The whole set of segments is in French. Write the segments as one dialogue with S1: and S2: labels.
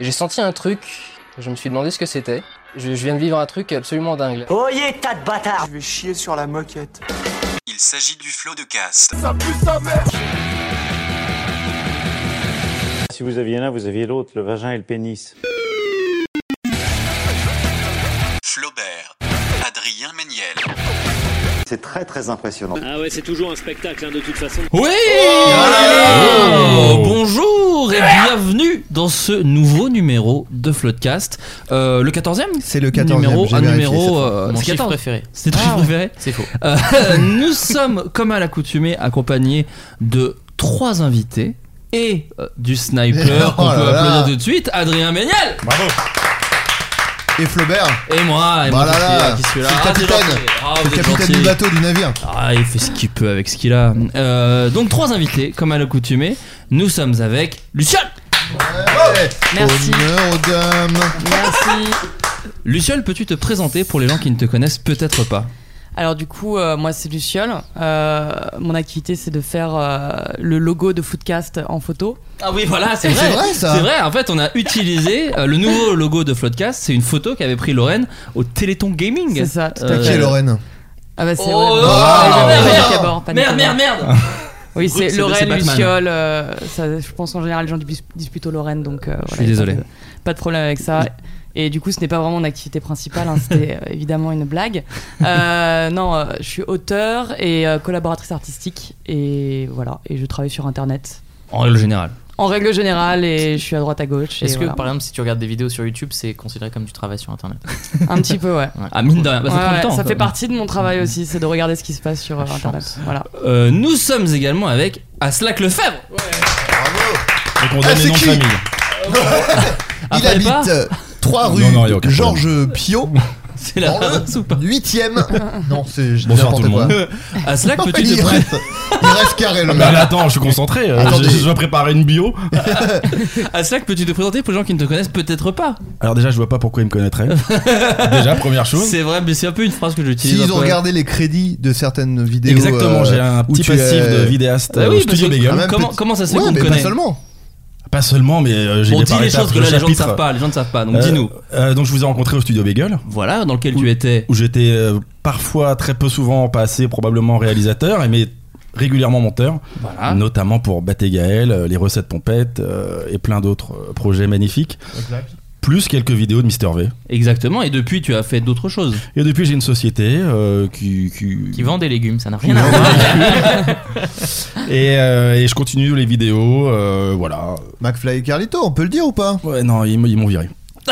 S1: J'ai senti un truc, je me suis demandé ce que c'était. Je, je viens de vivre un truc absolument dingue.
S2: Oh,
S3: Oyez, tas de bâtards
S4: Je vais chier sur la moquette.
S5: Il s'agit du flot de cast.
S6: Si vous aviez l'un, vous aviez l'autre, le vagin et le pénis.
S5: Flaubert. Adrien Méniel.
S6: C'est très très impressionnant.
S7: Ah ouais, c'est toujours un spectacle hein, de toute façon.
S8: Oui Oh Bonjour et bienvenue dans ce nouveau numéro de Floodcast. Euh, le 14e
S2: C'est le 14e.
S8: numéro,
S2: j'ai
S8: un
S2: vérifié cette
S8: numéro.
S2: fois.
S8: euh,
S1: Mon
S8: c'est
S1: chiffre
S8: 14.
S1: préféré.
S8: C'est ton
S1: Ah
S8: chiffre
S1: ouais.
S8: préféré
S1: C'est faux.
S8: Euh, nous sommes, comme à l'accoutumée, accompagnés de trois invités et euh, du sniper qu'on
S2: Oh là
S8: peut
S2: là.
S8: applaudir tout de suite, Adrien Méniel
S2: Et Flaubert,
S8: et moi, et moi
S2: Voilà
S8: qui, suis là,
S2: Bah là,
S8: qui suis là.
S2: c'est le
S8: Ah, t'es
S2: capitaine.
S8: gentil. Ah,
S1: Oh,
S2: le
S8: vous êtes
S2: capitaine du
S8: gentil.
S2: bateau du navire.
S8: Ah, il fait ce qu'il peut avec ce qu'il a. Euh, donc trois invités, comme à l'accoutumée, nous sommes avec Luciole.
S2: Ouais.
S1: Merci.
S2: Honneur aux dames.
S1: Merci.
S8: Luciole, peux-tu te présenter pour les gens qui ne te connaissent peut-être pas
S1: Alors du coup, euh, moi c'est Luciole. Euh, mon activité c'est de faire euh, le logo de Foodcast en photo.
S8: Ah oui, voilà, c'est
S2: C'est
S8: vrai.
S2: vrai, ça.
S8: C'est vrai. En fait, on a utilisé euh, le nouveau logo de Floodcast. C'est une photo qu'avait pris Lorraine au Téléthon Gaming.
S1: C'est ça, tout à
S8: Euh,
S2: Qui est Lorraine
S1: Ah bah c'est
S8: Oh,
S1: ouais,
S8: oh,
S2: oh,
S1: panique
S8: merde,
S1: à bord, panique à bord.
S8: Merde, merde, merde.
S1: Oui,
S8: Brut,
S1: c'est
S8: c'est- c'est
S1: Lorraine,
S8: Batman.
S1: Luciole. euh, ça, je pense en général les gens dis- disent plutôt Lorraine, donc euh,
S8: Je
S1: voilà,
S8: suis désolé.
S1: Pas de, pas de problème avec ça. Et du coup, ce n'est pas vraiment mon activité principale, hein, c'était euh, évidemment une blague. Euh, non, euh, je suis auteur et euh, collaboratrice artistique, et voilà, et je travaille sur Internet.
S8: En règle générale.
S1: En règle générale, et je suis à droite à gauche. et
S9: Est-ce que
S1: voilà.
S9: par exemple, si tu regardes des vidéos sur YouTube, c'est considéré comme du travail sur internet
S1: Un petit peu, ouais.
S8: Ah mine de rien, bah, ça
S1: Ouais,
S8: prend
S1: ouais,
S8: le temps.
S1: ça
S8: quoi.
S1: fait partie de mon travail aussi, c'est de regarder ce qui se passe sur euh, Internet. Voilà.
S8: Euh, nous sommes également avec Aslak Lefebvre.
S7: Donc on
S2: Ah,
S7: donne
S2: c'est
S7: les noms de
S2: qui
S7: famille.
S2: Il
S8: Après pas
S1: Bah,
S2: habite euh, 3
S7: Non,
S2: rue
S7: non, y a aucun
S2: Georges Pio,
S8: C'est la
S2: dans
S8: base ou pas
S2: le 8ème. Non, c'est je dis
S7: Bonsoir tout
S2: n'importe
S7: le
S2: quoi.
S7: monde.
S8: Aslak,
S2: Non,
S8: peux-tu
S2: il,
S8: te
S2: rêve, il rêve carré le
S7: Ah, mais
S2: mec.
S7: attends, je suis concentré. euh,
S2: Attendez.
S7: Je, je dois préparer une bio.
S8: Aslak, peux-tu te présenter pour les gens qui ne te connaissent peut-être pas
S7: Alors déjà, je vois pas pourquoi ils me connaîtraient. déjà, première chose.
S8: C'est vrai, mais c'est un peu une phrase que j'utilise. un
S2: S'ils ont
S8: peu.
S2: regardé les crédits de certaines vidéos.
S7: Exactement,
S2: euh,
S7: j'ai un
S2: où
S7: petit
S2: tu,
S7: passif
S2: euh,
S7: de vidéaste
S8: Ah
S7: euh,
S8: oui,
S7: au
S8: parce
S7: studio
S8: que-
S7: des
S2: ah,
S7: gars.
S2: même
S8: Comment-
S2: peut-
S8: comment ça se fait
S2: Ouais,
S8: qu'on
S2: mais
S8: te
S2: pas
S8: connaît
S2: seulement.
S7: Pas seulement, mais euh, j'ai
S8: On
S7: des
S8: dit
S7: par
S8: les
S7: étapes,
S8: choses que
S7: je
S8: là les gens ne
S7: chapitre.
S8: savent pas, les gens ne savent pas, donc
S7: Euh,
S8: dis-nous.
S7: euh, donc je vous ai rencontré au studio Bagel,
S8: Voilà, dans lequel tu
S7: Ouh.
S8: étais.
S7: où j'étais euh, parfois très peu souvent passé, probablement réalisateur, mais régulièrement monteur,
S8: Voilà.
S7: notamment pour Baté Gaël, euh, les recettes pompettes euh, et plein d'autres euh, projets magnifiques. Plus quelques vidéos de Mister V.
S8: Exactement, et depuis tu as fait d'autres choses.
S7: Et depuis, j'ai une société euh, qui, qui-
S9: Qui vend des légumes, ça n'a
S7: qui
S9: rien à voir.
S7: et, euh, et je continue les vidéos, euh, voilà.
S2: McFly et Carlito, on peut le dire ou pas
S7: Ouais, non, ils, m- ils m'ont viré.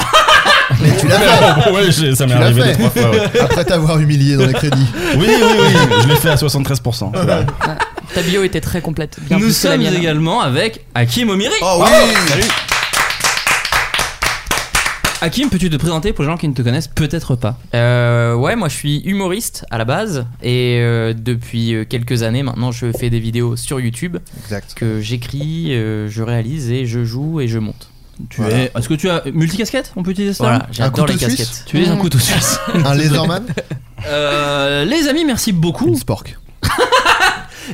S2: Mais tu l'as fait
S7: ouais, j'ai- ça m'est
S2: Tu l'as
S7: arrivé
S2: fait.
S7: deux, trois fois. ouais.
S2: après t'avoir humilié dans les crédits.
S7: Oui, oui, oui, je l'ai fait à 73%. Voilà.
S1: Ta bio était très complète. Bien
S8: Nous
S1: plus que la
S8: sommes
S1: mienne. hein.
S8: également avec Hakim Omiri.
S2: Oh oui
S8: Hakim, peux-tu te présenter pour les gens qui ne te connaissent peut-être pas
S9: Euh, ouais, moi je suis humoriste à la base et euh, depuis euh, quelques années maintenant je fais des vidéos sur YouTube
S2: Exact.
S9: que j'écris, euh, je réalise et je joue et je monte.
S8: Tu es. Est-ce que tu as multicasquette On peut utiliser ça
S9: Voilà, j'adore
S2: couteau
S9: les
S2: suisse
S9: casquettes.
S8: Tu es un couteau suisse.
S2: Un laserman
S8: Euh, les amis, merci beaucoup.
S2: Une spork.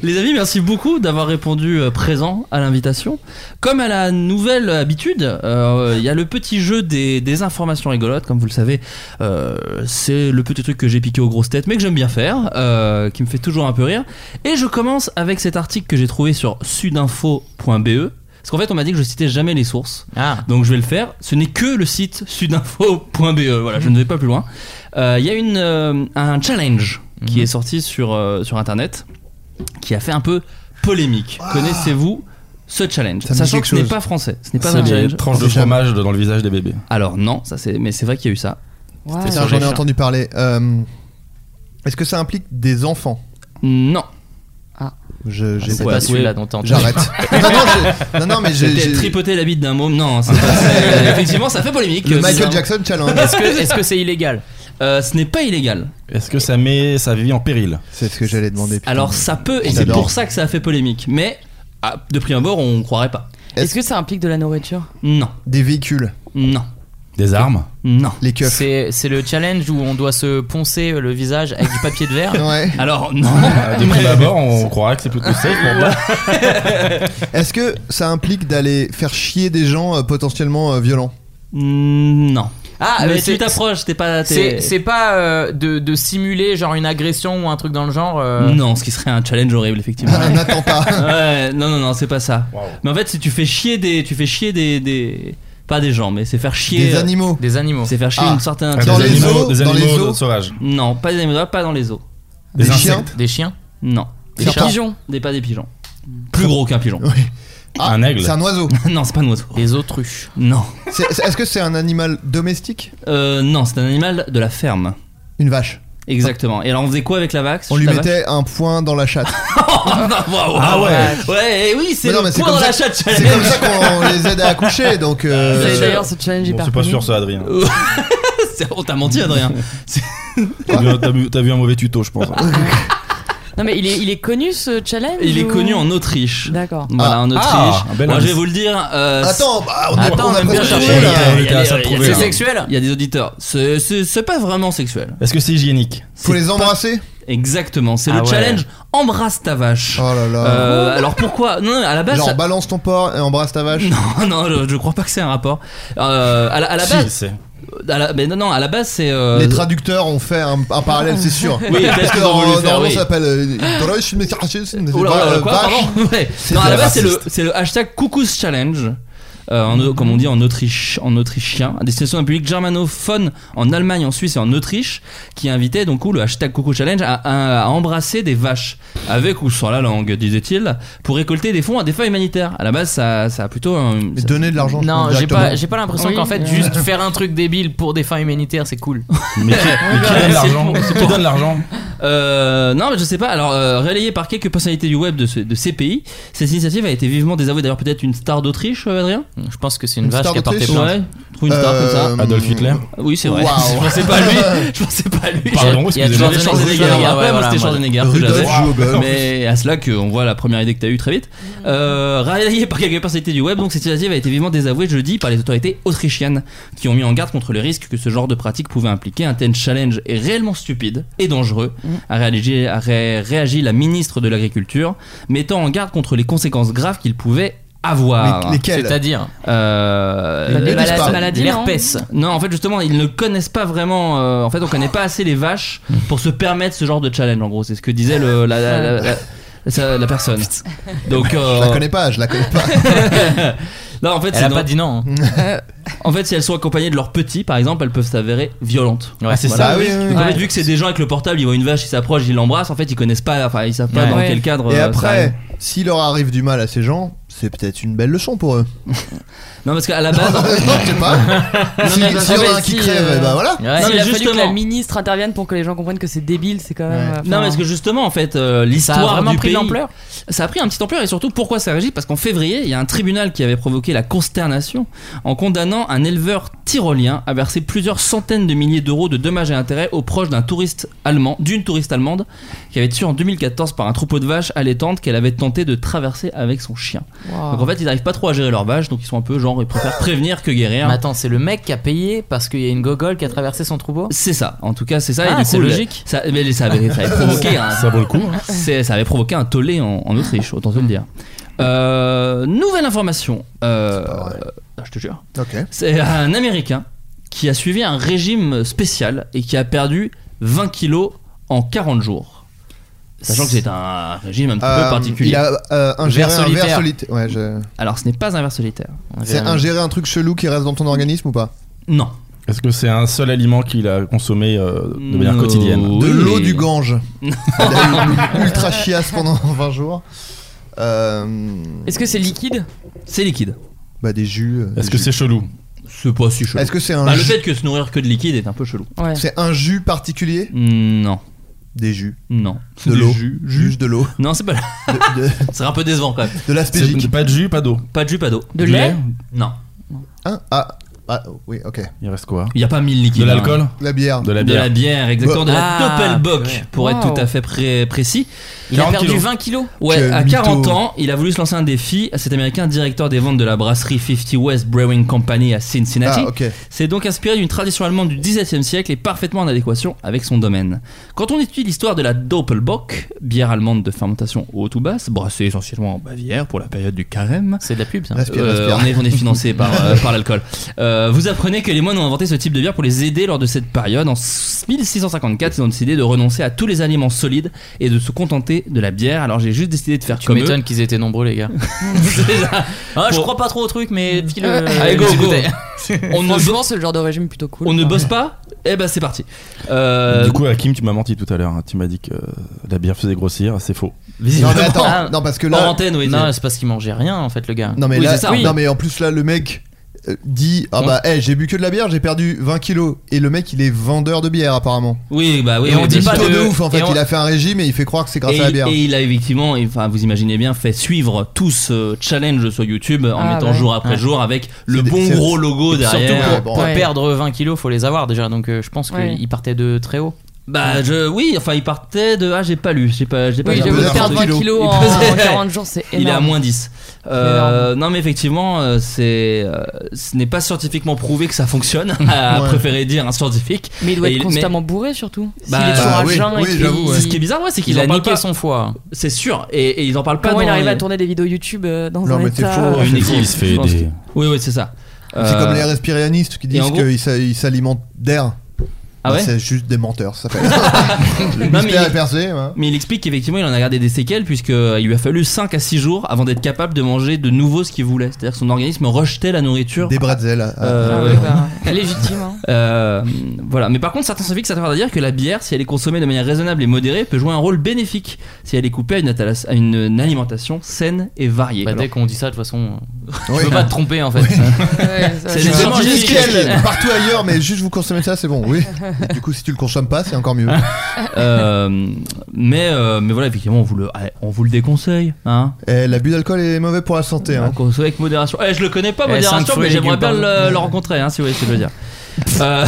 S1: Les amis, merci beaucoup d'avoir répondu euh, présent à l'invitation. Comme à la nouvelle habitude, euh, il y a le petit jeu des, des informations rigolotes. Comme vous le savez, euh, c'est le petit truc que j'ai piqué aux grosses têtes, mais que j'aime bien faire, euh, qui me fait toujours un peu rire. Et je commence avec cet article que j'ai trouvé sur sudinfo.be. E. Parce qu'en fait, on m'a dit que je citais jamais les sources.
S9: Ah,
S1: Donc je vais le faire. Ce n'est que le site sudinfo.be. Voilà, je ne vais pas plus loin. Euh, Il y a une, euh, un challenge
S8: Mhm.
S1: qui est sorti sur, euh, sur Internet qui a fait un peu polémique.
S8: Ah.
S1: Connaissez-vous ce challenge
S7: Ça me dit
S1: Sachant
S7: quelque
S1: que ce n'est
S7: chose.
S1: pas français. Ce n'est pas
S7: C'est
S1: un
S7: des
S1: challenge.
S7: tranches de fromage dans le visage des bébés.
S1: Alors non, ça c'est mais c'est vrai qu'il y a eu ça.
S8: Putain,
S1: C'était sur
S8: Ah, J'en ai
S1: les chats.
S8: entendu parler. Euh, Est-ce que ça implique des enfants
S1: Non.
S10: Ah.
S8: Je, j'ai
S1: c'est pas celui-là dont t'as entendu.
S8: J'arrête. non, non, j'ai- non, non, mais j'ai.
S1: C'était
S8: j'ai-
S1: tripoter la bite d'un môme. Non, c'est pas- c'est- effectivement, ça fait polémique.
S8: Le
S1: euh,
S8: Michael
S1: bizarre.
S8: Jackson challenge.
S1: Est-ce que est-ce que c'est illégal Euh, Ce n'est pas illégal.
S7: Est-ce que ça met sa vie en péril
S8: C'est ce que j'allais demander.
S1: Alors ça peut et
S7: On
S1: c'est
S7: adore.
S1: pour ça que ça a fait polémique. Mais ah, de prime abord, on croirait pas.
S10: Est-ce que ça implique de la nourriture
S1: Non.
S8: Des véhicules
S1: Non.
S7: Des armes
S1: Non.
S8: Les keufs.
S2: C'est c'est le challenge où on doit se poncer euh, le
S9: Ah,
S2: visage avec du papier de verre.
S8: Ouais.
S1: Alors non.
S2: Ah,
S7: De prime abord, on croirait que c'est plutôt safe. mais bon.
S8: Est-ce que ça implique d'aller faire chier des gens euh, potentiellement euh, violents
S1: Mm, Non.
S2: Ah,
S1: mais
S2: mais
S1: tu
S2: c'est-
S1: t'approches, t'es pas. t'es-
S2: C'est c'est pas euh, de, de simuler genre une agression ou un truc dans le genre. euh,
S1: Non, ce qui serait un challenge horrible effectivement.
S8: Un attentat
S1: ouais, non non non, c'est pas ça. Mais en fait, si tu fais chier des, tu fais chier des, des- pas des gens, mais c'est faire chier.
S8: Des
S1: euh,
S8: animaux
S2: Des animaux.
S1: C'est faire chier
S8: Ah.
S1: une certaine.
S8: Dans
S7: des
S8: les
S7: animaux,
S8: zoos,
S7: des
S8: dans les
S7: animaux
S8: zoos.
S7: sauvages.
S1: Non, pas des animaux, pas dans les eaux.
S7: Des,
S8: Des chiens.
S7: insectes.
S2: Des chiens.
S1: Non.
S8: Des
S1: chats.
S8: pigeons.
S1: Des pas des pigeons. Plus gros qu'un pigeon.
S8: Oui.
S2: Ah,
S8: Ah,
S7: Un aigle.
S8: C'est un oiseau.
S1: non, c'est pas un oiseau.
S2: Des autruches.
S1: Non.
S8: C'est- c'est- Est-ce que c'est un animal domestique
S1: Euh, non, c'est un animal de la ferme.
S8: Une vache.
S1: Exactement. Et alors on faisait quoi avec la vax
S8: On lui
S1: La vache
S8: mettait un point dans la chatte.
S1: Ah ouais. Ouais, et oui, c'est
S8: Mais non,
S1: le
S8: mais c'est
S1: point dans
S8: comme
S1: la
S8: ça-
S1: chatte
S8: C'est comme ça qu'on les aide à accoucher, donc. euh,
S10: C'est D'ailleurs, ce challenge
S7: Bon,
S10: hyper
S7: c'est pas
S10: connu.
S7: sûr ça, Adrien.
S1: C'est- On t'a menti, Adrien.
S7: T'as vu, t'as vu- t'as vu un mauvais tuto, je pense.
S10: Non, mais il est, il est connu ce challenge
S1: Il est
S10: ou- euh,
S1: connu en Autriche.
S10: D'accord.
S1: Voilà, en Autriche.
S7: Ah, un bel
S1: Moi, je vais
S7: indice.
S1: vous le dire. euh,
S8: Attends, bah, on, a-
S2: Attends,
S8: on a
S2: on aime bien
S8: presque
S2: chercher.
S8: trouvé,
S7: Il y
S8: là.
S7: a- il y a-
S1: il y a-
S7: trouvé,
S2: C'est
S7: là.
S2: sexuel
S1: Il y a des auditeurs. C'est- C'est c'est pas vraiment sexuel.
S7: Est-ce que c'est hygiénique
S8: Faut
S1: C'est
S8: les embrasser
S1: Exactement. C'est
S2: Ah
S1: le
S2: ouais.
S1: challenge embrasse ta vache.
S8: Oh là là.
S1: Euh, alors pourquoi Non, non, à la base.
S8: Genre
S1: ça-
S8: balance ton porc et embrasse ta vache.
S1: Non, non, je, je crois pas que c'est un rapport. Euh, à la, à la
S7: Si,
S1: base,
S7: c'est-
S1: à la- mais non, non, à la base c'est. euh,
S8: Les traducteurs ont fait un, un parallèle, c'est sûr.
S1: Oui, peut-être
S8: parce que
S1: qu'ils ont voulu
S8: normalement
S1: faire, oui.
S8: ça s'appelle. euh, Deutsch, mais c'est-
S1: Oh là là,
S8: euh,
S1: quoi,
S8: vache.
S1: pardon Ouais.
S8: C'est
S1: Non, à la
S8: très
S1: base, c'est le,
S8: raciste.
S1: c'est le hashtag Coucous Challenge. euh, en- comme on dit en, Autriche, en autrichien, à destination d'un public germanophone en Allemagne, en Suisse et en Autriche, qui invitait donc le hashtag Coucou Challenge à, à- à embrasser des vaches, avec ou sans la langue, disait-il, pour récolter des fonds à des fins humanitaires. À la base, ça, ça a plutôt un.
S8: Mais
S1: ça-
S8: donner de l'argent. je
S2: Non,
S8: pense,
S2: j'ai pas,
S8: directement.
S2: j'ai pas l'impression qu'en fait, juste faire un truc débile pour des fins humanitaires, c'est cool.
S7: Mais qui, mais qui donne l'argent Qui donne l'argent
S1: Euh, non, mais je sais pas. Alors, euh, relayé par quelques personnalités du web de, ce- de ces pays, cette initiative a été vivement désavouée. D'ailleurs, peut-être une star d'Autriche, euh, Adrien
S2: Je pense que c'est
S8: Une
S2: une vache
S8: star
S2: qui a porté
S8: d'Autriche,
S2: plainte.
S1: Ouais, trouve une star comme ça.
S8: Euh,
S7: Adolf Hitler
S1: Oui, c'est vrai.
S8: Waouh.
S1: Je pensais pas à lui. Je pensais pas à lui.
S7: Pardon,
S2: Il y a
S7: excusez-moi.
S1: J'avais Schwarzenegger.
S2: Schwarzenegger,
S1: Après,
S2: ouais,
S1: moi,
S2: voilà, moi.
S1: c'était Schwarzenegger que
S8: Rudolf
S1: j'avais.
S8: joue au golf.
S1: Mais à cela qu'on voit la première idée que t'as eue très vite.
S10: Mm.
S1: Euh, relayée par quelques personnalités du web, donc cette initiative a été vivement désavouée jeudi par les autorités autrichiennes qui ont mis en garde contre le risque que ce genre de pratique pouvait impliquer. Un tel challenge est réellement stupide et dangereux,
S10: Mm.
S1: a réagi, a ré- réagi la ministre de l'Agriculture, mettant en garde contre les conséquences graves qu'il pouvait avoir.
S8: Mais- lesquelles
S2: C'est-à-dire
S1: Euh,
S8: Les maladies,
S10: maladies,
S8: pas.
S10: maladies, non
S2: l'herpès.
S1: non, en fait, justement, ils ne connaissent pas vraiment. euh, en fait, on connaît pas assez les vaches pour se permettre ce genre de challenge. En gros, c'est ce que disait le, la, la, la- la- la- la personne. Donc, euh,
S8: Je la connais pas, je la connais pas.
S1: non, en fait,
S2: Elle
S1: c'est
S2: a
S1: dans-
S2: pas dit non. hein.
S1: en fait, si elles sont accompagnées de leurs petits, par exemple, elles peuvent s'avérer violentes.
S2: Ouais, c'est
S8: Bah oui, oui,
S1: Donc,
S8: oui.
S1: en fait, vu que c'est des gens avec le portable, ils voient une vache, ils s'approchent, ils l'embrassent. En fait, ils connaissent pas. Enfin, ils savent pas
S2: Ouais.
S1: dans
S10: Ouais.
S1: quel cadre.
S8: Et
S1: euh, ça arrive.
S8: après, s'il leur arrive du mal à ces gens, c'est peut-être une belle leçon pour eux.
S1: Non, parce qu'à la base.
S8: non, je sais pas.
S1: mais
S8: Si-
S1: parce
S8: S'il y en
S10: que
S8: a un qui
S10: si,
S8: crève,
S10: euh,
S8: eh ben voilà.
S2: Ouais.
S1: Non,
S10: S'il
S1: mais
S10: a fallu que la
S1: justement.
S10: ministre intervienne pour que les gens comprennent que c'est débile, c'est quand même.
S8: Ouais.
S10: euh,
S1: Non,
S10: enfin,
S1: parce que justement, en fait, euh, l'histoire
S2: Ça a vraiment
S1: du
S2: pris
S1: pays-
S2: de l'ampleur
S1: Ça a pris un petit ampleur et surtout pourquoi ça réagit Parce qu'en février, il y a un tribunal qui avait provoqué la consternation en condamnant un éleveur tyrolien à verser plusieurs centaines de milliers d'euros de dommages et intérêts aux proches d'un touriste allemand, d'une touriste allemande, qui avait été tuée en 2014 par un troupeau de vaches allaitantes qu'elle avait tenté de traverser avec son chien.
S2: Wow.
S7: Donc en fait, ils n'arrivent pas trop à gérer leur vache, donc ils sont un peu genre, ils préfèrent prévenir que guérir.
S1: Mais attends, c'est le mec qui a payé parce qu'il y a une gogole qui a traversé son troupeau
S7: C'est ça, en tout cas, c'est ça. et
S1: Ah,
S7: du
S1: c'est
S7: coup, le-
S1: logique.
S7: Ça, mais ça avait, ça avait provoqué un-
S5: Ça vaut le coup. hein.
S7: c'est- ça avait provoqué un tollé en, en Autriche, autant te le dire. Euh, nouvelle information. Euh, euh, je te jure.
S8: Ok.
S7: C'est un Américain qui a suivi un régime spécial et qui a perdu 20 kilos en 40 jours. Sachant que c'est un régime un petit peu
S8: Euh,
S7: particulier.
S8: Il a euh, ingéré
S7: Vers
S8: un verre
S7: solitaire.
S8: solitaire. Ouais, je-
S7: Alors, ce n'est pas un verre solitaire.
S8: C'est ingérer un truc chelou qui reste dans ton organisme ou pas
S7: Non.
S5: Est-ce que c'est un seul aliment qu'il a consommé euh, de manière
S1: Mmh,
S7: No.
S5: quotidienne
S8: De
S7: Oui,
S8: l'eau
S7: mais-
S8: du Gange. Il a eu une ultra chiasse pendant 20 jours. Euh,
S2: Est-ce que c'est liquide
S7: C'est liquide.
S8: bah des jus. euh,
S5: Est-ce
S8: des
S5: que
S8: jus.
S5: c'est chelou
S7: C'est pas si
S1: Ah,
S7: chelou.
S8: Est-ce que c'est un,
S7: Bah, le
S8: jus-
S7: fait que se nourrir que de liquide est un peu chelou.
S2: Ouais.
S8: c'est un jus particulier
S7: Non.
S8: Des jus.
S7: Non.
S8: De
S7: Mm. Des
S8: l'eau.
S7: jus.
S8: Juste de l'eau.
S7: Non, c'est pas.
S8: De, de,
S7: C'est un peu décevant quand même.
S8: de
S5: C'est-
S8: l'aspégique.
S5: Pas de jus, pas d'eau.
S7: Pas de jus, pas d'eau.
S2: De lait
S7: Non.
S8: Hein ah, ah, oui, ok.
S5: Il reste quoi
S7: Il n'y a pas mille liquides.
S5: De l'alcool
S8: La bière.
S5: De la
S7: hein. De
S5: bière
S7: la bière, exactement. De la
S1: Ah,
S7: Doppelbock,
S1: ouais.
S7: pour être
S2: Wow.
S7: tout à fait pré- précis.
S1: Il a
S5: 40
S1: perdu
S5: kilos.
S1: 20 kilos
S7: Ouais,
S8: Quel
S7: à
S8: mytho.
S7: 40 ans, il a voulu se lancer un défi. Cet américain, directeur des ventes de la brasserie 50 West Brewing Company à Cincinnati,
S8: Ah, ok.
S7: s'est donc inspiré d'une tradition allemande du 17e siècle et parfaitement en adéquation avec son domaine. Quand on étudie l'histoire de la Doppelbock, bière allemande de fermentation haute ou basse,
S1: bah,
S7: brassée essentiellement en Bavière pour la période du carême,
S1: C'est de la pub ça.
S8: Respire,
S7: euh,
S8: respire.
S7: on, est, on est financé par, euh, par l'alcool. Euh, vous apprenez que les moines ont inventé ce type de bière pour les aider lors de cette période. En 1654, ils ont décidé de renoncer à tous les aliments solides et de se contenter de la bière. Alors j'ai juste décidé de faire
S1: Tu
S7: comme eux.
S1: m'étonnes qu'ils étaient nombreux les gars.
S7: C'est ça.
S1: Ah, je
S7: Bon.
S1: crois pas trop au truc, mais file. euh,
S7: Allez, go, go. On ne, bo-
S2: Franchement, c'est le genre de régime plutôt cool.
S7: on ne
S2: Enfin,
S7: bosse pas Eh ben c'est parti. Euh,
S5: Du coup, Hakim, tu m'as menti tout à l'heure. hein. Tu m'as dit que euh, la bière faisait grossir. C'est faux.
S8: Non,
S7: visiblement-
S8: mais
S1: Ah.
S8: attends. Non, parce que
S7: hors
S8: là.
S7: antenne, oui.
S1: Non, c'est parce qu'il mangeait rien en fait, le gars.
S8: Non, mais
S7: Oui,
S8: là.
S7: c'est ça.
S8: Non,
S7: Oui. Hein
S8: mais en plus, là, le mec euh, dit Ah
S7: On-
S8: bah, eh, j'ai bu que de la bière, j'ai perdu 20 kilos. Et le mec, il est vendeur de bière, apparemment.
S7: oui, bah oui.
S1: Et
S7: oui,
S1: on
S7: bien
S1: dit
S7: sûr.
S1: pas
S8: Mytho
S1: de-
S8: de ouf, en
S7: et
S8: fait.
S7: on-
S8: Il a fait un régime et il fait croire que c'est grâce
S7: Et,
S8: à la
S7: il-
S8: bière.
S7: et il a effectivement, et, enfin vous imaginez bien, fait suivre tout ce challenge sur YouTube en
S2: Ah,
S7: mettant
S2: ouais.
S7: jour après
S1: Ouais.
S7: jour avec le
S8: C'est des-
S7: bon
S8: c'est-
S7: gros logo
S8: bah,
S7: derrière.
S8: Surtout
S1: Pour
S8: pour-
S2: Ouais.
S1: perdre 20 kilos, faut les avoir déjà, donc euh, je pense qu'il
S2: Ouais.
S1: partait de très haut.
S7: Bah je, oui, enfin il partait de ah j'ai pas lu, j'ai pas, j'ai pas
S2: Oui,
S7: lu.
S8: Il
S2: je veux
S8: pesait
S2: perdre 20
S8: 40
S2: kilos
S7: kilos.
S2: en,
S7: Il
S2: en
S7: pesait-
S2: 40 jours, c'est énorme.
S7: Il est à moins 10. Euh, non mais effectivement, euh, c'est, euh, ce n'est pas scientifiquement prouvé que ça fonctionne. À
S8: Ouais.
S7: préférer dire un scientifique.
S2: Mais il doit
S7: Et
S2: être
S7: il-
S2: constamment bourré surtout.
S7: Bah,
S2: S'il est toujours à
S8: oui,
S2: jeun
S8: oui,
S2: et
S8: j'avoue,
S2: puis.
S8: ouais.
S7: Ce qui est bizarre, ouais, c'est qu'ils
S1: Il a
S7: en parlent
S1: niqué
S7: pas.
S1: son foie.
S7: C'est sûr. Et, et ils en parlent pas.
S2: Comment il
S7: dans
S2: arrive
S7: les-
S2: à tourner des vidéos YouTube euh, dans
S8: Non,
S2: un
S8: mais t'es
S2: état
S8: faux.
S2: euh,
S7: Une
S5: C'est
S7: équipe,
S5: faux, il se fait
S7: je pense
S5: des-
S7: que- Oui oui c'est ça.
S8: C'est
S7: Euh,
S8: comme les respirianistes qui
S7: et en
S8: disent
S7: gros-
S8: qu'ils s'a- ils s'alimentent d'air. Bah,
S7: Ah ouais.
S8: C'est juste des menteurs, ça s'appelle. Le
S7: Non, mais
S8: mystère
S7: il-
S8: est percé. hein.
S7: Mais il explique qu'effectivement, il en a gardé des séquelles, puisqu'il lui a fallu 5 à 6 jours avant d'être capable de manger de nouveau ce qu'il voulait. C'est-à-dire que son organisme rejetait la nourriture.
S8: Des bretzels. à- à-
S7: Euh,
S2: Ah ouais, bah, légitime. hein.
S7: Euh, voilà. Mais par contre, certains scientifiques s'attardent à dire que la bière, si elle est consommée de manière raisonnable et modérée, peut jouer un rôle bénéfique si elle est coupée à une, atala- à une- une alimentation saine et variée.
S1: Bah, dès
S7: Alors,
S1: qu'on dit ça, de toute façon,
S8: Oui.
S1: tu peux pas te tromper en fait.
S7: C'est
S8: Je
S7: les
S8: vous ai
S7: gens
S8: mangé
S7: qui-
S8: des quelles partout ailleurs, mais juste vous consommez ça, c'est bon. Oui. Et du coup, si tu le consommes pas, c'est encore mieux.
S7: euh, mais, euh, mais voilà, effectivement, on vous le, on vous le déconseille. Hein
S8: Eh, L'abus d'alcool est mauvais pour la santé. hein.
S7: Ah, qu'on soit avec modération. Eh, je le connais pas,
S1: Eh, cinq
S7: modération,
S1: fruits
S7: mais
S1: et
S7: j'aimerais bien
S1: légumes par
S7: le, le rencontrer, hein, si vous voyez ce que je veux dire. Euh,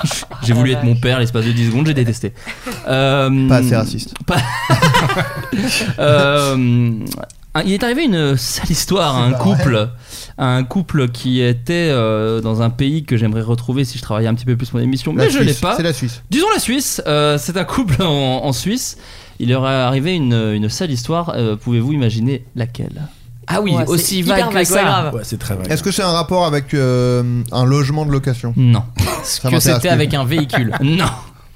S7: j'ai voulu être mon père l'espace de 10 secondes, j'ai détesté. Euh,
S8: Pas assez raciste.
S7: euh, un- il est arrivé une sale histoire à
S8: C'est
S7: un
S8: pas
S7: couple, à un couple qui était euh, dans un pays que j'aimerais retrouver si je travaillais un petit peu plus mon émission,
S8: La
S7: mais je l'ai
S8: Suisse,
S7: pas.
S8: C'est la Suisse.
S7: Disons la Suisse, euh, c'est un couple en, en Suisse. Il leur est arrivé une, une sale histoire, euh, pouvez-vous imaginer laquelle
S1: Ah oui,
S2: Ouais, c'est
S1: aussi
S2: hyper
S1: vague que
S2: vague, ouais,
S1: ça.
S2: grave.
S5: Ouais, c'est très vrai.
S8: Est-ce que c'est un rapport avec euh, un logement de location
S7: Non,
S8: Ça
S1: que
S8: m'intéresse
S1: c'était
S8: plus.
S1: avec un véhicule.
S7: non,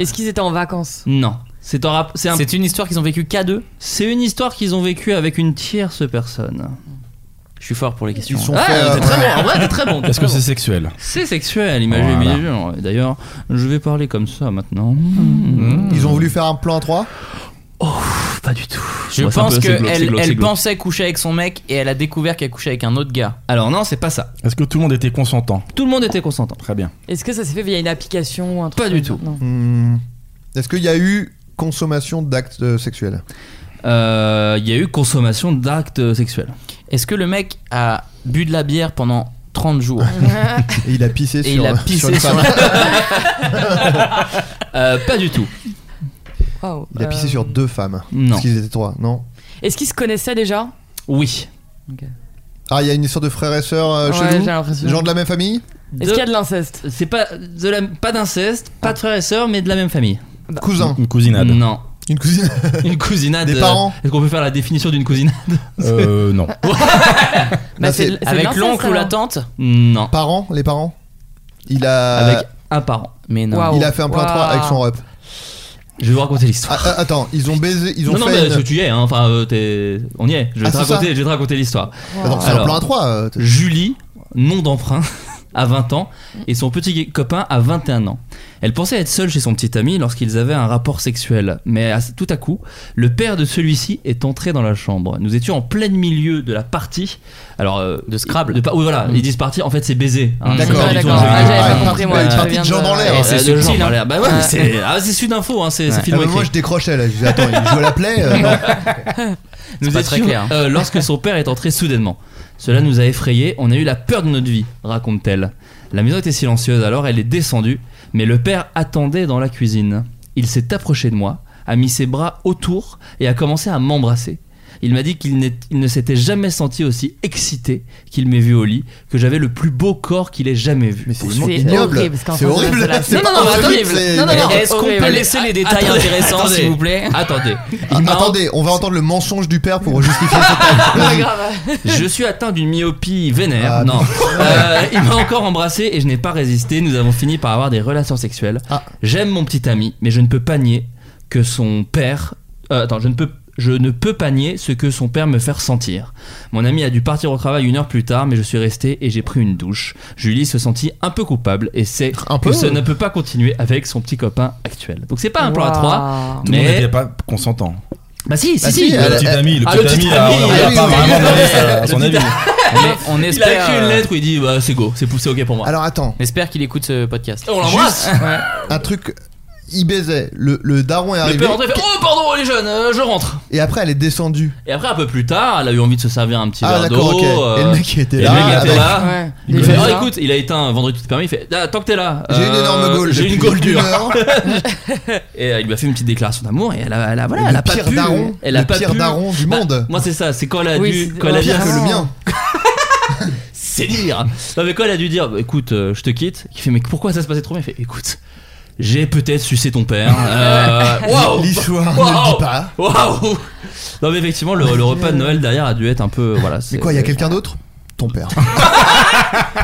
S2: Est-ce qu'ils étaient en vacances
S7: non. C'est un rap- c'est un
S1: C'est une histoire qu'ils ont vécu K2.
S7: C'est une histoire qu'ils ont vécue avec une tierce personne.
S1: Je suis fort pour les questions.
S8: Ils sont
S7: Ah,
S8: faits, euh,
S7: t'es très bon, en vrai, t'es très bon. t'es
S5: Est-ce que
S7: très
S5: c'est
S7: bon.
S5: sexuel
S7: C'est sexuel, imaginez
S5: Voilà.
S7: bien. D'ailleurs, je vais parler comme ça maintenant.
S2: Mmh.
S8: hmm. Ils ont
S7: Hmm.
S8: voulu faire un plan à trois
S7: Pff, Pas du tout.
S1: Je
S7: Ouais, c'est un
S1: pense
S7: peu- c'est
S1: qu'elle
S7: glauque, c'est
S1: elle
S7: glauque,
S1: elle
S7: c'est glauque.
S1: pensait coucher avec son mec et elle a découvert qu'elle couchait avec un autre gars.
S7: Alors non, c'est pas ça.
S5: Est-ce que tout le monde était consentant
S7: Tout le monde était consentant.
S5: Très bien.
S2: Est-ce que ça s'est fait via une application ou un truc
S7: Pas du
S2: comme
S7: tout.
S2: ça Non.
S8: Hmm. Est-ce qu'il y a eu consommation d'actes euh, sexuels
S7: Euh, Il y a eu consommation d'actes euh, sexuels.
S1: Est-ce que le mec a bu de la bière pendant 30 jours
S8: Et il a pissé
S1: et
S8: sur,
S1: il a
S8: sur
S1: pissé
S8: une
S1: sur,
S8: femme.
S7: Euh, pas du tout.
S2: Waouh.
S8: Il a pissé
S2: Euh,
S8: sur deux femmes.
S7: Non.
S8: Parce qu'ils étaient trois, non
S2: Est-ce qu'ils se connaissaient déjà
S7: Oui.
S2: Ok.
S8: Ah, il y a une histoire de frères et sœurs euh,
S7: Ouais,
S8: chez vous
S7: j'ai l'impression.
S8: Genre de la même famille
S2: Est-ce qu'il y a de l'inceste
S7: C'est pas de la- pas d'inceste, pas de frères et sœurs, mais de la même famille.
S8: Cousin
S5: Une cousinade.
S7: Non.
S8: Une cousine
S7: Une cousinade.
S8: Des
S7: euh,
S8: parents
S7: Est-ce qu'on peut faire la définition d'une cousinade
S5: Euh, non.
S8: Bah, c'est- c'est de
S1: Avec
S8: l'inceste,
S1: l'oncle ou
S8: alors.
S1: la tante
S7: Non.
S8: Parents Les parents Il a.
S7: Avec un parent. Mais non.
S8: Il a fait un plein 3 avec son rep.
S7: Je vais vous raconter l'histoire.
S8: Ah, ah, attends, ils ont baisé. Ils ont
S7: non, non,
S8: fait.
S7: mais
S8: une-
S7: parce que tu y es, hein, enfin, euh, t'es- on y est. Je vais,
S8: Ah,
S7: te,
S8: c'est
S7: raconter,
S8: ça
S7: je vais te raconter l'histoire.
S8: Bah, donc c'est un
S7: Alors,
S8: plan à 3.
S7: Julie, nom d'emprunt, à 20 ans, et son petit copain à 21 ans. Elle pensait être seule chez son petit ami lorsqu'ils avaient un rapport sexuel, mais à- tout à coup, le père de celui-ci est entré dans la chambre. Nous étions en plein milieu de la partie. Alors, euh, de Scrabble. oui, voilà, ils disent partie, en fait c'est baiser. hein.
S8: D'accord.
S7: C'est pas du tout un
S8: D'accord.
S7: jeu
S8: Ah,
S7: vidéo.
S8: j'avais pas Ouais, compris, moi, une je partie viens de jambes de- en l'air.
S7: Et C'est
S8: Euh, de
S7: subtil.
S8: jambes en
S7: hein.
S8: l'air.
S7: Bah ouais,
S8: Ouais.
S7: c'est ah, c'est Sud Info, hein, c'est c'est
S8: Ah,
S7: film
S8: bah,
S7: écrit.
S8: moi je décrochais là. Je disais, attends, il joue à la play. euh, non.
S7: Nous
S1: pas très
S7: étions,
S1: clair, hein.
S7: euh, lorsque son père est entré soudainement. Cela nous a effrayés, on a eu la peur de notre vie, raconte-t-elle. La maison était silencieuse, alors elle est descendue, mais le père attendait dans la cuisine. Il s'est approché de moi, a mis ses bras autour et a commencé à m'embrasser. Il m'a dit qu'il n'est- il ne s'était jamais senti aussi excité qu'il m'ait vu au lit, que j'avais le plus beau corps qu'il ait jamais vu. Mais
S8: C'est ignoble. C'est horrible.
S7: Non,
S8: C'est pas
S7: non, non,
S8: horrible,
S7: attendez,
S8: c'est-
S7: non, non, non,
S1: Est-ce qu'on peut
S7: horrible.
S1: laisser les détails
S7: Attendez,
S1: intéressants,
S7: attendez,
S1: s'il vous plaît
S7: Attendez.
S8: Ah,
S7: Il m'a
S8: attendez, on va entendre le mensonge du père pour justifier cette acte. Vas-y.
S7: Je suis atteint d'une myopie vénère.
S8: Ah,
S7: non. Euh, il m'a encore embrassé et je n'ai pas résisté. Nous avons fini par avoir des relations sexuelles.
S8: Ah.
S7: J'aime mon petit ami, mais je ne peux pas nier que son père. euh, attends, je ne peux. Je ne peux pas nier ce que son père me fait ressentir. Mon ami a dû partir au travail une heure plus tard, mais je suis resté et j'ai pris une douche. Julie se sentit un peu coupable et sait
S8: Un
S7: que
S8: peu.
S7: ça ne peut pas continuer avec son petit copain actuel. Donc c'est pas un plan à trois,
S5: Tout le monde
S7: mais
S5: n'était pas consentant.
S7: bah si, si,
S8: Bah
S7: si.
S8: si,
S5: Le
S8: elle-
S5: petit
S8: elle-
S5: ami, le
S7: Ah,
S5: petit ami, là, on
S7: oui,
S5: n'a
S8: oui,
S5: pas
S8: oui,
S5: vraiment
S8: oui.
S5: donné euh, son
S7: Le petit
S5: avis.
S1: Mais on
S7: Il a
S1: espère.
S7: écrit une
S1: euh,
S7: lettre où il dit bah, c'est go, c'est poussé ok pour moi.
S8: Alors attends,
S1: On espère qu'il écoute ce podcast.
S7: on l'embrasse.
S8: un truc. Il baisait, le, le daron Ah, est
S7: Le
S8: arrivé
S7: père André fait oh pardon les jeunes, euh, je rentre.
S8: et après elle est descendue.
S7: Et après un peu plus tard, elle a eu envie de se servir un petit
S8: Ah
S7: verre
S8: d'accord,
S7: d'eau.
S8: ok.
S7: euh,
S8: Et le mec il était
S7: et
S8: là.
S7: le mec était
S8: avec-
S7: là. Il
S8: Il
S7: fait
S8: est
S7: oh
S8: là.
S7: écoute, il a éteint vendredi tout permis. Il fait Ah, tant que t'es là,
S8: J'ai une
S7: euh,
S8: énorme gaule.
S7: J'ai
S8: depuis
S7: une gaule dure.
S8: heure.
S7: Et euh, il lui a fait une petite déclaration d'amour et elle a, elle a- voilà,
S8: Le
S7: elle a pas
S8: pire
S7: pu.
S8: daron,
S7: elle a
S8: le
S7: pas
S8: pire
S7: pu-
S8: daron du
S7: Bah,
S8: monde.
S7: Moi c'est ça, c'est quand elle a
S2: Oui,
S7: dû,
S2: c'est-
S7: quand elle a
S8: Pire
S7: dû-
S8: que le mien.
S7: c'est dire. Non mais quand elle a dû dire, bah, écoute, euh, je te quitte. Il fait, mais pourquoi ça se passait trop bien Il fait, écoute, j'ai peut-être sucé ton père. Euh, Waouh.
S8: L'histoire ne
S7: Waouh.
S8: le dit pas.
S7: Waouh Non mais effectivement, le, le repas de Noël derrière a dû être un peu, voilà.
S8: C'est quoi, il y a quelqu'un d'autre Ton père.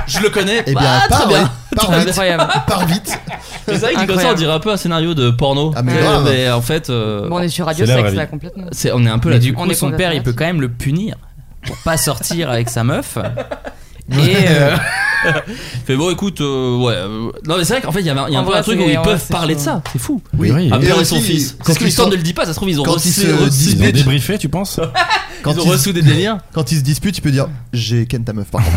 S7: Je le connais.
S8: Eh bien,
S7: Ah,
S8: pars,
S7: très bien.
S8: ouais, pars
S7: Très
S8: vite.
S7: bien.
S2: Incroyable.
S8: Pars vite.
S7: Mais C'est vrai que dit comme ça, on
S2: Incroyable.
S7: dirait un peu un scénario de porno.
S8: Ah, mais
S7: Euh,
S8: grave.
S7: mais en fait, euh,
S2: Bon, on est sur Radio
S5: C'est la vraie
S2: Sex
S5: vie.
S2: là complètement.
S7: c'est- on est un peu
S1: Mais
S7: là.
S1: du
S2: On
S1: coup,
S2: est
S1: son père, il peut quand même le punir pour pas sortir avec sa meuf. Et euh,
S7: Fait bon, écoute, euh, ouais. euh, Non mais c'est vrai qu'en fait, il y a, un- il y a un
S2: En
S7: peu
S2: vrai,
S7: un truc
S2: c'est-
S7: où ils
S2: ouais,
S7: peuvent
S2: c'est
S7: parler de
S2: chaud.
S7: ça. C'est fou.
S5: Oui, oui.
S7: Un
S8: Et
S7: père et
S8: aussi,
S7: son fils.
S8: quand
S7: Parce que
S8: ils
S7: l'histoire
S8: sont-
S7: ne le dit pas, ça se trouve, ils ont
S8: quand ils
S7: reçu
S8: se
S5: Ils ont
S8: Dites.
S5: débriefé, tu penses
S1: Ah,
S8: Quand
S7: ils ont
S8: ils-
S7: reçu des délires.
S8: Quand ils se disputent, tu peux dire J'ai ken ta meuf par contre.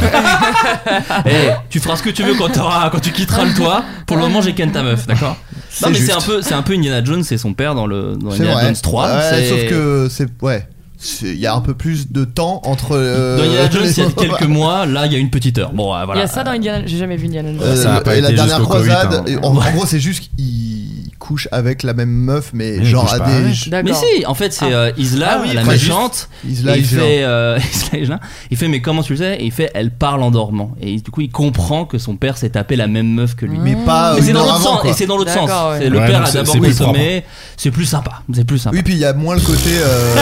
S7: Eh, tu feras ce que tu veux quand, t'auras- quand tu quitteras le toit. Pour le moment, j'ai ken ta meuf, d'accord Non, mais
S8: juste.
S7: c'est un peu, c'est un peu Indiana Jones et son père dans le dans
S8: C'est
S7: Indiana
S8: vrai.
S7: Jones 3.
S8: Ouais,
S7: c'est-
S8: Sauf que c'est. Ouais. C'est- Il y a un peu plus de temps entre. euh,
S7: dans Indiana Jones,
S8: les-
S7: il y a quelques mois. Là, il y a une petite heure. Bon, euh,
S2: Il y
S7: voilà.
S2: a ça dans Indiana. J'ai jamais vu Indiana Jones.
S8: Euh,
S5: Ça n'a pas
S8: et la
S5: été
S8: dernière
S5: jusqu'au Covid,
S8: croisade,
S5: hein.
S8: et en, en gros, c'est juste qu'il couche avec la même meuf, mais
S5: Mais il
S8: genre
S5: couche
S8: à
S5: pas
S8: des.
S5: avec.
S8: je-
S2: D'accord.
S7: Mais si, en fait, c'est euh, Isla,
S8: Ah oui,
S7: la
S8: enfin,
S7: méchante.
S8: Isla,
S7: Et il
S8: Isla.
S7: fait, euh, Isla Isla, il fait, mais comment tu le sais Et il fait, elle parle en dormant. Et du coup, il comprend que son père s'est tapé la même meuf que lui.
S8: Mais pas.
S7: Mais
S8: euh,
S7: c'est
S8: une
S7: dans
S8: heure
S7: l'autre
S8: avant,
S7: sens.
S8: quoi.
S7: Et c'est dans l'autre
S2: D'accord,
S7: sens.
S2: ouais.
S7: C'est Le
S5: Ouais,
S7: père
S5: donc
S7: a
S5: c'est-
S7: d'abord
S5: c'est plus
S7: consommé. C'est plus sympa. C'est plus sympa.
S8: Oui, puis il y a moins le côté. euh,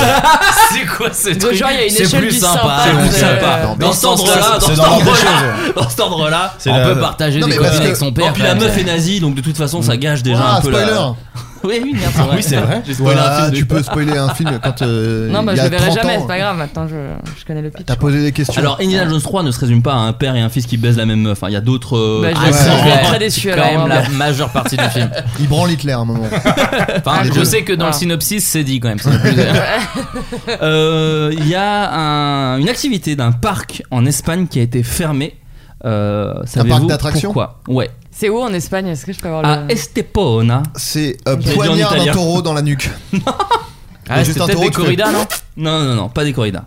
S1: c'est quoi ce
S2: Donc,
S1: truc
S2: genre, il y a une
S1: C'est
S2: échelle
S1: plus
S2: du
S1: sympa.
S2: sympa,
S7: C'est
S1: vous
S7: plus
S1: avez-
S7: sympa.
S8: non, mais
S7: Dans
S1: Dans
S7: cet
S1: ce sens-là,
S7: ordre-là,
S5: c'est
S7: dans cet
S5: dans l'ordre des
S7: ordre-là, dans cet ordre-là,
S5: C'est
S1: on
S5: la-
S1: peut partager
S8: Non,
S1: des
S8: mais
S1: conneries
S8: parce que-
S1: avec son
S7: Et
S1: père.
S7: puis la
S1: quand même.
S7: meuf est nazie, donc de toute façon, ça gage déjà
S8: ah,
S7: un peu
S8: spoiler
S7: la. Mm. Oui, oui, merde, c'est vrai.
S5: Oui, c'est vrai.
S7: J'ai spoilé un
S8: Voilà,
S7: film
S8: tu
S7: de-
S8: peux spoiler un film quand. euh,
S2: Non, bah
S8: il y
S2: je
S8: a
S2: le verrai
S8: 30
S2: jamais,
S8: ans.
S2: c'est pas grave. Maintenant, je, je connais le pitch.
S8: T'as posé des questions.
S7: Alors, Indiana Jones 3 ne se résume pas à un père et un fils qui baisent la même meuf. hein. Il y a d'autres. euh,
S2: Bah, je,
S1: Ah,
S2: je
S8: ouais.
S2: vais être très déçu
S1: Quand
S2: alors.
S1: même
S2: vraiment.
S1: la majeure partie du film.
S8: il branle Hitler à un moment.
S1: Enfin,
S8: Les
S1: Ah, je
S8: deux.
S1: sais que dans le
S2: Voilà.
S1: synopsis, c'est dit quand même. c'est plus-
S7: Euh, Il y a un- une activité d'un parc en Espagne qui a été fermée. Euh, savez-vous
S8: d'attractions
S7: Pourquoi Ouais.
S2: C'est où en Espagne Est-ce que je peux
S1: Oh
S2: avoir
S7: À
S2: le.
S7: Estepona.
S8: C'est euh,
S7: J'ai dit en
S8: poignard d'un
S7: italien.
S8: taureau dans la nuque.
S7: Euh,
S1: Ah,
S8: Juste
S1: c'est
S8: un
S1: peut-être
S8: taureau,
S1: des
S8: tu fais-
S1: corridas, non
S7: Non, non, non, pas des corridas.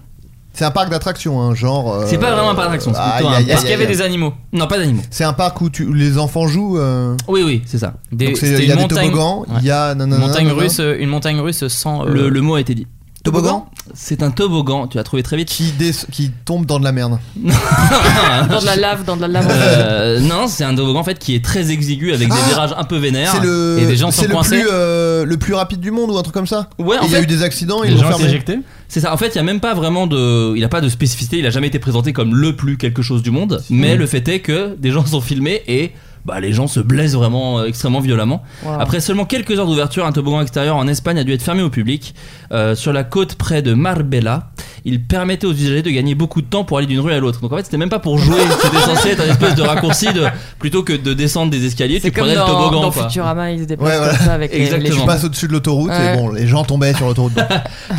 S8: C'est un parc d'attractions, hein, genre. euh,
S7: C'est pas vraiment un parc d'attractions, c'est plutôt
S8: aïe,
S7: un
S8: aïe,
S7: parc.
S1: Est-ce qu'il y
S8: aïe,
S1: avait
S8: aïe.
S1: des animaux
S7: Non, pas d'animaux.
S8: C'est un parc où, tu- où les enfants jouent. euh,
S7: Oui, oui, c'est ça.
S1: Des-
S8: donc c'est-
S1: C'était
S8: il y a
S1: une
S8: des
S1: montagne.
S8: toboggans, il y a nanana,
S1: Montagne
S8: nanana.
S1: russe, euh, une montagne russe sans. euh,
S7: Le, le mot a été dit.
S8: Toboggan
S7: C'est un toboggan, tu l'as trouvé très vite.
S8: Qui, qui tombe dans de la merde.
S2: Dans de la lave, dans de la lave.
S7: Euh, non, c'est un toboggan en fait qui est très exigu avec des
S8: Ah
S7: virages un peu vénères
S8: C'est le,
S7: et des gens
S8: c'est
S7: sont
S8: le
S7: coincés.
S8: plus, euh, le plus rapide du monde ou un truc comme ça.
S7: Ouais,
S8: Et
S7: en
S8: il y a
S7: fait,
S8: eu des accidents,
S7: les
S8: ils
S7: gens
S8: l'ont
S7: étaient
S8: fermé.
S7: éjectés C'est ça. En fait, il y a même pas vraiment de, il a pas de spécificité. Il a jamais été présenté comme le plus quelque chose du monde. Mais le fait est que des gens sont filmés et bah, les gens se blessent vraiment euh, extrêmement violemment.
S2: Ah.
S3: Wow.
S7: Après seulement quelques heures d'ouverture, un toboggan extérieur en Espagne a dû être fermé au public euh, sur la côte près de Marbella. Il permettait aux usagers de gagner beaucoup de temps pour aller d'une rue à l'autre. Donc en fait, c'était même pas pour jouer. C'était censé être un espèce de raccourci de plutôt que de descendre des escaliers.
S2: C'est
S7: Tu
S2: comme
S7: prenais le
S2: dans,
S7: toboggan.
S2: dans
S7: quoi.
S2: Futurama, ils se déplacent
S7: Ouais, voilà.
S2: comme ça avec les- les,
S7: Exactement.
S8: Tu passes au-dessus de l'autoroute
S7: Ouais.
S8: et bon, les gens tombaient sur l'autoroute. donc.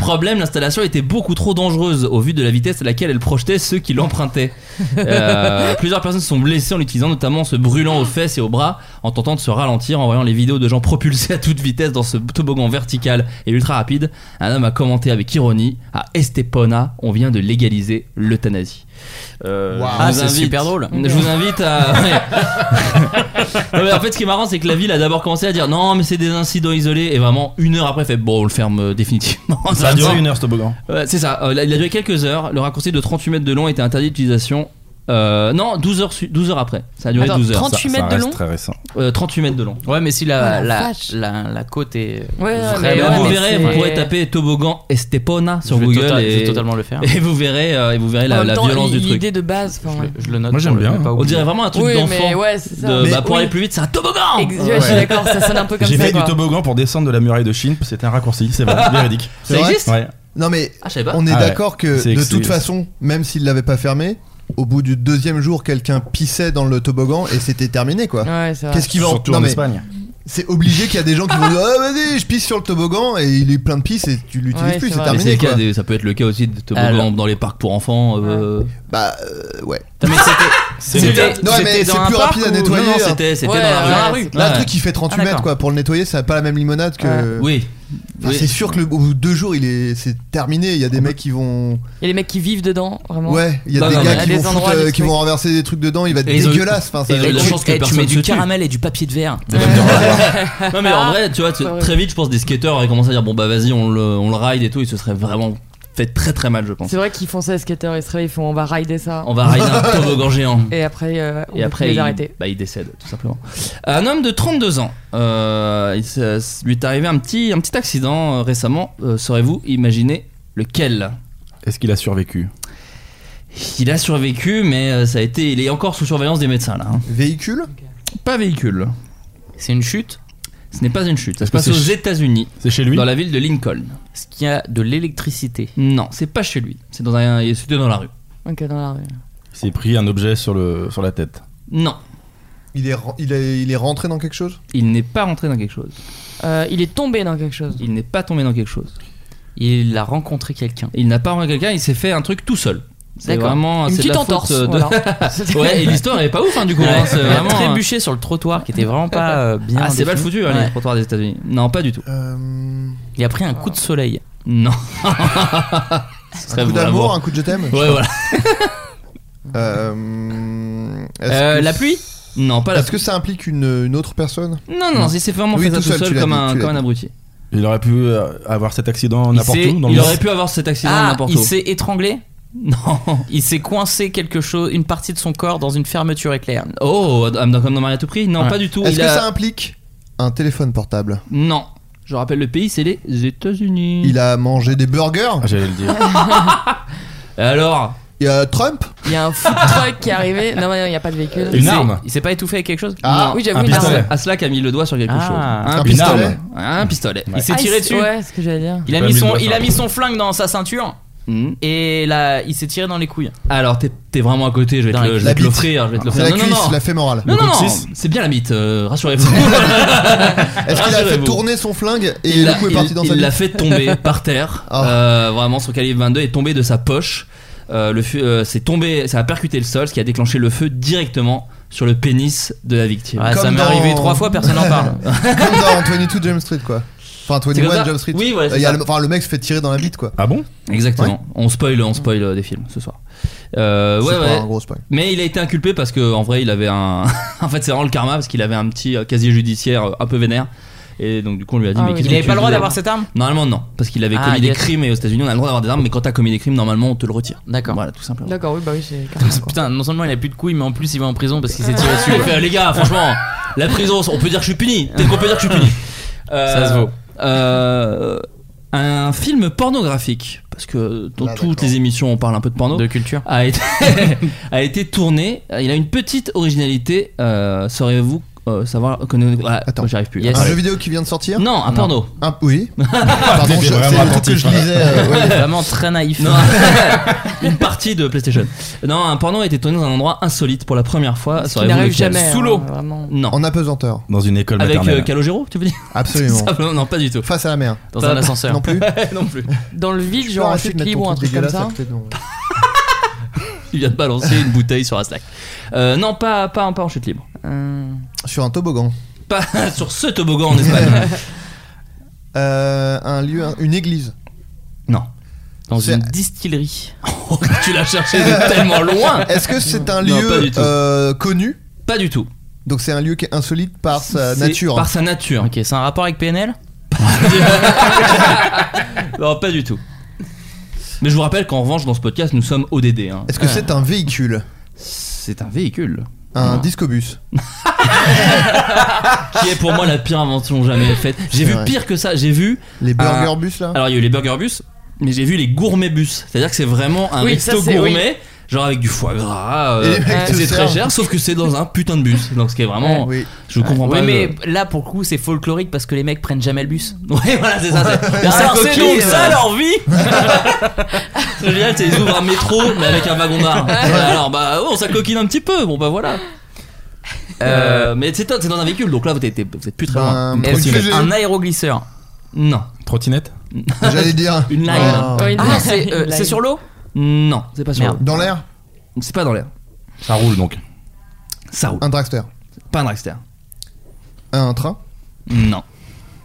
S7: Problème, l'installation était beaucoup trop dangereuse au vu de la vitesse à laquelle elle projetait ceux qui l'empruntaient. Euh, plusieurs personnes se sont blessées en l'utilisant, notamment en se brûlant aux fesses et aux bras, en tentant de se ralentir, en voyant les vidéos de gens propulsés à toute vitesse dans ce toboggan vertical et ultra rapide. Un homme a commenté avec ironie à Estepona, on vient de légaliser l'euthanasie. Euh,
S1: Wow.
S7: je
S1: Ah,
S7: vous
S1: c'est
S7: invite-
S1: super drôle.
S7: Je vous invite à. Ouais. Non, mais en fait, ce qui est marrant, c'est que la ville a d'abord commencé à dire non, mais c'est des incidents isolés, et vraiment une heure après, fait bon, on le ferme euh, définitivement.
S5: Ça a duré une heure ce toboggan.
S7: Ouais, c'est ça, Euh, il a duré quelques heures. Le raccourci de 38 mètres de long était interdit d'utilisation. Euh, non, 12 heures, su- 12 heures après. Ça a duré
S1: Attends,
S7: 12 heures.
S1: 38
S7: Ça-
S1: mètres
S7: ça
S1: de
S7: reste
S1: long
S7: très récent. Euh, 38 mètres de long.
S1: Ouais, mais si
S7: Oh la
S1: la, la,
S7: vache.
S1: la, la côte est.
S2: Ouais, ouais,
S7: Mais
S1: vraiment-
S7: vous verrez, vous pourrez taper toboggan Estepona sur
S1: Je vais
S7: Google
S1: total-
S7: et
S1: je vais totalement le faire.
S7: Et vous verrez, euh, et vous verrez
S2: En
S7: la,
S2: même
S7: la
S2: temps,
S7: violence
S2: l'i-
S7: du truc.
S2: L'idée de base, enfin, ouais.
S1: Je le note.
S7: Moi, j'aime
S1: pour le-
S7: bien.
S1: ne pas
S7: On
S1: oublier.
S7: dirait vraiment un truc
S2: Oui,
S7: d'enfant.
S2: mais ouais, c'est ça.
S7: de,
S2: Mais
S7: bah, pour
S2: oui.
S7: aller plus vite, c'est un toboggan.
S2: Ex- ouais, je suis d'accord, ça sonne un peu comme
S5: J'ai
S2: ça,
S5: fait
S2: quoi.
S5: du toboggan pour descendre de la muraille de Chine, c'était un raccourci, c'est vrai, véridique.
S8: C'est vrai
S5: Ouais.
S8: Non mais
S7: Ah, je savais pas.
S8: on est
S5: Ah ouais.
S8: d'accord que
S5: C'est
S8: de
S5: ex-
S8: toute façon, même s'il l'avait pas fermé, au bout du deuxième jour, quelqu'un pissait dans le toboggan et c'était terminé
S7: Ah.
S8: quoi.
S2: Ouais, c'est vrai.
S8: Qu'est-ce qu'il va
S5: Surtout
S8: Non,
S5: en
S8: mais
S5: Espagne.
S8: C'est obligé qu'il y a des gens qui vont dire ah, vas-y, je pisse sur le toboggan et il est plein de pisse et tu l'utilises
S2: Ouais,
S8: plus,
S2: c'est
S8: c'est
S2: vrai.
S7: Mais c'est le
S8: terminé
S7: cas
S8: quoi. Ah,
S7: des- ça peut être le cas aussi de toboggans
S1: Alors.
S7: dans les parcs pour enfants. euh,
S8: Bah euh, ouais.
S1: Putain, mais c'était-
S8: C'était-
S1: c'était-
S8: Non, mais
S1: c'était
S8: c'est
S1: dans un
S8: plus
S1: parc
S8: rapide à
S1: ou-
S8: nettoyer,
S1: Non, non,
S8: hein.
S1: c'était c'était
S2: Ouais,
S1: dans la
S2: dans
S1: rue.
S2: la rue.
S8: Là,
S7: Ouais.
S8: un truc euh, qui fait 38
S1: Ah,
S8: mètres
S1: d'accord.
S8: quoi, pour le nettoyer, c'est pas la même limonade que.
S7: Oui.
S8: Enfin,
S7: Oui. Ah,
S8: C'est sûr que le, au bout de deux jours, il est, c'est terminé. Il y a des mecs qui vont,
S2: Il y a les mecs qui vivent dedans, vraiment.
S8: ouais, il y a
S7: Non,
S8: des
S7: non,
S8: gars
S7: mais-
S8: qui,
S2: à
S8: vont,
S2: des
S8: foutre,
S2: endroits,
S8: euh,
S2: des
S8: qui
S2: trucs.
S8: vont renverser des trucs dedans. Il va être
S7: Et ils ont eu-
S8: dégueulasse. enfin,
S7: et
S8: ça-
S7: ils ont eu de la
S1: Tu-
S7: chance que
S1: eh, tu
S7: personne
S1: mets
S7: se
S1: du
S7: tue.
S1: caramel et du papier de verre.
S7: Non mais en vrai, tu vois, tu- très vite, je pense des skateurs auraient commencé à dire bon bah vas-y, on le, on le ride et tout, et ce serait vraiment fait très très mal, je pense.
S2: C'est vrai qu'ils font ça, les skateurs, ils se réveillent, ils font on va rider ça.
S7: On va rider un toboggan géant.
S2: Et après, euh, on
S7: Et
S2: peut
S7: après,
S2: les
S7: il,
S2: arrêter.
S7: bah, il décède, tout simplement. Euh, Un homme de 32 ans, euh, il se- lui est arrivé un petit, un petit accident euh, récemment. Euh, Saurez-vous imaginer lequel
S5: Est-ce qu'il a survécu
S7: Il a survécu, mais euh, ça a été, il est encore sous surveillance des médecins là. hein.
S8: Véhicule
S7: Pas véhicule.
S1: C'est une chute.
S7: Ce n'est pas une chute. Ça se
S5: que
S7: passe
S5: c'est
S7: aux
S5: ch-
S7: États-Unis,
S5: C'est chez lui
S7: dans la ville de Lincoln.
S1: Ce qu'il y a de l'électricité.
S7: Non, c'est pas chez lui. C'est dans un, c'était dans la rue.
S2: Ok, dans la rue.
S5: Il s'est pris un objet sur, le, sur la tête.
S7: Non,
S8: Il est, ren- il est, il est rentré dans quelque chose.
S7: il n'est pas rentré dans quelque chose.
S2: Euh, il est tombé dans quelque chose.
S7: Il n'est pas tombé dans quelque chose.
S1: Il a rencontré quelqu'un.
S7: Il n'a pas rentré quelqu'un. Il s'est fait un truc tout seul. C'est
S1: D'accord.
S7: vraiment
S2: Une
S7: c'est de
S2: petite
S7: la
S2: entorse.
S7: faute euh, de-
S2: voilà.
S7: ouais, et l'histoire elle est pas ouf hein, du coup.
S1: Ouais,
S7: hein, c'est
S1: il a
S7: vraiment. hein.
S1: trébuché sur le trottoir qui était vraiment pas euh, bien.
S7: Ah, c'est mal
S1: défini.
S7: foutu hein, les
S1: Ouais.
S7: trottoirs des États-Unis. Non, pas du tout.
S8: Euh,
S1: Il a pris un coup de soleil.
S7: Non. Ce serait
S8: un coup
S7: vraiment-
S8: d'amour, hein. un coup de je t'aime.
S7: Ouais, voilà.
S8: Euh, est-ce
S7: Euh,
S8: que-
S7: la pluie Non, pas la
S8: Est-ce que ça implique une, une autre personne
S7: Non, non, c'est c'est vraiment
S8: Oui,
S7: fait ça
S8: tout
S7: tout
S8: seul, tu
S7: seul
S8: l'as
S7: comme
S8: dit,
S7: un,
S8: tu l'as
S7: comme un
S8: dit.
S7: abruti.
S5: Il aurait pu euh, avoir cet accident
S1: Il
S5: n'importe
S1: s'est-
S5: où dans
S7: Il
S5: le
S7: aurait pu avoir cet accident
S1: Ah,
S7: n'importe
S1: il
S7: où.
S1: s'est étranglé
S7: Non.
S1: Il s'est coincé quelque chose, une partie de son corps dans une fermeture éclair.
S7: Oh, comme dans Maria tout prix Non,
S1: Ouais.
S7: pas du tout.
S8: Est-ce
S7: il
S8: que
S7: a-
S8: ça implique un téléphone portable
S7: Non. Je rappelle le pays, c'est les États-Unis.
S8: Il a mangé des burgers
S5: Ah, J'allais le dire.
S7: Et Alors
S8: Il y a Trump
S2: Il y a un food truck qui est arrivé. Non, mais non, il n'y a pas de véhicule.
S5: Une
S1: Il s'est-
S5: arme.
S1: Il s'est pas étouffé avec quelque chose
S8: Ah,
S2: oui, j'avoue,
S5: un
S2: une arme.
S5: pistolet.
S7: Aslak a mis le doigt sur quelque
S1: Ah.
S7: chose.
S8: Un
S5: Une
S8: pistolet
S5: arme.
S7: Un pistolet.
S5: Ouais.
S7: Il s'est
S2: Ah,
S7: tiré
S2: il-
S7: dessus.
S2: Ouais, c'est ce que j'allais dire.
S1: Il a,
S5: Pas
S1: mis
S5: mis
S1: son,
S5: de
S1: il a
S5: bassin.
S1: mis son flingue dans sa ceinture
S7: Hmm.
S1: et là, il s'est tiré dans les couilles.
S7: Alors, t'es t'es vraiment à côté, je vais te
S1: Dans
S7: le-
S1: la-
S7: je
S8: la
S7: vais te
S8: bite.
S7: l'offrir. je vais te
S8: C'est
S7: l'offrir.
S8: la
S7: Non, non,
S8: cuisse,
S7: non.
S8: la fémorale.
S7: Non, non,
S5: coup de
S7: non,
S5: six.
S7: c'est bien la bite, euh, rassurez-vous.
S8: Est-ce qu'il a fait
S7: Rassurez-vous.
S8: tourner son flingue et
S7: il
S8: le
S7: l'a-
S8: coup est
S7: il-
S8: parti dans
S7: il
S8: sa
S7: l'a
S8: bite
S7: fait tomber par terre.
S8: Ah.
S7: Euh, vraiment, son calibre 22 est tombé de sa poche. Euh, le feu- euh, c'est tombé, ça a percuté le sol, ce qui a déclenché le feu directement sur le pénis de la victime.
S1: Ouais,
S8: Comme
S1: ça m'est
S8: dans-
S1: arrivé trois fois, personne n'en parle.
S8: Comme dans 22 Jump Street quoi. Enfin
S7: C'est comme ça
S8: 21 Jump Street.
S7: Oui, voilà,
S8: Euh,
S7: c'est
S8: il y a
S7: ça.
S8: le, enfin, le mec se fait tirer dans la bite quoi.
S5: Ah bon
S7: Exactement. On spoil, on spoil euh, des films ce soir. Euh,
S8: C'est
S7: ouais,
S8: pas
S7: ouais.
S8: un gros spoil.
S7: Mais il a été inculpé parce que en vrai, il avait un. en fait, c'est vraiment le karma parce qu'il avait un petit euh, casier judiciaire euh, un peu vénère. Et donc, du coup, on lui a dit,
S1: Ah
S7: mais
S1: oui.
S7: qu'est-ce
S1: Il
S7: que
S1: avait
S7: tu
S1: pas le droit
S7: veux
S1: d'avoir cette arme
S7: Normalement, non. Parce qu'il avait
S1: Ah,
S7: commis des
S1: yes.
S7: crimes et aux États-Unis, on a le droit d'avoir des armes, mais quand t'as commis des crimes, normalement, on te le retire. D'accord. Voilà, tout simplement.
S2: D'accord, oui, bah oui, c'est
S1: Putain, c'est- Putain, non seulement il a plus de couilles, mais en plus il va en prison parce qu'il s'est tiré dessus.
S7: Il fait, les gars, franchement, la prison, on peut dire que je suis puni. Peut-être qu'on peut dire que je suis puni.
S1: Ça se vaut.
S7: euh, un film pornographique, parce que dans toutes les émissions on parle un peu de porno. De
S1: culture.
S7: A été, a été tourné. Il a une petite originalité. Euh, Sauriez-vous euh, savoir connaître Attends, j'arrive plus. Ah,
S8: Un jeu vidéo qui vient de sortir
S7: Non, un porno.
S8: Un- oui. Pardon, je- c'est le truc
S7: hein.
S8: que je lisais. euh, ouais.
S1: Vraiment très naïf.
S7: Non. une partie de PlayStation. Non, un porno a été tourné dans un endroit insolite pour la première fois.
S2: qui n'arrive
S7: lequel
S2: jamais,
S7: Sous
S2: hein,
S7: l'eau.
S2: vraiment.
S7: Non.
S8: En apesanteur.
S5: Dans une école
S7: Avec
S5: maternelle.
S7: euh, Calogero, tu veux dire
S8: Absolument.
S7: Tout simplement, non, pas du tout.
S8: Face à la mer.
S1: Dans
S7: Pas-
S1: un ascenseur.
S8: Non plus.
S7: non plus.
S2: Dans le vide,
S8: Je
S2: genre en
S8: arrêter
S2: chute
S8: de mettre
S2: libre
S8: ton
S2: ou un
S8: truc
S2: truc comme
S8: dégueulasse à
S2: ça.
S8: côté de mon-
S7: Il vient de balancer une bouteille sur un slack. Euh, non, pas, pas, pas en chute libre.
S1: Mmh.
S8: Sur un toboggan.
S7: Pas sur ce toboggan en Espagne.
S8: Euh, un lieu, un- une église.
S7: non.
S1: Dans
S8: C'est-
S1: une distillerie.
S7: Oh, tu l'as cherché de tellement loin.
S8: Est-ce que c'est un
S7: Non,
S8: lieu
S7: pas du tout.
S8: euh, connu
S7: Pas du tout.
S8: Donc c'est un lieu qui est insolite par sa
S7: C'est
S8: nature. hein.
S7: Par sa nature.
S1: Ok, c'est un rapport avec PNL
S7: Non, pas du tout. Mais je vous rappelle qu'en revanche, dans ce podcast, nous sommes ODD. hein.
S8: Est-ce que c'est un véhicule
S7: C'est un véhicule.
S8: Un discobus
S7: Qui est pour moi la pire invention jamais faite. J'ai vu
S8: vrai.
S7: pire que ça. J'ai vu.
S8: Les
S7: un-
S8: burger bus là
S7: Alors, il y a eu les burger bus, mais j'ai vu les gourmet bus. C'est-à-dire que c'est vraiment un
S2: Oui,
S7: resto
S2: ça, c'est-
S7: gourmet, genre avec du foie gras.
S8: Et
S7: euh,
S8: les mecs
S7: c'est
S8: te
S7: très
S8: servent.
S7: cher, sauf que c'est dans un putain de bus. Donc, ce qui est vraiment.
S8: Oui.
S7: Je comprends
S1: Ouais,
S7: pas.
S1: mais
S7: le-
S1: là pour le coup, c'est folklorique parce que les mecs prennent jamais le bus.
S7: Ouais, voilà, c'est ça. c'est-
S1: Ah,
S7: un
S1: c'est
S7: coquille,
S1: donc
S7: euh,
S1: ça leur vie
S7: C'est génial, c'est ils ouvrent un métro, mais avec un wagon bar. Alors, bah, oh, ça coquine un petit peu. Bon, bah voilà. Euh, mais c'est c'est dans un véhicule, donc là vous êtes, vous êtes plus très loin.
S8: Ben,
S1: Est-ce que-
S8: Trottinette.
S1: Un aéroglisseur.
S7: Non,
S5: Trottinette
S8: J'allais dire.
S7: une line.
S8: Ah.
S2: Oui,
S1: Ah,
S2: non,
S1: c'est euh,
S2: une
S1: c'est
S2: blague.
S1: sur l'eau
S7: Non, c'est pas sur.
S1: Merde.
S8: Dans l'air
S7: C'est pas dans l'air.
S5: Ça roule donc.
S7: Ça roule.
S8: Un dragster.
S7: Pas un dragster.
S8: Un train
S7: Non.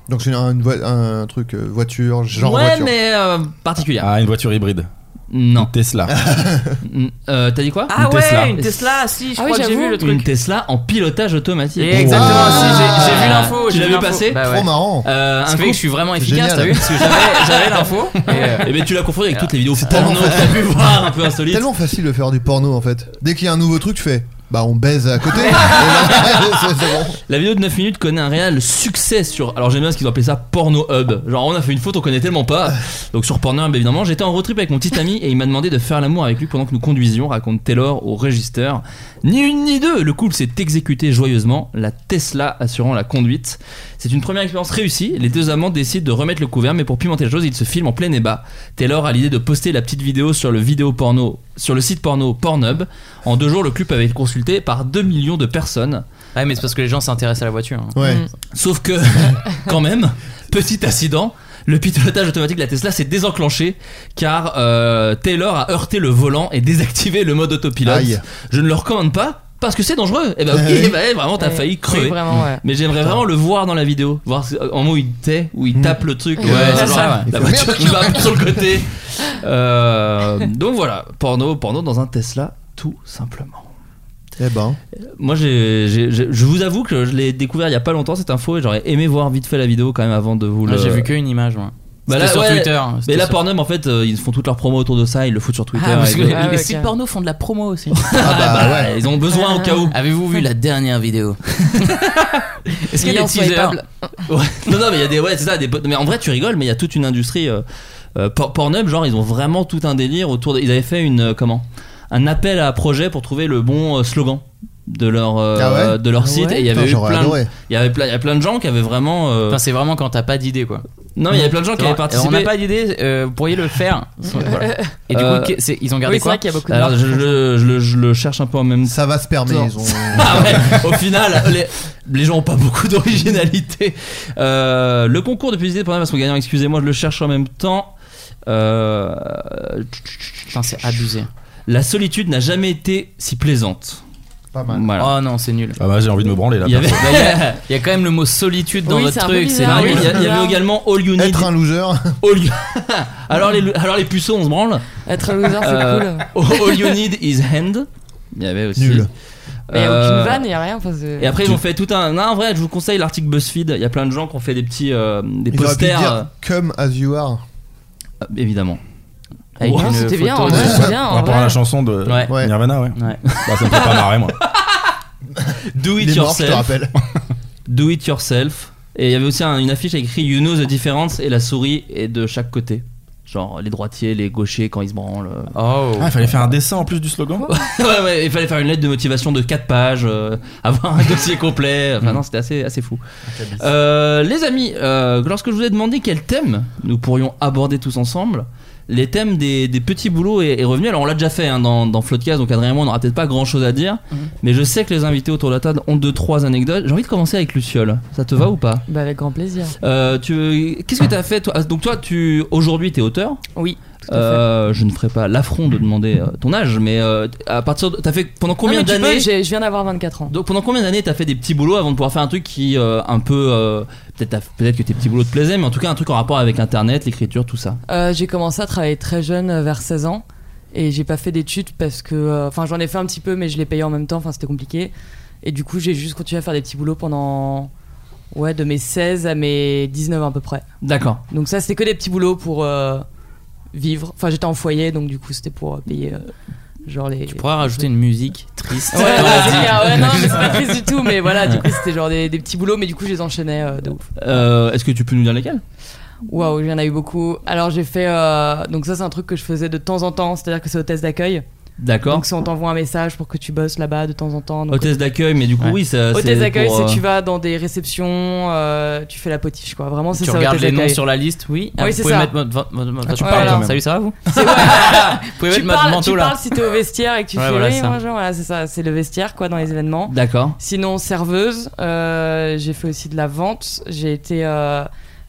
S8: Donc c'est un, une vo- un truc euh, voiture, genre
S7: ouais,
S8: voiture.
S7: mais euh, particulière.
S5: Ah, une voiture hybride.
S7: Non.
S5: Tesla.
S7: N- euh, T'as dit quoi
S1: Ah
S5: Une
S1: ouais,
S5: Tesla.
S1: une Tesla, si, je
S2: Ah oui,
S1: crois que j'ai
S2: j'avoue.
S1: vu le
S7: Une
S1: truc.
S7: Tesla en pilotage automatique.
S1: Et exactement,
S8: Ah.
S1: si, j'ai- j'ai vu l'info.
S7: Tu
S1: j'ai
S7: l'as
S1: vu
S7: vu
S1: l'info.
S7: passer
S1: Bah
S8: Trop
S1: ouais.
S8: marrant.
S7: Euh,
S1: Ce qui
S7: Un
S1: fait que
S7: coup.
S1: je suis vraiment efficace,
S8: Génial.
S1: t'as vu Parce que j'avais j'avais l'info. et, euh,
S7: Eh ben, tu l'as confondu avec toutes les vidéos
S8: tellement
S1: Ah,
S7: porno que t'as pu voir un peu insolite.
S8: Tellement facile de faire du porno en fait. Dès qu'il y a un nouveau truc, tu fais bah on baise à côté. Et là, c'est- c'est bon.
S7: La vidéo de 9 minutes connaît un réel succès sur. Alors j'aime bien ce qu'ils ont appelé ça Porno Hub. Genre on a fait une faute, on connaît tellement pas. Donc sur Porno Hub évidemment, j'étais en road trip avec mon petit ami et il m'a demandé de faire l'amour avec lui pendant que nous conduisions, raconte Taylor au régisseur. Ni une ni deux, le couple s'est exécuté joyeusement, la Tesla assurant la conduite. C'est une première expérience réussie, les deux amants décident de remettre le couvert, mais pour pimenter les choses, ils se filment en plein débat. Taylor a l'idée de poster la petite vidéo sur le vidéo porno, sur le site porno Pornhub. En deux jours, le clip avait été consulté par 2 millions de personnes.
S1: Ouais, mais c'est parce que les gens s'intéressent à la voiture. hein.
S8: Ouais.
S7: Mm. Sauf que, quand même, petit accident, le pilotage automatique de la Tesla s'est désenclenché car euh, Taylor a heurté le volant et désactivé le mode autopilote.
S8: Aïe.
S7: Je ne le recommande pas parce que c'est dangereux. Et bah,
S8: Ah oui.
S7: vraiment, t'as
S1: Eh
S2: Ouais.
S7: failli
S2: Oui,
S7: crever.
S2: vraiment, ouais.
S7: Mais j'aimerais vraiment le voir dans la vidéo, voir ce- en mot où il tait, où
S8: Hmm.
S7: il tape le truc, euh,
S1: c'est
S7: genre,
S1: ça.
S7: la
S8: Il fait
S7: voiture qui va sur le côté. Euh, donc voilà, porno, porno dans un Tesla, tout simplement.
S8: Eh ben.
S7: Moi, j'ai- j'ai- j'ai- je vous avoue que je l'ai découvert il y a pas longtemps cette info et j'aurais aimé voir vite fait la vidéo quand même avant de vous
S1: Moi,
S7: le.
S1: Ah, J'ai vu qu'une image, moi.
S7: Bah
S1: C'était
S7: là,
S1: sur
S7: ouais.
S1: Twitter. hein,
S7: Mais
S1: c'était
S7: là,
S1: sur-
S7: Pornhub, en fait, euh, ils font toute leur promo autour de ça, ils le foutent sur Twitter.
S1: Ah, parce
S7: et-
S1: que
S7: et-
S2: Ah,
S1: les
S2: ouais,
S1: sites
S2: ok.
S1: porno font de la promo aussi.
S8: Ah bah ouais.
S7: ils ont besoin au cas où.
S1: Avez-vous vu la dernière vidéo Est-ce qu'il y a
S2: Client
S1: des teasers
S2: swipeable.
S7: Ouais. Non, non, mais il y a des. Ouais, c'est ça. Des... Mais en vrai, tu rigoles, mais il y a toute une industrie. Euh, euh, Por- Pornhub, genre, ils ont vraiment tout un délire autour. De... Ils avaient fait une. euh, comment Un appel à projet pour trouver le bon euh, slogan de leur, euh,
S8: Ah ouais
S7: de leur site.
S8: Ouais.
S7: Et il y avait
S8: Putain,
S7: eu
S8: j'aurais
S7: plein.
S8: adoré.
S7: de- Il y avait plein, il y a plein de gens qui avaient vraiment. euh,
S1: Enfin, c'est vraiment quand t'as pas d'idée, quoi.
S7: non, il y avait plein de gens qui avaient participé.
S1: On n'a pas d'idée, euh, vous pourriez le faire.
S7: Voilà.
S1: Et du
S7: Euh,
S1: coup, qu'est- c'est- ils ont gardé
S2: Oui, c'est
S1: quoi
S2: vrai qu'il y a beaucoup de
S7: Alors, je, le- je le- je le cherche un peu en même temps.
S8: Ça va se permettre. Ils ont...
S7: Ah ouais, au final, les, les gens ont pas beaucoup d'originalité. Euh, le concours de publicité pour parce qu'on gagnant, excusez-moi, je le cherche en même temps. Euh,
S1: Putain, c'est abusé.
S7: la solitude n'a jamais été si plaisante.
S8: Pas mal.
S7: Voilà.
S1: Oh non, c'est nul.
S5: Ah bah j'ai envie de me branler là.
S7: Il y avait,
S5: perso.
S1: Bah, Il y, a- il y a quand même le mot solitude dans
S2: Oui,
S1: votre
S2: c'est un peu
S1: truc. C'est
S2: bizarre,
S7: Ah
S1: dingue.
S7: oui, il y a- il y avait également All You Need.
S8: Être un loser.
S7: All You- alors, les, alors les puceaux, on se branle.
S2: Être un loser, c'est
S7: Euh,
S2: cool.
S7: All You Need is Hand. Il y avait aussi.
S8: Nul.
S1: Mais y a
S7: Euh,
S1: aucune vanne, y a rien. enfin, c'est-
S7: Et après, ils ont fait tout un. Non, en vrai, je vous conseille l'article BuzzFeed. Il y a plein de gens qui ont fait des petits. euh, des
S8: Ils auraient pu
S7: posters.
S8: dire Come as you are.
S7: euh, Évidemment.
S11: Avec
S7: Ouah,
S11: une
S7: c'était
S11: photo
S1: hein,
S7: bien,
S11: de-
S7: ouais, c'était bien,
S5: Par
S7: en
S5: rapport à
S7: vrai.
S5: la chanson de
S7: Ouais.
S8: Ouais.
S5: Nirvana, ouais.
S11: Ouais.
S5: Bah, ça me fait pas marrer, moi.
S7: Do it
S8: Il est mort, je te
S7: yourself.
S8: rappelle.
S7: Do it yourself. Et il y avait aussi un- une affiche avec écrit You know the difference et la souris est de chaque côté. Genre les droitiers, les gauchers quand ils se branlent.
S11: Oh.
S5: Ah, il fallait faire un dessin en plus du slogan
S7: ouais, ouais, il fallait faire une lettre de motivation de 4 pages, euh, avoir un dossier complet. Enfin, non, c'était assez, assez fou. Euh, les amis, euh, lorsque je vous ai demandé quel thème nous pourrions aborder tous ensemble, les thèmes des, des petits boulots est, est revenu. Alors, on l'a déjà fait hein, dans, dans Floodcast, donc Adrien et moi, on n'aura peut-être pas grand chose à dire. Mais je sais que les invités autour de la table ont deux, trois anecdotes. J'ai envie de commencer avec Luciole. Ça te va ou pas
S1: Bah, avec grand plaisir.
S7: Euh, tu- Qu'est-ce que tu as fait toi Ah, Donc, toi, tu aujourd'hui, tu es auteur.
S1: Oui, tout à fait.
S7: Euh, je ne ferai pas l'affront de demander euh, ton âge, mais euh, à partir de. T'as fait pendant combien
S1: Non, Ah, mais tu
S7: d'années
S1: peux, j'ai- Je viens d'avoir 24 ans.
S7: donc pendant combien d'années t'as fait des petits boulots avant de pouvoir faire un truc qui euh, un peu euh, peut-être t'as- peut-être que tes petits boulots te plaisaient mais en tout cas un truc en rapport avec internet l'écriture tout ça
S1: Euh, j'ai commencé à travailler très jeune, euh, vers 16 ans. Et j'ai pas fait d'études parce que. euh, Enfin, j'en ai fait un petit peu, mais je les payais en même temps. Enfin, c'était compliqué. Et du coup, j'ai juste continué à faire des petits boulots pendant. Ouais, de mes 16 à mes 19 à peu près.
S7: d'accord
S1: Donc, ça, c'était que des petits boulots pour euh, vivre. Enfin, j'étais en foyer, donc du coup, c'était pour euh, payer. euh, genre les.
S11: Tu pourras rajouter une musique triste.
S1: Ouais, ouais, c'est clair. Ouais, non, mais c'est pas triste du tout, mais voilà, du coup, c'était genre des, des petits boulots, mais du coup, je les enchaînais euh, de ouf.
S7: Euh, est-ce que tu peux nous dire lesquels
S1: Waouh, il y en a eu beaucoup. Alors j'ai fait. euh, donc ça, c'est un truc que je faisais de temps en temps, c'est-à-dire que c'est hôtesse d'accueil.
S7: d'accord
S1: Donc si on t'envoie un message pour que tu bosses là-bas de temps en temps. Donc,
S7: hôtesse d'accueil mais du coup
S11: Ouais.
S7: oui ça
S1: hôtesse d'accueil,
S7: pour,
S1: c'est
S7: euh,
S1: tu vas dans des réceptions, euh, tu fais la potiche, quoi. Vraiment, c'est
S11: Tu
S1: ça.
S11: regardes
S1: hôtesse
S11: les noms
S1: d'accueil.
S11: sur la liste, oui.
S1: Oui,
S11: vous
S1: c'est
S11: pouvez
S1: ça. Ah,
S11: mettre votre- votre- votre- votre-
S1: tu
S11: votre-
S1: parles,
S11: Pardon,
S1: même.
S11: Salut, ça va vous Vous pouvez
S1: Tu
S11: mettre votre
S1: parles,
S11: manteau
S1: tu
S11: là.
S1: parles si t'es au vestiaire et que tu
S11: Ouais,
S1: fais
S11: voilà,
S1: oui,
S11: ça.
S1: moi, genre, voilà, c'est ça, c'est le vestiaire quoi dans les événements.
S7: d'accord
S1: Sinon, serveuse, euh, j'ai fait aussi de la vente. J'ai été euh,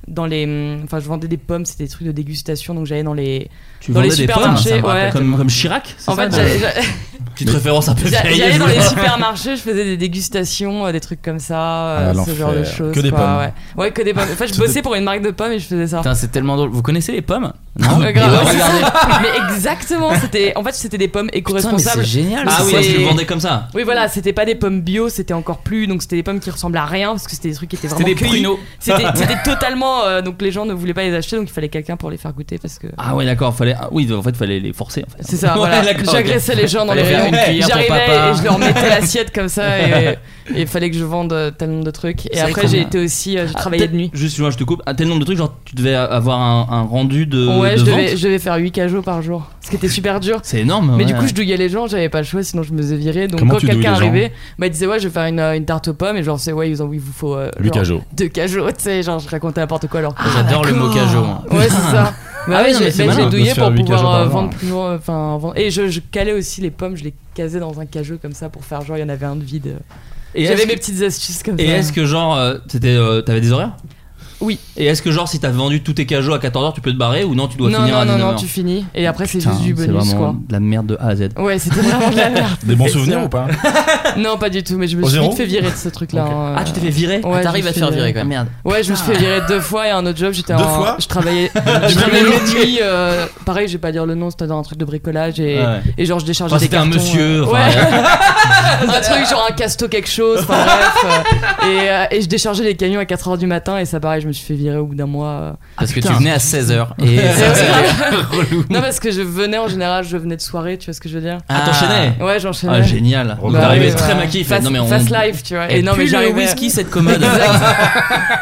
S1: dans les. Enfin, je vendais des pommes, c'était des trucs de dégustation, donc j'allais dans les.
S7: tu
S1: Dans les
S7: vendais des
S1: supermarchés,
S7: pommes, ça me rappelle.
S1: ouais.
S7: comme comme Chirac c'est
S1: En
S7: ça,
S1: fait,
S7: dans-
S1: j'allais- j'allais-
S7: petite référence un peu
S1: J'a-
S7: vieille
S1: J'allais dans
S7: je
S1: les
S7: vois.
S1: supermarchés, je faisais des dégustations, euh, des trucs comme ça, euh,
S5: Ah,
S1: ce genre de
S5: l'enfer.
S1: choses.
S5: Que des
S1: quoi,
S5: pommes.
S1: Ouais. Ouais, que des pommes. Enfin, je bossais pour une marque de pommes et je faisais ça.
S11: Putain, c'est tellement drôle. Vous connaissez les pommes
S1: Euh, grave.
S11: Et bah, regardez.
S1: mais exactement, c'était en fait c'était des pommes
S11: Putain, mais c'est
S1: éco-responsables.
S11: génial.
S7: ah
S11: ça.
S7: oui
S1: C'est-
S7: tu le vendais comme ça
S1: Oui voilà, c'était pas des pommes bio, c'était encore plus donc c'était des pommes qui ressemblaient à rien parce que c'était des trucs qui étaient vraiment
S11: des
S1: cueillis.
S11: pruneaux.
S1: C'était c'était totalement euh, donc les gens ne voulaient pas les acheter donc il fallait quelqu'un pour les faire goûter parce que
S7: ah ouais d'accord fallait ah oui en fait fallait les forcer en fait.
S1: c'est ça
S7: Ouais,
S1: voilà.
S7: d'accord, ok.
S1: J'agressais les gens dans les
S11: Fallait faire
S1: rayons.
S11: une cuillère pour papa.
S1: J'arrivais et je leur mettais l'assiette comme ça et il fallait que je vende euh, tellement de trucs et
S11: C'est vrai
S1: après j'ai
S11: qu'on a-
S1: été aussi euh, j'ai
S7: Ah,
S1: travaillé de
S7: peut-être-
S1: nuit.
S7: Juste, moi, je te coupe. Un tel nombre de trucs, genre, tu devais avoir un, un rendu de.
S1: ouais,
S7: de
S1: je
S7: vente.
S1: devais, je devais faire 8 cajots par jour, ce qui était super dur.
S7: C'est énorme.
S1: Mais
S7: ouais,
S1: du coup,
S7: ouais.
S1: je douillais les gens, j'avais pas le choix, sinon je me faisais virer. Donc
S5: Comment
S1: quand
S5: tu douilles
S1: quelqu'un
S5: les gens
S1: arrivait, bah, il disait Ouais, je vais faire une, euh, une tarte aux pommes, et genre, c'est Ouais, ils ont, il vous faut euh,
S5: Lui,
S1: genre,
S5: Cajot.
S1: deux cajots, tu sais, genre, je racontais n'importe quoi alors.
S11: J'adore le mot cajot. moi.
S1: Ouais, c'est ça. Bah
S7: Ah oui,
S1: ouais,
S7: non, mais
S1: j'ai-
S7: c'est
S1: mais
S7: malin
S1: j'ai
S7: de
S1: douillé
S5: se faire
S1: pour
S5: huit cajots
S1: pouvoir
S5: par
S1: euh,
S5: jour.
S1: vendre plus. euh, Enfin, vendre- Et je, je calais aussi les pommes, je les casais dans un cajot comme ça pour faire genre, il y en avait un de vide.
S7: Et est-ce
S1: J'avais mes
S7: que-
S1: petites astuces comme
S7: Et
S1: ça.
S7: est-ce que, genre, euh, c'était, euh, t'avais des horaires
S1: Oui.
S7: Et est-ce que, genre, si t'as vendu tous tes cajots à 14h, tu peux te barrer ou non, tu dois
S1: Non,
S7: finir à
S1: non, non,
S7: 19h?
S1: non, tu finis. Et après, c'est
S7: Putain,
S1: juste du
S7: c'est
S1: bonus, quoi.
S7: vraiment De la merde de A à Z.
S1: Ouais, c'était vraiment de la merde.
S5: Des bons
S1: Et
S5: souvenirs
S1: ça-
S5: ou pas
S1: Non, pas du tout, mais je me
S5: Au
S1: suis
S5: zéro
S1: vite fait virer de ce truc-là. hein,
S7: Ah, tu t'es fait Ah. virer
S1: Ouais,
S11: Ah, T'arrives
S1: je
S11: à te
S1: me suis
S11: faire
S1: fait-
S11: virer quand même. Merde.
S1: Ouais, je me suis fait virer deux fois et un autre job, j'étais
S5: Deux
S1: en-
S5: fois
S1: Je travaillais. je travaillais la nuit. euh, pareil, je vais pas dire le nom, c'était dans un truc de bricolage et,
S7: Ouais.
S1: et genre je déchargeais
S7: Enfin,
S1: des
S7: Ah, c'était un
S1: cartons.
S7: monsieur.
S1: euh,
S7: enfin,
S1: ouais. un truc genre un casto quelque chose, enfin bref. euh, et, euh, et je déchargeais les camions à 4h du matin et ça pareil, je me suis fait virer au bout d'un mois. euh.
S11: Parce que tu
S7: putain.
S11: venais à 16h. Et
S7: Ah,
S11: ça, c'était relou.
S1: Non, parce que je venais en général, je venais de soirée, tu vois ce que je veux dire
S7: Ah, t'enchaînais.
S1: Ouais, j'enchaînais.
S7: Ah, génial.
S5: Bah,
S7: Donc, t'arrivais
S1: ouais,
S7: très
S1: ouais.
S7: maquillé. il fait,
S1: Fast,
S7: non, mais on.
S1: fast life, tu vois.
S11: Et non, mais le
S1: j'arrivais-
S11: whisky, cette commode.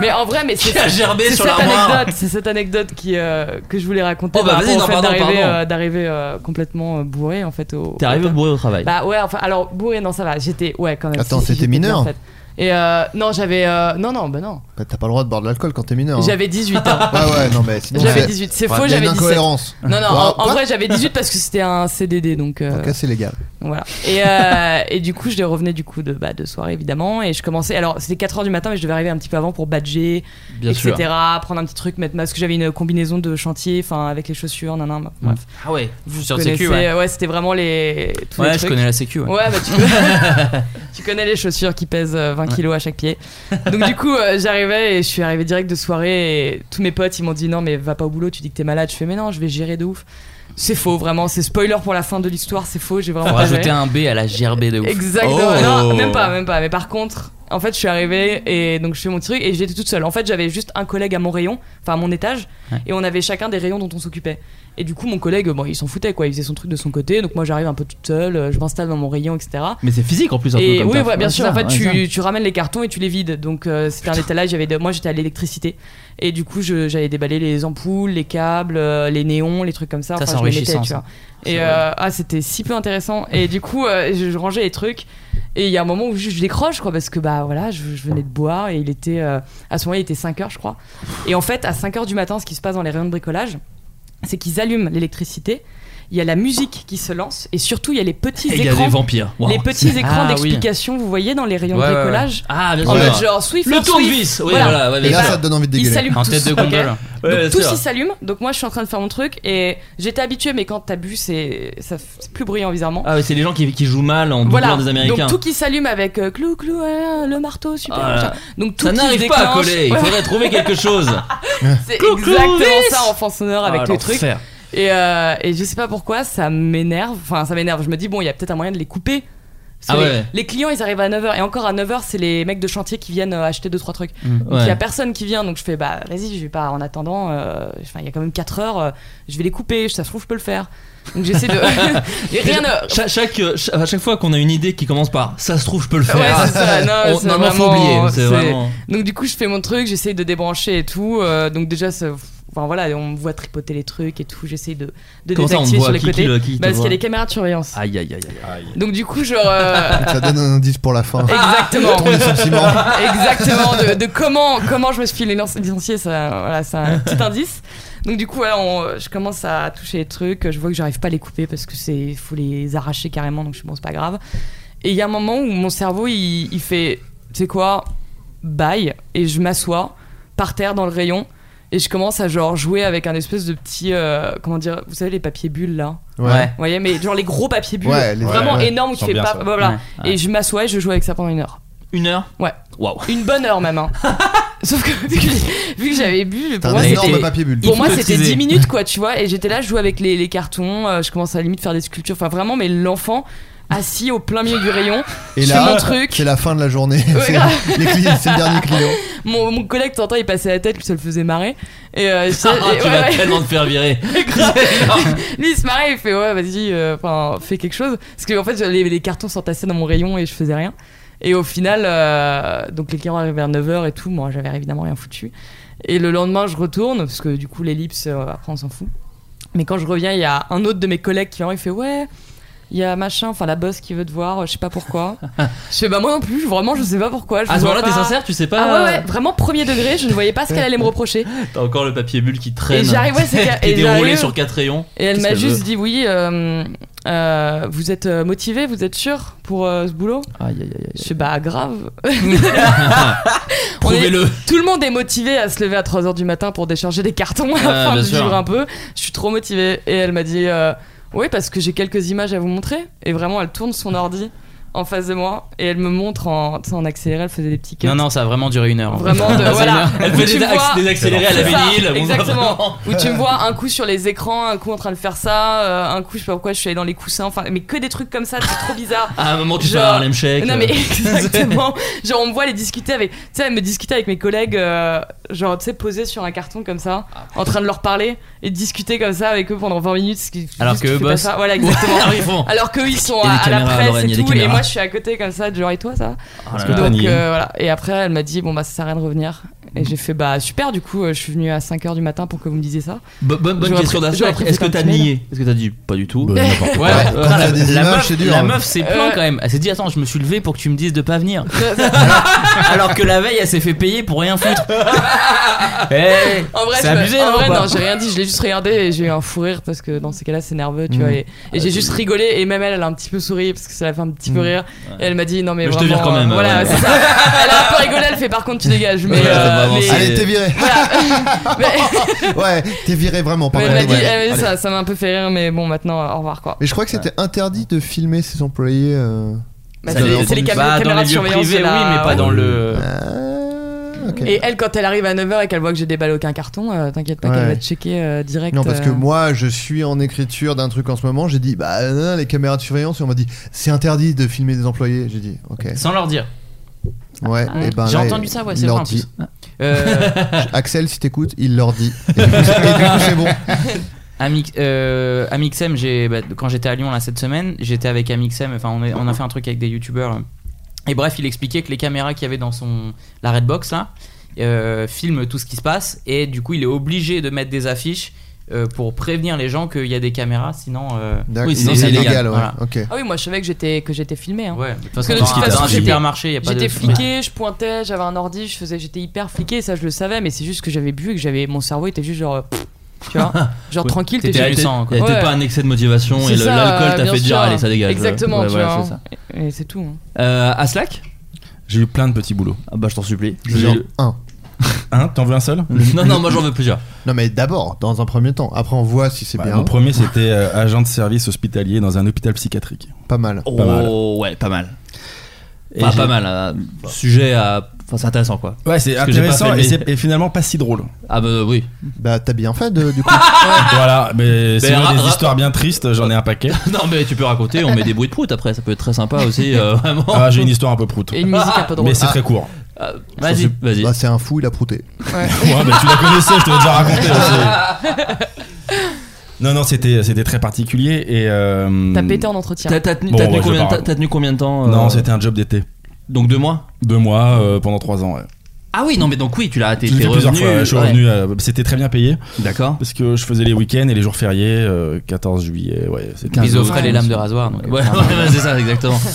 S1: Mais en vrai, mais c'est
S7: Qui a gerbé
S1: C'est
S7: sur
S1: cette
S7: la main.
S1: anecdote, c'est cette anecdote qui, euh, que je voulais raconter
S7: Oh, bah,
S1: par
S7: vas-y,
S1: rapport au
S7: non,
S1: fait
S7: pardon,
S1: d'arriver
S7: pardon.
S1: euh, d'arriver euh, complètement euh, bourré en fait au.
S7: T'es arrivé
S1: au-
S7: bourré au travail.
S1: Bah ouais, enfin alors bourré non ça va, j'étais ouais quand même.
S8: Attends,
S1: si, si,
S8: t'étais
S1: j'étais bien,
S8: mineur
S1: en fait. Et euh, non j'avais euh, non non bah non
S8: Bah, T'as pas le droit de boire de l'alcool quand t'es mineur. hein.
S1: j'avais 18 ans.
S8: Ah ouais, non, mais sinon.
S1: J'avais
S8: c'est-
S1: 18, c'est
S8: Ouais,
S1: faux,
S8: il y a une
S1: j'avais 17. Non,
S8: incohérence.
S1: non,
S8: Ah,
S1: en, en
S8: quoi
S1: vrai j'avais 18 parce que c'était un CDD donc. euh,
S8: Donc là, c'est légal.
S1: Voilà. Et, euh, et du coup, je revenais du coup de, bah, de soirée évidemment. Et je commençais. Alors, c'était 4h du matin, mais je devais arriver un petit peu avant pour badger,
S7: Bien
S1: etc.
S7: sûr.
S1: Prendre un petit truc, mettre masque. J'avais une combinaison de chantier, enfin, avec les chaussures, nanan. Bref.
S8: Mmh.
S11: Ah ouais, sur
S1: Vous
S11: le sécu, ouais.
S1: connaissez- ouais, c'était vraiment les. Tous les
S11: Ouais, je
S1: trucs.
S11: connais la sécu, ouais.
S1: Ouais, bah tu connais, tu connais les chaussures qui pèsent euh, 20 kilos à chaque pied. Donc du coup, euh, j'arrivais et je suis arrivé direct de soirée et tous mes potes ils m'ont dit non mais va pas au boulot, tu dis que t'es malade. Je fais mais non, je vais gérer de ouf. C'est faux, vraiment. C'est spoiler pour la fin de l'histoire, c'est faux. J'ai vraiment.
S12: Faut
S1: pas géré.
S12: rajouter un B à la gerbée de ouf.
S1: Exactement.
S12: Oh.
S1: Non, même pas, même pas. Mais par contre, en fait, je suis arrivée et donc je fais mon petit truc et j'étais toute seule. En fait, j'avais juste un collègue à mon rayon, enfin à mon étage,
S12: Ouais.
S1: et on avait chacun des rayons dont on s'occupait. Et du coup, mon collègue, bon, il s'en foutait quoi, il faisait son truc de son côté. Donc moi, j'arrive un peu toute seule, euh, je m'installe dans mon rayon, etc.
S7: Mais c'est physique en plus un
S1: et
S7: peu comme
S1: oui,
S7: taf.
S1: ouais, bien
S7: Ouais,
S1: sûr.
S7: c'est
S1: en
S7: ça,
S1: fait,
S7: ouais, c'est ça.
S1: tu, tu ramènes les cartons et tu les vides. Donc euh, c'était un étalage. J'avais de- moi, j'étais à l'électricité. Et du coup, je- j'allais déballer les ampoules, les câbles, euh, les néons, les trucs comme ça.
S12: Ça, c'est
S1: je me mettais,
S12: enrichissant,
S1: tu
S12: ça.
S1: vois. Et euh, ah, c'était si peu intéressant. Et du coup, euh, je, je rangeais les trucs. Et il y a un moment où je, je décroche, quoi, parce que bah voilà, je, je venais de boire et il était euh, à ce moment-là, il était 5 h je crois. Et en fait, à 5 h du matin, ce qui se passe dans les rayons de bricolage, c'est qu'ils allument l'électricité. Il y a la musique qui se lance et surtout il y a les petits
S7: Et il y a
S1: écrans.
S7: des vampires. Wow.
S1: Les petits
S7: Ah,
S1: écrans
S7: oui.
S1: d'explication, vous voyez dans les rayons
S7: Ouais,
S1: de
S7: ouais, ouais.
S1: bricolage.
S7: Ah, bien
S1: En
S7: sûr.
S1: mode genre Swift.
S7: Le
S1: Swift,
S7: tournevis,
S1: Swift.
S7: oui, voilà, ouais, bien
S1: Et
S7: sûr.
S1: Ils s'allument
S12: En
S1: tous.
S12: tête de gondole.
S1: Donc
S7: Ouais,
S1: tous
S7: c'est
S1: ils
S7: vrai.
S1: s'allument. Donc moi je suis en train de faire mon truc et j'étais habituée mais quand t'as bu c'est ça f- c'est plus bruyant bizarrement.
S7: Ah, ouais, c'est les gens qui, qui jouent mal en doublant
S1: Voilà,
S7: des Américains.
S1: donc tout qui s'allume avec euh, clou clou hein, le marteau super.
S7: Ah,
S1: machin. Donc tout
S7: ça
S1: qui
S7: n'arrive
S1: déclenche.
S7: pas à coller. Il faudrait trouver quelque chose.
S1: C'est
S7: Clou, clou,
S1: exactement
S7: yes.
S1: ça en fond sonore avec
S7: Ah,
S1: tous les trucs.
S7: l'enfer.
S1: Et, euh, et je sais pas pourquoi ça m'énerve. Enfin ça m'énerve. Je me dis bon il y a peut-être un moyen de les couper. Parce que
S7: Ah
S1: les,
S7: ouais.
S1: les clients ils arrivent à 9h et encore à 9h c'est les mecs de chantier qui viennent euh, acheter 2-3 trucs.
S7: Mm.
S1: Donc il y
S7: Ouais.
S1: a personne qui vient donc je fais bah vas-y je vais pas en attendant. euh, Enfin il y a quand même 4 heures euh, je vais les couper. Ça se trouve je peux le faire. Donc j'essaie de. et rien ne-
S7: Cha- chaque, euh, cha- à chaque fois qu'on a une idée qui commence par ça se trouve, je peux le faire.
S1: Ouais, c'est ça. Non,
S7: On-
S1: c'est
S7: non, non, faut
S1: vraiment-
S7: oublier. C'est
S1: c'est-
S7: vraiment.
S1: Donc du coup, je fais mon truc, j'essaye de débrancher et tout. euh, donc déjà, ça- enfin voilà, on me voit tripoter les trucs et tout. J'essaye de, de
S7: Comment ça, on te
S1: désactiver
S7: voit
S1: sur les
S7: Qui- qui
S1: côtés
S7: le- qui te
S1: Bah, parce qu'il y
S7: voit Ah.
S1: a des caméras de surveillance.
S7: Aïe, aïe, aïe, aïe.
S1: Donc du coup, genre euh,
S8: Ça donne un indice pour la fin.
S7: Ah.
S1: exactement,
S8: Ton licenciement.
S1: exactement de, de comment comment je me suis licencié, ça, voilà, c'est un petit indice. Donc du coup, voilà, on- je commence à toucher les trucs. Je vois que j'arrive pas à les couper parce que c'est faut les arracher carrément. Donc je suis bon, c'est pas grave. Et il y a un moment où mon cerveau il, il fait, tu sais quoi, bye, et je m'assois par terre dans le rayon et je commence à genre jouer avec un espèce de petit, euh, comment dire, vous savez les papiers bulles là.
S8: Ouais.
S1: Vous voyez, mais genre les gros papiers bulles,
S8: Ouais, les-
S1: vraiment
S8: ouais, ouais.
S1: énormes, où
S5: Ils
S1: tu
S5: sont
S1: fais
S5: bien,
S1: pas,
S5: ça.
S1: voilà.
S7: Ouais, ouais.
S1: Et je m'assois et je joue avec ça pendant une heure.
S7: Une heure
S1: Ouais.
S7: Waouh.
S1: Une bonne heure même. hein. Sauf que vu que, vu que j'avais bu,
S8: T'as
S1: pour
S8: un
S1: moi
S8: énorme
S1: c'était.
S8: papier bulle.
S1: Pour moi, c'était
S7: Hypnotisé.
S1: 10 minutes, quoi, tu vois. Et j'étais là, je jouais avec les, les cartons, euh, je commence à la limite faire des sculptures. Enfin, vraiment, mais l'enfant assis au plein milieu du rayon,
S8: Et
S1: je fais
S8: là,
S1: mon truc.
S8: c'est la fin de la journée. C'est
S1: grave.
S8: les clients- c'est le dernier client.
S1: Mon, mon collègue, t'entends, il passait la tête, lui, ça le faisait marrer. Et, euh, je-
S7: Ah,
S1: et-
S7: tu
S1: ouais,
S7: vas
S1: ouais.
S7: tellement te faire virer.
S1: Lui, il se marrait, il fait ouais, vas-y, euh, enfin, fais quelque chose. Parce que en fait, les, les cartons s'entassaient dans mon rayon et je faisais rien. Et au final, euh, donc les clients arrivaient vers 9h et tout. Moi, j'avais évidemment rien foutu. Et le lendemain, je retourne, parce que du coup, l'ellipse, euh, après, on s'en fout. Mais quand je reviens, il y a un autre de mes collègues qui vient, il fait ouais. Il y a machin, enfin la boss qui veut te voir, euh, je sais pas pourquoi. je sais bah moi non plus, vraiment je sais pas pourquoi. je
S7: À ce
S1: vois
S7: moment-là, t'es
S1: pas.
S7: sincère, tu sais pas.
S1: Ah ouais, ouais, vraiment premier degré, je ne voyais pas ce qu'elle allait me reprocher.
S7: T'as encore le papier bulle qui traîne.
S1: Et j'arrive, ouais, c'est-
S7: qui est
S1: et
S7: déroulé
S1: j'arrive-
S7: sur quatre rayons.
S1: Et elle
S7: Qu'est-ce
S1: m'a
S7: qu'elle
S1: juste
S7: veut
S1: dit oui, euh, euh, vous êtes euh, motivé, vous êtes sûr pour euh, ce boulot
S7: Aïe, aïe, aïe.
S1: Je suis bah grave. On est-
S7: Prouvez-le.
S1: Tout le monde est motivé à se lever à 3h du matin pour décharger des cartons
S7: Ah,
S1: afin
S7: bien
S1: de
S7: sûr.
S1: vivre un peu. Je suis trop motivée. Et elle m'a dit euh, oui parce que j'ai quelques images à vous montrer. Et vraiment elle tourne son ordi en face de moi et elle me montre en, tu sais, en accéléré, elle faisait des petits cuts.
S12: Non, non, ça a vraiment duré une heure.
S1: Vraiment de voilà.
S7: Elle
S1: Où
S7: fait
S1: tu
S7: des,
S1: me vois-
S7: acc- des accélérés à la
S1: C'est ça,
S7: vinyle. bon,
S1: exactement.
S7: vraiment.
S1: Où tu me vois un coup sur les écrans, un coup en train de faire ça, euh, un coup je sais pas pourquoi je suis allée dans les coussins, enfin mais que des trucs comme ça, c'est trop bizarre.
S7: À un moment, tu fais
S1: Genre-
S7: un Harlem Shake.
S1: Non mais
S7: euh.
S1: exactement. Genre on me voit les discuter avec, tu sais, elle me discuter avec mes collègues, euh, genre tu sais posés sur un carton comme ça,
S7: Ah.
S1: en train de leur parler et de discuter comme ça avec eux pendant 20 minutes. ce qui-
S12: Alors
S1: juste
S12: que
S1: tu
S12: eux
S1: fais pas
S12: bossent.
S1: ça. Voilà exactement.
S7: Alors, ils font.
S1: Alors qu'eux ils sont
S7: Ah Il y a
S1: à,
S7: des
S1: à la
S7: caméras à
S1: presse
S7: l'oreille, il y
S1: et
S7: a des
S1: tout, et
S7: caméras.
S1: moi je suis à côté comme ça, genre et toi ça. va
S7: Oh là là.
S1: donc
S5: Panier.
S1: euh, voilà. Et après, elle m'a dit bon bah ça sert à rien de revenir. Et j'ai fait bah super. Du coup, euh, je suis venu à 5h du matin pour que vous me disiez ça.
S7: Bo- Bonne bonne
S1: J'aurais
S7: question
S1: pré-
S7: d'aspect.
S1: j'aurais préféré
S7: Est-ce que
S1: un
S7: t'as
S1: petit mail.
S7: nié Est-ce que t'as dit pas du tout
S5: Bah, n'importe quoi.
S12: Ouais,
S8: Ouais, quand t'as des
S12: la
S8: images,
S12: meuf,
S8: c'est dur,
S12: la
S8: hein.
S12: meuf s'est plaint quand même. Elle s'est dit attends, je me suis levé pour que tu me dises de pas venir. Alors que la veille, elle s'est fait payer pour rien foutre. Eh,
S1: En vrai,
S12: c'est
S1: je me-
S12: abusé,
S1: en
S12: non,
S1: vrai,
S12: ou pas
S1: non, j'ai rien dit. Je l'ai juste regardé et j'ai eu un fou rire parce que dans ces cas-là, c'est nerveux, tu vois. Et, et j'ai juste rigolé et même elle, elle a un petit peu souri parce que ça l'a fait un petit peu rire. Et elle m'a dit non mais,
S7: Mais je te
S1: vraiment,
S7: vire quand
S1: euh,
S7: même,
S1: Voilà,
S7: ouais.
S1: c'est ça. Elle a un peu rigolé. Elle fait par contre tu dégages. Mais,
S7: Ouais,
S1: euh,
S7: vraiment,
S1: mais-
S7: c'est-
S8: Allez, t'es viré.
S1: voilà. Mais-
S8: Ouais, t'es viré vraiment. par
S1: mais elle m'a
S8: contre,
S1: dit
S8: ouais.
S1: elle- ça, ça m'a un peu fait rire. Mais bon, maintenant euh, au revoir quoi.
S8: Mais je crois que c'était interdit de filmer ses employés. euh.
S1: Bah,
S8: Ça
S1: c'est
S8: dépend
S1: c'est les
S8: des-
S1: cam-
S12: Bah, dans
S1: caméras
S12: les
S1: de
S12: lieux
S1: surveillance.
S12: privés,
S1: c'est
S12: oui,
S1: la-
S12: mais pas dans le.
S8: Ah. ok.
S2: Et elle, quand elle arrive à 9h et qu'elle voit que j'ai déballé aucun carton, euh, t'inquiète pas
S8: Ouais.
S2: qu'elle va te checker euh, direct.
S8: Non, parce que
S2: euh,
S8: moi, je suis en écriture d'un truc en ce moment. J'ai dit, bah, nan, nan, les caméras de surveillance, et on m'a dit, c'est interdit de filmer des employés. J'ai dit, ok.
S1: Sans leur dire.
S8: Ouais,
S1: Ah,
S8: et ben
S1: J'ai
S8: là,
S1: entendu ça, ouais,
S8: il
S1: c'est
S8: leur
S1: vrai en
S8: dit.
S1: plus. Euh,
S8: Axel, si t'écoutes, il leur dit. Et du coup, c'est- et du coup, c'est bon.
S1: Amix, euh, Amixem, j'ai- bah, quand j'étais à Lyon là cette semaine, j'étais avec Amixem. Enfin, on, est- on a fait un truc avec des youtubeurs. euh. Et bref, il expliquait que les caméras qu'il y avait dans son la Redbox là euh, filment tout ce qui se passe et du coup, il est obligé de mettre des affiches euh, pour prévenir les gens qu'il y a des caméras, sinon. euh,
S8: D'accord.
S1: oui,
S8: Sinon,
S1: sinon
S8: c'est
S1: c'est illégal.
S8: illégal, ouais.
S1: voilà.
S8: Ok.
S2: Ah oui, moi je savais que j'étais que j'étais filmé. Hein.
S1: Ouais, de toute
S2: Parce
S1: façon,
S2: que de
S1: dans
S2: toute
S1: un- dans
S2: façon,
S1: un
S2: j'étais-
S1: supermarché, y a pas de-
S2: J'étais fliqué, je pointais, j'avais un ordi, je faisais, j'étais hyper fliqué, ça je le savais, mais c'est juste que j'avais bu et que j'avais mon cerveau était juste genre, euh, pff, tu vois, genre
S7: Oui,
S2: tranquille,
S7: t'étais
S2: chez-
S7: innocent, quoi. T'étais
S2: Ouais.
S7: pas un excès de motivation et
S2: C'est
S7: le-
S2: ça,
S7: l'alcool t'a
S2: bien
S7: fait dire,
S2: sûr.
S7: allez, ça dégage.
S2: Exactement,
S7: Ouais,
S2: tu
S7: voilà,
S2: vois.
S7: c'est ça.
S2: Et c'est tout. hein.
S7: Euh, à Slack
S5: J'ai eu plein de petits boulots.
S7: Ah bah je t'en supplie.
S5: Genre
S7: J'ai-
S8: un.
S5: Un T'en veux un seul
S7: Non, non, moi j'en veux plusieurs.
S8: Non, mais d'abord, dans un premier temps. Après, on voit si c'est
S5: Bah,
S8: bien.
S5: Mon premier, c'était euh, agent de service hospitalier dans un hôpital psychiatrique.
S8: Pas mal.
S7: Oh,
S5: Pas mal.
S7: ouais, pas mal.
S5: Et
S7: Enfin,
S5: j'ai-
S7: pas mal. euh, sujet à. Enfin, c'est intéressant quoi.
S5: Ouais, c'est
S7: Parce que j'ai pas
S5: intéressant
S7: fait
S5: et,
S7: le-
S5: c'est- et finalement pas si drôle.
S7: Ah bah oui.
S8: Bah, t'as bien fait, de- du coup.
S7: Ah,
S5: voilà, mais c'est
S7: ra-
S5: des
S7: ra-
S5: histoires bien tristes, j'en ai un paquet.
S7: non, mais tu peux raconter, on met des bruits de prout après, ça peut être très sympa aussi, euh, vraiment.
S5: Ah, j'ai une histoire un peu proute.
S2: Et une musique un peu drôle.
S5: Mais c'est
S8: Ah.
S5: très court.
S7: Ah, Vas-y, vas-y.
S8: Bah, c'est un fou, il a prouté.
S5: Ouais, bah, tu la connaissais, je te l'ai déjà raconté. hein, c'est- non, non, c'était c'était très particulier et. euh,
S2: T'as pété en entretien.
S7: T'as t'as tenu,
S5: Bon,
S7: t'as
S5: ouais,
S7: tenu
S5: je
S7: combien,
S5: parle.
S7: t'as- t'as tenu combien de temps euh,
S5: Non, c'était un job d'été.
S7: Donc deux mois
S5: Deux mois euh, pendant trois ans. Ouais.
S7: Ah oui, non, mais donc oui, tu l'as. T'es
S5: Je l'ai
S7: t'es
S5: fait plusieurs
S7: revenu.
S5: fois. ouais, je suis
S7: ouais.
S5: revenu. euh, C'était très bien payé
S7: D'accord.
S5: parce que je faisais les week-ends et les jours fériés. euh, 14 juillet. Ouais. c'était-
S7: Quinze
S1: Ils
S7: euros.
S1: offraient les lames de rasoir. donc, euh,
S7: Ouais, ouais,
S1: vraiment.
S7: ouais, c'est ça, exactement.
S5: Ah,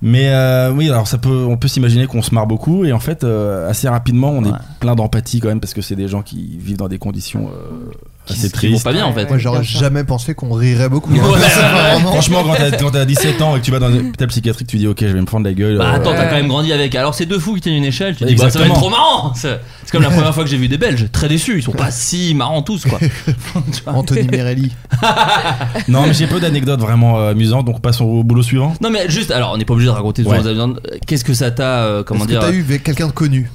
S5: Mais euh, oui, alors ça peut, on peut s'imaginer qu'on se marre beaucoup et en fait, euh, assez rapidement, on
S7: Ouais.
S5: est plein d'empathie quand même parce que c'est des gens qui vivent dans des conditions euh, assez
S7: Qui vont
S5: tristes.
S7: pas bien en fait.
S8: Moi, j'aurais
S2: bien sûr.
S8: jamais pensé qu'on rirait beaucoup. hein.
S7: Ouais,
S8: C'est vraiment-
S5: Franchement, quand t'as- quand t'as 17 ans et que tu vas dans un hôpital psychiatrique, tu dis ok, je vais me prendre la gueule.
S7: Bah
S5: euh,
S7: attends, t'as
S2: Ouais.
S7: quand même grandi avec. Alors c'est deux fous qui tiennent une échelle, tu dis bah ça va
S5: Exactement.
S7: être trop marrant. C'est c'est comme la première fois que j'ai vu des Belges, très déçus, ils sont pas si marrants tous quoi. Tu vois.
S8: Anthony Merelli.
S5: Non, mais j'ai peu d'anecdotes vraiment euh, amusantes, donc passons au boulot suivant.
S7: Non mais juste, alors on n'est pas obligé de raconter tout
S5: Ouais.
S7: Qu'est-ce que ça t'a, euh, comment
S8: Est-ce que
S7: dire
S8: t'as eu avec quelqu'un de connu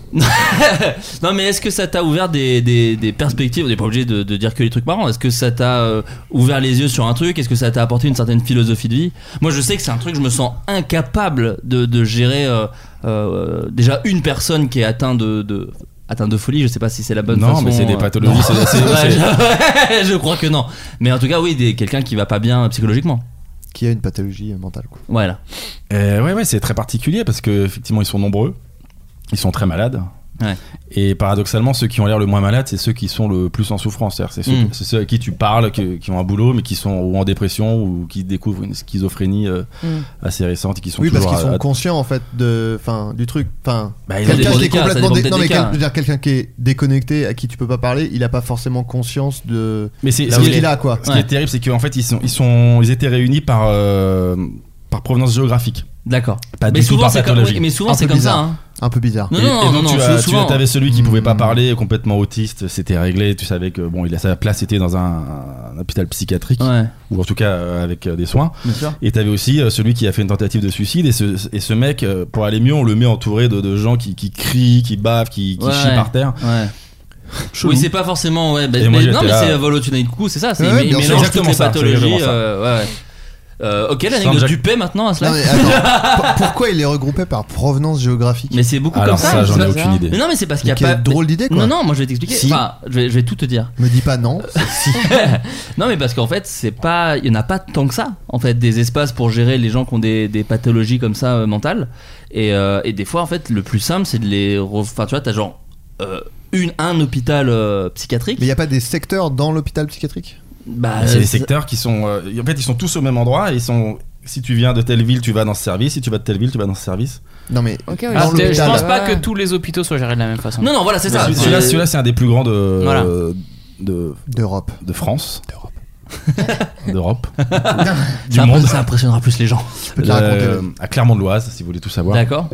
S7: Non mais est-ce que ça t'a ouvert des, des, des perspectives On n'est pas obligé de, de dire que les trucs marrants. Est-ce que ça t'a euh, ouvert les yeux sur un truc Est-ce que ça t'a apporté une certaine philosophie de vie Moi je sais que c'est un truc, je me sens incapable de, de gérer euh, euh, déjà une personne qui est atteinte de... de atteinte de folie, je sais pas si c'est la bonne
S5: non,
S7: façon.
S5: mais c'est des
S7: euh,
S5: pathologies. c'est- c'est-
S7: Ouais,
S5: c'est-
S7: je... je crois que non. Mais en tout cas, oui, des- quelqu'un qui va pas bien psychologiquement.
S8: qui a une pathologie euh, mentale quoi.
S7: Voilà.
S5: Euh, ouais, ouais, c'est très particulier parce que effectivement, ils sont nombreux, ils sont très malades.
S7: Ouais.
S5: Et paradoxalement, ceux qui ont l'air le moins malades, c'est ceux qui sont le plus en souffrance. C'est-à-dire, C'est ceux,
S7: Mm.
S5: c'est ceux à qui tu parles, que- qui ont un boulot, mais qui sont ou en dépression ou qui découvrent une schizophrénie euh,
S2: Mm.
S5: assez récente et qui sont
S8: Oui, parce
S5: toujours
S8: qu'ils
S5: à-
S8: sont
S7: euh,
S5: à-
S8: conscients en fait de, enfin, du truc. Enfin,
S5: Bah, ils ont
S7: dépend Ah,
S8: quelqu'un qui
S7: des
S8: est
S7: cas, ça
S8: complètement,
S7: dépend
S8: dé-
S7: peut-être
S8: non,
S7: des
S8: mais
S7: cas,
S8: quel-
S7: hein.
S8: je veux dire, quelqu'un qui est déconnecté, à qui tu peux pas parler, il a pas forcément conscience de
S5: Mais c'est
S8: ce
S5: ce qui est-
S8: qu'il a quoi.
S5: ce qui
S7: Ouais.
S5: est terrible, c'est qu'en fait, ils sont, ils sont, ils étaient réunis par euh, par provenance géographique.
S7: D'accord.
S5: Pas
S7: Mais
S5: Ah, du tout
S7: souvent,
S5: par
S7: c'est comme,
S5: pathologie.
S7: oui, mais souvent
S8: Un
S7: c'est
S8: peu
S7: comme
S8: bizarre.
S7: ça. hein.
S8: Un peu bizarre.
S7: Non,
S5: et,
S7: non,
S5: et
S7: non,
S5: donc
S7: non,
S5: tu,
S7: c'est
S5: as- tu
S7: souvent.
S5: avais celui qui pouvait pas
S8: Mm.
S5: parler, complètement autiste, c'était réglé, tu savais que bon, il a sa place était dans un, un hôpital psychiatrique
S7: Ouais,
S5: ou en tout cas euh, avec euh, des soins.
S7: bien sûr.
S5: Et t'avais aussi euh, celui qui a fait une tentative de suicide et ce, et ce mec, euh, pour aller mieux, on le met entouré de, de gens qui, qui crient, qui bavent, qui, qui
S7: Ouais,
S5: chient
S7: ouais.
S5: par terre.
S7: Ouais.
S5: Chelou.
S7: Oui, c'est pas forcément. Ouais, bah,
S5: Et moi,
S7: mais-
S5: j'étais
S7: non, mais
S5: là.
S7: c'est la vol au tunnel de coup, c'est ça. C'est
S8: Ouais,
S7: il-
S8: ouais,
S7: il
S8: bien sûr.
S7: mélange
S5: Exactement
S7: toutes les
S5: ça, c'est
S7: pathologies.
S5: exactement ça.
S7: euh, ouais, ouais. Euh, ok,
S5: Sans
S7: l'anecdote
S5: Jack-
S7: du paix maintenant à cela.
S8: Non, mais attends, p- pourquoi il est regroupé par provenance géographique
S7: Mais c'est beaucoup
S5: Alors
S7: comme ça. Mm.
S5: ça, j'en ai
S2: ça.
S5: aucune
S7: Mais
S5: idée.
S7: non, mais c'est parce qu'il y
S8: Mais
S7: a
S8: Quelle
S7: pas.
S8: drôle d'idée quoi.
S7: Non, non, moi je vais t'expliquer.
S8: Si.
S7: Enfin, je vais, je vais tout te dire.
S8: Me dis pas non.
S7: Non, mais parce qu'en fait, c'est pas, il y en a pas tant que ça. En fait, des espaces pour gérer les gens qui ont des, des pathologies comme ça euh, mentales. Et, euh, et des fois, en fait, le plus simple, c'est de les. re- Enfin, tu vois, t'as genre euh, une, un hôpital euh, psychiatrique.
S8: Mais il y a pas des secteurs dans l'hôpital psychiatrique
S7: Bah,
S5: Bah, c'est
S7: euh,
S5: des secteurs qui sont. euh, en fait, ils sont tous au même endroit et ils sont. Si tu viens de telle ville, tu vas dans ce service. Si tu vas de telle ville, tu vas dans ce service.
S8: Non mais
S2: Ok,
S8: Dans
S1: Ah,
S2: ouais,
S1: c'est-
S8: l'hôpital.
S1: je pense
S2: Ouais.
S1: pas que tous les hôpitaux soient gérés de la même façon.
S7: Non, non, voilà, c'est ça.
S5: Celui- Celui-là, celui-là, c'est un des plus grands de,
S1: Voilà.
S5: de,
S8: d'Europe.
S5: de France. D'Europe.
S7: du monde. Ça impressionnera plus les gens.
S8: Je peux te la raconter.
S5: Euh,
S8: vas-y.
S5: à Clermont-de-Loise, si vous voulez tout savoir.
S7: D'accord.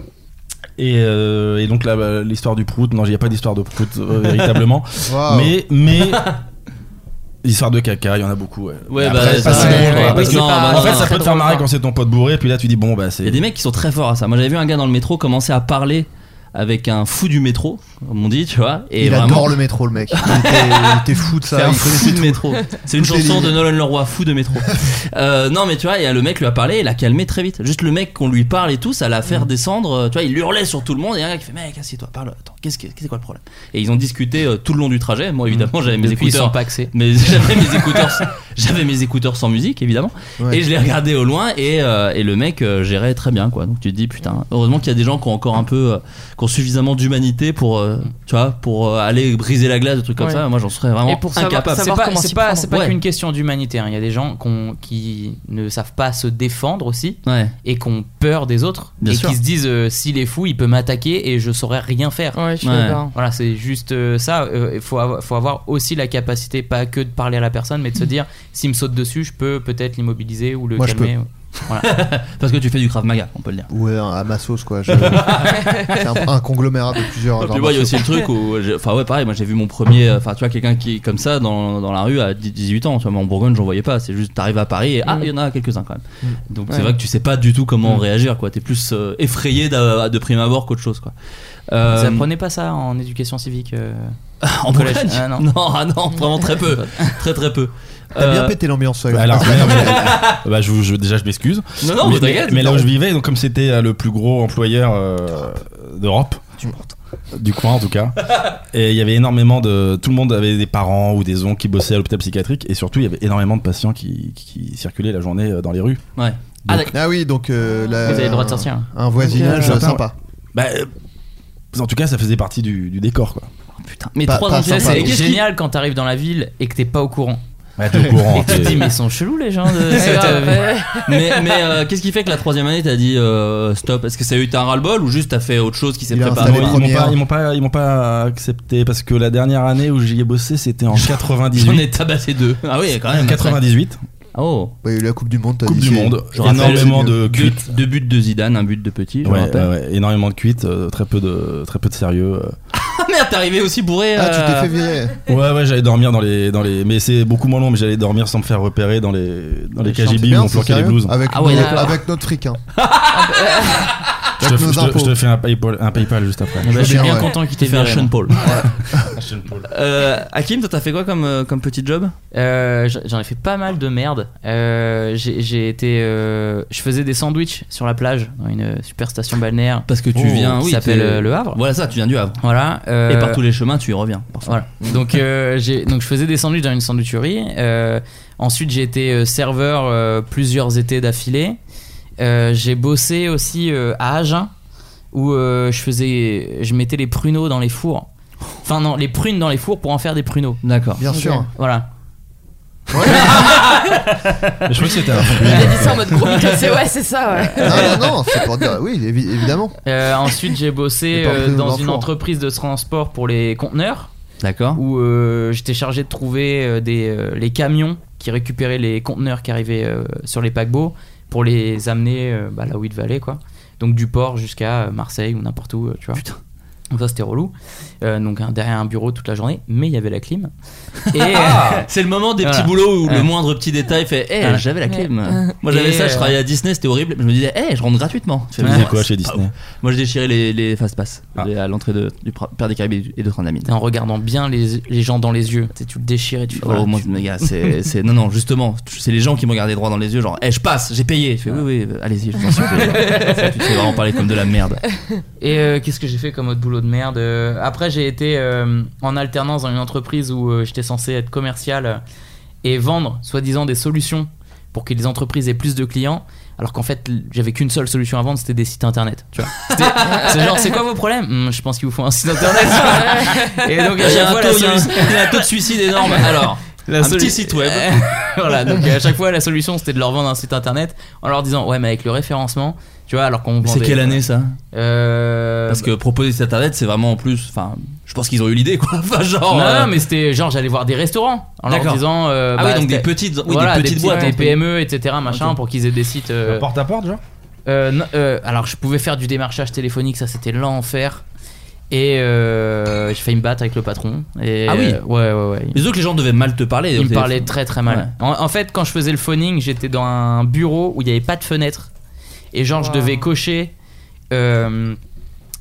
S5: Et, euh, et donc là, bah, l'histoire du prout, non, il n'y a pas d'histoire de prout euh, véritablement.
S8: Waouh.
S5: Mais, mais l'histoire de caca, il y en a beaucoup. Ouais,
S7: Ouais,
S5: Mais
S7: bah,
S5: après, c'est pas
S7: ça,
S5: si
S7: ouais,
S5: drôle,
S7: ouais,
S5: quoi,
S7: ouais,
S5: parce que-
S7: non, bah,
S5: en
S7: non,
S5: fait,
S7: non,
S5: ça
S7: très
S5: peut te faire
S7: drôle,
S5: marrer
S7: ça.
S5: quand c'est ton pote bourré, puis là tu dis bon bah
S7: Il y
S5: c'est.
S7: a des mecs qui sont très forts à ça. Moi, j'avais vu un gars dans le métro commencer à parler avec un fou du métro, comme on dit, tu vois. Et
S8: il
S7: vraiment-
S8: adore le métro, le mec. Il était, il était fou de
S7: C'est
S8: ça.
S7: un
S8: Il
S7: fou
S8: connaissait
S7: de
S8: tout.
S7: métro. C'est une
S8: Toutes les
S7: chanson de
S8: lignes.
S7: Nolan Leroy, fou de métro. Euh, non, mais tu vois, et le mec lui a parlé, il a calmé très vite. Juste le mec qu'on lui parle et tout, ça l'a fait descendre. euh, Tu vois, il hurlait sur tout le monde et il y a un gars qui fait Mec, assieds-toi, parle, attends, qu'est-ce que- c'est quoi le problème Et ils ont discuté euh, tout le long du trajet. Moi, évidemment, j'avais mes
S1: Depuis, ils
S7: écouteurs.
S1: sont paxés.
S7: Mais j'avais mes écouteurs, j'avais mes écouteurs sans musique, évidemment.
S8: Ouais.
S7: Et je l'ai regardé au loin et, euh, et le mec euh, gérait très bien, quoi. Donc tu te dis, putain, heureusement qu'il y a des gens qui ont encore un peu, euh, qui ont suffisamment d'humanité pour, euh, tu vois, pour euh, aller briser la glace, de trucs comme
S2: Ouais.
S7: ça. Moi, j'en serais vraiment
S2: Et pour savoir-
S7: incapable.
S2: savoir
S1: C'est pas,
S2: comment
S1: c'est
S2: s'y
S1: pas,
S2: prendre.
S1: c'est pas
S7: Ouais.
S1: qu'une question d'humanité. hein. Il y a des gens qu'on- qui ne savent pas se défendre aussi
S7: Ouais.
S1: et qui ont peur des autres
S7: Bien
S1: et
S7: sûr.
S1: qui se disent euh, s'il est fou, il peut m'attaquer et je saurais rien faire.
S2: Ouais, je suis
S7: Ouais.
S2: d'accord.
S7: Ah,
S1: Voilà, c'est juste euh, ça. euh, Il faut, avoir, faut avoir aussi la capacité, pas que de parler à la personne, mais de se dire s'il me saute dessus, je peux peut-être l'immobiliser ou le
S8: Moi, je
S1: calmer.
S7: Parce que tu fais du Krav Maga, on peut le dire.
S8: Ouais, à ma sauce, quoi. Je- C'est un, un conglomérat de plusieurs.
S7: Et Ah, puis
S8: arts
S7: moi, il y a
S8: martiaux.
S7: aussi le truc où, j'ai- enfin ouais, pareil, moi j'ai vu mon premier, euh, enfin tu vois, quelqu'un qui est comme ça dans, dans la rue à 10 18 ans, tu vois, mais en Bourgogne, j'en voyais pas, c'est juste t'arrives à Paris et
S8: Mm.
S7: ah, il y en a quelques-uns quand même. Donc c'est
S2: Ouais.
S7: vrai que tu sais pas du tout comment réagir, quoi, t'es plus euh, effrayé d'a- de prime abord qu'autre chose, quoi. Euh,
S1: Vous apprenez pas ça en éducation civique euh,
S7: en
S1: collège
S7: Bourgogne
S1: Ah, non.
S7: non. ah non, vraiment très peu, très très peu.
S8: T'as bien
S7: Euh,
S8: pété l'ambiance. ouais.
S5: Bah, alors, merde, mais- bah, je, vous- je- déjà, je m'excuse.
S7: Non, non,
S5: mais,
S7: mais t'inquiète.
S5: mais là où je vivais, donc comme c'était euh, le plus gros employeur euh, d'Europe, du coin en tout cas, et il y avait énormément de, tout le monde avait des parents ou des oncles qui bossaient à l'hôpital psychiatrique, et surtout il y avait énormément de patients qui, qui circulaient la journée euh, dans les rues.
S7: Ouais.
S8: Ah oui, donc euh, la-
S1: Vous avez le droit de sortir.
S8: Un voisinage
S5: Ok.
S8: sympa.
S5: Bah, euh, en tout cas, ça faisait partie du, du décor, quoi.
S7: Putain, mais
S8: Pas-
S7: trois
S8: pas
S7: ans
S8: sympa.
S7: c'est
S1: C'est génial quand t'arrives dans la ville et que t'es pas au courant.
S5: Bah, t'es au courant.
S1: Et que tu te
S5: t'es-
S1: dis, mais ils sont chelous les gens de
S2: Ouais,
S1: cette
S2: grave,
S1: euh,
S2: ouais.
S7: mais mais euh, qu'est-ce qui fait que la troisième année t'as dit euh, stop Est-ce que ça a eu t'as un ras-le-bol ou juste t'as fait autre chose qui s'est
S8: Il a
S7: préparé
S5: Ah
S8: installé
S5: non,
S8: les
S5: ils m'ont
S8: premières.
S5: pas, ils m'ont pas, ils m'ont pas accepté parce que la dernière année où j'y ai bossé, c'était en
S7: J'en
S5: 98.
S7: ai tabassé deux. Ah oui, quand même.
S5: 98,
S7: Oh.
S8: Ouais, il y a eu la Coupe du Monde, t'as
S5: Coupe
S8: dit,
S5: du
S8: c'est-
S5: Monde,
S7: Je rappelle,
S5: énormément de
S7: Deux,
S5: cuites.
S7: deux buts de Zidane, un but de petit. Je
S5: Ouais,
S7: me rappelle.
S5: ouais, ouais, énormément de cuites, euh, très peu de, très peu de sérieux. euh.
S7: Ah merde, t'es arrivé aussi bourré.
S8: Ah, tu
S7: euh,
S8: t'es fait virer.
S5: Ouais, ouais, j'allais dormir dans les, dans les, mais c'est beaucoup moins long, mais j'allais dormir sans me faire repérer dans les, dans les
S8: Chante
S5: KGB
S8: bien,
S5: où on
S8: c'est
S5: planquait les
S8: sérieux
S5: blouses.
S8: Avec,
S7: Ah ouais,
S8: nos-
S7: d'accord.
S8: avec notre fric. hein.
S5: je, te,
S8: avec nos
S5: je te-
S8: impôts.
S5: je te fais un PayPal, un PayPal juste après.
S1: bah, je suis
S8: bien,
S1: bien
S8: ouais.
S1: content qu'il
S7: T'es
S1: t'ait
S7: fait un
S1: viré.
S7: Sean
S1: moi.
S7: Paul. Euh, Hakim, toi t'as fait quoi comme, euh, comme petit job
S1: Euh, j- J'en ai fait pas mal de merde. Euh, J'ai j'ai été. euh, Je faisais des sandwichs sur la plage dans une super station balnéaire.
S7: Parce que tu
S1: Oh,
S7: viens,
S1: qui
S7: oui,
S1: s'appelle,
S7: t'es-
S1: euh, Le Havre.
S7: Voilà ça, tu viens du Havre.
S1: Voilà. euh,
S7: Et par tous les chemins, tu y reviens. parfois.
S1: Voilà. Donc, euh, j'ai- donc je faisais des sandwichs dans une sandwicherie. Euh, ensuite, j'ai été euh, serveur euh, plusieurs étés d'affilée. Euh, j'ai bossé aussi euh, à Agen, où euh, je faisais, je mettais les pruneaux dans les fours. Enfin non, les prunes dans les fours pour en faire des pruneaux.
S7: D'accord.
S8: Bien sûr.
S1: Voilà.
S5: Mais je crois que c'était un
S2: Il a dit ça en mode gros mytho, c'est ouais, c'est ça, ouais.
S8: Non, non, non, c'est pour dire. Oui, évi- évidemment.
S1: Euh, ensuite, j'ai bossé
S8: Et pas
S1: euh,
S8: pruneaux dans
S1: dans
S8: le
S1: une
S8: four.
S1: entreprise de transport pour les conteneurs,
S7: D'accord.
S1: où euh, j'étais chargé de trouver euh, des, euh, les camions qui récupéraient les conteneurs qui arrivaient euh, sur les paquebots pour les amener euh, bah, là où il fallait quoi. Donc du port jusqu'à euh, Marseille ou n'importe où, euh, tu vois. Donc ça c'était relou. Euh, donc hein, derrière un bureau toute la journée, mais il y avait la clim. Et, euh,
S7: C'est le moment des
S1: Voilà.
S7: petits boulots où
S1: Ouais.
S7: le moindre petit détail fait Eh,
S1: Voilà.
S7: j'avais la clim. Moi,
S1: Et,
S7: j'avais ça, je
S1: euh,
S7: travaillais à Disney, c'était horrible. Je me disais Eh, je rentre gratuitement.
S5: Ça faisait quoi chez Disney
S7: Moi, je déchirais les, les fast pass
S5: Ah.
S7: à l'entrée de- du pra- Père des Caraïbes et de Trandamine.
S1: en regardant bien les, les gens dans les yeux, tu, sais, tu le déchires et tu fais.
S7: Oh,
S1: voilà,
S7: moi,
S1: tu-
S7: les gars, c'est, c'est- non, non, justement, c'est les gens qui m'ont regardé droit dans les yeux, genre, Eh, je passe, j'ai payé. Je fais, oui, oui, euh, allez-y, je vous en supplie. Ça, tu te fais vraiment parler comme de la merde.
S1: Et euh, qu'est-ce que j'ai fait comme autre boulot de merde Euh, Après, j'ai été euh, en alternance dans une entreprise où euh, j'étais censé être commercial euh, et vendre, soi-disant, des solutions pour que les entreprises aient plus de clients. Alors qu'en fait, l- j'avais qu'une seule solution à vendre, c'était des sites internet. Tu vois C'était- C'est genre, c'est quoi vos problèmes Hum, Je pense qu'il vous faut un site internet. et donc, à
S7: Il y,
S1: chaque
S7: a un
S1: fois, la
S7: taux, il y a un-
S1: solution-
S7: il y a un taux de suicide énorme. Alors,
S1: la
S7: un
S1: solu-
S7: petit site web.
S1: Euh, voilà, donc à chaque fois, la solution, c'était de leur vendre un site internet en leur disant, ouais, mais avec le référencement, tu vois, alors qu'on vendait.
S7: C'est quelle année ça
S1: Euh,
S7: Parce que proposer cet internet, c'est vraiment en plus. Enfin, je pense qu'ils ont eu l'idée, quoi. Enfin, genre.
S1: Non,
S7: euh,
S1: non, mais c'était genre j'allais voir des restaurants en leur
S7: D'accord.
S1: disant. euh,
S7: Ah
S1: bah,
S7: oui, donc des
S1: c'était-
S7: petites, oui,
S1: voilà,
S7: des petites boîtes.
S1: des
S7: entre guillemets.
S1: PME, etc. E, Machin,
S7: Ok.
S1: pour qu'ils aient des sites. euh,
S5: Porte à porte, genre
S1: euh, non, euh, alors je pouvais faire du démarchage téléphonique, ça c'était l'enfer. Et euh, j'ai failli me battre avec le patron. Et,
S7: Ah oui.
S1: euh, Ouais, ouais, ouais.
S7: Mais surtout que les gens devaient mal te parler.
S1: Il
S7: donc
S1: me
S7: t'es-
S1: parlait très très mal. En, en fait, quand je faisais le phoning, j'étais dans un bureau où il n'y avait pas de fenêtre. Et genre, je
S2: Wow.
S1: devais cocher euh,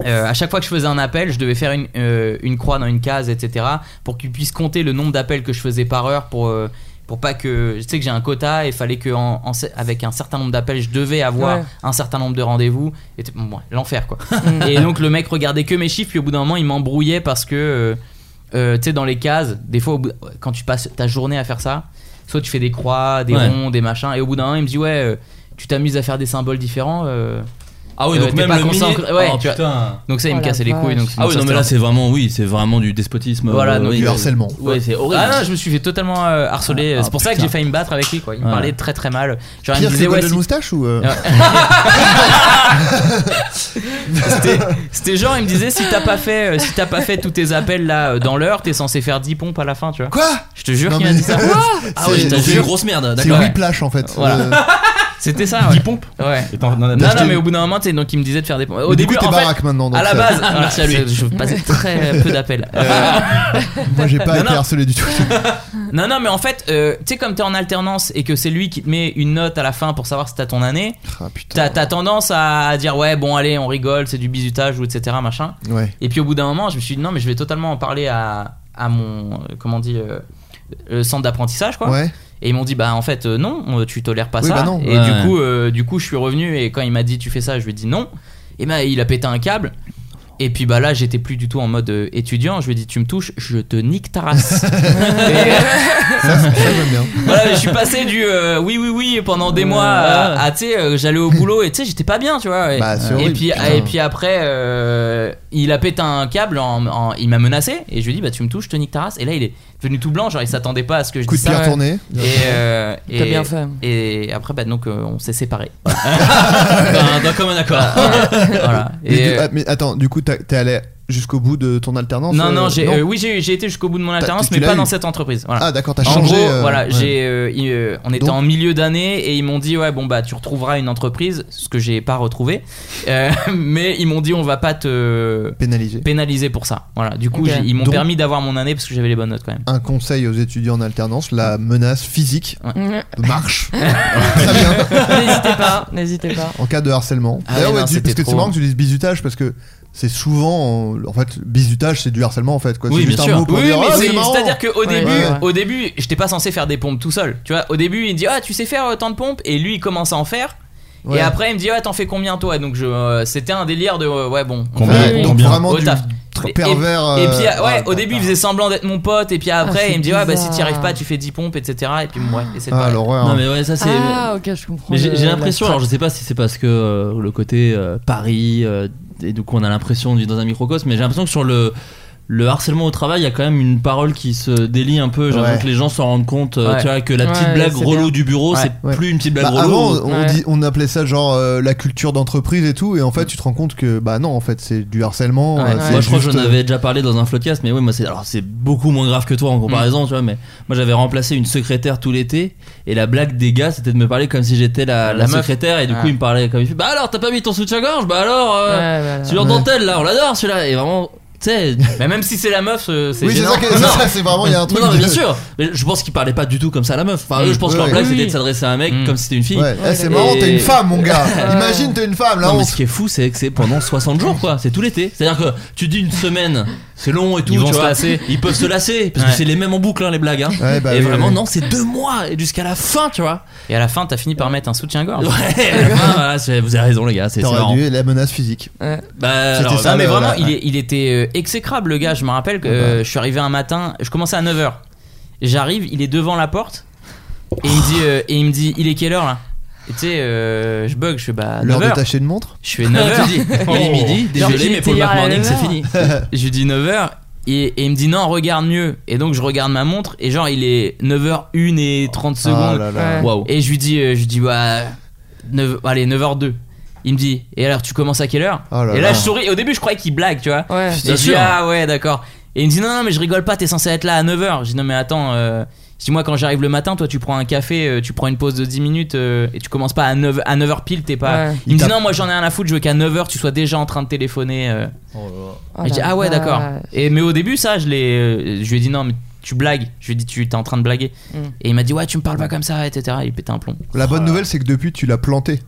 S1: euh, à chaque fois que je faisais un appel, je devais faire une, euh, une croix dans une case, etc. pour qu'ils puissent compter le nombre d'appels que je faisais par heure pour. euh, pour pas que je sais que j'ai un quota et fallait que en- en se- avec un certain nombre d'appels je devais avoir
S7: Ouais.
S1: un certain nombre de rendez-vous et t- bon, ouais, l'enfer quoi et donc le mec regardait que mes chiffres puis au bout d'un moment il m'embrouillait parce que euh, euh, tu sais dans les cases des fois au bout- quand tu passes ta journée à faire ça soit tu fais des croix des
S7: Ouais.
S1: ronds des machins et au bout d'un moment il me dit ouais euh, tu t'amuses à faire des symboles différents euh,
S7: Ah oui, donc
S1: t'es
S7: même
S1: pas
S7: le
S1: conscient
S7: mini-
S1: que- ouais,
S7: Oh,
S1: tu vois.
S7: putain.
S1: donc ça il me
S7: Oh la
S1: cassait les couilles donc
S7: vache. Ah
S1: ça,
S7: oui, non, mais
S1: c'était
S7: là,
S1: un-
S7: c'est vraiment, oui, c'est vraiment du despotisme.
S1: voilà, donc,
S7: oui,
S1: euh,
S7: euh,
S1: Ouais, c'est horrible. Ah non, je me suis fait totalement euh, harceler.
S7: Ah,
S1: c'est pour ça que
S7: putain.
S1: j'ai failli me battre avec lui. Quoi. Il me
S7: Ouais.
S1: parlait très très mal. Genre, il me
S8: Pierre, c'est
S1: disait ouais,
S8: Golden
S1: si-
S8: Moustache ou. euh,
S1: c'était, c'était genre, il me disait si t'as pas fait, euh, si t'as pas fait tous tes appels là euh, dans l'heure, t'es censé faire 10 pompes à la fin, tu vois.
S8: Quoi
S1: Je te jure
S8: Non,
S1: qu'il m'a
S8: mais-
S1: dit ça. ah oui,
S8: C'est-
S1: t'as
S8: c'est-
S1: une grosse merde.
S8: C'est
S1: D'accord. ouais.
S8: Whiplash en fait.
S1: Voilà.
S8: Euh,
S1: C'était ça. Ouais. 10
S5: pompes.
S1: Ouais.
S5: Et t'en- non, non,
S1: Non,
S5: t'as-
S1: non, mais au bout d'un moment, tu sais, donc il me disait de faire des pompes. Au
S8: mais du
S1: début,
S8: coup, t'es
S1: en fait,
S8: baraque maintenant. donc euh,
S1: à la
S8: ça-
S1: base,
S7: Ah, merci à lui.
S1: c'est- je passais très peu d'appels. Euh,
S8: Moi, j'ai pas
S1: Non,
S8: été
S1: non.
S8: harcelé du tout.
S1: Non, non, mais en fait, euh, tu sais, comme t'es en alternance et que c'est lui qui te met une note à la fin pour savoir si t'as ton année,
S8: Ah putain.
S1: t'as t'as tendance à dire ouais, bon, allez, on rigole, c'est du bizutage ou etc. machin.
S8: Ouais.
S1: Et puis au bout d'un moment, je me suis dit non, mais je vais totalement en parler à, à mon. euh, Comment on dit euh, euh, centre d'apprentissage, quoi.
S8: Ouais.
S1: Et ils m'ont dit bah en fait euh, non on- tu tolères pas
S8: Oui,
S1: ça
S8: bah non.
S1: et
S7: Ouais,
S1: du
S7: ouais.
S1: coup euh, du coup je suis revenu et quand il m'a dit tu fais ça je lui ai dit non et bah il a pété un câble et puis bah là j'étais plus du tout en mode euh, étudiant je lui ai dit tu me touches je te nique ta race Et- euh,
S8: Ça, c'est- ça, j'aime bien.
S1: voilà, mais je suis passé du euh, oui, oui, oui pendant des
S7: Euh,
S1: mois
S7: ouais.
S1: à, à, tu sais, euh, j'allais au boulot et tu sais, j'étais pas bien, tu vois. Et,
S8: Bah, c'est
S1: et
S8: horrible,
S1: puis,
S8: putain.
S1: et puis après, euh, il a pété un câble, en, en- il m'a menacé et je lui ai dit, bah tu me touches, je te nique ta race. Et là, il est devenu tout blanc, genre il s'attendait pas à ce que je
S8: Coup de
S1: dise ça.
S8: pierre tourné.
S1: Et, euh,
S2: T'as
S1: et,
S2: bien fait.
S1: et après, bah donc, euh, on s'est séparés. Bah,
S7: D'un d'un Bah, commun accord.
S1: voilà.
S8: Mais,
S1: Et, euh,
S8: du- ah, mais attends, du coup, t'as- t'es allé jusqu'au bout de ton alternance
S1: non, non,
S8: euh,
S1: j'ai, euh, oui, j'ai, j'ai été jusqu'au bout de mon alternance,
S8: tu
S1: mais
S8: l'as
S1: pas
S8: eu.
S1: dans cette entreprise. Voilà.
S8: Ah d'accord, t'as
S1: En
S8: changé.
S1: gros,
S8: euh,
S1: voilà,
S8: ouais.
S1: j'ai, euh, il- euh, on était
S8: Donc-
S1: en milieu d'année et ils m'ont dit ouais bon bah tu retrouveras une entreprise, ce que j'ai pas retrouvé, Euh, mais ils m'ont dit on va pas te
S8: pénalisé.
S1: pénaliser pour ça. Voilà, du coup
S2: Ok.
S1: j'ai- ils m'ont
S8: Donc-
S1: permis d'avoir mon année parce que j'avais les bonnes notes quand même.
S8: Un conseil aux étudiants en alternance la menace physique
S2: Mhm.
S8: marche. Très bien.
S2: N'hésitez pas, n'hésitez pas.
S8: En cas de harcèlement.
S1: Ah
S8: D'ailleurs,
S1: ouais, non,
S8: tu-
S1: c'était
S8: parce que c'est
S1: trop.
S8: marrant que tu dises bizutage parce que c'est souvent en, en fait bizutage c'est du harcèlement en fait quoi.
S7: Oui,
S8: c'est juste
S7: bien
S8: un
S7: sûr.
S8: mot pour
S1: Oui,
S8: dire
S1: mais
S8: Ah,
S1: c'est-
S8: marrant.
S1: c'est-à-dire qu'au
S2: Ouais,
S1: début,
S8: ouais.
S1: au début, j'étais pas censé faire des pompes tout seul. Tu vois, au début, il dit ah tu sais faire euh, tant de pompes et lui il commence à en faire.
S8: Ouais.
S1: Et après, il me dit ouais t'en fais combien toi Donc je, euh, c'était un délire de euh, ouais bon. on
S5: Combien
S1: fait-
S8: Ouais,
S5: Oui, oui.
S8: donc
S5: Combien
S8: vraiment
S1: Au
S8: du
S1: taf.
S8: tr-
S1: Et-
S8: pervers.
S1: Et
S8: euh,
S1: puis, ouais,
S8: ouais,
S1: au début, il faisait semblant d'être mon pote, et puis après,
S2: Ah,
S1: il me dit,
S2: c'est
S1: ouais, bah si
S2: bizarre.
S1: t'y arrives pas, tu fais 10 pompes, etc. Et puis, ouais, et c'est
S8: Ah
S1: pareil.
S8: l'horreur.
S7: Non, mais ouais, ça c'est.
S2: Ah, ok, je comprends.
S7: Mais j'ai
S2: le-
S7: j'ai
S2: la
S7: l'impression,
S2: strat.
S7: alors je sais pas si c'est parce que euh, le côté euh, Paris, euh, et du coup on a l'impression de vivre dans un microcosme, mais j'ai l'impression que sur le, le harcèlement au travail, il y a quand même une parole qui se délie un peu. J'ai l'impression
S8: Ouais.
S7: que les gens s'en rendent compte, euh,
S1: Ouais.
S7: tu vois, que la petite
S2: Ouais,
S7: blague
S2: c'est
S7: relou
S2: bien.
S7: du bureau,
S1: Ouais.
S7: c'est
S8: Ouais.
S7: plus une petite
S8: Bah,
S7: blague
S8: avant,
S7: relou.
S8: on,
S2: Ouais.
S8: dit, on appelait ça genre euh, la culture d'entreprise et tout, et en fait, tu te rends compte que bah non, en fait, c'est du harcèlement.
S1: Ouais,
S8: euh,
S1: ouais.
S8: c'est
S7: Mm. Moi, je crois que
S8: juste,
S7: j'en avais déjà parlé dans un floodcast, mais oui, moi, c'est alors c'est beaucoup moins grave que toi en comparaison, tu vois. Mais moi, j'avais remplacé une secrétaire tout l'été, et la blague des gars, c'était de me parler comme si j'étais la, la
S1: La meuf.
S7: secrétaire, et du coup,
S1: Ouais.
S7: ils me parlaient comme il fait. Bah alors, t'as pas mis ton soutien-gorge Bah alors,
S2: Ouais,
S7: euh,
S2: voilà.
S7: celui en
S8: Ouais.
S7: dentelle là, on l'adore celui-là, et vraiment, tu sais.
S1: Mais même si c'est la meuf, euh, c'est
S8: Oui, c'est
S1: gênant.
S8: ça, que- c'est ça, c'est vraiment, il y a un truc.
S7: non, non, mais
S8: de-
S7: bien sûr. Mais je pense qu'ils parlaient pas du tout comme ça à la meuf. Enfin, eux, je pense que leur
S8: Ouais.
S7: blague,
S2: Oui,
S7: c'était
S2: oui.
S7: de s'adresser à un mec
S1: Mm.
S7: comme si c'était une fille.
S8: Ouais, eh, c'est
S7: Et-
S8: marrant, t'es une femme, mon gars. Imagine, t'es une femme, là,
S7: non,
S8: on
S7: mais
S8: s-
S7: ce qui est fou, c'est que c'est pendant 60 jours, quoi. C'est tout l'été. C'est-à-dire que tu dis une semaine, c'est long et tout.
S1: Ils vont
S7: tu
S1: se
S7: vois.
S1: lasser.
S7: Ils peuvent se lasser, parce
S1: Ouais.
S7: que c'est les mêmes en boucle, hein, les blagues. Hein.
S8: Ouais, bah
S7: et
S8: oui,
S7: vraiment,
S8: oui.
S7: non, c'est deux mois, et jusqu'à la fin, tu vois.
S1: Et à la fin, t'as fini par mettre un soutien-gorge.
S7: Ouais, à la fin, voilà, c'est- vous avez raison, les gars, c'est c'est
S8: T'aurais
S7: marrant.
S8: dû la menace physique.
S7: Bah,
S8: C'était
S7: alors,
S8: ça,
S7: non,
S1: Non, mais
S8: le-
S1: vraiment,
S8: la-
S1: il, est- il était euh, exécrable, le gars. Je me rappelle que euh, je suis arrivé un matin, je commençais à 9h. J'arrive, il est devant la porte, et il me dit, euh, et il, me dit il est quelle heure là Et tu sais, euh, je bug, je suis bah
S8: L'heure de
S1: 9h.
S8: tacher de montre
S1: Je suis
S7: mais-
S1: 9h.
S7: tu dis, Il est midi,
S2: Genre,
S7: désolé,
S2: il
S7: mais
S2: était
S7: pour le
S2: hier
S7: back
S2: à la
S7: morning,
S2: même
S7: c'est
S2: heure.
S7: fini.
S1: Je lui dis 9h et, et il me dit non, regarde mieux. Et donc je regarde ma montre et genre il est 9h1 et 30
S8: Ah
S1: secondes.
S8: là là.
S2: Ouais.
S7: Waouh.
S1: Et je lui dis euh, je lui dis bah 9, allez 9h2. Il me dit et alors tu commences à quelle heure
S8: Oh là
S1: Et
S8: là.
S1: là je souris et au début je croyais qu'il blague, tu vois.
S2: Ouais.
S1: Et je dis ah ouais, d'accord. Et il me dit non, non mais je rigole pas, t'es censé être là à 9h. Je dis non mais attends euh, je dis moi quand j'arrive le matin, toi tu prends un café, euh, tu prends une pause de 10 minutes euh, et tu commences pas à 9 à 9h pile, t'es pas
S2: Ouais.
S1: Il me
S8: Il
S1: dit
S8: t'a-
S1: non, moi j'en ai rien à foutre, je veux qu'à 9h tu sois déjà en train de téléphoner euh,
S2: Oh
S1: et je dis,
S2: la
S1: ah ouais,
S2: vache.
S1: d'accord. Et mais au début, ça, je l'ai, euh, je lui ai dit non, mais tu blagues. Je lui ai dit tu t'es en train de blaguer.
S2: Mm.
S1: Et il m'a dit ouais, tu me parles pas comme ça, etc. Il pétait un plomb.
S8: La bonne nouvelle, c'est que depuis, tu l'as planté.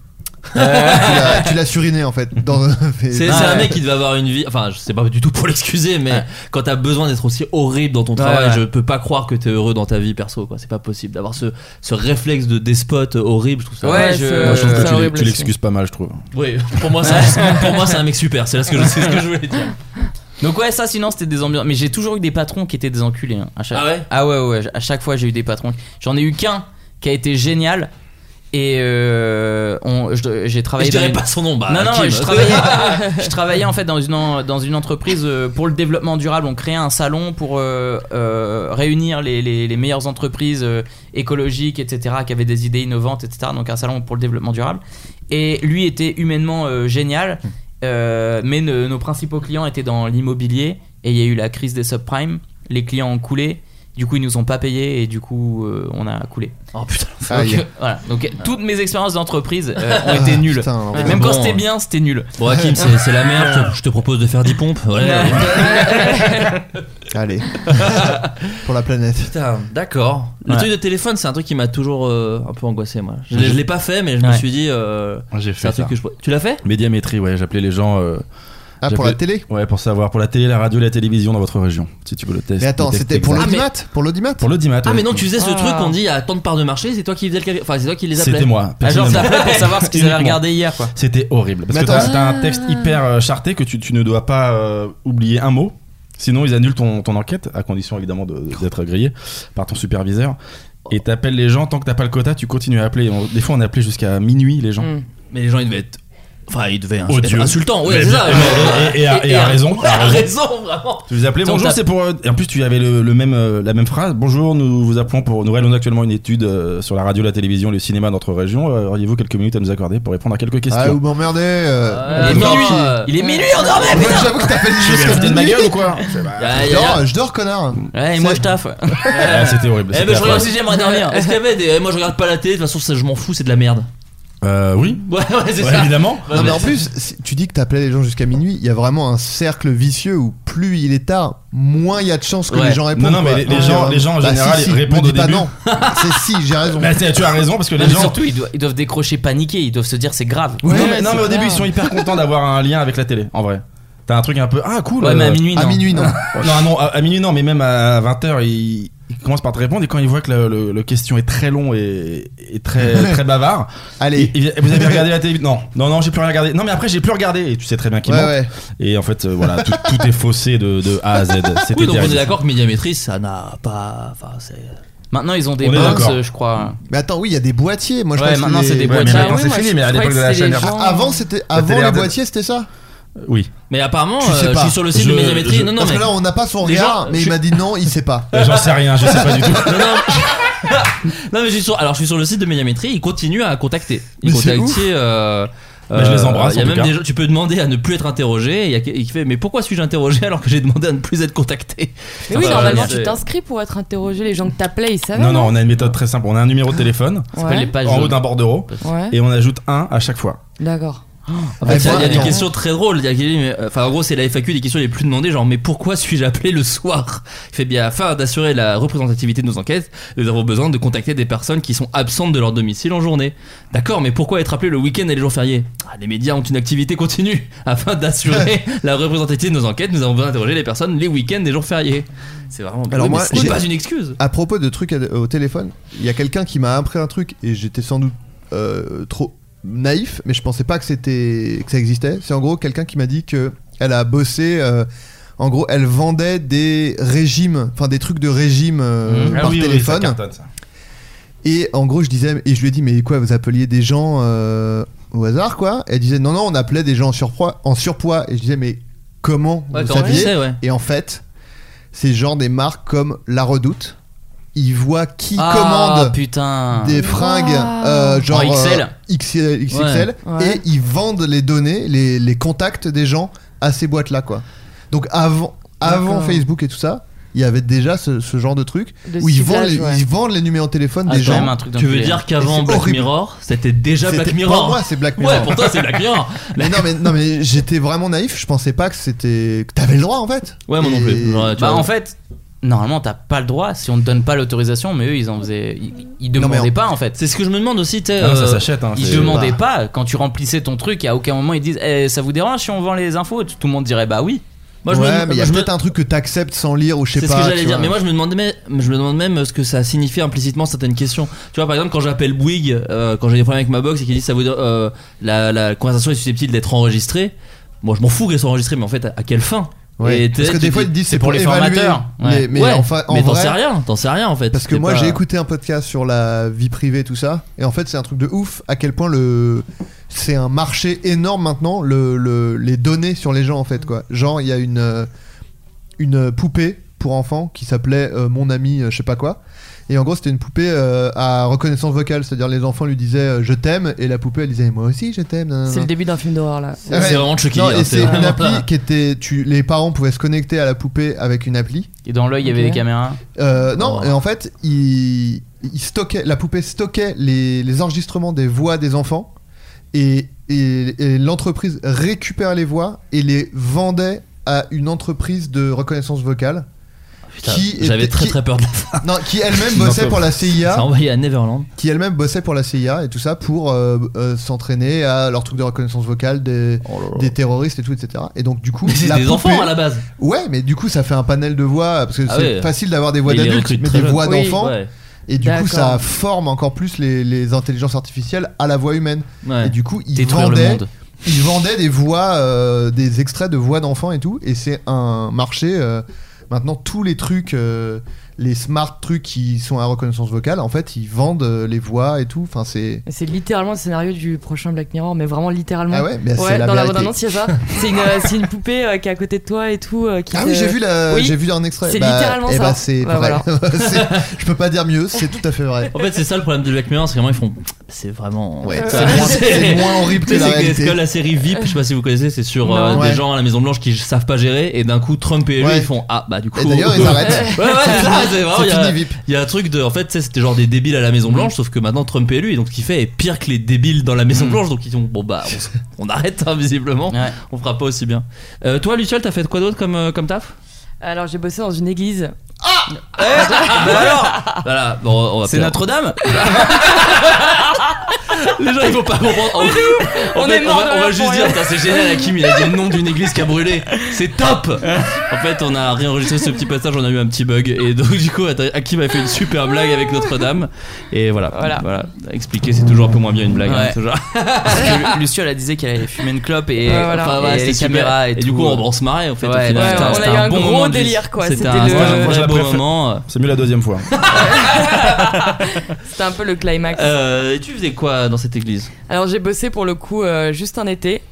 S8: tu l'as- tu l'as suriné en fait. dans-
S7: C'est c'est un mec qui devait avoir une vie. Enfin, je sais pas du tout pour l'excuser, mais quand t'as besoin d'être aussi horrible dans ton
S1: Ouais,
S7: travail,
S1: ouais.
S7: je peux pas croire que t'es heureux dans ta vie perso. quoi. C'est pas possible d'avoir ce, ce réflexe de despote horrible. Je trouve ça.
S5: Ouais, je, je trouve que tu l'es- tu l'excuses pas mal, je trouve.
S7: Oui, pour moi, c'est un, pour moi, c'est un mec super. C'est là ce que je, c'est ce que je voulais dire.
S1: Donc ouais, ça sinon c'était des ambiances. Mais j'ai toujours eu des patrons qui étaient des enculés. hein, à chaque...
S7: Ah ouais
S1: Ah ouais ouais. À chaque fois j'ai eu des patrons. J'en ai eu qu'un qui a été génial. Et euh, on- je- j'ai travaillé.
S7: Et je dirais
S1: dans une-
S7: pas son nom, bah,
S1: non non,
S7: Kim.
S1: je travaillais. je travaillais en fait dans une en- dans une entreprise euh, pour le développement durable. On créait un salon pour euh, euh, réunir les, les- les meilleures entreprises euh, écologiques, etc. Qui avaient des idées innovantes, etc. Donc un salon pour le développement durable. Et lui était humainement euh, génial.
S7: Hmm.
S1: Euh, mais ne- nos principaux clients étaient dans l'immobilier et il y a eu la crise des subprimes. Les clients ont coulé. Du coup, ils nous ont pas payé et du coup, euh, on a coulé.
S7: Oh putain.
S8: Ah,
S1: Donc,
S7: Aïe.
S1: voilà. Donc, toutes mes expériences d'entreprise euh, ont été nulles.
S7: Ah, Putain, ouais.
S1: Même quand
S7: Bon.
S1: c'était bien, c'était nul.
S7: Bon, Hakim, c'est c'est la merde. Je te propose de faire 10 pompes. Ouais.
S8: Allez. Pour la planète.
S7: Putain, d'accord. Le
S1: Ouais.
S7: truc de téléphone, c'est un truc qui m'a toujours euh, un peu angoissé, moi. Je, l'ai- je l'ai pas fait, mais je me
S5: Ouais.
S7: suis dit. euh,
S5: J'ai
S7: c'est un truc que je. Tu l'as fait
S5: Médiamétrie, ouais, j'appelais les gens. euh,
S8: Ah, pour
S5: j'appelais-
S8: la télé
S5: Ouais, pour savoir, pour la télé, la radio, la télévision dans votre région, si tu veux le test.
S8: Mais attends,
S5: le test
S8: c'était pour
S5: exact.
S8: l'audimat Pour l'audimat
S5: Pour l'audimat.
S7: Ah,
S5: ouais.
S7: mais donc tu faisais ce
S5: Ah.
S7: truc qu'on dit à tant de parts de marché, c'est toi qui faisais le calcul. Enfin, c'est toi qui les appelais.
S5: C'était moi.
S7: Ah, genre,
S5: personnellement.
S7: t'appelais pour savoir ce qu'ils avaient
S5: Uniquement.
S7: regardé hier, quoi.
S5: C'était horrible. Parce
S7: Mais
S5: que
S7: attends,
S5: t'as-
S7: c'est-
S5: t'as un texte hyper euh, charté que tu, tu ne dois pas euh, oublier un mot. Sinon, ils annulent ton, ton enquête, à condition évidemment de- de- d'être grillé par ton superviseur. Et t'appelles les gens, tant que t'as pas le quota, tu continues à appeler. On- des fois, on appelait jusqu'à minuit les gens.
S7: Mais les gens, ils devaient être. Enfin, ils devaient
S5: Odieux.
S7: être insultants, ouais,
S5: Mais
S7: c'est
S5: bien-
S7: ça.
S5: Et, et- et à, et à raison.
S7: Ouais, à raison, vraiment.
S5: Tu vous appelez
S7: Donc,
S5: bonjour,
S7: t'as-
S5: c'est pour. euh, Et en plus, tu avais le, le même, euh, la même phrase. Bonjour, nous vous appelons pour. Nous réalisons actuellement une étude euh, sur la radio, la télévision, le cinéma de notre région. Euh, Auriez-vous quelques minutes à nous accorder pour répondre à quelques questions
S8: Ah, vous m'emmerdez. euh,
S7: Ah,
S5: Ouais,
S8: on peut
S5: non,
S8: sortir.
S5: euh,
S1: Il est minuit, on dormait,
S8: Ouais,
S1: putain
S8: J'avoue que t'as
S5: Je
S8: fait
S5: vais
S8: jusqu'à
S5: foutre de ma
S8: minuit.
S5: gueule ou quoi
S7: Ah, y a- y
S8: Non,
S7: a-
S8: je dors, connard.
S1: Ouais, et moi je taffe.
S5: Ah, C'était horrible.
S7: Eh
S5: c'était
S7: ben, je regarde
S5: affreux.
S7: si j'aimerais dormir. Est-ce qu'il y avait des. eh, Moi, je regarde pas la télé, de toute façon, ça, je m'en fous, c'est de la merde.
S5: Euh, oui.
S7: Ouais, ouais, c'est
S5: Ouais,
S7: ça.
S5: évidemment.
S7: Ouais,
S8: non, mais
S7: ouais.
S8: en plus, si tu dis que t'appelais les gens jusqu'à minuit, il y a vraiment un cercle vicieux où plus il est tard, moins il y a de chances que
S5: Ouais.
S8: les gens répondent.
S5: Non, non, mais
S8: quoi.
S5: les- les gens- les gens, en
S8: Bah,
S5: général,
S8: si, si,
S5: ils répondent
S8: me dis
S5: au
S8: pas
S5: début.
S8: non. C'est si, j'ai raison.
S5: Bah, c'est- tu as raison, parce que
S1: Non,
S5: les
S1: mais
S5: gens.
S1: Surtout, ils, doivent- ils doivent décrocher, paniquer. Ils doivent se dire c'est grave.
S5: Ouais, non, mais, non, mais au début, ils sont hyper contents d'avoir un lien avec la télé, en vrai. T'as un truc un peu. Ah, cool.
S1: Ouais, mais à
S5: euh,
S1: minuit, non.
S8: À minuit, non.
S5: non, ah non, à, à minuit, non, mais même à 20h, ils, ils commencent par te répondre et quand ils voient que le, le- le question est très long et, et très, très bavard,
S8: Allez.
S5: ils- ils- vous avez regardé la télé Non, non, non, j'ai plus rien regardé. Non, mais après, j'ai plus regardé. Et tu sais très bien qu'ils
S8: Ouais,
S5: mentent.
S8: ouais.
S5: Et en fait, euh, voilà, tout, tout est faussé de, de A à Z. C'était
S7: Oui, donc on est
S5: terrible.
S7: d'accord que Médiamétrie, ça n'a pas. Enfin, c'est.
S1: Maintenant, ils ont des
S5: On est
S1: box,
S5: d'accord.
S1: euh, je crois.
S8: Mais attends, oui, il y a des boîtiers. Moi, je
S1: Ouais,
S8: pense que
S1: maintenant,
S8: les-
S1: c'est des
S5: Ouais, mais
S1: boîtiers.
S5: maintenant, c'est fini, mais à l'époque de la chaîne.
S8: Ah, Avant, c'était
S5: La
S8: avant
S5: télé
S8: les
S5: RD.
S8: boîtiers, c'était ça.
S5: Oui.
S7: Mais apparemment,
S8: Je sais
S7: euh, je
S8: pas.
S7: suis sur le site
S5: Je-
S7: de Médiamétrie.
S5: je-
S7: Non, non,
S8: Parce
S7: mais.
S8: que là, on n'a pas son
S7: Les
S8: regard,
S7: gens-
S8: mais
S7: je-
S8: il m'a dit non, il sait pas.
S5: J'en sais rien, je sais pas du tout.
S7: Non, non, non, mais je suis sur, alors je suis sur le site de Médiamétrie, ils continuent à contacter. Ils
S8: Mais c'est
S7: contactent.
S8: ouf.
S7: euh,
S5: Bah, je les embrasse,
S7: Il y a
S5: en tout
S7: même
S5: cas.
S7: des gens- tu peux demander à ne plus être interrogé. Il y a qui qui fait mais pourquoi suis-je interrogé alors que j'ai demandé à ne plus être contacté.
S2: Mais oui,
S7: Enfin,
S2: normalement,
S7: c'est-
S2: tu t'inscris pour être interrogé. Les gens que t'appelaient, ils savaient.
S5: Non, non, on a une méthode très simple. On a un numéro de téléphone
S2: Ça s'appelle Ouais. les
S1: pages
S5: en haut
S1: jaunes.
S5: d'un bordereau
S2: Ouais.
S5: et on ajoute un à chaque fois.
S2: D'accord.
S7: En fait, il y a- il y a des
S8: Attends.
S7: questions très drôles. Il y a quelqu'un qui dit, mais, euh, Enfin, en gros, c'est la FAQ des questions les plus demandées. Genre, mais pourquoi suis-je appelé le soir Il fait bien afin d'assurer la représentativité de nos enquêtes. Nous avons besoin de contacter des personnes qui sont absentes de leur domicile en journée. D'accord, mais pourquoi être appelé le week-end et les jours fériés Ah, Les médias ont une activité continue afin d'assurer la représentativité de nos enquêtes. Nous avons besoin d'interroger les personnes les week-ends et les jours fériés. C'est vraiment.
S8: Alors
S7: Oui, mais
S8: moi,
S7: ce n'est
S8: j'ai-
S7: pas une excuse.
S8: À propos de trucs à- au téléphone, il y a quelqu'un qui m'a appris un truc et j'étais sans doute euh, trop naïf, mais je pensais pas que c'était que ça existait. C'est en gros quelqu'un qui m'a dit que elle a bossé. euh, en gros, elle vendait des régimes, enfin des trucs de régime
S5: Mhm.
S8: euh,
S5: Ah
S8: par téléphone. Et en gros, je disais, et je lui ai dit, mais quoi, vous appeliez des gens euh, au hasard, quoi Elle disait, non, non, on appelait des gens en surpoids. En surpoids. Et je disais, mais comment
S7: Ouais,
S8: vous
S7: comment tu
S8: saviez
S7: sais, ouais.
S8: Et en fait, c'est genre des marques comme La Redoute. Ils voient qui
S1: Ah,
S8: commande
S1: putain.
S8: des fringues euh, genre
S1: En XL.
S8: euh, XL, XXL,
S2: Ouais.
S8: et ils vendent les données, les, les contacts des gens à ces boîtes-là, quoi. Donc avant, avant
S2: D'accord.
S8: Facebook et tout ça. Il y avait déjà ce, ce genre de truc
S2: De
S8: où ils vendent,
S2: ciblage,
S8: les,
S2: ouais.
S8: ils vendent les numéros de téléphone
S1: Ah,
S8: des
S1: c'est quand
S8: gens.
S1: même un truc
S7: Tu veux
S1: d'enculé.
S7: dire qu'avant
S8: c'est
S7: Black
S8: horrible.
S7: Mirror, c'était déjà Black
S8: C'était-
S7: Mirror
S8: Pour moi, c'est Black Mirror.
S7: Ouais, pour toi, c'est Black Mirror.
S8: Mais non, mais, non, mais j'étais vraiment naïf. Je pensais pas que c'était. que t'avais le droit en fait.
S7: Ouais, moi non
S8: Et-
S7: plus. Genre, tu
S1: Bah,
S7: vois.
S1: en fait,
S2: Normalement, t'as pas le droit si on te donne pas l'autorisation, mais eux ils en faisaient. Ils, ils
S7: Non, mais
S2: demandaient
S7: en-
S2: pas en fait.
S7: C'est ce que je me demande aussi,
S2: t'es.
S7: Ah non, ça s'achète, hein,
S2: ils
S7: c'est-
S2: demandaient
S7: Bah.
S2: pas. Quand tu remplissais ton truc, à aucun moment ils disent Eh, Ça vous dérange si on vend les infos Tout le monde dirait Bah oui.
S8: ouais, mais il y a peut-être un truc que t'acceptes sans lire ou je sais
S7: C'est
S8: pas.
S7: ce que j'allais
S8: tu
S7: dire.
S8: vois.
S7: Mais moi, je me demandais, mais- je me demande même euh, ce que ça signifie implicitement certaines questions. Tu vois, par exemple, quand j'appelle Bouygues, euh, quand j'ai des problèmes avec ma box et qu'ils disent ça veut dire euh, la, la conversation est susceptible d'être enregistrée. Moi, je m'en fous qu'elle soit enregistrée, mais en fait, à, à quelle fin
S8: Ouais.
S7: Et t'es-
S8: Parce que
S7: tu
S8: des fois,
S7: dis,
S8: ils te disent c'est pour évaluer. Mais- mais
S7: Ouais,
S8: enfin, en
S7: mais t'en
S8: vrai-
S7: sais rien, t'en sais rien en fait.
S8: Parce que
S7: T'es
S8: moi
S7: pas-
S8: j'ai écouté un podcast sur la vie privée tout ça et en fait c'est un truc de ouf à quel point le c'est un marché énorme maintenant le, le- les données sur les gens en fait quoi. Genre il y a une euh, une poupée pour enfants qui s'appelait euh, mon ami euh, je sais pas quoi et en gros c'était une poupée euh, à reconnaissance vocale c'est-à-dire les enfants lui disaient euh, je t'aime et la poupée elle disait moi aussi je t'aime. nanana.
S1: C'est le début d'un film d'horreur là.
S8: Ah ouais. Non,
S7: hein,
S8: et c'est une
S1: vraiment-
S8: appli qui était tu les parents pouvaient se connecter à la poupée avec une appli
S2: Et dans l'œil, il y avait
S8: Ok.
S2: des caméras.
S8: euh,
S7: Oh.
S8: non, et en fait, il, il stockait, la poupée stockait les, les enregistrements des voix des enfants et, et- et l'entreprise récupère les voix et les vendait à une entreprise de reconnaissance vocale.
S7: Putain,
S8: qui
S7: J'avais
S8: était-
S7: très
S8: qui-
S7: très peur de la fin.
S8: Non, qui elle-même bossait pour la CIA.
S7: Ça Bah, a envoyé à Neverland.
S8: Qui elle-même bossait pour la CIA et tout ça pour euh, euh, s'entraîner à leur truc de reconnaissance vocale des, des terroristes et tout, etc. Et donc, du coup,
S7: Oh Mais c'est
S8: la
S7: des
S8: poupée-
S7: enfants à la base.
S8: Ouais, mais du coup, ça fait un panel de voix parce que
S7: Ah
S8: c'est
S7: ouais.
S8: facile d'avoir des voix
S7: Mais il les
S8: d'adultes,
S7: recrute
S8: mais
S7: très
S8: des
S7: jeune.
S8: voix
S7: Oui,
S8: d'enfants.
S7: ouais.
S8: Et du coup,
S7: D'accord.
S8: ça forme encore plus les, les intelligences artificielles à la voix humaine.
S7: Ouais.
S8: Et du coup, ils
S7: Détruire le
S8: vendaient,
S7: monde.
S8: ils vendaient des voix, euh, des extraits de voix d'enfants et tout. Et c'est un marché. euh, maintenant, tous les trucs, euh, les smart trucs qui sont à reconnaissance vocale, en fait, ils vendent euh, les voix et tout. Enfin, c'est.
S1: C'est littéralement le scénario du prochain Black Mirror, mais vraiment littéralement.
S8: Ah ouais, mais c'est la
S1: dans la
S8: vérité.
S1: bande-annonce, il y a ça. C'est une, euh, c'est une poupée euh, qui est à côté de toi et tout. euh, qui
S8: Ah
S1: te-
S8: oui, j'ai vu, la,
S1: Oui.
S8: j'ai vu un extrait.
S1: C'est
S8: Bah,
S1: littéralement
S8: eh
S1: ça.
S8: bah, c'est
S1: Bah,
S8: vrai.
S1: voilà.
S8: C'est- je peux pas dire mieux, c'est tout à fait vrai.
S7: En fait, c'est ça le problème de Black Mirror, c'est que vraiment ils font. C'est vraiment.
S8: Ouais,
S7: Enfin,
S8: c'est moins- c'est moins horrible que la
S7: c'est
S8: réalité.
S7: C'est que la série VIP, je sais pas si vous connaissez, c'est sur euh,
S8: Non.
S7: des
S8: Ouais.
S7: gens à la Maison Blanche qui savent pas gérer et d'un coup Trump et élu ils font ah bah du coup.
S8: Et d'ailleurs, ils arrêtent.
S7: Ouais ouais, c'est ça, c'est
S8: C'est fini.
S7: vraiment.
S8: C'est
S7: il y a-
S8: fini, VIP.
S7: Il y a un truc de en fait tu sais, c'était genre des débiles à la Maison Blanche sauf que maintenant Trump est élu et donc ce qu'il fait est pire que les débiles dans la Maison
S2: Mm.
S7: Blanche donc ils ont bon bah on, s- on arrête hein, visiblement on fera pas aussi bien. Euh, toi Luciole t'as fait quoi d'autre comme euh, comme taf
S1: Alors j'ai bossé dans une église.
S7: Ah
S1: Euh,
S7: Bah Voilà bon, on va
S2: C'est
S7: faire-
S2: Notre-Dame
S7: Les gens ils vont pas comprendre. En fait, en
S2: on
S7: fait,
S2: est
S7: on
S2: mort de
S7: va, on
S2: rire
S7: va
S2: pour
S7: juste
S2: rien.
S7: dire, putain, c'est génial Hakim, il a dit le nom d'une église qui a brûlé. C'est top En fait on a réenregistré ce petit passage, on a eu un petit bug. Et donc du coup attends, Hakim a fait une super blague avec Notre-Dame. Et voilà, voilà. Expliquer c'est toujours un peu moins bien une blague. hein,
S2: Ouais.
S7: ce genre.
S2: Parce que Luciole, elle disait qu'elle avait fumé une clope et,
S7: Ouais, voilà.
S2: enfin, voilà,
S7: Et
S2: c'était
S7: les
S2: super.
S7: caméras et tout. euh. Ouais,
S2: Ouais,
S7: ouais,
S2: putain,
S7: on a
S2: c'était
S7: eu un
S2: bon
S7: gros
S2: moment de vie.
S1: délire, quoi.
S2: C'était
S1: C'était
S2: un
S1: le-
S2: vrai
S1: Moi, je la
S2: beau
S1: préfère.
S7: euh.
S2: moment.
S5: C'est mieux la deuxième fois.
S1: C'était un peu le climax.
S7: Euh, et tu faisais quoi dans cette église
S1: Alors j'ai bossé pour le coup euh, juste un été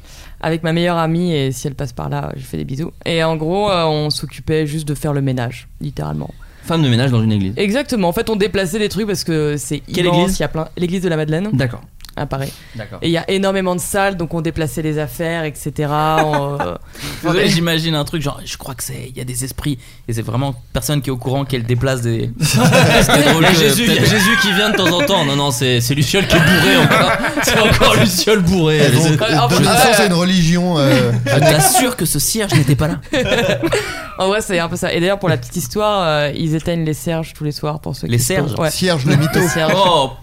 S1: avec ma meilleure amie et si elle passe par là, je lui fais des bisous. Et en gros, euh, on s'occupait juste de faire le ménage, littéralement.
S7: Femme de ménage dans une église.
S1: Exactement. En fait, on déplaçait des trucs parce que c'est
S7: Quelle
S1: immense.
S7: église
S1: Il y a plein. L'église de la Madeleine.
S7: D'accord.
S1: À Paris.
S7: D'accord.
S1: Et il y a énormément de salles, donc on déplaçait les affaires, etc. on, euh,
S2: Désolé, J'imagine un truc genre, je crois que c'est, il y a des esprits et c'est vraiment personne qui est au courant qu'elle déplace des. C'était drôle
S7: Il y a
S2: que
S7: Jésus, il y a
S2: peut-être-
S7: Jésus qui vient de temps en temps. Non, non, c'est c'est Luciole qui est bourré encore. C'est encore Luciole bourré.
S8: Elles ont- de toute
S2: Ah
S8: façon, c'est une religion. euh,
S2: Je t'assure que ce cierge n'était pas là.
S1: en vrai, c'est un peu ça. Et d'ailleurs, pour la petite histoire, euh, ils éteignent les cierges tous les soirs pour ceux
S2: Les
S1: qui se
S2: cierges
S1: posent- ouais.
S8: Cierges, le mytho.
S1: Les cierges.
S2: Oh,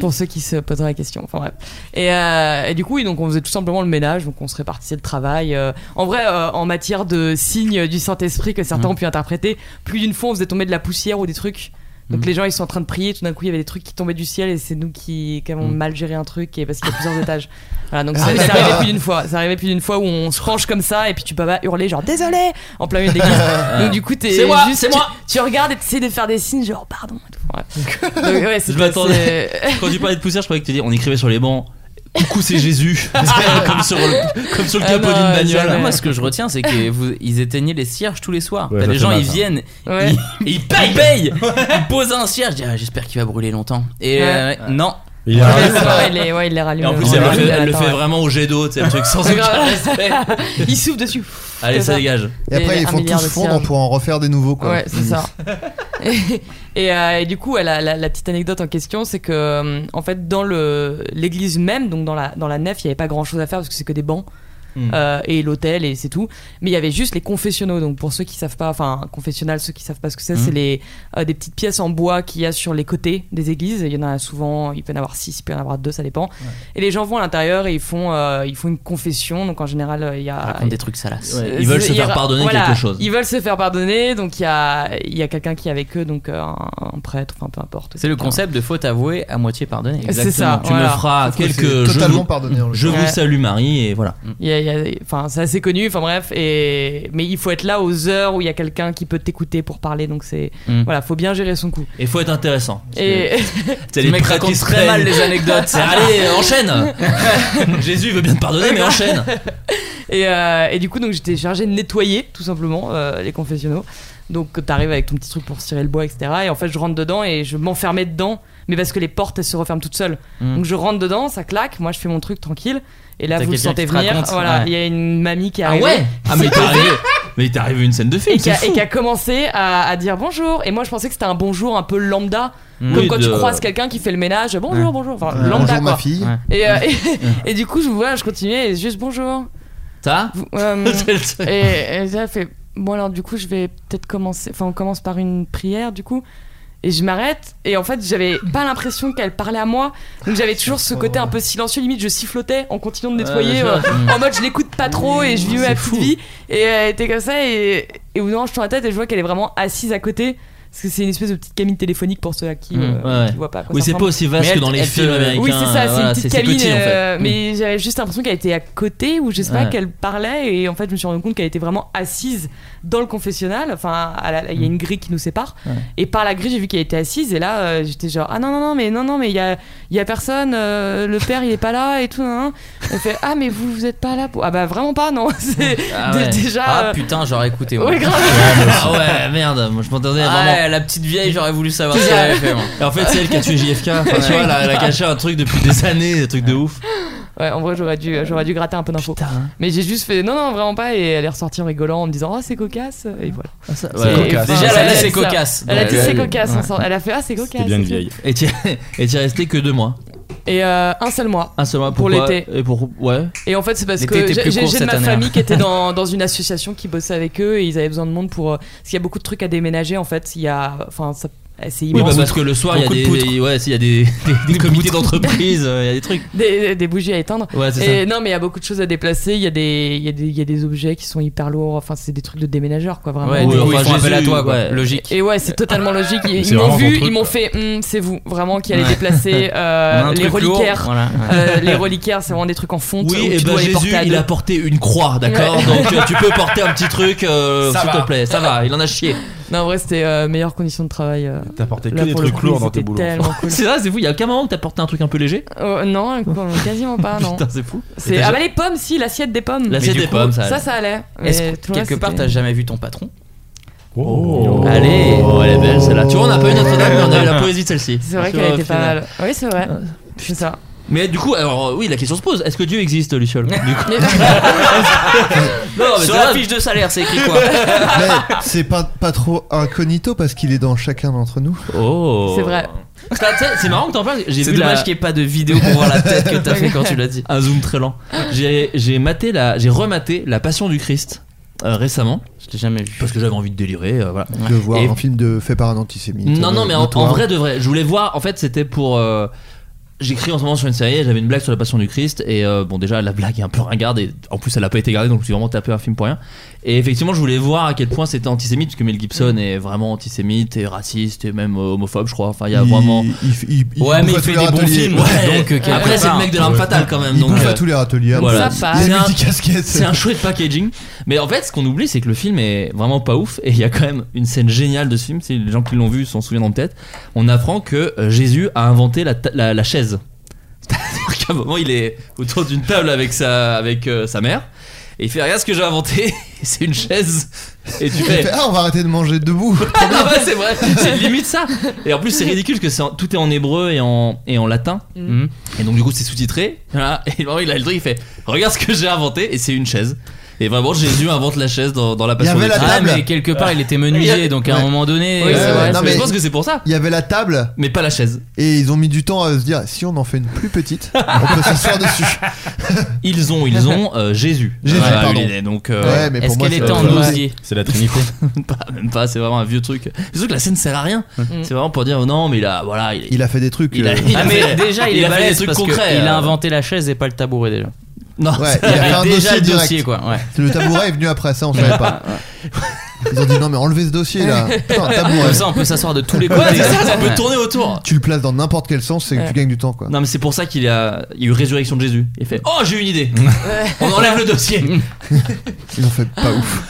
S1: pour ceux qui se poseraient la question. Enfin bref. Et, euh, et du coup, oui, donc on faisait tout simplement le ménage, donc on se répartissait le travail. euh. en vrai, euh, en matière de signes du Saint-Esprit que
S2: Mm.
S1: certains ont pu interpréter, plus d'une fois on faisait tomber de la poussière ou des trucs. Donc
S2: Mhm.
S1: les gens ils sont en train de prier, tout d'un coup il y avait des trucs qui tombaient du ciel et c'est nous qui, qui avons
S2: Mhm.
S1: mal géré un truc et parce qu'il y a plusieurs étages. Voilà donc
S2: Ah,
S1: c'est c'est
S2: d'accord.
S1: arrivé plus d'une fois, c'est arrivé plus d'une fois où on se range comme ça et puis tu peux pas hurler genre désolé en plein milieu de l'église. donc du coup t'es
S7: C'est moi,
S1: juste
S7: c'est
S1: tu-
S7: moi.
S1: Tu, regardes et t'essayes de faire des signes genre pardon et tout. Ouais. Donc, ouais, c'est-
S7: je m'attendais.
S1: c'est-
S7: Quand tu parlais de poussière, je croyais que tu dis on écrivait sur les bancs. Coucou, c'est Jésus. Ah, comme, sur le, comme
S2: Ah
S7: sur le capot d'une bagnole.
S2: Moi, ce que je retiens, c'est qu'ils éteignaient les cierges tous les soirs.
S7: Ouais,
S2: T'as
S7: ça
S2: des
S7: fait
S2: gens,
S7: mal,
S2: ils
S7: ça.
S2: viennent,
S1: Ouais.
S2: ils, ils payent, ils, payent. Ils posent un cierge. Je dis, ah, J'espère qu'il va brûler longtemps. Et euh, non.
S5: Il est
S2: Ouais,
S5: rallumé,
S2: c'est
S1: Ouais,
S2: vrai.
S1: il les, ouais, il les rallume.
S7: Et en plus,
S2: Ouais,
S7: elle,
S2: ouais,
S7: le fait,
S2: ouais,
S7: elle le
S2: attends,
S7: fait
S2: ouais.
S7: vraiment au jet d'eau, tu sais, le truc sans
S1: C'est
S7: aucun
S1: grave.
S7: respect.
S1: il souffle dessus.
S7: Allez,
S1: C'est
S7: ça
S1: ça.
S7: dégage.
S8: Et après,
S1: Et
S8: ils
S1: un
S8: font tous
S1: milliard de
S8: fondre
S1: cierges.
S8: pour en refaire des nouveaux. Quoi.
S1: Ouais,
S7: Mm.
S1: c'est ça. et, et, euh, et du coup, la, la- la petite anecdote en question, c'est que euh, en fait, dans le l'église même, donc dans la dans la nef, il y avait pas grand chose à faire parce que c'est que des bancs.
S7: Mm.
S1: euh, et l'hôtel et c'est tout. Mais il y avait juste les confessionnaux. Donc pour ceux qui savent pas, enfin confessionnal, ceux qui savent pas ce que c'est,
S7: Mm.
S1: c'est les euh, des petites pièces en bois qu'il y a sur les côtés des églises. Il y en a souvent, il peut y en avoir six, il peut y en avoir deux, ça dépend. Et les gens vont à l'intérieur et ils font euh, ils font une confession. Donc en général, euh, il y a Euh,
S5: Raconte des trucs salaces.
S7: Ouais, ils veulent se faire pardonner
S1: voilà,
S7: quelque chose.
S1: Ils veulent se faire pardonner, donc il y a, il y a quelqu'un qui est avec eux, donc euh, un, un prêtre, enfin peu importe.
S5: C'est le concept de faute avouée à moitié pardonnée.
S1: C'est Exactement. ça,
S7: Tu me
S1: voilà.
S7: feras
S1: Sauf que
S7: quelques.
S1: c'est
S7: je
S1: totalement
S7: vous-
S1: pardonné, en
S7: Je vous
S1: l'occurrence.
S7: salue Marie et voilà.
S1: Il y a- il y a- Enfin, c'est assez connu, enfin bref, et, mais il faut être là aux heures où il y a quelqu'un qui peut t'écouter pour parler, donc c'est.
S7: Mm.
S1: Voilà, faut bien gérer son coup.
S7: Et faut être intéressant. parce
S1: Et-
S7: que- T'as
S5: Ce
S7: les
S5: mec
S7: prêtres qui
S5: raconte
S7: se
S5: très
S7: traînent.
S5: mal les anecdotes.
S7: C'est, Allez, enchaîne Jésus veut bien te pardonner, mais enchaîne
S1: Et, euh, et du coup, donc j'étais chargée de nettoyer tout simplement euh, les confessionnaux. Donc t'arrives avec ton petit truc pour tirer le bois, etc. Et en fait, je rentre dedans et je m'enfermais dedans, mais parce que les portes elles se referment toutes seules.
S5: Mm.
S1: Donc je rentre dedans, ça claque, moi je fais mon truc tranquille. Et là,
S7: Mmh. T'as
S1: vous le
S7: quelqu'un
S1: sentez
S7: qui te
S1: venir.
S7: raconte,
S1: voilà,
S7: ouais.
S1: il y a une mamie qui est
S7: Ah
S1: arrivée.
S7: ouais Ah, mais il t'est arrivé, mais il t'est arrivé une scène de film,
S1: et qui, a,
S7: c'est
S1: et
S7: fou.
S1: qui a commencé à, à dire bonjour. Et moi, je pensais que c'était un bonjour un peu lambda.
S7: Mm.
S1: Comme
S7: Oui,
S1: quand
S7: de-
S1: tu croises quelqu'un qui fait le ménage, bonjour,
S7: Ouais.
S1: bonjour. Enfin,
S7: Ouais.
S1: lambda.
S7: Euh, Bonjour, ma
S1: quoi.
S7: fille. Ouais.
S1: Et, euh, et- et du coup, je, voilà, je continuais et juste bonjour.
S7: Ça
S1: Vous- euh,
S7: C'est le truc.
S1: et, et ça fait bon alors du coup je vais peut-être commencer enfin on commence par une prière du coup et je m'arrête et en fait j'avais pas l'impression qu'elle parlait à moi donc j'avais toujours ce côté un peu silencieux limite je sifflotais en continuant de nettoyer
S7: je vois.
S1: euh, en mode je l'écoute pas trop
S7: Mm.
S1: et je vis ma petite vie et euh, elle était comme ça et, et au bout d'un moment, je tourne la tête et je vois qu'elle est vraiment assise à côté parce que c'est une espèce de petite cabine téléphonique pour ceux à qui,
S7: Mm,
S1: euh,
S7: ouais.
S1: qui voient pas à quoi
S7: Oui,
S1: ça
S7: c'est
S1: ressemble.
S7: pas aussi vaste
S1: Mais
S7: que
S1: elle-
S7: dans les
S1: elle
S7: films
S1: te-
S7: américains,
S1: oui c'est ça c'est
S7: voilà,
S1: une petite
S7: c'est- c'est
S1: cabine
S7: petit, en fait.
S1: euh,
S7: Mm.
S1: mais j'avais juste l'impression qu'elle était à côté ou je sais pas
S7: Ouais.
S1: qu'elle parlait et en fait je me suis rendu compte qu'elle était vraiment assise dans le confessionnal enfin à la- il y a une grille qui nous sépare
S7: Mm. Ouais.
S1: et par la grille j'ai vu qu'elle était assise et là euh, j'étais genre ah non non non mais non non mais il y a il y a personne euh, le père il est pas là et tout non, non. on fait ah mais vous vous êtes pas là pour... ah bah vraiment pas non c'est
S5: Ah,
S1: dé-
S5: ouais.
S1: déjà
S5: ah
S1: euh,
S5: putain, j'aurais écouté.
S1: Ouais, grave.
S7: Ah ouais, merde, moi je m'entendais
S5: Ah,
S7: vraiment.
S5: la petite vieille, j'aurais voulu savoir ce
S7: C'est
S5: qu'elle
S7: ça.
S5: avait fait. moi.
S7: Et en fait, c'est elle qui a tué JFK. Enfin, tu vois, elle a elle a caché un truc depuis des années, un truc de ouf.
S1: Ouais, en vrai, j'aurais dû, j'aurais dû gratter un peu d'infos. Mais j'ai juste fait non, non, vraiment pas. Et elle est ressortie en rigolant en me disant, oh, c'est cocasse. Et voilà.
S7: ça-
S1: Ah, C'est
S7: ouais.
S1: cocasse.
S7: Déjà, elle a
S1: Ça,
S7: dit,
S1: ça.
S7: c'est cocasse.
S1: Elle a dit,
S7: Ouais.
S1: c'est cocasse. on
S7: Ouais.
S1: s'en- Elle a fait, ah, c'est cocasse. c'est tout.
S7: Et t'y et t'y es resté que deux mois.
S1: Et euh, un seul mois.
S7: Un seul mois
S1: Pour
S7: pourquoi
S1: l'été.
S7: Et pour ouais.
S1: Et en fait, c'est parce
S7: L'été
S1: que
S7: était
S1: j'ai
S7: plus
S1: j'ai
S7: court
S1: de
S7: cette
S1: ma
S7: année. hein.
S1: famille qui était dans, dans une association qui bossait avec eux et ils avaient besoin de monde pour. euh, Parce qu'il y a beaucoup de trucs à déménager en fait. Il y a. Enfin, ça- eh, c'est
S7: Oui,
S1: immense.
S7: bah, parce que le soir, il y a
S1: Beaucoup de
S7: des,
S1: poutres.
S7: des- ouais, s'il y a des, des, des comités d'entreprise, euh, il y a des trucs.
S1: Des, des- des bougies à éteindre.
S7: Ouais, c'est
S1: et
S7: ça.
S1: non, mais il y a beaucoup de choses à déplacer. Il y, a des- il y, a des- il y a des objets qui sont hyper lourds. Enfin, c'est des trucs de déménageur, quoi, vraiment.
S5: Ouais, du coup, ils font appel à toi, quoi. Logique.
S1: Et ouais, c'est totalement logique. Ils,
S5: Mais
S1: ils
S5: c'est
S1: m'ont
S5: vraiment
S1: vu,
S5: ton truc,
S1: ils m'ont fait, Hum, c'est vous, vraiment, qui allez déplacer
S5: On a
S1: euh,
S5: un
S1: les
S5: truc lourd,
S1: reliquaires.
S5: voilà.
S1: Euh, les reliquaires, c'est vraiment des trucs en fonte.
S7: Oui,
S1: où
S7: et
S1: tu
S7: ben
S1: dois les
S7: Jésus,
S1: porter à
S7: il
S1: deux.
S7: a porté une croix, d'accord
S1: Ouais.
S7: Donc euh, tu peux porter un petit truc, euh,
S1: Ça
S7: s'il
S1: va.
S7: te plaît, ça va, il en a chié.
S1: Non, en vrai, c'était euh, meilleures conditions de travail. euh,
S7: T'as porté
S1: que Là, des pour le trucs coup, lourds ils dans tes étaient boulots. tellement cool.
S7: c'est ça, c'est fou, il y a aucun moment que t'as porté un truc un peu léger
S1: euh, non, quoi, quasiment pas, non.
S7: Putain, c'est fou.
S1: C'est- ah bah les pommes, si, l'assiette des pommes.
S7: L'assiette
S1: Mais du
S7: des
S1: coup,
S7: pommes, ça
S1: Ça,
S7: allait.
S1: ça allait. Mais
S5: Est-ce que
S1: tout le reste,
S5: quelque part,
S1: c'était-
S5: t'as jamais vu ton patron
S7: Oh. Allez, oh, elle est belle celle-là. Tu vois, on n'a pas eu Notre-Dame, mais on a eu la poésie de celle-ci.
S1: C'est vrai
S7: Ah, Tu
S1: qu'elle
S7: vois,
S1: était pas
S7: finalement.
S1: mal. Oui, c'est vrai. C'est ça.
S7: Mais du coup, alors euh, oui, la question se pose est-ce que Dieu existe, Luciole Du coup- Non, mais
S5: Sur
S7: c'est
S5: la
S7: vrai.
S5: fiche de salaire, c'est écrit quoi
S8: Mais c'est pas, pas trop incognito parce qu'il est dans chacun d'entre nous.
S7: Oh.
S5: C'est vrai.
S7: Parce que, tu sais, C'est marrant que t'en parles. J'ai
S5: C'est
S7: vu
S5: dommage
S7: la-
S5: qu'il n'y ait pas de vidéo pour voir la tête que t'as fait quand tu l'as dit.
S7: Un zoom très lent. J'ai j'ai maté la, j'ai rematé la Passion du Christ euh, récemment. Je l'ai jamais vu. Parce que j'avais envie de délirer, euh, voilà.
S8: De voir
S7: Et-
S8: un film de fait par un antisémite. Euh, hein.
S7: Non, non, mais en,
S8: notoire.
S7: en vrai de vrai, je voulais voir. En fait, c'était pour. euh, J'écris en ce moment sur une série, et j'avais une blague sur la passion du Christ, et euh, bon, déjà, la blague est un peu ringarde, et en plus, elle n'a pas été gardée, donc je me suis vraiment tapé un film pour rien. Et effectivement, je voulais voir à quel point c'était antisémite, parce que Mel Gibson est vraiment antisémite, et raciste, et même euh, homophobe, je crois. Enfin, il y a
S8: Il-
S7: vraiment.
S8: il- il- il
S7: ouais, mais il
S8: bouffe à
S7: fait des
S8: tous les
S7: bons
S8: râteliers.
S7: films, ouais.
S8: Donc, euh, quelque
S7: Après, c'est le
S8: part.
S7: mec de l'arme
S8: Ouais.
S7: fatale quand même.
S8: Il
S7: donc,
S8: bouffe à
S7: euh,
S8: tous les râteliers.
S7: voilà.
S8: Ça passe.
S7: C'est
S8: Il a
S7: un-
S8: mis des casquettes.
S7: C'est un chouette packaging. Mais en fait, ce qu'on oublie, c'est que le film est vraiment pas ouf. Et il y a quand même une scène géniale de ce film. Si les gens qui l'ont vu s'en souviendront peut-être, on apprend que euh, Jésus a inventé la, ta- la- la chaise. C'est-à-dire qu'à un moment, il est autour d'une table avec sa, avec, euh, sa mère. Et il fait Regarde ce que j'ai inventé. c'est une chaise. Et tu
S8: Il
S7: fais
S8: fait, ah, on va arrêter de manger debout.
S7: ah non, ouais, c'est vrai, c'est limite ça. Et en plus, c'est ridicule parce que c'est en- tout est en hébreu et en, et en latin.
S1: Mhm.
S7: Et donc, du coup, c'est sous-titré. Voilà. Et le moment, il a le truc, il fait Regarde ce que j'ai inventé, et c'est une chaise. Et vraiment, Jésus invente la chaise dans, dans la
S8: Il y
S7: passion.
S8: avait
S7: des
S8: la
S7: Christ.
S8: table.
S7: Ah, mais quelque part, il était menuisier, donc à un
S8: Ouais.
S7: moment donné.
S8: Oui, c'est
S7: euh,
S8: vrai. Non, mais-
S7: je pense que c'est pour ça.
S8: Il y avait la table.
S7: Mais pas la chaise.
S8: Et ils ont mis du temps à se dire si on en fait une plus petite, on peut s'asseoir dessus.
S7: Ils ont, ils ont euh, Jésus.
S8: Jésus,
S7: Voilà,
S8: pardon.
S7: il est donc, euh,
S8: Ouais, mais pour Est-ce moi, qu'elle c'est- était en
S7: Ouais.
S8: osier
S5: C'est la Trinité.
S7: pas, même pas, c'est vraiment un vieux truc. C'est sûr que la scène sert à rien.
S1: Mm.
S7: C'est vraiment pour dire non, mais il a, voilà, il,
S8: Il a fait des trucs.
S7: il a-
S8: euh,
S7: il a
S1: Ah, mais
S7: fait-
S1: déjà, il,
S7: il
S1: est
S7: a fait
S1: balèze
S7: des trucs
S1: parce que
S7: concrets,
S1: Il
S7: euh.
S1: a inventé la chaise et pas le tabouret déjà.
S7: non,
S8: Ouais,
S7: c'est-
S8: il a fait un
S1: déjà
S8: dossier
S1: le
S8: direct.
S1: dossier quoi. Ouais.
S8: Le tabouret est venu après ça, on savait pas. Ils ont dit non mais enlevez ce dossier là. Putain, un tabouret.
S1: Comme ça, on peut s'asseoir de tous les
S7: Ouais,
S1: côtés.
S7: c'est ça, ça peut
S1: Ouais.
S7: tourner autour.
S8: Tu le places dans n'importe quel sens, c'est que tu gagnes du temps quoi.
S7: Non, mais c'est pour ça qu'il y a, il y a eu résurrection de Jésus. Il fait Oh, j'ai une idée. On enlève le dossier.
S8: Ils ont fait pas ouf.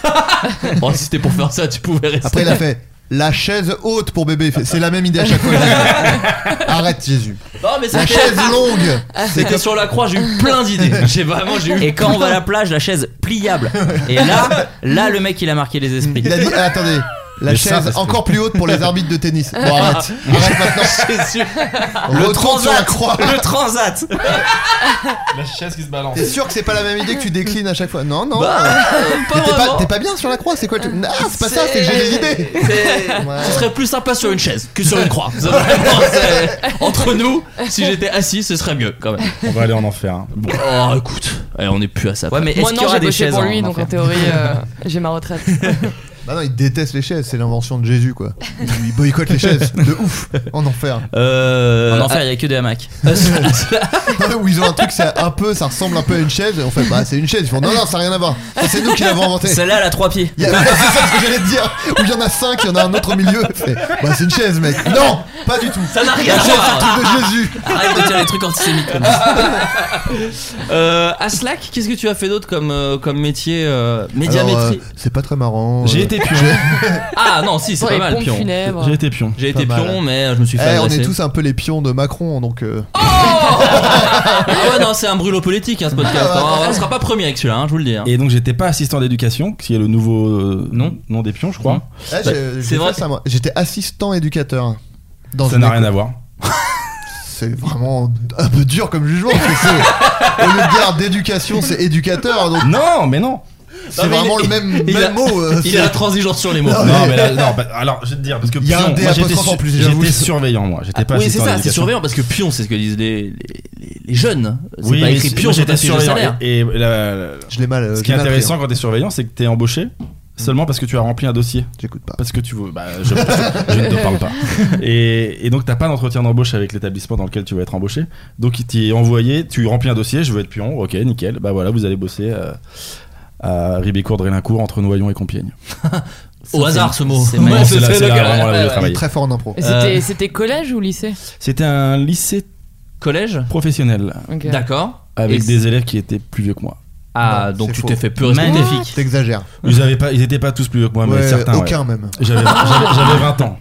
S7: bon, si c'était pour faire ça, tu pouvais rester.
S8: Après il a fait la chaise haute pour bébé. Il fait, C'est la même idée à chaque fois. Jésus. Arrête Jésus.
S7: Non, mais
S8: La
S7: c'était,
S8: chaise longue.
S7: c'était sur la croix, j'ai eu plein d'idées. J'ai vraiment, j'ai eu.
S1: Et quand on va à la plage, la chaise pliable. Et là, là, le mec, il a marqué les esprits.
S8: Il a dit ah, attendez. La
S5: Mais ça,
S8: chaise
S5: parce que-
S8: encore plus haute pour les arbitres de tennis. Bon, arrête. Arrête maintenant.
S7: Jésus.
S8: Le sur la croix.
S7: Le transat.
S5: La chaise qui se balance.
S8: T'es sûr que c'est pas la même idée que tu déclines à chaque fois Non, non.
S7: Pas
S8: Mais T'es pas,
S7: Bah, vraiment.
S8: t'es pas bien sur la croix, c'est quoi le truc Ah, c'est pas ça, c'est que j'ai des idées.
S7: C'est-
S8: Ouais.
S7: Ce serait plus sympa sur une chaise que sur une croix. Ça, vraiment, c'est- Entre nous, si j'étais assis, ce serait mieux quand même.
S5: On va aller en enfer. hein.
S7: Bon, oh, écoute, allez, on est plus à ça.
S1: Ouais, mais est-ce
S2: Moi
S1: qu'il y
S2: non,
S1: aura
S2: j'ai
S1: des
S2: bossé
S1: chaises
S2: pour
S1: en
S2: lui, donc
S1: enfer
S2: en théorie, euh, j'ai ma retraite.
S8: Bah non, il déteste les chaises, c'est l'invention de Jésus quoi. Il il boycotte les chaises, de ouf, en enfer.
S7: Euh,
S1: En enfer, il y a que des hamacs.
S7: à- à cela- à cela-
S8: Non, Où ils ont un truc, c'est un peu, ça ressemble un peu à une chaise, et on fait bah c'est une chaise. Ils font non, non, ça n'a rien à voir, Ça, c'est nous qui l'avons inventé.
S1: Celle-là, elle a trois pieds.
S8: Il y a- C'est ça ce que j'allais te dire, où il y en a cinq, il y en a un autre au milieu. C'est- Bah c'est une chaise, mec. Non, pas du tout.
S7: Ça Ah, n'a rien
S8: La
S7: à
S8: chaise,
S7: voir.
S8: c'est le truc de Jésus.
S1: Arrête de dire les trucs antisémites. comme ça.
S7: Euh, à Slack, qu'est-ce que tu as fait d'autre comme, euh, comme métier euh,
S8: Alors, euh,
S7: Médiamétrie.
S8: c'est pas très marrant.
S5: J'ai
S8: euh,
S5: été pion.
S7: Ah non, si, c'est
S2: Pour
S7: pas
S2: les
S7: mal,
S2: pompes
S7: pion.
S2: funèbres.
S5: J'ai été pion.
S7: J'ai été
S8: Pas mal.
S7: pion, mais euh, je me suis fait
S8: eh, on
S7: agresser.
S8: est tous un peu les pions de Macron, donc. euh,
S7: Ah ouais, non, c'est un brûlot politique, hein, ce podcast. hein. On sera pas premier avec celui-là, hein, je vous le dis. hein.
S5: Et donc j'étais pas assistant d'éducation, qui est le nouveau euh,
S7: Non.
S5: nom des pions, je crois.
S8: eh, j'ai- j'ai fait
S7: Bah, vrai.
S8: ça, moi. J'étais assistant éducateur. Dans
S5: Ça
S8: une
S5: n'a rien à voir.
S8: C'est vraiment un peu dur comme jugement parce que c'est au lieu de dire d'éducation, c'est éducateur, donc
S5: Non, mais non.
S8: c'est
S7: mais
S8: vraiment
S7: il-
S8: le même,
S7: il
S8: même
S7: a-
S8: mot. euh,
S7: Il
S8: c'est-
S7: a la transigeance sur les mots.
S8: Non,
S5: Non, mais là, non, bah, alors je vais te dire, parce que
S8: Il y a
S5: pion,
S8: un D
S5: moi, j'étais,
S8: apostrophe en
S5: su-
S8: plus, j'avoue.
S5: j'étais surveillant, moi. J'étais pas
S7: Ah, oui, c'est
S5: assistant
S7: ça, c'est
S5: d'éducation.
S7: surveillant parce que pion, c'est ce que disent les, les, les- les jeunes. C'est
S5: Oui,
S7: pas
S5: mais
S7: écrit
S5: si-
S7: pion,
S5: moi,
S7: sur ta
S5: j'étais
S7: fiche de
S5: surveillant.
S7: salaire.
S5: Et la- la-
S8: Je l'ai mal. euh,
S5: ce
S8: je
S5: qui est
S8: l'ai mal
S5: intéressant
S8: pris,
S5: quand t'es surveillant, c'est que t'es embauché seulement parce que tu as rempli un dossier.
S8: hein. J'écoute pas.
S5: Parce que tu veux. Bah, je, je ne te parle pas. Et, et donc, t'as pas d'entretien d'embauche avec l'établissement dans lequel tu vas être embauché. Donc, il t'y est envoyé, tu remplis un dossier, je veux être pion, ok, nickel. Bah voilà, vous allez bosser euh, à Ribécourt, Drélincourt, entre Noyon et Compiègne.
S7: Au hasard, ce mot.
S1: C'est
S7: Ouais,
S5: Moi,
S1: magnifique.
S5: c'est là,
S7: le
S5: c'est là
S7: gars.
S5: vraiment là où j'ai
S8: Il
S5: travaillé.
S8: est très fort en impro.
S2: Et c'était-
S7: Euh.
S2: C'était collège ou lycée
S5: C'était un lycée
S7: Collège
S5: professionnel
S2: Ok.
S7: D'accord.
S5: avec
S7: Et-
S5: des élèves qui étaient plus vieux que moi.
S7: Ah,
S8: Non,
S7: donc
S8: Bah, c'est
S7: tu
S8: faux.
S7: t'es fait peu respecter.
S8: Magnifique. T'exagères.
S5: Ils avaient pas, ils étaient pas tous plus vieux que moi, mais
S8: Ouais,
S5: certains. ouais.
S8: aucun même. Oh,
S5: J'avais, j'avais- j'avais 20 ans.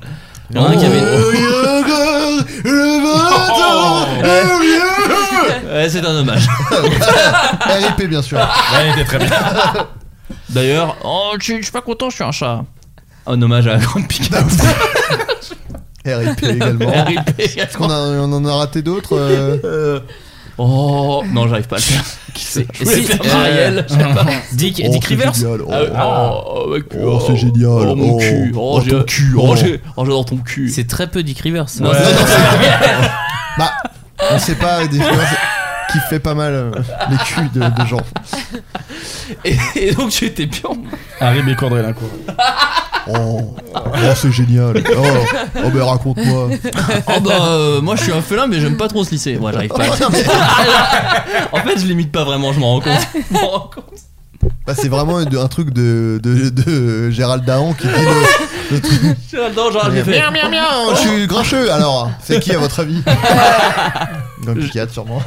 S7: Il y en a un qui avait- Oh.
S8: eh
S7: Ouais, c'est un hommage.
S8: RIP bien sûr.
S5: Ouais, il était très bien.
S7: D'ailleurs, oh, je suis- je suis pas content, je suis un chat. Un hommage à Grand
S8: Bah
S7: Picard.
S8: RIP également. Est-ce qu'on a- on en a raté d'autres euh,
S7: Euh, Oh non, j'arrive pas à le faire. Qui c'est
S1: Je voulais faire Marielle,
S7: je sais pas. Dick,
S8: Oh,
S7: Dick
S8: c'est
S7: Rivers
S8: génial, oh.
S7: Ah, Oh, mec,
S8: Oh, c'est génial,
S7: Oh mon
S8: oh.
S7: cul.
S8: Oh,
S7: j'ai-
S8: ton cul,
S7: Oh,
S8: oh.
S7: j'ai- oh, j'adore ton cul.
S1: C'est très peu Dick Rivers.
S7: Ouais.
S8: Bah, on sait pas des choses qui fait pas mal euh, les culs de, de gens.
S7: Et, et donc tu étais pion.
S5: Harry Bécourt, Drélincourt.
S8: Oh, oh, c'est génial. Oh, oh ben raconte-moi.
S7: Oh bah euh, moi je suis un félin mais j'aime pas trop se lisser. Moi j'arrive pas. à- en fait je l'imite pas vraiment, je m'en rends compte. Je m'en rends compte.
S8: Bah, c'est vraiment un, un truc de, de, de Gérald Dahan qui dit le, le truc.
S7: Je suis là-dedans, genre j'ai fait.
S8: Oh, je suis grincheux alors. C'est qui à votre avis Donkey Cat sûrement.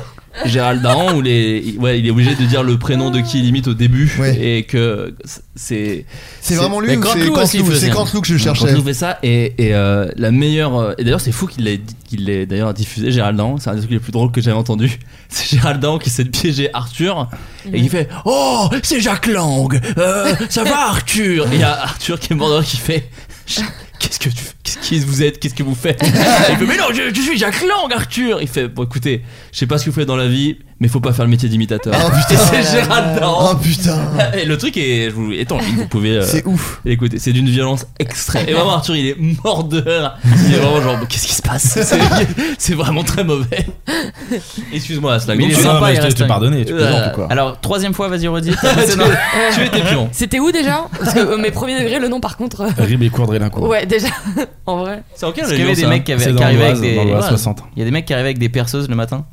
S7: Gérald Dahan où les... ouais, il est obligé de dire le prénom de qui il imite au début
S8: Ouais.
S7: et que c'est
S8: C'est vraiment lui
S7: Mais
S8: ou c'est
S7: Canteloup aussi
S8: Canteloup C'est
S7: faisait.
S8: Canteloup que je
S7: Quand
S8: cherchais.
S7: on fait ça et, et, euh, la meilleure euh, et d'ailleurs c'est fou qu'il l'ait qu'il l'ait d'ailleurs diffusé Gérald Dahan c'est un des trucs les plus drôles que j'avais entendu c'est Gérald Dahan qui essaie de piéger Arthur et qui fait oh c'est Jacques Lang Euh, ça va Arthur et il y a Arthur qui est mort de rire qui fait qu'est-ce que tu qu'est-ce Qu'est-ce que vous êtes Qu'est-ce que vous faites Il fait Mais non, je, je suis Jacques Lang, Arthur Il fait Bon, écoutez, je sais pas ce que vous faites dans la vie, mais faut pas faire le métier d'imitateur.
S8: Oh,
S7: Et
S8: putain.
S7: c'est Gérald Darmon.
S8: Oh, putain.
S7: Et le truc est. Je vous, étant, vous pouvez. euh,
S8: C'est ouf.
S7: Écoutez, c'est d'une violence extrême. Et vraiment, Arthur, il est mort de rire. Il est vraiment genre, mais qu'est-ce qui se passe C'est- C'est vraiment très mauvais. Excuse-moi, Aslag.
S1: Mais il est
S7: Donc,
S1: sympa,
S7: tu-
S1: il
S7: tu-
S1: reste
S7: tu
S1: un-
S7: pardonnes, tu
S1: Euh,
S7: plaisantes ou quoi
S1: Alors, troisième fois, vas-y, redis.
S7: tu es des pions.
S1: hein.
S2: C'était où déjà Parce que euh, mes premiers degrés, le nom par contre. euh,
S5: Rib et court, Drélincourt.
S2: Ouais, déjà, en vrai.
S7: C'est aucun
S1: Parce qu'il y avait des mecs qui, avaient-
S5: C'est
S1: qui
S5: dans
S1: arrivaient avec
S5: l'Oise,
S1: des.
S5: dans l'Oise
S1: Ouais.
S5: 60.
S1: Il y a des mecs qui arrivaient avec des perceuses le matin.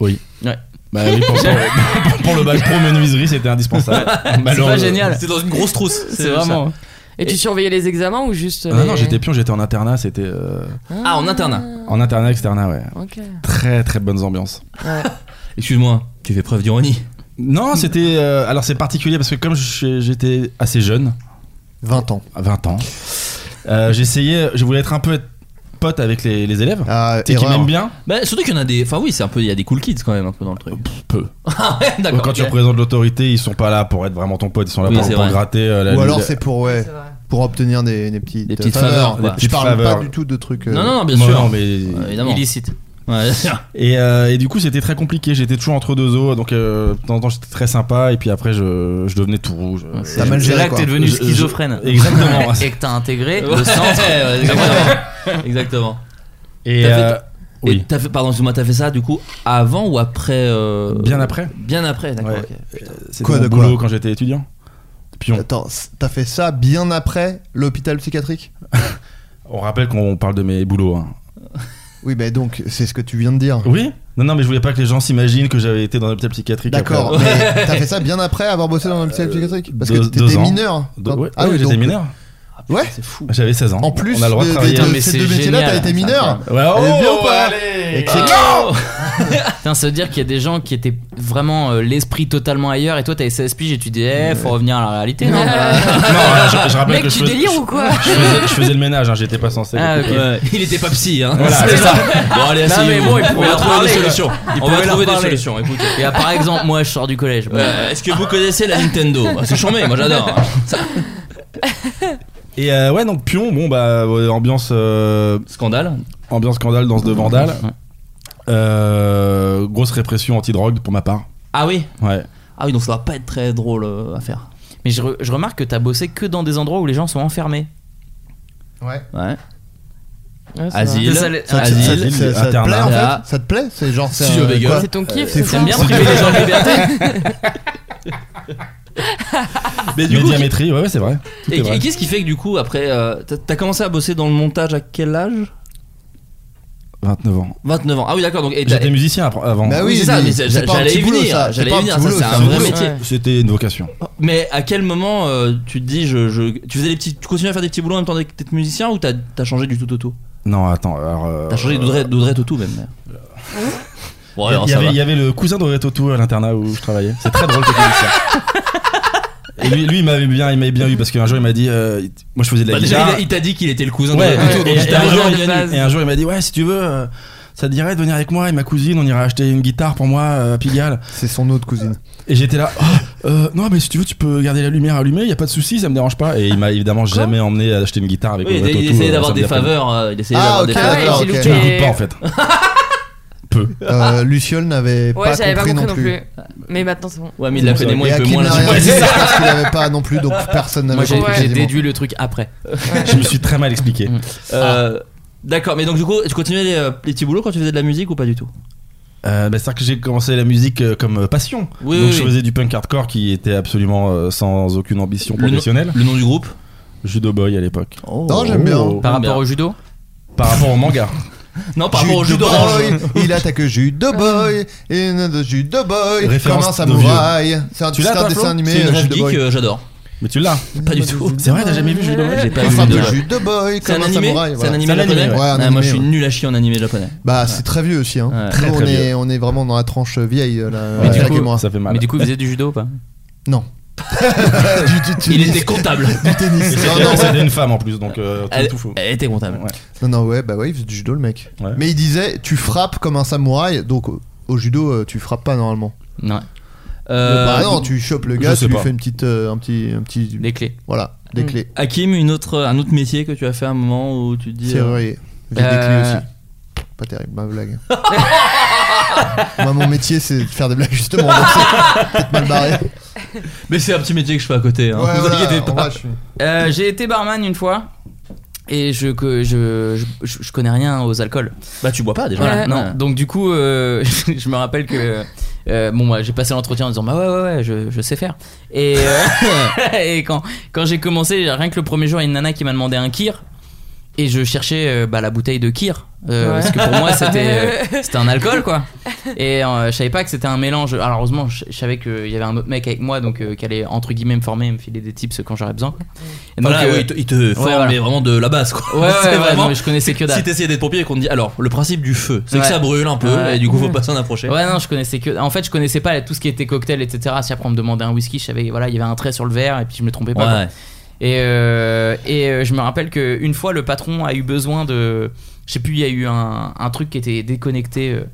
S5: Oui.
S1: Ouais.
S5: Bah oui, pour, pour- pour le bac pro menuiserie, c'était indispensable.
S1: C'est
S5: Malheureux.
S1: pas génial.
S7: euh, C'est dans une grosse trousse.
S1: C'est vraiment.
S2: Et, tu surveillais les examens ou juste.
S5: Ah non,
S2: les-
S5: non, j'étais pion, j'étais en internat, c'était euh,
S7: Ah, en internat.
S5: en internat externat, ouais.
S2: Ok.
S5: Très très bonnes ambiances.
S2: Ouais.
S7: Excuse-moi, tu fais preuve d'ironie.
S5: Non, c'était euh, alors c'est particulier parce que comme je- j'étais assez jeune,
S8: 20 ans.
S5: à 20 ans, euh, j'essayais, je voulais être un peu être pote avec les, les élèves.
S8: Ah,
S5: Tu sais, qui
S8: erreur.
S5: m'aiment bien
S7: Bah, surtout qu'il y en a des. Enfin, oui, c'est un peu. Il y a des cool kids quand même, un peu dans le truc.
S5: Peu.
S7: Ah ouais, d'accord.
S5: Quand tu
S7: ok.
S5: représentes l'autorité, ils sont pas là pour être vraiment ton pote, ils sont là
S7: Oui,
S5: pour,
S7: c'est
S5: pour
S7: vrai.
S5: gratter euh, la
S8: Ou alors
S5: la-
S8: c'est pour ouais, pour obtenir des, des petites, euh,
S7: Des petites faveurs, quoi.
S8: Je
S5: Petites
S8: parle
S5: faveurs.
S8: pas du tout de trucs. euh,
S7: Non, non, non, bien
S5: Non,
S7: sûr.
S5: non, mais
S7: Euh, évidemment.
S1: Illicite.
S7: Ouais,
S5: Et, euh, et du coup, c'était très compliqué. J'étais toujours entre deux eaux. Donc, euh, de temps en temps, j'étais très sympa. Et puis après, je, je devenais tout rouge. Euh,
S8: T'as mal
S1: C'est
S8: géré,
S1: là que
S8: quoi.
S1: t'es devenu
S5: Je- je-
S1: schizophrène.
S5: Exactement.
S1: Et que t'as intégré
S7: Ouais,
S1: le centre.
S7: ouais, exactement. exactement.
S5: Et
S7: T'as fait-
S5: euh,
S7: Oui.
S5: oui.
S7: Et t'as fait, pardon, excuse-moi, t'as fait ça du coup avant ou après euh,
S5: Bien après.
S7: Bien après, d'accord.
S5: Ouais.
S7: ok.
S5: C'était
S8: Quoi,
S5: mon
S8: de quoi
S5: boulot quand j'étais étudiant. Pion.
S8: Attends, c- t'as fait ça bien après l'hôpital psychiatrique
S5: On rappelle qu'on parle de mes boulots. hein.
S8: Oui, mais donc c'est ce que tu viens de dire.
S5: Oui Non, non, mais je voulais pas que les gens s'imaginent que j'avais été dans l'hôpital psychiatrique.
S8: D'accord,
S5: après.
S8: mais t'as fait ça bien après avoir bossé dans l'hôpital psychiatrique Parce que
S5: Euh, deux- deux
S8: t'étais
S5: ans.
S8: mineur.
S5: De-
S8: quand- Ah
S5: ouais, ouais, j'étais
S8: donc-
S5: mineur.
S8: Ouais.
S7: C'est fou.
S5: J'avais 16 ans.
S8: En plus
S5: on a le droit de
S8: de- de-
S5: travailler.
S8: de-
S1: mais
S8: ces
S1: c'est
S8: deux métiers-là,
S1: génial.
S8: t'as été
S1: C'est
S8: mineur.
S1: incroyable.
S5: Ouais, oh,
S8: Elle est bien ou pas
S5: allez
S8: Et
S7: Ah,
S8: que c'est-
S1: Putain, ça veut dire qu'il y a des gens qui étaient vraiment euh, l'esprit totalement ailleurs et toi t'avais 16 piges et tu dis, eh, faut revenir à la réalité, non
S5: Non, je, je rappelle
S2: Mec,
S5: que je
S2: tu
S5: faisais,
S2: délires ou quoi
S5: je faisais, je faisais le ménage, hein, j'étais pas censé.
S1: Ah, ok.
S7: Ouais. Il était pas psy, hein.
S5: Voilà, c'est ça.
S7: Bon, allez,
S1: Non, mais
S7: asseyez-vous.
S1: bon, il
S7: On
S1: pouvait
S7: va
S1: leur
S7: trouver
S1: parler.
S7: des solutions.
S1: Il
S7: On va
S1: pouvait leur
S7: trouver des
S1: parler.
S7: solutions, écoutez.
S1: Et là, par exemple, moi je sors du collège. Bon.
S7: Euh, Est-ce que vous connaissez la Nintendo Bah, C'est charmé, moi j'adore. hein.
S5: Et euh, ouais, donc pion, bon bah ouais, ambiance euh,
S7: Scandale.
S5: ambiance scandale danse de vandale. Euh, grosse répression anti-drogue pour ma part.
S7: Ah oui
S5: Ouais.
S7: Ah oui, donc ça va pas être très drôle euh, à faire.
S1: Mais je, re- je remarque que t'as bossé que dans des endroits où les gens sont enfermés.
S8: Ouais.
S7: Ouais.
S2: Ouais, c'est
S7: Asile.
S1: Ça, ça-
S8: Ça,
S7: Asile,
S8: ça- ça- ça te
S5: internat.
S8: plaît en
S7: Là.
S8: fait Ça te plaît C'est genre. c'est
S7: Studio
S8: un-
S7: Bagel.
S2: vrai.
S8: quoi
S2: C'est ton kiff ça
S8: C'est fou.
S1: T'aimes bien priver les gens de liberté
S5: Mais
S7: du coup,
S5: Médiamétrie, ouais, ouais, c'est vrai. Tout
S7: Et,
S5: est vrai.
S7: et qu'est-ce qui fait que du coup, après, euh, t'as- t'as commencé à bosser dans le montage à quel âge
S5: 29 ans.
S7: 29 ans. Ah oui, d'accord. Donc, et t'as-
S5: J'étais musicien après- avant.
S8: Bah oui,
S7: c'est ça,
S8: oui.
S7: mais c'est-
S8: C'est pas un
S7: j'allais
S8: petit
S7: y
S8: boulot,
S7: venir,
S8: ça.
S7: j'allais y
S8: C'est pas un
S7: venir,
S8: petit
S7: ça, c'est
S8: boulot, c'est
S7: un vrai
S8: un boulot.
S7: métier.
S5: C'était une vocation.
S7: Mais à quel moment euh, tu te dis, je, je- tu faisais des petits, tu continuais à faire des petits boulots en même temps que t'étais musicien ou t'as as changé du tout au tout
S5: Non, attends. Alors, euh,
S7: T'as changé d'Audrey d'Audrey au tout même.
S5: Il y,
S7: Bon alors
S5: il y
S7: ça
S5: avait,
S7: va.
S5: il y avait le cousin d'Auré Toto à l'internat où je travaillais. C'est très drôle cette histoire. Et lui, lui il m'avait bien, il m'avait bien eu parce qu'un jour il m'a dit, euh, il- moi je faisais de la
S7: Bah, déjà,
S5: guitare.
S7: il, a- il t'a dit qu'il était le cousin
S5: Ouais,
S7: de
S5: plutôt, donc
S7: Et-
S5: j'étais
S7: et-
S5: un
S7: et-
S5: jour
S7: et-
S5: bienvenu. Et un jour, il m'a dit Ouais, si tu veux, euh, ça te dirait de venir avec moi et ma cousine, on ira acheter une guitare pour moi euh, à Pigalle.
S8: C'est son autre cousine.
S5: Et j'étais là Ah, euh, Non, mais si tu veux, tu peux garder la lumière allumée, y a pas de souci, ça me dérange pas. Et il m'a évidemment jamais emmené à acheter une guitare avec
S7: Oui,
S5: le
S7: il,
S5: vrai
S7: il
S5: Toto,
S7: essayait
S5: euh,
S7: d'avoir
S5: samedi
S7: des
S5: après-midi.
S7: faveurs. euh, il essayait
S8: Ah,
S7: d'avoir
S8: ok,
S7: des
S2: Ah ouais,
S7: faveurs.
S8: d'accord.
S2: j'ai
S8: ok.
S2: loupé.
S5: Tu m'écoutes pas en fait. Peu.
S8: Euh, Luciole n'avait
S2: Ouais,
S8: pas
S2: j'avais pas
S8: compris non plus.
S2: plus. Mais maintenant c'est bon.
S7: Ouais, mais il l'a fait des mois,
S8: Et
S7: il peut
S8: Hakim
S7: moins
S8: n'a rien
S7: la
S8: dit parce qu'il n'avait pas non plus, donc personne
S1: Moi
S8: n'avait
S1: j'ai
S8: compris.
S1: j'ai
S8: quasiment.
S1: déduit le truc après.
S5: Je me suis très mal expliqué.
S7: Euh, D'accord, mais donc du coup, tu continuais les, euh, les petits boulots quand tu faisais de la musique ou pas du tout
S5: Euh, bah, C'est-à-dire que j'ai commencé la musique euh, comme euh, passion.
S7: Oui,
S5: Donc
S7: oui,
S5: je
S7: oui.
S5: faisais du punk hardcore qui était absolument euh, sans aucune ambition
S7: Le nom-
S5: professionnelle.
S7: Le nom du groupe
S5: Judo Boy à l'époque.
S8: Non, j'aime bien.
S5: Oh.
S1: Par rapport
S7: bien.
S1: au judo
S5: Par rapport au manga.
S7: Non, par rapport au
S8: Jude
S7: jus d'orange.
S8: boy, il attaque Judo Boy, il a de Judo Boy,
S5: Référence
S8: comme un
S5: de
S8: samouraï. C'est un,
S5: Tu
S8: c'est
S5: l'as,
S8: un
S5: toi, Flo
S8: dessin animé,
S7: C'est une
S8: euh,
S7: rêve
S8: Judo
S7: geek,
S8: Boy.
S7: euh, j'adore.
S5: Mais tu l'as
S7: Pas du tout.
S5: C'est vrai, t'as jamais vu Ah, Judo Boy
S7: J'ai pas
S8: Un
S7: vu
S8: frappe de
S7: Judo.
S8: Judo Boy,
S7: C'est
S8: comme
S7: un
S8: un
S7: animé
S8: samouraï.
S7: C'est un
S8: voilà.
S7: animé
S5: C'est un animé,
S7: japonais
S8: ouais, un
S7: Ah, Moi
S8: animé,
S7: je suis
S8: ouais.
S7: nul à chier en animé japonais.
S8: Bah, c'est très vieux aussi. Hein.
S7: Ouais.
S8: Nous,
S5: Très, très
S8: on, est,
S5: vieux.
S8: on est vraiment dans la tranche vieille. euh, Là,
S5: Mais du
S8: Jacques et
S5: coup,
S8: moi.
S5: Ça fait mal.
S1: Mais du coup, il faisait du judo ou pas
S8: Non. du, du
S7: Il
S8: tennis.
S7: était comptable.
S8: Du tennis.
S5: Et
S8: Non,
S5: c'était-
S8: non, ouais.
S5: C'était une femme en plus, donc euh, tout,
S7: Elle,
S5: tout fou.
S7: elle était comptable.
S5: Ouais.
S8: Non, non, ouais, bah ouais, il faisait du judo le mec.
S5: Ouais.
S8: Mais il disait, tu frappes comme un samouraï, donc au, au judo, euh, tu frappes pas normalement.
S1: Non.
S7: Euh,
S8: bah non, tu chopes le
S7: je
S8: gars, tu
S7: sais
S8: lui
S7: pas.
S8: fais une petite, euh, un petit, un petit. Des
S1: clés.
S8: Voilà, des
S7: Mm.
S8: clés.
S7: Hakim, une autre, un autre métier que tu as fait à un moment où tu te dis.
S1: euh,
S8: Serrurier. Vide des clés aussi. Pas terrible, ma blague. Moi, mon métier, c'est de faire des blagues justement. donc c'est peut-être mal barré.
S7: Mais c'est un petit métier que je fais à côté. Hein.
S8: Ouais,
S7: vous
S8: voilà,
S7: inquiétez
S8: en
S7: pas.
S8: vrai, je suis-
S1: Euh, j'ai été barman une fois. Et je, que- je, je, je connais rien aux alcools.
S7: Bah, tu bois pas déjà.
S1: Voilà,
S7: Ouais.
S1: non. Donc, du coup, euh, je me rappelle que. euh, bon, moi, j'ai passé l'entretien en disant Bah ouais, ouais, ouais, je, je sais faire. Et, euh, et quand, quand j'ai commencé, rien que le premier jour, il y a une nana qui m'a demandé un kir. Et je cherchais euh, bah, la bouteille de kir. euh,
S7: Ouais.
S1: Parce que pour moi, c'était euh, c'était un alcool, quoi. Et euh, je savais pas que c'était un mélange. Alors, heureusement, je, je savais qu'il y avait un autre mec avec moi, donc euh, qui allait entre guillemets me former et me filer des tips quand j'aurais besoin. Et donc,
S7: Voilà,
S1: euh,
S7: ouais, il te, il te
S1: ouais,
S7: forme,
S1: voilà.
S7: mais vraiment de la base, quoi.
S1: Ouais, ouais,
S7: C'est
S1: ouais,
S7: vraiment-
S1: non, mais je connaissais que dalle.
S7: Si t'essayais d'être pompier et qu'on te dit, alors, le principe du feu, c'est que
S1: Ouais.
S7: ça brûle un peu,
S1: Ouais.
S7: et du coup, faut pas s'en approcher.
S1: Ouais, non, je connaissais que. En fait, je connaissais pas tout ce qui était cocktail, etc. Si après on me demandait un whisky, je savais, voilà, il y avait un trait sur le verre et puis je me trompais pas.
S7: Ouais,
S1: quoi.
S7: ouais.
S1: Et, euh, et euh, je me rappelle qu'une fois, le patron a eu besoin de. Je sais plus, il y a eu un, un truc qui était déconnecté. euh,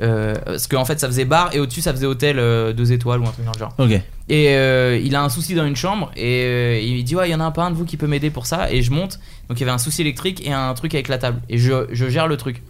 S1: euh, parce qu'en fait, ça faisait bar et au-dessus, ça faisait hôtel euh, deux étoiles ou un truc dans le genre.
S7: Ok.
S1: Et euh, il a un souci dans une chambre et euh, il dit ouais il y en a un pas un de vous qui peut m'aider pour ça et je monte donc il y avait un souci électrique et un truc avec la table et je, je gère le truc.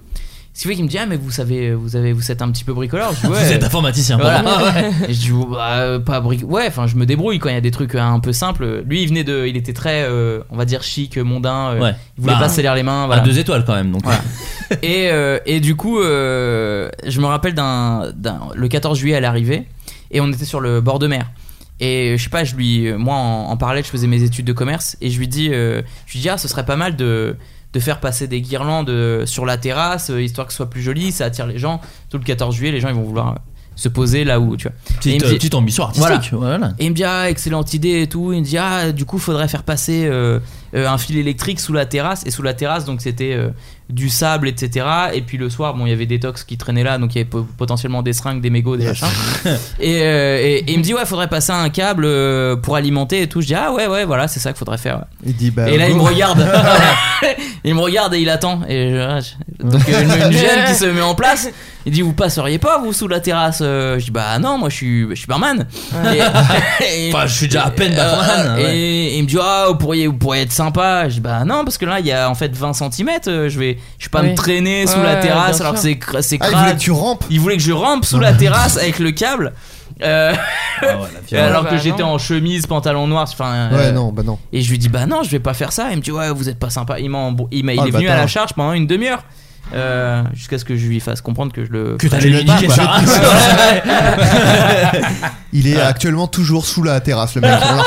S1: Ce qui fait qu'il me dit ah mais vous savez vous avez vous êtes un petit peu bricoleur. Je dis, ouais.
S7: Vous êtes informaticien,
S1: Voilà.
S7: pardon. Ah ouais.
S1: Et je dis bah, euh, pas bric- ouais enfin je me débrouille quand il y a des trucs euh, un peu simples. Lui il venait de il était très euh, on va dire chic mondain. euh,
S7: Ouais.
S1: Il voulait
S7: Bah,
S1: pas se l'air les mains.
S7: à
S1: Voilà
S7: deux étoiles quand même, donc.
S1: et, euh, et du coup, euh, je me rappelle d'un, d'un- le 14 juillet à l'arrivée, et on était sur le bord de mer. Et je sais pas, je lui, euh, moi en, en parallèle, je faisais mes études de commerce, et je lui dis, euh, je lui dis, ah, ce serait pas mal de, de faire passer des guirlandes euh, sur la terrasse, euh, histoire que ce soit plus joli, ça attire les gens. Tout le 14 juillet, les gens ils vont vouloir euh, se poser là où, tu vois. Et
S7: Petite,
S1: il me
S7: euh,
S1: dit-
S7: petite ambition artistique. Voilà.
S1: et il me dit ah excellente idée et tout. Il me dit ah du coup faudrait faire passer euh, euh, un fil électrique sous la terrasse et sous la terrasse donc c'était euh, du sable etc. Et puis le soir bon il y avait des tox qui traînaient là donc il y avait po- potentiellement des seringues, des mégots, des machins. et, euh, et- et il me dit ouais faudrait passer un câble euh, pour alimenter et tout. Je dis ah ouais ouais voilà c'est ça qu'il faudrait faire. ouais.
S8: Il dit bah.
S1: et là
S8: go.
S1: il me regarde, il me regarde et il attend. Et je- je- donc euh, une, une gêne qui se met en place. Il dit vous passeriez pas vous sous la terrasse. Euh, Je dis bah non moi je suis je suis barman. Et- et-
S7: Enfin, je suis déjà à peine
S1: euh,
S7: barman.
S1: et
S7: ouais.
S1: il me dit ah vous pourriez vous pourriez être sympa. Je dis bah non parce que là il y a en fait 20 cm je vais je vais pas
S2: Oui.
S1: me traîner sous
S2: Ouais,
S1: la
S2: ouais,
S1: terrasse
S2: bien
S1: alors que
S2: sûr.
S1: c'est cr- c'est
S8: Ah, il voulait
S1: crade.
S8: que tu rampes.
S1: Il voulait que je rampe sous la terrasse avec le câble. Euh,
S7: Ah ouais, la
S1: et
S7: violence.
S1: alors
S2: bah,
S1: que j'étais
S2: non.
S1: en chemise, pantalon noir, enfin. euh,
S8: Ouais, non, bah non.
S1: Et je lui dis bah non, je vais pas faire ça. Il me dit ouais, vous êtes pas sympa. Il m'a embr- il, m'a- il
S7: Oh,
S8: Ah,
S1: est
S8: le
S1: venu à
S8: bâtard.
S1: la charge pendant une demi-heure. euh, jusqu'à ce que je lui fasse comprendre que je le
S7: Que
S1: je
S7: t'allais
S1: le
S7: lui
S1: pas,
S7: niquer
S1: quoi.
S7: sa race.
S8: Il
S7: Ah.
S8: est actuellement toujours sous la terrasse, le mec. Voilà.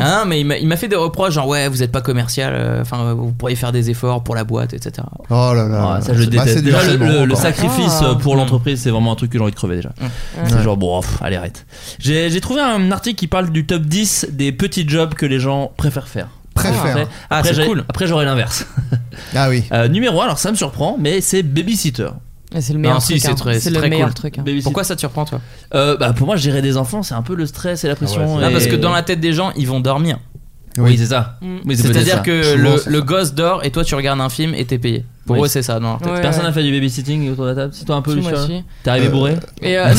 S1: Ah non, mais il m'a- il m'a fait des reproches, genre ouais, vous êtes pas commercial, euh, enfin euh, vous pourriez faire des efforts pour la boîte, etc.
S8: Oh là là.
S7: Ah, ça je
S8: Bah, c'est
S7: déteste.
S8: du
S7: Déjà, le,
S8: harcèlement,
S7: le- le
S8: encore.
S7: sacrifice
S2: Ah.
S7: euh, pour l'entreprise, c'est vraiment un truc que j'ai envie de crever déjà. C'est
S8: Ouais.
S7: genre, bon, pff, allez, arrête. J'ai j'ai trouvé un article qui parle du top 10 des petits jobs que les gens préfèrent faire.
S8: Préfère.
S7: Après, après,
S1: Ah, c'est
S7: j'aurais-
S1: cool.
S7: Après, j'aurais l'inverse.
S8: Ah oui.
S7: Euh, numéro 1, alors ça me surprend, mais c'est babysitter.
S2: Et C'est le meilleur
S1: Non, si,
S2: truc.
S1: c'est
S2: hein.
S1: très- c'est
S2: le
S1: très
S2: meilleur
S1: cool.
S2: truc. hein.
S7: Babysitter.
S1: Pourquoi ça te surprend toi
S7: Euh, bah, Pour moi, gérer des enfants, c'est un peu le stress et la pression.
S1: Ah,
S7: et-
S1: Parce que dans la tête des gens, ils vont dormir.
S7: Oui, c'est ça.
S2: Mm.
S7: Oui, c'est peut-être ça.
S1: C'est-à-dire que
S8: Souvent,
S1: le,
S8: c'est
S1: le
S8: ça.
S1: gosse dort et toi tu regardes un film et t'es payé. Pour
S7: Oui.
S1: eux, c'est ça. Non,
S2: Ouais, ouais.
S7: Personne n'a fait du babysitting autour de la table. C'est toi un peu,
S2: Si, moi
S7: Lucien
S2: aussi.
S7: T'es arrivé
S8: Euh,
S7: bourré
S2: Et, euh,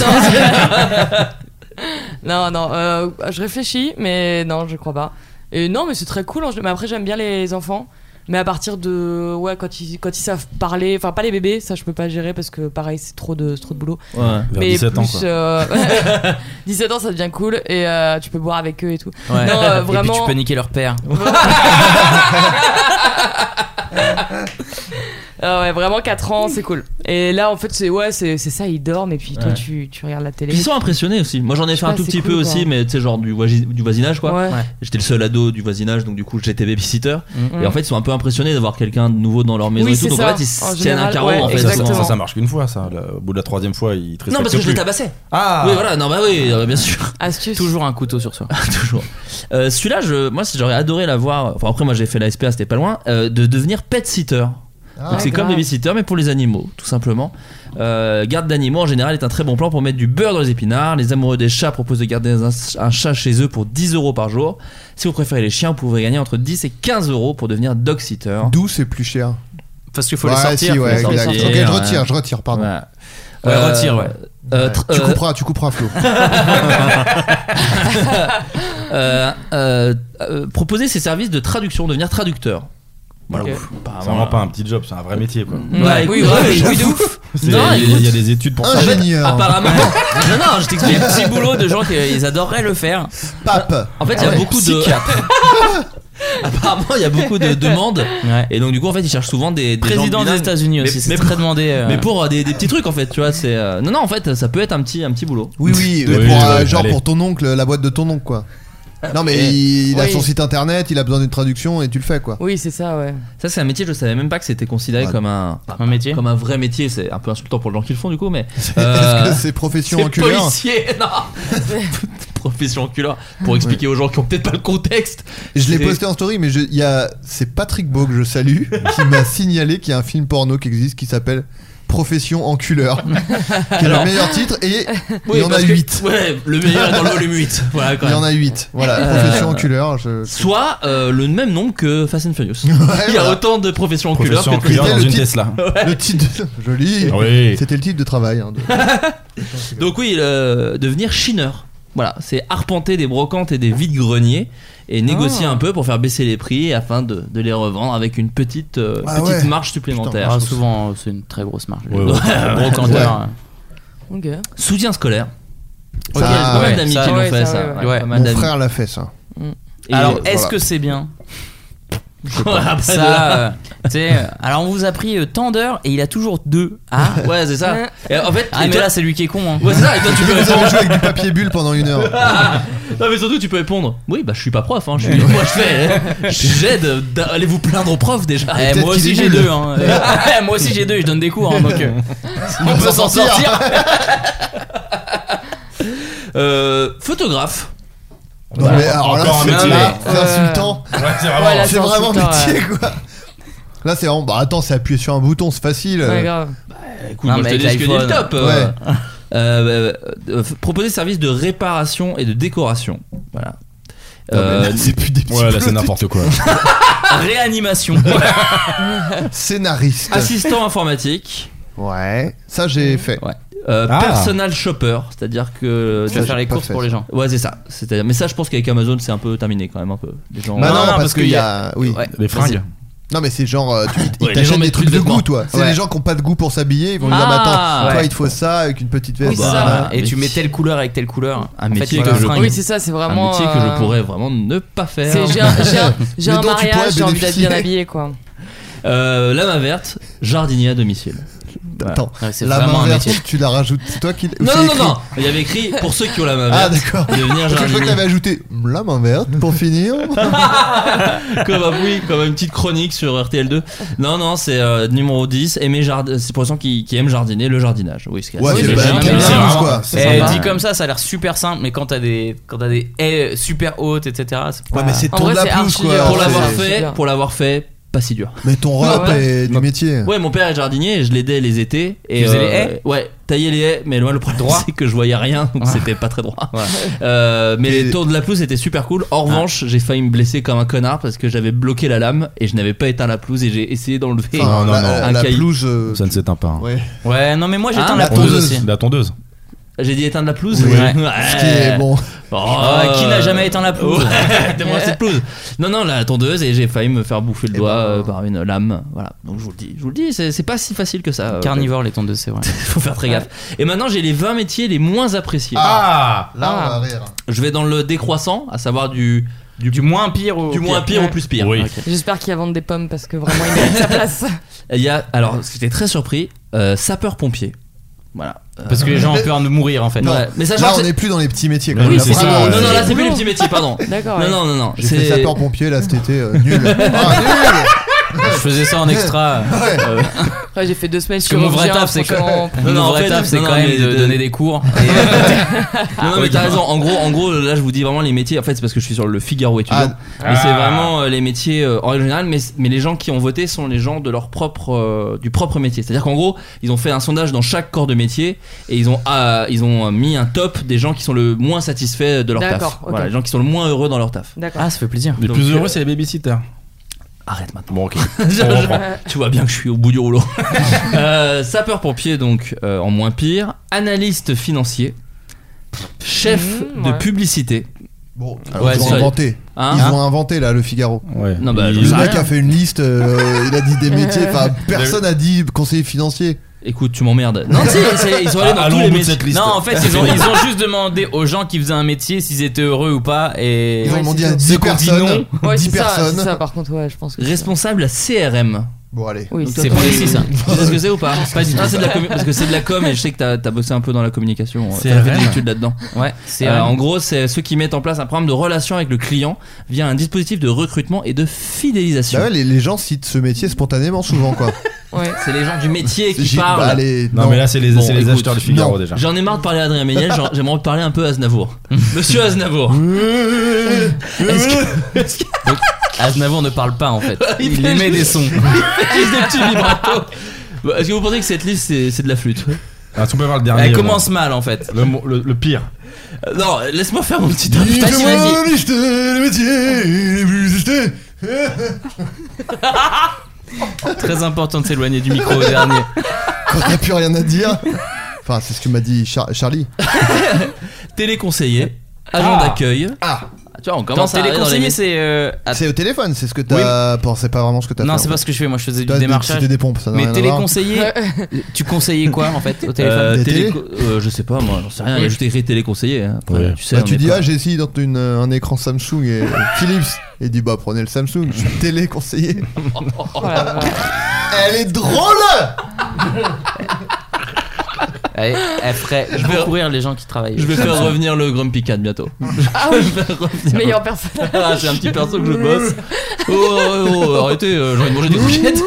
S2: non, non, non, euh, je réfléchis, mais non, je crois pas. Et non, mais c'est très cool. en général. Mais après, j'aime bien les enfants. Mais à partir de. Ouais, quand ils, quand ils savent parler. Enfin, pas les bébés, ça je peux pas gérer parce que pareil, c'est trop de, c'est trop de boulot.
S7: Ouais.
S5: Vers
S2: mais
S5: 17
S2: plus,
S5: ans, quoi.
S2: euh, 17 ans, ça devient cool et euh, tu peux boire avec eux et tout.
S1: Ouais.
S2: Non, euh,
S1: Et puis,
S2: vraiment.
S1: tu peux niquer leur père.
S2: Ah ouais, vraiment 4 ans, c'est cool. Et là, en fait, c'est ouais, c'est c'est ça, ils dorment et puis toi,
S7: Ouais.
S2: tu, tu regardes la télé.
S7: Puis Ils sont impressionnés aussi. Moi j'en ai
S2: Je sais
S7: fait un
S2: pas,
S7: tout
S2: c'est
S7: petit
S2: cool,
S7: peu
S2: quoi.
S7: aussi, mais tu sais, genre du, voisi- du voisinage quoi.
S2: Ouais.
S7: J'étais le seul ado du voisinage, donc du coup j'étais babysitter.
S1: Mhm.
S7: Et en fait, ils sont un peu impressionnés d'avoir quelqu'un de nouveau dans leur maison
S2: Mm. Oui,
S7: et tout.
S2: c'est
S7: Donc
S2: ça.
S7: en fait, ils
S2: En
S7: se tiennent
S2: général,
S7: un carreau
S2: ouais,
S7: en fait.
S2: exactement.
S5: Souvent, ça, ça marche qu'une fois, ça. Là, au bout de la troisième fois, il te
S7: Non, parce que je le
S5: plus.
S7: tabassais.
S5: Ah
S7: Oui, voilà, non, bah oui, euh, bien sûr.
S2: Astuce.
S1: Toujours un couteau sur soi.
S7: Toujours. Euh, Celui-là, je, moi, j'aurais adoré l'avoir. Enfin, après, moi, j'ai fait la SPA, c'était pas loin. euh, de devenir pet sitter.
S8: Ah.
S7: Donc, c'est comme
S2: grave.
S7: babysitter, mais pour les animaux, tout simplement. Euh, garde d'animaux, en général, est un très bon plan pour mettre du beurre dans les épinards. Les amoureux des chats proposent de garder un, un chat chez eux pour 10 euros par jour. Si vous préférez les chiens, vous pouvez gagner entre 10 et 15 euros pour devenir dog sitter.
S8: D'où c'est plus cher.
S1: Parce qu'il faut
S8: ouais,
S1: les sortir.
S8: si,
S1: faut
S8: ouais,
S1: les sortir.
S8: exact.
S7: sortir.
S8: Ok, je
S7: Ouais.
S8: retire, je retire, pardon.
S7: Voilà.
S1: Ouais, retire, ouais.
S7: Euh, tr-
S8: Tu
S7: euh,
S8: couperas, tu couperas, Flo.
S7: euh, euh, euh, proposer ses services de traduction, devenir traducteur. Ah, Voilà.
S5: Ok.
S7: Ouf, apparemment,
S5: C'est vraiment pas un petit job, c'est un vrai métier quoi.
S7: Ouais, Ouais, écoute, oui, ouais, oui, oui, de ouf.
S5: C'est-
S7: Non,
S5: il y a- il y, a
S7: écoute.
S5: des études pour
S8: Ah,
S5: ça.
S7: Ah,
S8: Ingénieur.
S7: Apparemment. non, non, je t'explique.
S1: Des petits boulots de gens qui euh, ils adoreraient le faire.
S8: Pape.
S7: En fait, il y a
S1: Ah ouais,
S7: beaucoup de.
S1: psychiatre.
S7: Apparemment, il y a beaucoup de demandes. Et donc, du coup, en fait, ils cherchent souvent des. des gens
S1: Président des
S7: bilingues.
S1: États-Unis aussi,
S7: Mais-
S1: c'est
S7: mais
S1: très
S7: pour-
S1: demandé. euh.
S7: Mais pour euh, des, des petits trucs, en fait, tu vois, c'est. euh, Non, non, en fait, ça peut être un petit, un petit boulot.
S8: Oui, oui,
S5: Oui,
S8: mais pour, euh,
S5: ouais,
S8: genre
S5: allez.
S8: pour ton oncle, la boîte de ton oncle, quoi. Non, mais il, il a
S2: Oui.
S8: son site internet, il a besoin d'une traduction et tu le fais, quoi.
S2: Oui, c'est ça, ouais.
S7: Ça, c'est un métier, je savais même pas que c'était considéré
S8: Ouais.
S7: comme un.
S1: Un métier.
S7: Comme un vrai métier, c'est un peu insultant pour les gens qui le font, du coup, mais. euh,
S8: Parce que c'est profession en
S7: C'est policier, non Profession enculeur, pour expliquer aux gens qui ont peut-être pas le contexte.
S8: Je l'ai
S7: C'est-
S8: posté en story, mais je- il y a- c'est Patrick Beau que je salue qui m'a signalé qu'il y a un film porno qui existe qui s'appelle Profession enculeur, qui est le meilleur titre, et il y en a
S7: parce que-
S8: 8.
S7: Ouais, le meilleur est dans le volume 8. Voilà, quand
S8: Il y
S7: même.
S8: en a 8. Voilà,
S7: Euh,
S8: Profession enculeur. Je...
S7: Soit euh, le même nombre que Fast and Furious. Il y a
S8: voilà.
S7: autant de professions enculeurs
S5: Profession
S7: que de
S5: enculeur
S8: C'était
S5: dans
S8: le
S5: une
S8: titre.
S5: Tesla.
S8: Le titre. de- Joli.
S5: Oui.
S8: C'était le titre de travail. hein, de-
S7: Donc oui, euh, devenir chineur. Voilà, c'est arpenter des brocantes et des vides greniers et négocier
S2: Ah.
S7: un peu pour faire baisser les prix afin de, de les revendre avec une petite euh,
S8: Ah
S7: petite
S8: ouais.
S7: marge supplémentaire.
S1: Ah, souvent, euh, c'est une très grosse marge.
S5: Ouais, ouais.
S1: Brocanteur.
S2: Ok.
S7: Soutien scolaire.
S8: Ça-
S7: Ok, pas mal
S1: ouais,
S7: d'amis
S1: ça-
S7: qui l'ont
S2: ouais,
S7: fait
S2: ça,
S7: ça.
S2: ouais,
S1: ouais.
S7: pas
S1: Ouais.
S7: mal
S8: Mon
S7: d'amis.
S8: frère l'a fait, ça.
S1: Et Alors,
S8: voilà.
S1: est-ce que c'est bien
S7: Voilà, après, de là-
S1: Ça, euh, tu sais, euh, alors on vous a pris euh, tant d'heures et il a toujours deux. Ah,
S7: Ouais, c'est ça. Et en fait,
S1: ah
S7: et
S1: mais
S7: toi-
S1: là, c'est lui qui est con. Hein.
S7: Ouais, c'est ça. Et toi, tu peux
S8: Ils
S7: répondre.
S8: ont joué avec du papier bulle pendant une heure.
S7: non, mais surtout, tu peux répondre. Oui, bah, je suis pas prof. Hein. Je suis- moi, je fais. J'aide. d'a- Allez vous plaindre aux profs déjà.
S1: Eh,
S8: peut-être
S1: moi
S8: qu'il est
S1: aussi j'ai
S8: nul.
S1: deux. Hein. Eh, moi aussi j'ai deux et je donne des cours. hein, donc, euh, on peut s'en sortir.
S7: Euh, photographe.
S8: Non, mais alors là,
S5: Encore un
S8: c'est-
S5: métier.
S8: là, c'est
S2: Euh,
S8: insultant.
S5: Ouais, c'est vraiment.
S2: Ouais, là,
S8: C'est
S2: c'est
S8: vraiment
S2: insultant,
S8: métier, quoi. Là, c'est vraiment. Bah attends, c'est appuyer sur un bouton, c'est facile.
S7: euh,
S2: Ouais, grave.
S7: Bah, Écoute,
S1: Non,
S7: moi, je
S1: mais
S7: te dis ce
S1: avec
S7: que dit le
S1: l'iPhone.
S7: top. euh, euh, euh, f- proposer service de réparation et de décoration. Voilà. Euh,
S5: Euh, c'est plus des petits Ouais, là, c'est n'importe quoi.
S1: Réanimation.
S8: Scénariste.
S7: assistant informatique.
S8: Ouais. Ça, j'ai fait.
S7: Euh,
S5: Ah.
S7: Personal shopper. C'est-à-dire que.
S1: Je vais faire les
S8: pas
S1: courses
S8: fait
S1: pour les
S8: ça.
S1: gens.
S7: Ouais, c'est ça. C'est-à-dire, mais ça, je pense qu'avec Amazon, c'est un peu terminé quand même un peu. Les gens.
S8: Bah non,
S1: non,
S8: parce,
S1: parce
S8: qu'il
S1: qu'il
S8: y
S1: y
S8: a. Oui.
S1: Ouais.
S5: Les fringues.
S8: Non, mais c'est genre. euh, Tu, ils
S7: Ouais, les gens
S8: t'achètent des
S7: mettent
S8: trucs
S7: plus de
S8: de goût,
S7: vêtements.
S8: toi. C'est
S1: Ouais.
S8: les gens qui n'ont pas de goût pour s'habiller. Ils vont dire,
S1: Ah,
S8: bah attends, toi,
S1: ouais.
S8: il te faut ça avec une petite veste.
S2: Oui, c'est
S8: bah,
S2: ça.
S8: voilà.
S1: Et
S7: mais
S1: tu mets
S7: si-
S1: telle couleur avec telle couleur.
S7: Un métier
S1: fait,
S7: que
S1: voilà.
S7: je
S1: Fringue.
S2: Oui, c'est ça, c'est vraiment.
S7: un métier que
S2: euh,
S7: je pourrais vraiment ne pas faire.
S2: C'est j'ai un, j'ai un- j'ai
S8: Mais
S2: un
S8: dont tu pourrais
S2: mariage, j'ai envie d'être
S8: bénéficier.
S2: bien habillé quoi.
S7: Euh, la main verte, jardinier à domicile.
S8: Attends,
S1: Ouais, c'est
S8: la
S1: vraiment
S8: main
S1: un
S8: verte,
S1: métier.
S8: tu la rajoutes. C'est toi qui. ou
S7: Non,
S8: c'est
S7: non, non,
S8: écrit
S7: non. Il y avait écrit pour ceux qui ont la main
S8: Ah,
S7: verte.
S8: d'accord.
S7: Devenir
S8: Je crois que
S7: jardinier.
S8: t'avais ajouté mm, la main verte pour finir.
S7: comme, un- oui, comme une petite chronique sur RTL2. Non, non, c'est euh, numéro 10. Aimer jard- C'est pour les gens qui, qui aiment jardiner, le jardinage. Oui, ce qui est
S8: Ouais,
S7: assez
S1: Oui, mais
S8: c'est
S7: logique.
S1: c'est
S8: bah,
S1: bien.
S8: c'est
S5: vraiment-
S8: quoi.
S5: c'est
S1: Eh,
S5: sympa.
S1: dit comme ça, ça a l'air super simple, mais quand t'as des, quand t'as des haies super hautes, etc. c'est pas-
S8: Ouais, mais c'est
S2: En
S8: ton
S2: vrai,
S8: la
S2: c'est
S8: pelouse,
S2: archi,
S8: quoi.
S2: euh,
S7: pour
S8: C'est-
S7: l'avoir
S2: c'est- c'est
S7: fait,
S2: bien.
S7: pour l'avoir fait, pas si dur.
S8: Mais ton rap
S2: Ouais,
S8: est du métier.
S7: Ouais, mon père est jardinier, et je l'aidais les étés. Et euh,
S1: Tu faisais les haies
S7: Ouais, tailler les haies, mais moi le problème
S1: Droit
S7: c'est que je voyais rien, donc c'était pas très droit.
S1: Ouais.
S7: Euh, mais
S8: Et-
S7: les tours de la pelouse étaient super cool. En revanche, j'ai failli me blesser comme un connard parce que j'avais bloqué la lame et je n'avais pas éteint la pelouse et j'ai essayé d'enlever.
S5: Non,
S8: Enfin,
S5: non,
S8: la-
S5: non.
S8: la-
S7: Un
S8: La
S7: caillou.
S8: pelouse. euh,
S5: Ça ne s'éteint pas. hein.
S8: Ouais.
S1: Ouais, non, mais moi j'éteins
S7: Ah,
S1: la
S8: la
S1: pause
S8: tondeuse.
S1: aussi.
S5: La tondeuse.
S7: J'ai dit éteindre la pelouse
S8: Oui.
S1: Ouais.
S8: Ce qui est bon.
S7: Oh,
S1: Ah, qui n'a jamais éteint la pelouse
S7: Ouais, Donne-moi cette pelouse. Non, non, la tondeuse et j'ai failli me faire bouffer le
S8: Eh
S7: doigt
S8: ben.
S7: euh, par une lame. Voilà, donc je vous le dis, je vous le dis, c'est c'est pas si facile que ça. euh,
S1: Carnivore, les tondeuses, c'est vrai.
S7: Faut faire très gaffe. Et maintenant, j'ai les 20 métiers les moins appréciés.
S5: Ah
S8: Là, on va
S2: Ah.
S8: rire.
S7: Je vais dans le décroissant, à savoir du,
S1: Du, moins pire au.
S7: du moins pire au plus pire.
S5: Oui.
S2: J'espère qu'il va vendre des pommes parce que vraiment il mérite sa place.
S7: Il y a, alors, j'étais très surpris, euh, sapeur-pompier. Voilà. Euh,
S1: Parce que les gens ont peur de mourir en fait.
S8: Non.
S7: ouais. Mais ça, je
S8: Là,
S7: crois
S8: on
S7: que
S8: n'est plus dans les petits métiers.
S5: Oui,
S8: quand même.
S5: c'est
S8: Là,
S5: ça,
S8: vraiment,
S7: c'est-
S5: ouais.
S7: Non, non, là,
S8: j'ai-
S7: c'est plus les petits métiers, pardon.
S2: D'accord.
S7: Non,
S2: ouais.
S7: non, non, non.
S8: J'ai fait
S7: c'est-
S8: sapeur-pompier là cet été. euh, nul. Ah,
S1: Je faisais ça en extra.
S8: nul. Ouais.
S2: Après j'ai fait deux semaines
S1: que
S2: sur
S1: mon vrai taf, c'est
S2: quand.
S1: Mon
S7: Non, en
S1: vrai
S7: fait,
S1: taf, c'est
S7: non,
S1: quand
S7: mais
S1: même de
S7: de- euh,
S1: donner des cours.
S7: Non, non, mais t'as raison. En gros, en gros, là, je vous dis vraiment les métiers. En fait, c'est parce que je suis sur le Figaro étudiant.
S8: Ah.
S7: Mais c'est vraiment euh, les métiers euh, en règle générale. Mais, mais les gens qui ont voté sont les gens de leur propre, euh, du propre métier. C'est-à-dire qu'en gros, ils ont fait un sondage dans chaque corps de métier et ils ont, ah, ils ont euh, mis un top des gens qui sont le moins satisfaits de leur taf.
S2: D'accord, ok.
S7: Voilà, les gens qui sont le moins heureux dans leur taf.
S2: D'accord.
S1: Ah, ça fait plaisir.
S5: Les
S7: Donc,
S5: plus
S7: euh,
S5: heureux, c'est les babysitters.
S7: arrête maintenant.
S5: Bon, ok.
S7: Je-
S5: On
S7: je-
S5: reprend.
S7: tu vois bien que je suis au bout du rouleau. euh, sapeur-pompier, donc, euh, en moins pire. Analyste financier. Chef
S8: Mmh,
S7: de
S8: ouais.
S7: publicité.
S8: Bon,
S7: Ouais,
S8: ils ont
S7: ça-
S8: inventé.
S7: Hein
S8: ils ont inventé là le Figaro.
S7: Non, bah,
S8: le
S7: j'en sais
S8: mec
S7: rien.
S8: a fait une liste, euh, il a dit des métiers, enfin personne a dit conseiller financier.
S7: Écoute, tu m'emmerdes. Non, si, c'est- ils sont allés dans tous les métiers.
S1: Non, en fait, ils ont, ils ont juste demandé aux gens qui faisaient un métier s'ils étaient heureux ou pas. Et
S8: Ils ont demandé à
S1: c'est
S8: 10
S1: ceux qui ont dit
S8: personnes.
S1: non.
S2: Ouais,
S8: 10
S2: c'est ça,
S8: personnes.
S2: c'est ça, par contre, ouais, je pense que.
S7: Responsable CRM.
S8: Bon, allez.
S2: Oui,
S7: Donc,
S2: c'est
S7: c'est
S2: ça.
S7: précis ça. Tu sais ce que c'est ou pas
S2: Je pense
S7: Pas
S2: que
S7: du tout.
S2: c'est
S7: c'est de la
S2: ça.
S7: commu- Parce que c'est de la com et je sais que t'as as bossé un peu dans la communication. euh, T'as
S5: CRM.
S7: fait des études là-dedans.
S1: Ouais.
S7: Euh,
S1: CRM.
S7: en gros, c'est ceux qui mettent en place un programme de relation avec le client via un dispositif de recrutement et de fidélisation.
S8: Bah ouais, les, les gens citent ce métier spontanément souvent quoi.
S1: Ouais. C'est les gens du métier
S8: J'ai-
S7: qui
S8: bah,
S7: parlent.
S8: allez,
S5: Non, mais là, c'est les,
S7: Bon,
S5: c'est les
S7: écoute,
S5: acheteurs du Figaro
S8: non.
S5: déjà.
S7: J'en ai marre de parler à Adrien Méniel, j'en- j'aimerais parler un peu à Aznavour. Monsieur Aznavour. Est-ce que- est-ce que-
S1: Aznavour ne parle pas en fait.
S7: Il
S1: Il
S7: fait
S1: émet des sons.
S7: Juste des petits vibratos. Bon, Est-ce que vous pensez que cette liste c'est c'est de la flûte
S5: Ah, est-ce qu'on peut voir le dernier
S1: Elle
S5: au moins
S1: commence mal en fait.
S5: le, mo- le- le pire.
S7: Euh, Non, laisse-moi faire mon petit Vas-y,
S8: Dites-moi
S7: vas-y.
S8: les jetés, les métiers, les plus jetés.
S1: Très important de s'éloigner du micro au dernier.
S8: Quand t'as plus rien à dire. Enfin, c'est ce que m'a dit Char- Charlie.
S7: Téléconseiller, agent
S1: Ah.
S7: d'accueil.
S8: Ah.
S7: Tu vois, on
S1: Comment
S7: commence à
S1: t'es
S7: aller
S1: les
S7: dans
S1: conseillers
S7: les-
S1: c'est. euh, att-
S8: C'est au téléphone, c'est ce que t'as. pensé pas vraiment ce que t'as fait.
S1: Non,
S8: en
S1: c'est
S8: fait.
S1: pas ce que je fais. Moi, je faisais
S8: Toi,
S1: du
S8: des-
S1: démarchage.
S8: C'était des pompes, ça n'a
S1: Mais
S8: rien à voir.
S1: téléconseiller, tu conseillais quoi en fait au téléphone
S7: Euh,
S8: Des
S7: télé-
S8: télés
S7: euh, je sais pas moi, j'en sais rien, il y a
S1: Oui.
S7: juste écrit téléconseiller. hein. Après,
S5: Ouais.
S7: Tu sais,
S8: Bah,
S7: on
S8: tu
S7: est
S8: dis,
S7: pas-
S8: ah, j'ai essayé dans une, euh, un écran Samsung et Philips. Et il dit, bah, prenez le Samsung, je suis téléconseiller.
S2: Voilà,
S8: Elle est drôle
S1: Elle, elle ferait
S7: Je vais-
S1: courir les gens qui travaillent.
S7: Je vais faire revenir le Grumpy Cat bientôt.
S2: Ah oui.
S7: Je vais faire revenir-
S2: Meilleur personnage.
S7: Ah, c'est un petit perso que je bosse. Oh, oh, oh, arrêtez, euh, j'ai envie de manger des croquettes.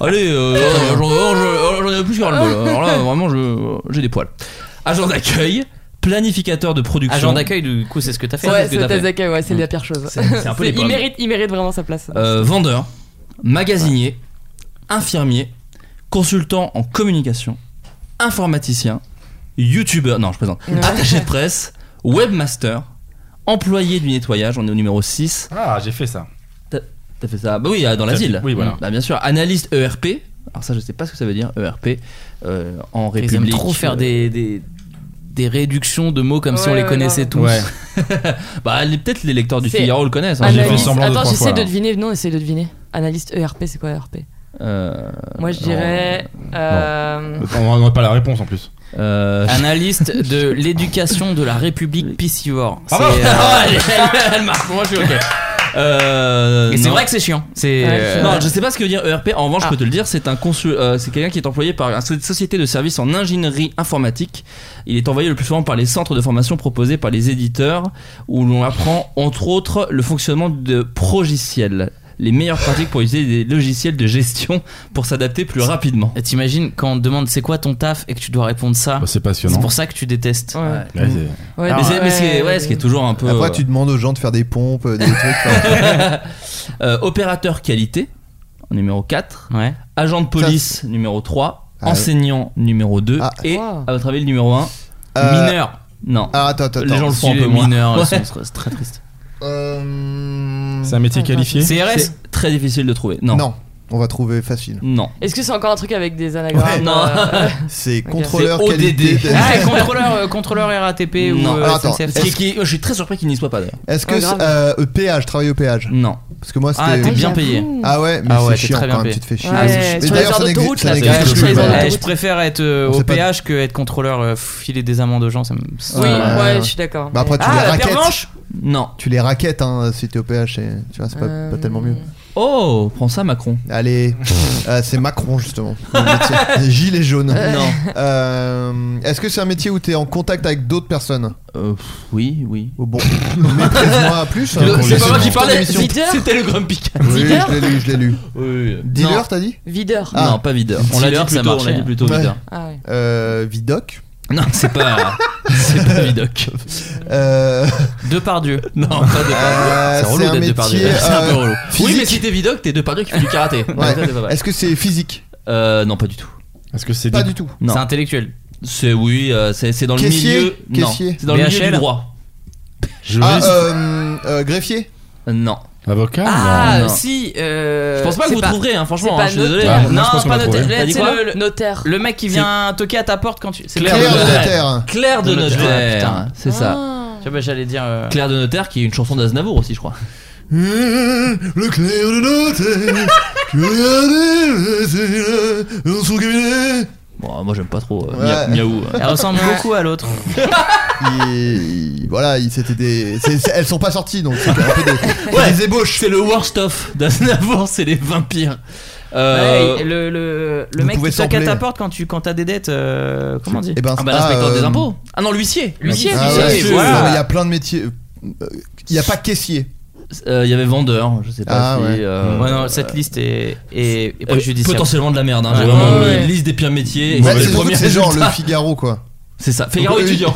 S7: Allez, euh, oh, j'en oh, je- oh, j'en ai plus qu'à le bol. Alors là, vraiment, je- j'ai des poils. Agent d'accueil, planificateur de production.
S1: Agent d'accueil, du coup, c'est ce que t'as fait.
S2: Ouais,
S1: ce que
S2: c'est
S1: t'as fait.
S2: Tazaka, ouais, c'est la pire chose.
S7: C'est- c'est un peu les
S2: C'est- il,
S7: pommes.
S2: mérite, il mérite vraiment sa place.
S7: Euh, vendeur, magasinier, infirmier, consultant en communication, informaticien, youtubeur, non je présente,
S2: Ouais.
S7: attaché de presse, webmaster, employé du nettoyage, on est au numéro 6.
S5: Ah, j'ai fait ça.
S7: T'as fait ça Bah oui, dans l'asile.
S5: Oui, voilà.
S7: Bah bien sûr, analyste ERP. Alors ça, je sais pas ce que ça veut dire ERP euh, en
S1: Ils
S7: République. euh,
S1: aiment trop faire des, des, des réductions de mots comme si on
S2: Ouais,
S1: les
S2: ouais,
S1: connaissait
S2: grave.
S1: tous.
S5: Ouais.
S7: Bah les- peut-être les lecteurs du
S2: C'est
S7: Figaro le connaissent. hein.
S5: J'ai fait
S2: Analyste-
S5: semblant deux,
S2: Attends,
S5: trois fois,
S2: j'essaie de
S1: hein.
S5: là.
S2: deviner. Non, essaie de deviner. Analyste ERP, c'est quoi ERP
S7: Euh,
S2: Moi, je
S7: non.
S2: dirais. euh,
S5: On n'a pas la réponse en plus.
S7: Euh,
S1: Analyste de l'éducation de la République piscivore. C'est,
S7: Bravo.
S1: euh,
S7: elle, elle- elle marque. Moi, je suis ok. Euh,
S1: et c'est
S7: non.
S1: vrai que c'est chiant. C'est
S2: Ouais,
S1: euh,
S2: c'est
S7: Non, je sais pas ce que veut dire ERP. En revanche,
S1: Ah.
S7: je peux te le dire, c'est un consul, euh, c'est quelqu'un qui est employé par une société de services en ingénierie informatique. Il est envoyé le plus souvent par les centres de formation proposés par les éditeurs, où l'on apprend entre autres le fonctionnement de progiciels, les meilleures pratiques pour utiliser des logiciels de gestion pour s'adapter plus rapidement.
S1: T'imagines quand on te demande c'est quoi ton taf et que tu dois répondre ça.
S5: Bah, c'est
S1: C'est
S5: passionnant.
S1: pour ça que tu détestes.
S2: Ouais. Ouais.
S5: Ouais, c'est-
S2: Ouais,
S7: mais c'est- mais ce qui est-
S2: ouais,
S7: ouais, ce qui est toujours un peu
S8: Après, tu demandes aux gens de faire des pompes, euh, des trucs. enfin,
S7: euh, opérateur qualité numéro 4,
S1: Ouais.
S7: agent de police numéro 3,
S8: Ah,
S7: enseignant numéro 2
S8: Ah.
S7: et
S2: Wow.
S7: à votre avis le numéro 1
S8: euh,
S7: mineur. Non.
S8: Ah, attends, attends,
S7: les gens
S8: attends.
S7: le font un
S1: Si
S7: peu
S1: les
S7: moins.
S1: mineurs,
S7: Ouais.
S1: sont- c'est très triste.
S8: Euh,
S5: c'est un métier qualifié.
S1: CRS
S7: C'est très difficile de trouver. Non.
S8: Non. on va trouver facile.
S7: Non.
S2: Est-ce que c'est encore un truc avec des anagrammes
S8: Ah,
S7: Ouais, non.
S2: euh,
S8: C'est
S2: Ok.
S8: contrôleur
S7: C'est ODD.
S8: qualité.
S1: Ah, et contrôleur, euh, contrôleur RATP ou
S7: Non.
S1: euh,
S8: Alors, attends.
S1: SNCF.
S7: Ce qui- qui- je suis très surpris qu'il n'y soit pas d'ailleurs.
S8: Est-ce que
S2: Ouais,
S8: c'est,
S2: grave.
S8: euh, euh, péage, travail au péage
S7: Non.
S8: Parce que moi, c'était.
S1: Ah, t'es bien payé.
S8: Ah ouais, mais
S1: Ah ouais,
S8: c'est
S1: t'es
S8: chiant
S1: très bien
S8: quand même,
S1: payé.
S8: tu te fais chier.
S2: Ouais,
S8: Mais
S2: sur
S8: c'est-
S2: les
S8: mais d'ailleurs,
S2: heures
S8: ça n'existe
S2: d'autoroute,
S8: ça
S2: là,
S8: n'existe
S2: c'est
S8: plus,
S2: sur les heures
S8: voilà.
S1: Eh,
S2: d'autoroute.
S1: je préfère être euh,
S8: On
S1: au
S8: sait pas-
S1: péage que être contrôleur euh, filer des amendes aux gens. Ça me...
S2: Oui,
S8: Ouais.
S2: ouais,
S8: Ouais.
S7: Euh,
S2: je suis d'accord.
S8: Bah, après, tu
S2: Ah,
S8: les
S2: la
S8: raquettes.
S2: pervenche
S7: Non.
S8: Tu les raquettes, hein, si t'es au péage, c'est- tu vois, c'est pas,
S2: Euh,
S8: pas tellement mieux.
S7: Oh, prends ça Macron.
S8: Allez, euh, c'est Macron justement. le métier. Les Gilets jaunes.
S7: Non.
S8: Euh, Est-ce que c'est un métier où t'es en contact avec d'autres personnes
S7: Euh, pff, oui, oui.
S8: Oh, Bon, maîtrise-moi à plus.
S5: Le- c'est pas moi qui
S8: parle
S7: parlais,
S2: Videur
S7: C'était le Grumpy Cat.
S8: Oui,
S2: Dealer
S8: je l'ai lu, je l'ai lu.
S7: Oui.
S8: Dealer, t'as dit
S2: Videur.
S8: Ah.
S7: Non, pas videur. On l'a dit
S1: Dealer, ça
S7: plutôt, on
S1: marchait.
S7: l'a dit plutôt
S8: Ouais.
S7: videur.
S2: Ah ouais.
S8: euh, Vidoc.
S7: Non, c'est pas c'est pas vidoc.
S8: Euh,
S1: Deux par Dieu.
S7: Non, pas de
S8: Euh,
S7: C'est relou
S8: c'est un
S7: d'être Depardieu.
S8: métier,
S7: C'est un peu
S8: euh,
S7: relou. Oui,
S8: physique.
S7: mais si t'es vidoc, t'es Depardieu qui fait du karaté. Non,
S8: Ouais.
S7: ça, c'est pas vrai.
S8: Est-ce que c'est physique
S7: Euh, non, pas du tout.
S5: Est-ce que c'est
S8: Pas
S5: des-
S8: du tout.
S7: Non.
S1: C'est intellectuel.
S7: C'est oui, euh, c'est c'est dans le
S8: Caissier
S7: milieu. Non,
S8: Caissier
S7: c'est dans le milieu
S1: BHL?
S7: du droit.
S5: Je
S8: Ah,
S5: risque-
S8: euh, euh, greffier
S7: Non.
S5: Avocat
S1: Ah,
S5: non, non.
S1: si. euh,
S7: Je pense pas que
S1: c'est
S7: vous trouverez, hein, franchement,
S1: c'est
S7: hein,
S1: pas
S7: je suis désolé.
S2: Ah,
S1: notaire.
S7: Ouais, moi,
S1: non,
S7: je
S1: c'est
S7: pense qu'on
S1: pas
S7: l'a
S1: notaire.
S7: trouvé.
S1: Là,
S7: T'as dit
S1: tu sais,
S7: quoi
S1: le, le-
S2: notaire.
S1: Le mec qui vient toquer à ta porte quand tu. C'est
S7: Claire de notaire.
S8: Ah,
S7: Claire de notaire,
S1: putain.
S7: c'est ça.
S1: Tu vois, bah, j'allais dire. euh,
S7: Claire de Notaire qui est une chanson d'Aznavour aussi, je crois.
S8: Le clair de notaire qui regardait dans son cabinet.
S7: Bon, moi j'aime pas trop euh,
S8: Ouais.
S7: Mia- Miaou. euh.
S1: Elle ressemble beaucoup à l'autre.
S8: Il- il- voilà, il- c'était des. c'est- c'est- elles sont pas sorties donc c'est un peu des, c'est
S7: Ouais.
S8: des ébauches.
S7: C'est le worst of d'Aznavour, c'est les vampires. Euh,
S1: Ouais, le le, le
S8: Vous
S1: mec
S8: pouvez
S1: qui toque à
S8: sembler.
S1: ta porte quand tu quand t'as des dettes. euh, comment on dit
S8: Eh ben,
S7: ah bah
S8: ah,
S7: l'inspecteur
S8: euh,
S7: des impôts. Ah non, l'huissier.
S1: L'huissier,
S8: Ah
S1: l'huissier,
S8: ouais,
S7: l'huissier,
S8: c'est-
S1: voilà.
S8: non, mais il y a plein de métiers. euh, Il n'y a pas caissier.
S7: Euh, Il y avait vendeur, je sais pas
S8: Ah
S7: si.
S8: ouais.
S7: euh,
S1: Ouais, non, cette liste est, est, est
S7: euh,
S1: préjudiciable.
S7: potentiellement de la merde. hein. J'ai
S1: Ouais.
S7: vraiment
S1: Ouais,
S7: une
S1: ouais.
S7: liste des pires métiers. et
S8: Ouais,
S7: c'est
S8: c'est
S7: le
S8: surtout
S7: premier
S8: que c'est genre le
S7: résultat.
S8: Figaro quoi.
S7: C'est ça. Figaro
S8: Donc, eux,
S7: étudiant.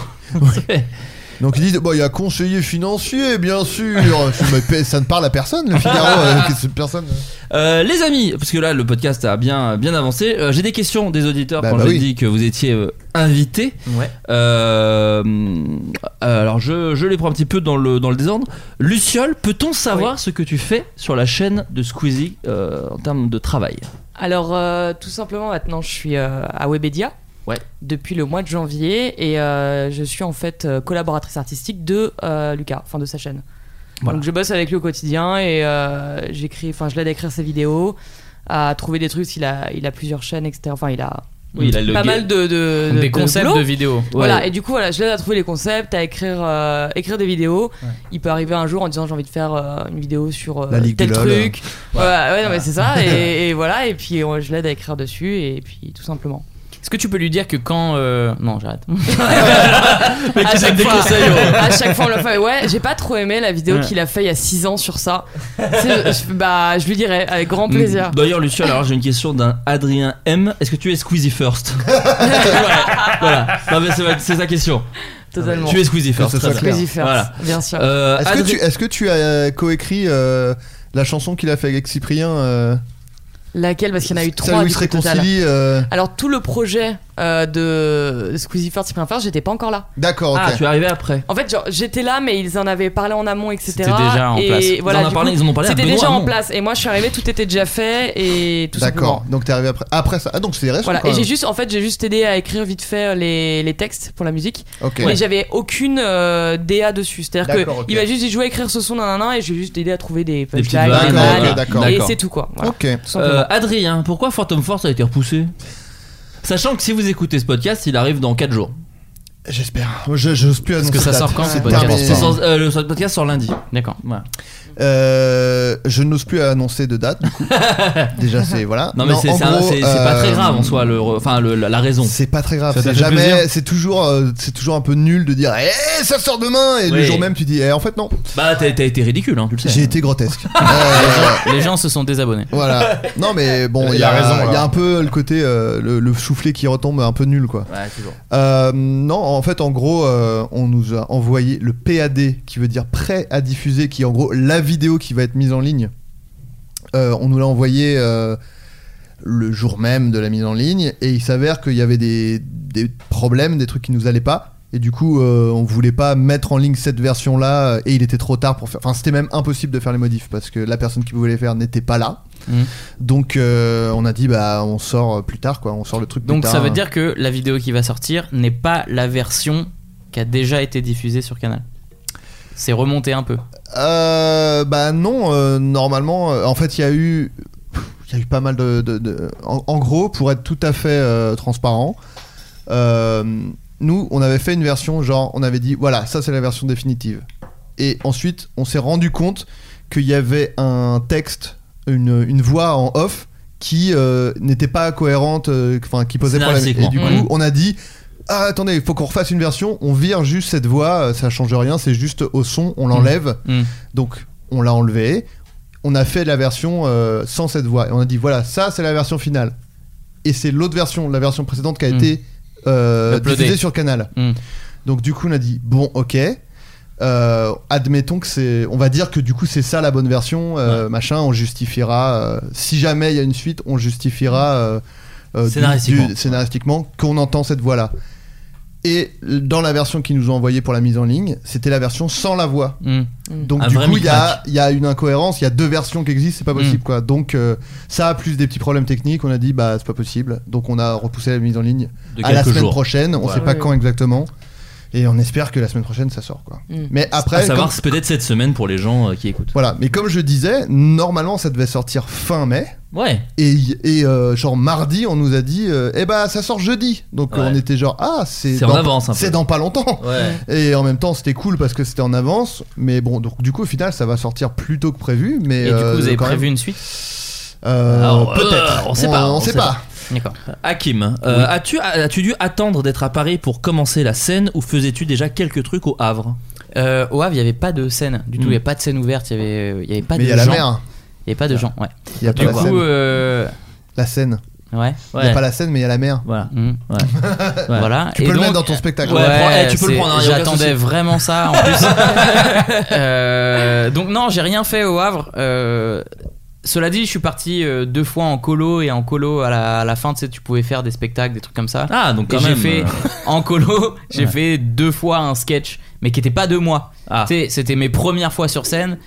S8: Donc ils disent bon il y a conseiller financier bien sûr. Je me paie- ça ne parle à personne le Figaro. euh, qu'est-ce que personne.
S7: Euh, les amis, parce que là le podcast a bien bien avancé. euh, J'ai des questions des auditeurs
S8: Bah,
S7: quand
S8: bah
S7: j'ai
S8: oui.
S7: dit que vous étiez euh, invités.
S1: Ouais.
S7: Euh, hum, euh, alors je, je les prends un petit peu dans le, dans le désordre. Luciole, peut-on savoir ce que tu fais sur la chaîne de Squeezie euh, en termes de travail
S2: Alors, euh, tout simplement, maintenant, je suis euh, à Webedia.
S7: Ouais.
S2: Depuis le mois de janvier. Et euh, je suis en fait euh, collaboratrice artistique de euh, Lucas, enfin de sa chaîne.
S7: Voilà.
S2: Donc, je bosse avec lui au quotidien et euh, j'écris, enfin, je l'aide à écrire ses vidéos, à trouver des trucs. Il a, il a plusieurs chaînes, etc. Enfin, il a
S7: Oui, il a le
S2: pas
S7: ga-
S2: mal de, de- de-
S1: Des
S2: de
S1: concepts
S2: boulot.
S1: de vidéos.
S2: Voilà, et du coup, voilà, je l'aide à trouver les concepts, à écrire, euh, écrire des vidéos. Il peut arriver un jour en disant j'ai envie de faire euh, une vidéo sur euh,
S8: La Ligue
S2: tel
S8: du LOL.
S2: truc. Ouais, ouais, non, mais c'est ça. Et, et voilà, et puis euh, je l'aide à écrire dessus, et puis tout simplement.
S1: Est-ce que tu peux lui dire que quand. euh, Non, j'arrête.
S2: à, chaque
S7: des
S2: fois,
S7: conseils, ouais.
S2: à chaque fois, on le fait. Ouais, j'ai pas trop aimé la vidéo qu'il a fait il y a 6 ans sur ça. C'est- je- bah, je lui dirai avec grand plaisir.
S7: Mm. D'ailleurs, Luciole, alors j'ai une question d'un Adrien M. Est-ce que tu es Squeezie First Ouais, Voilà. Non, mais c'est ma- c'est sa question.
S2: Totalement.
S7: Tu es Squeezie First.
S8: ce
S7: très
S8: soit
S7: bien.
S2: Crazy First,
S7: Voilà.
S2: bien sûr.
S7: Euh,
S8: Est-ce que
S7: Adrien-
S8: tu est-ce que tu as euh, coécrit euh, la chanson qu'il a fait avec Cyprien euh,
S2: Laquelle Parce qu'il y en a eu trois
S8: Salut il
S2: du
S8: se
S2: coup, au total.
S8: réconcilie. euh,
S2: Alors, tout le projet euh, de Squeezie First, Cyprien First, j'étais pas encore là.
S8: D'accord ok.
S7: Ah, tu es arrivé après.
S2: En fait, genre, j'étais là, mais ils en avaient parlé en amont, etc.
S1: C'était déjà en
S2: et
S1: place.
S7: Ils
S2: Voilà,
S7: en ont
S2: du
S7: parlé-
S2: coup,
S7: ils en ont parlé à
S2: C'était
S7: Benoît
S2: déjà en
S7: Hamon.
S2: place. Et moi, je suis arrivé, tout était déjà fait et tout
S8: D'accord.
S2: simplement.
S8: Donc t'es arrivé après après ça. Ah donc c'est récent.
S2: Voilà.
S8: quand
S2: Et j'ai
S8: même.
S2: juste, en fait, j'ai juste aidé à écrire vite fait euh, les, les textes pour la musique.
S8: Ok.
S2: Mais j'avais aucune euh, DA dessus. C'est-à-dire que
S8: D'accord, ok.
S2: il m'a juste dit, je vais écrire ce son, nanana, et j'ai juste aidé à trouver des
S7: Des petites
S2: punchlines,
S7: vannes,
S2: des vannes,
S8: D'accord, ok, d'accord.
S2: Et
S7: D'accord.
S2: c'est tout quoi. Voilà,
S8: Ok.
S2: tout simplement.
S7: Euh, Adrien, pourquoi Phantom Force a été repoussé Sachant que si vous écoutez ce podcast, il arrive dans 4 jours.
S8: Euh, J'espère. Je j'ose plus annoncer
S1: que ça
S8: date.
S1: sort quand, ce
S8: Ah,
S1: podcast
S8: mais-
S7: C'est sans- euh, le podcast sort lundi.
S1: D'accord.
S7: Voilà.
S8: Euh, je n'ose plus annoncer de date. du coup. Déjà c'est voilà.
S7: Non, mais c'est
S8: en
S7: c'est un-
S8: gros,
S7: c'est- c'est pas
S8: euh,
S7: très grave en soi, le, re- enfin, le- la, la raison.
S8: C'est pas très grave.
S5: Ça t'a
S8: C'est
S5: fait
S8: jamais.
S5: plaisir
S8: C'est toujours. euh, c'est toujours un peu nul de dire. Eh, ça sort demain. Et le
S7: Oui.
S8: jour même tu dis. Eh, en fait non.
S7: Bah, t'as t'as été ridicule, hein, tu le sais.
S8: J'ai été grotesque. Euh,
S1: Les gens se sont désabonnés.
S8: voilà. Non mais bon.
S5: Il
S8: Il y a,
S5: a raison,
S8: Il y a
S5: alors.
S8: un peu le côté euh, le, le soufflet qui retombe un peu nul quoi.
S7: Ouais, toujours.
S8: Euh, non, en fait, en gros, euh, on nous a envoyé le PAD, qui veut dire prêt à diffuser, qui est en gros la vidéo qui va être mise en ligne. Euh, on nous l'a envoyé euh, le jour même de la mise en ligne, et il s'avère qu'il y avait des, des problèmes, des trucs qui nous allaient pas. Et du coup, euh, on voulait pas mettre en ligne cette version-là, euh, et il était trop tard pour faire. Enfin, c'était même impossible de faire les modifs parce que la personne qui voulait les faire n'était pas là.
S1: Mhm.
S8: Donc, euh, on a dit bah, on sort plus tard, quoi. On sort le truc. plus
S1: Donc ça
S8: tard.
S1: veut dire que la vidéo qui va sortir n'est pas la version qui a déjà été diffusée sur Canal. C'est remonté un peu.
S8: Euh, bah non, euh, normalement, euh, en fait, il y a eu, pff, il y a eu pas mal de, de- de- en, en gros, pour être tout à fait euh, transparent, euh, nous, on avait fait une version genre, on avait dit, voilà, ça c'est la version définitive. Et ensuite, on s'est rendu compte qu'il y avait un texte, une, une voix en off qui euh, n'était pas cohérente, euh, enfin qui posait problème. Et du coup,
S1: Scénaristiquement.
S8: on a dit. Ah, attendez, il faut qu'on refasse une version. On vire juste cette voix, euh, ça change rien, c'est juste au son, on l'enlève.
S1: Mm.
S8: Donc on l'a enlevé, on a fait la version euh, sans cette voix et on a dit voilà ça c'est la version finale et c'est l'autre version, la version précédente qui a
S1: Mm.
S8: été euh,
S1: Uploadée.
S8: diffusée sur Canal.
S1: Mm.
S8: Donc du coup on a dit bon ok. euh, admettons que c'est, on va dire que du coup c'est ça la bonne version, euh, machin. On justifiera euh, si jamais il y a une suite, on justifiera euh, euh, du-
S7: Scénaristiquement.
S8: du- scénaristiquement qu'on entend cette voix là. Et dans la version qu'ils nous ont envoyée pour la mise en ligne, c'était la version sans la voix.
S1: Mm. Mm.
S8: Donc
S1: Un
S8: du
S1: vrai
S8: coup, il y a,
S1: micmac.
S8: il y a une incohérence, il y a deux versions qui existent, c'est pas possible quoi. Donc euh, ça, plus des petits problèmes techniques, on a dit bah c'est pas possible. Donc on a repoussé la mise en ligne
S5: De
S8: à la
S5: quelques
S8: semaine
S5: jours.
S8: prochaine, on
S5: Ouais.
S8: sait pas
S5: Ouais.
S8: quand exactement. Et on espère que la semaine prochaine ça sort quoi.
S2: Mm.
S8: Mais après,
S7: à savoir,
S8: comme-
S7: c'est peut-être cette semaine pour les gens euh, qui écoutent.
S8: voilà, mais comme je disais, normalement ça devait sortir fin mai.
S7: Ouais.
S8: Et, et, euh, genre mardi, on nous a dit, euh, eh bah ça sort jeudi. Donc euh,
S7: Ouais.
S8: on était genre, ah, c'est
S7: C'est en
S8: dans,
S7: avance un peu.
S8: c'est dans pas longtemps.
S7: Ouais.
S8: Et en même temps, c'était cool parce que c'était en avance. Mais bon, donc du coup, au final, ça va sortir plus tôt que prévu.
S1: Et
S8: Mais,
S1: du
S8: euh,
S1: coup, vous avez
S8: quand
S1: prévu
S8: même-
S1: une suite
S8: Euh,
S7: Alors,
S8: Peut-être.
S7: euh, on sait pas,
S8: On, sait pas.
S1: D'accord.
S7: Hakim, euh, as-tu as-tu dû attendre d'être à Paris pour commencer la scène ou faisais-tu déjà quelques trucs au Havre
S1: Euh, au Havre, il n'y avait pas de scène du tout. Il
S7: Mm.
S1: n'y avait pas de scène ouverte. Il n'y avait, euh, il y avait pas
S8: Mais
S1: de
S8: il y a la
S1: gens.
S8: mer. hein.
S1: Il n'y avait pas de gens, ouais.
S8: Il y a pas
S1: du
S8: la scène.
S1: coup, euh,
S8: La scène.
S1: ouais.
S8: Il n'y a pas la scène, mais il y a la mer.
S7: Voilà.
S1: Mm. Voilà.
S8: Tu
S1: Et
S8: peux le
S1: donc-
S8: mettre dans ton spectacle.
S1: Ouais,
S7: prends- eh, tu peux le
S1: c'est-
S7: prendre, hein, y a aucun
S1: J'attendais
S7: souci.
S1: vraiment ça en plus. Euh, donc non, j'ai rien fait au Havre. Euh, cela dit, je suis parti euh, deux fois en colo et en colo à la, à la fin, tu sais, tu pouvais faire des spectacles, des trucs comme ça.
S7: Ah, donc
S1: Et
S7: quand
S1: j'ai
S7: même.
S1: fait
S7: euh,
S1: en colo, j'ai
S7: Ouais.
S1: fait deux fois un sketch, mais qui n'était pas de moi.
S7: Ah.
S1: Tu sais, C'était mes premières fois sur scène.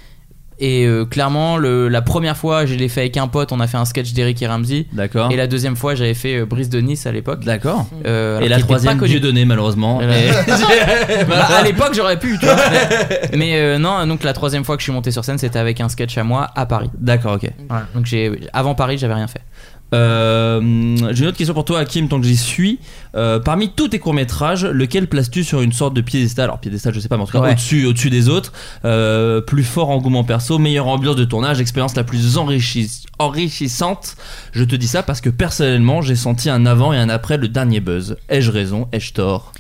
S1: Et euh, clairement, le- la première fois, je l'ai fait avec un pote, on a fait un sketch d'Eric et Ramsey.
S7: D'accord.
S1: Et la deuxième fois, j'avais fait euh, Brise de Nice à l'époque.
S7: Ah. D'accord.
S1: Euh, alors
S7: Et la
S1: qu'il était
S7: troisième,
S1: pas connu.
S7: Dieu donné, malheureusement.
S1: Et la-
S7: Et-
S1: Bah, à l'époque, j'aurais pu, tu vois. Mais, mais, euh, non, donc la troisième fois que je suis monté sur scène, c'était avec un sketch à moi à Paris.
S7: D'accord, ok.
S1: Voilà. Donc j'ai avant Paris, j'avais rien fait.
S7: Euh, J'ai une autre question pour toi, Hakim, tant que j'y suis. Euh, parmi tous tes courts-métrages, lequel places-tu sur une sorte de piédestal Alors, piédestal, je sais pas, mais en tout cas,
S1: Ouais.
S7: au-dessus au des autres. Euh, plus fort engouement perso, meilleure ambiance de tournage, expérience la plus enrichis- enrichissante. Je te dis ça parce que personnellement, j'ai senti un avant et un après le dernier buzz. Ai-je raison Ai-je tort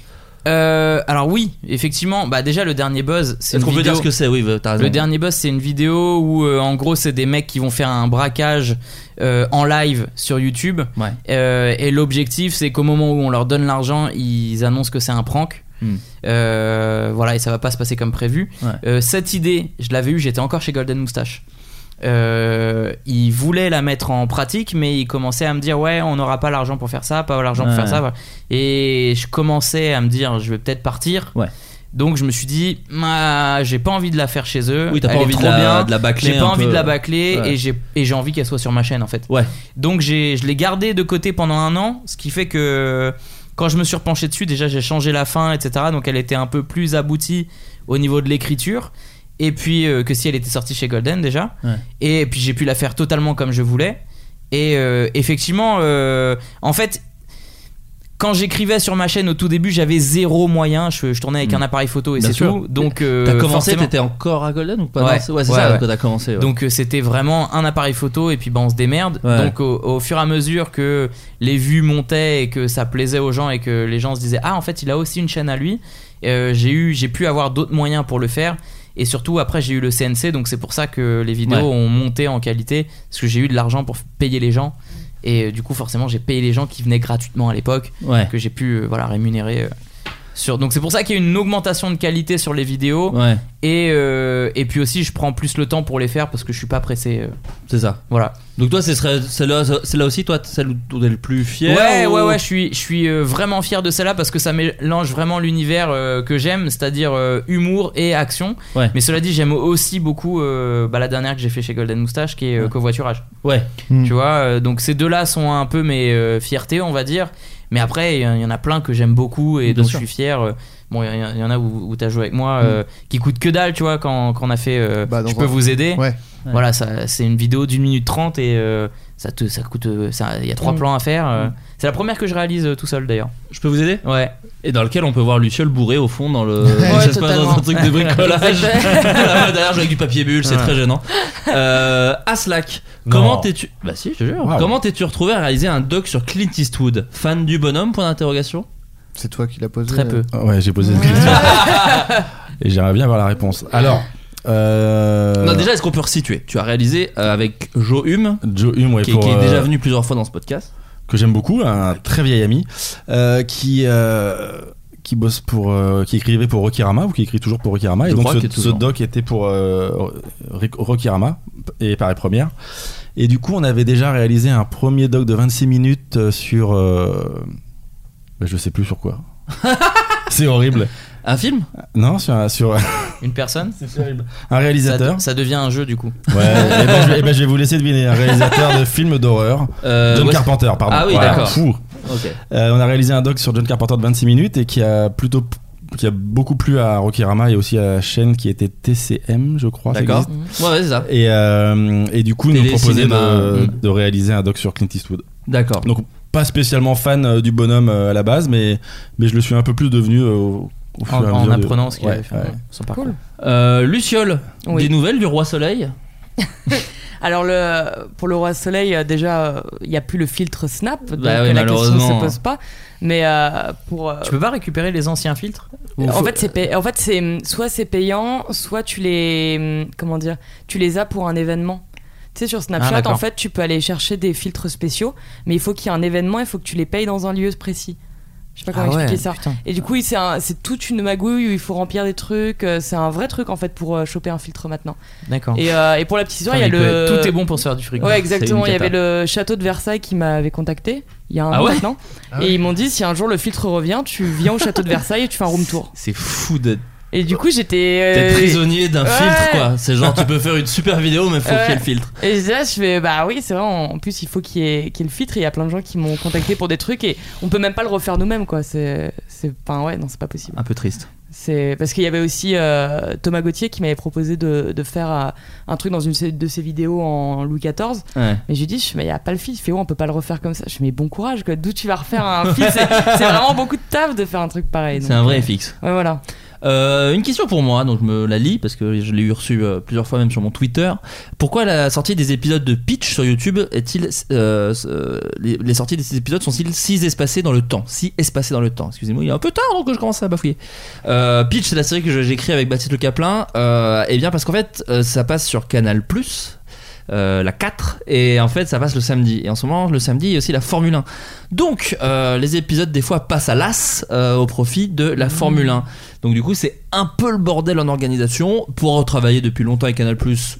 S1: Euh, alors oui, effectivement, bah déjà le dernier buzz, c'est
S7: Est-ce
S1: une
S7: qu'on peut
S1: vidéo-
S7: dire ce que c'est Oui, t'as raison.
S1: Le dernier boss, c'est une vidéo où euh, en gros, c'est des mecs qui vont faire un braquage euh, en live sur YouTube.
S7: Ouais.
S1: Euh, et l'objectif, c'est qu'au moment où on leur donne l'argent, ils annoncent que c'est un prank.
S7: Hmm.
S1: Euh, voilà, et ça va pas se passer comme prévu.
S7: Ouais.
S1: Euh, cette idée, je l'avais eue, j'étais encore chez Golden Moustache. Euh, ils voulaient la mettre en pratique, mais ils commençaient à me dire Ouais, on n'aura pas l'argent pour faire ça, pas l'argent pour
S7: Ouais.
S1: faire ça. Voilà. Et je commençais à me dire Je vais peut-être partir.
S7: Ouais.
S1: Donc je me suis dit, Ah, j'ai pas envie de la faire chez eux.
S7: Oui, t'as
S1: Elle
S7: pas
S1: est
S7: envie de
S1: trop
S7: la-
S1: bien.
S7: de la bâcler
S1: J'ai pas
S7: un
S1: envie
S7: peu.
S1: de la bâcler
S7: Ouais.
S1: et j'ai et j'ai envie qu'elle soit sur ma chaîne en fait.
S7: Ouais.
S1: Donc j'ai je l'ai gardé de côté pendant un an, ce qui fait que quand je me suis repenché dessus, déjà j'ai changé la fin, etc. Donc elle était un peu plus aboutie au niveau de l'écriture. Et puis euh, que si elle était sortie chez Golden déjà.
S7: Ouais.
S1: Et puis j'ai pu la faire totalement comme je voulais. Et euh, effectivement, euh, en fait, quand j'écrivais sur ma chaîne au tout début, j'avais zéro moyen. Je, je tournais avec
S7: Mm.
S1: un appareil photo et
S7: Bien
S1: c'est
S7: sûr.
S1: tout. Donc euh,
S7: T'as commencé,
S1: forcément-
S7: t'étais encore à Golden ou pas
S1: Ouais.
S7: Non, c'est- c'est
S1: Ouais,
S7: ça
S1: ouais.
S7: que t'as commencé. ouais.
S1: donc euh, c'était vraiment un appareil photo et puis bah, on se démerde.
S7: Ouais.
S1: Donc au, au fur et à mesure que les vues montaient et que ça plaisait aux gens et que les gens se disaient ah en fait il a aussi une chaîne à lui, euh, j'ai eu j'ai pu avoir d'autres moyens pour le faire. Et surtout après j'ai eu le CNC donc c'est pour ça que les vidéos
S7: Ouais.
S1: ont monté en qualité parce que j'ai eu de l'argent pour f- payer les gens et euh, du coup forcément j'ai payé les gens qui venaient gratuitement à l'époque
S7: ouais.
S1: que j'ai pu euh, voilà rémunérer. euh, sur... Donc c'est pour ça qu'il y a une augmentation de qualité sur les vidéos
S7: Ouais,
S1: et, euh, et puis aussi, je prends plus le temps pour les faire parce que je suis pas pressé. euh,
S7: c'est ça.
S1: voilà.
S7: Donc toi, ce serait celle-là celle-là aussi, toi, celle où t'es le plus fier
S1: ouais,
S7: ou-
S1: ouais, ouais, je suis, je suis euh, vraiment fier de celle-là parce que ça mélange vraiment l'univers euh, que j'aime, c'est-à-dire euh, humour et action.
S7: Ouais.
S1: Mais cela dit, j'aime aussi beaucoup euh, bah, la dernière que j'ai fait chez Golden Moustache qui est euh,
S7: Ouais.
S1: covoiturage.
S7: Ouais.
S8: Mm.
S1: Tu vois, euh, donc ces deux-là sont un peu mes euh, fiertés, on va dire. Mais après, il y en il y en a plein que j'aime beaucoup et
S7: Bien
S1: dont
S7: sûr. Mm.
S1: je suis fier. euh, Bon, il y en a- il y, en a où, où t'as joué avec moi euh, qui coûte que dalle, tu vois, quand, quand on a fait euh,
S8: Bah, dans
S1: Je peux
S8: un-
S1: vous aider.
S8: Ouais.
S7: Ouais.
S1: Voilà, ça- c'est une vidéo d'une minute trente et euh, ça te, ça coûte, euh, ça- il y a trois
S2: Mm.
S1: plans à faire. euh. C'est la première que je réalise euh, tout seul d'ailleurs.
S7: Je peux vous aider
S1: Ouais.
S7: Et dans lequel on peut voir Luciole bourré au fond dans le. ça se passe dans
S2: totalement.
S7: un truc de bricolage. Là-bas, derrière, je joue avec du papier bulle, c'est
S1: Ouais.
S7: très gênant. Euh, Aslak, comment t'es-tu. Bah si, je te jure.
S5: Wow.
S7: Comment t'es-tu retrouvé à réaliser un doc sur Clint Eastwood Fan du bonhomme Point d'interrogation
S8: C'est toi qui l'as posé.
S2: euh,
S8: euh.
S1: Très peu.
S5: Ah Ouais, j'ai posé cette question. Et j'aimerais bien avoir la réponse. Alors, euh,
S7: Non, déjà, est-ce qu'on peut resituer Tu as réalisé euh, avec Joe Hume,
S5: Joe Hume, ouais,
S7: qui,
S5: pour,
S7: qui est
S5: euh,
S7: déjà venu plusieurs fois dans ce podcast.
S5: que j'aime beaucoup, un très vieil ami, euh, qui euh, qui bosse pour, euh, qui écrivait pour Rocky Rama ou qui écrit toujours pour Rocky Rama.
S7: Je
S5: et donc
S7: crois
S5: ce,
S7: qu'il est
S5: ce
S7: toujours.
S5: doc était pour euh, Rick- Rocky Rama et Paris Première. Et du coup, on avait déjà réalisé un premier doc de 26 minutes euh, sur, euh, bah, je sais plus sur quoi. C'est horrible.
S1: Un film
S5: Non, sur, un- sur
S1: Une personne
S5: C'est terrible. un réalisateur.
S1: Ça, devient un jeu du coup.
S5: Ouais, et ben, je, vais- eh ben, je vais vous laisser deviner. Un réalisateur de films d'horreur.
S1: Euh,
S5: John
S1: Wes-
S5: Carpenter, pardon.
S1: Ah oui,
S5: Voilà,
S1: d'accord.
S5: fou.
S1: Ok.
S5: Euh, on a réalisé un doc sur John Carpenter de 26 minutes et qui a plutôt qui a beaucoup plu à Rocky Rama et aussi à la chaîne qui était TCM, je crois. ça
S7: D'accord.
S5: existe.
S7: Ouais, ouais, c'est ça.
S5: Et, euh, et du coup, ils nous
S7: Télé,
S5: proposait de,
S7: cinéma.
S1: hein.
S5: de réaliser un doc sur Clint Eastwood.
S7: D'accord.
S5: Donc, pas spécialement fan euh, du bonhomme euh, à la base, mais, mais je le suis un peu plus devenu euh, au, au fur
S1: En,
S5: et à
S1: en
S5: mesure de-
S1: apprenant ce qu'il
S5: Ouais,
S1: avait fait.
S5: ouais.
S1: ouais, Son parcours.
S2: Cool.
S7: Euh, Luciole,
S2: Oui.
S7: des nouvelles du Roi Soleil
S2: Alors le, pour le roi soleil, euh, déjà, euh, il n'y a plus le filtre snap, donc
S7: Bah oui,
S2: euh, la question ne
S7: malheureusement.
S2: se pose pas. Mais euh, pour... euh,
S1: Tu peux pas récupérer les anciens filtres
S7: Ou
S2: en
S7: faut-
S2: fait, c'est pay- en fait, c'est hum, soit c'est payant, soit tu les hum, comment dire, tu les as pour un événement. Tu sais, sur
S1: Ah,
S2: Snapchat,
S1: d'accord.
S2: en fait, tu peux aller chercher des filtres spéciaux, mais il faut qu'il y ait un événement, il faut que tu les payes dans un lieu précis. Je sais pas comment expliquer ça.
S1: Ah putain.
S2: Et du coup, oui, c'est un- c'est toute une magouille où il faut remplir des trucs. euh, C'est un vrai truc en fait pour euh, choper un filtre maintenant.
S1: D'accord.
S2: Et, euh, et pour la petite histoire, il y a
S1: Putain, il peut
S2: le
S1: être- Tout est bon pour se faire du fric.
S2: Ouais,
S1: C'est
S2: exactement.
S1: une
S2: Il y avait
S1: cata.
S2: le château de Versailles qui m'avait contacté il y a un
S7: Ah
S2: an
S7: ouais
S2: maintenant. Et ils m'ont dit si un jour le filtre revient, tu viens au château de Versailles et tu fais un room tour.
S7: C'est fou d'être
S2: Et du coup, j'étais.
S7: d'être
S2: euh,
S7: prisonnier d'un
S2: ouais.
S7: filtre, quoi. C'est genre, tu peux faire une super vidéo, mais faut
S2: Ouais.
S7: qu'il y ait le filtre.
S2: Et là, je fais bah oui, c'est vrai. En en plus, il faut qu'il y, ait- qu'il y ait le filtre. et Il y a plein de gens qui m'ont contacté pour des trucs et on peut même pas le refaire nous-mêmes, quoi. C'est, c'est, enfin ouais, non, c'est pas possible.
S7: Un peu triste.
S2: C'est parce qu'il y avait aussi euh, Thomas Gauthier qui m'avait proposé de, de faire euh, un truc dans une sé- de ses vidéos en Louis XIV.
S7: Ouais.
S2: Mais je lui dis, je fais, mais il n'y a pas le fil. Il fait, ouais, on peut pas le refaire comme ça. Je fais, mais bon courage, quoi. D'où tu vas refaire un fil C'est c'est vraiment beaucoup de taf de faire un truc pareil.
S7: C'est
S2: donc,
S7: un vrai
S2: euh,
S7: FX.
S2: Ouais, voilà.
S7: Euh, une question pour moi, donc je me la lis parce que je l'ai eu reçue euh, plusieurs fois même sur mon Twitter. Pourquoi la sortie des épisodes de Pitch sur YouTube est-il euh, euh, les, les sorties de ces épisodes sont-ils si espacées dans le temps Si espacées dans le temps, excusez-moi, il est un peu tard donc je commence à bafouiller. Euh, Pitch, c'est la série que je- j'écris avec Baptiste Le Caplin. Euh, et bien parce qu'en fait, euh, ça passe sur Canal Plus. euh, la 4 et en fait ça passe le samedi et en ce moment le samedi il y a aussi la Formule 1 donc euh, les épisodes des fois passent à l'as euh, au profit de la Formule 1 donc du coup, c'est un peu le bordel en organisation. Pour travailler depuis longtemps avec Canal+,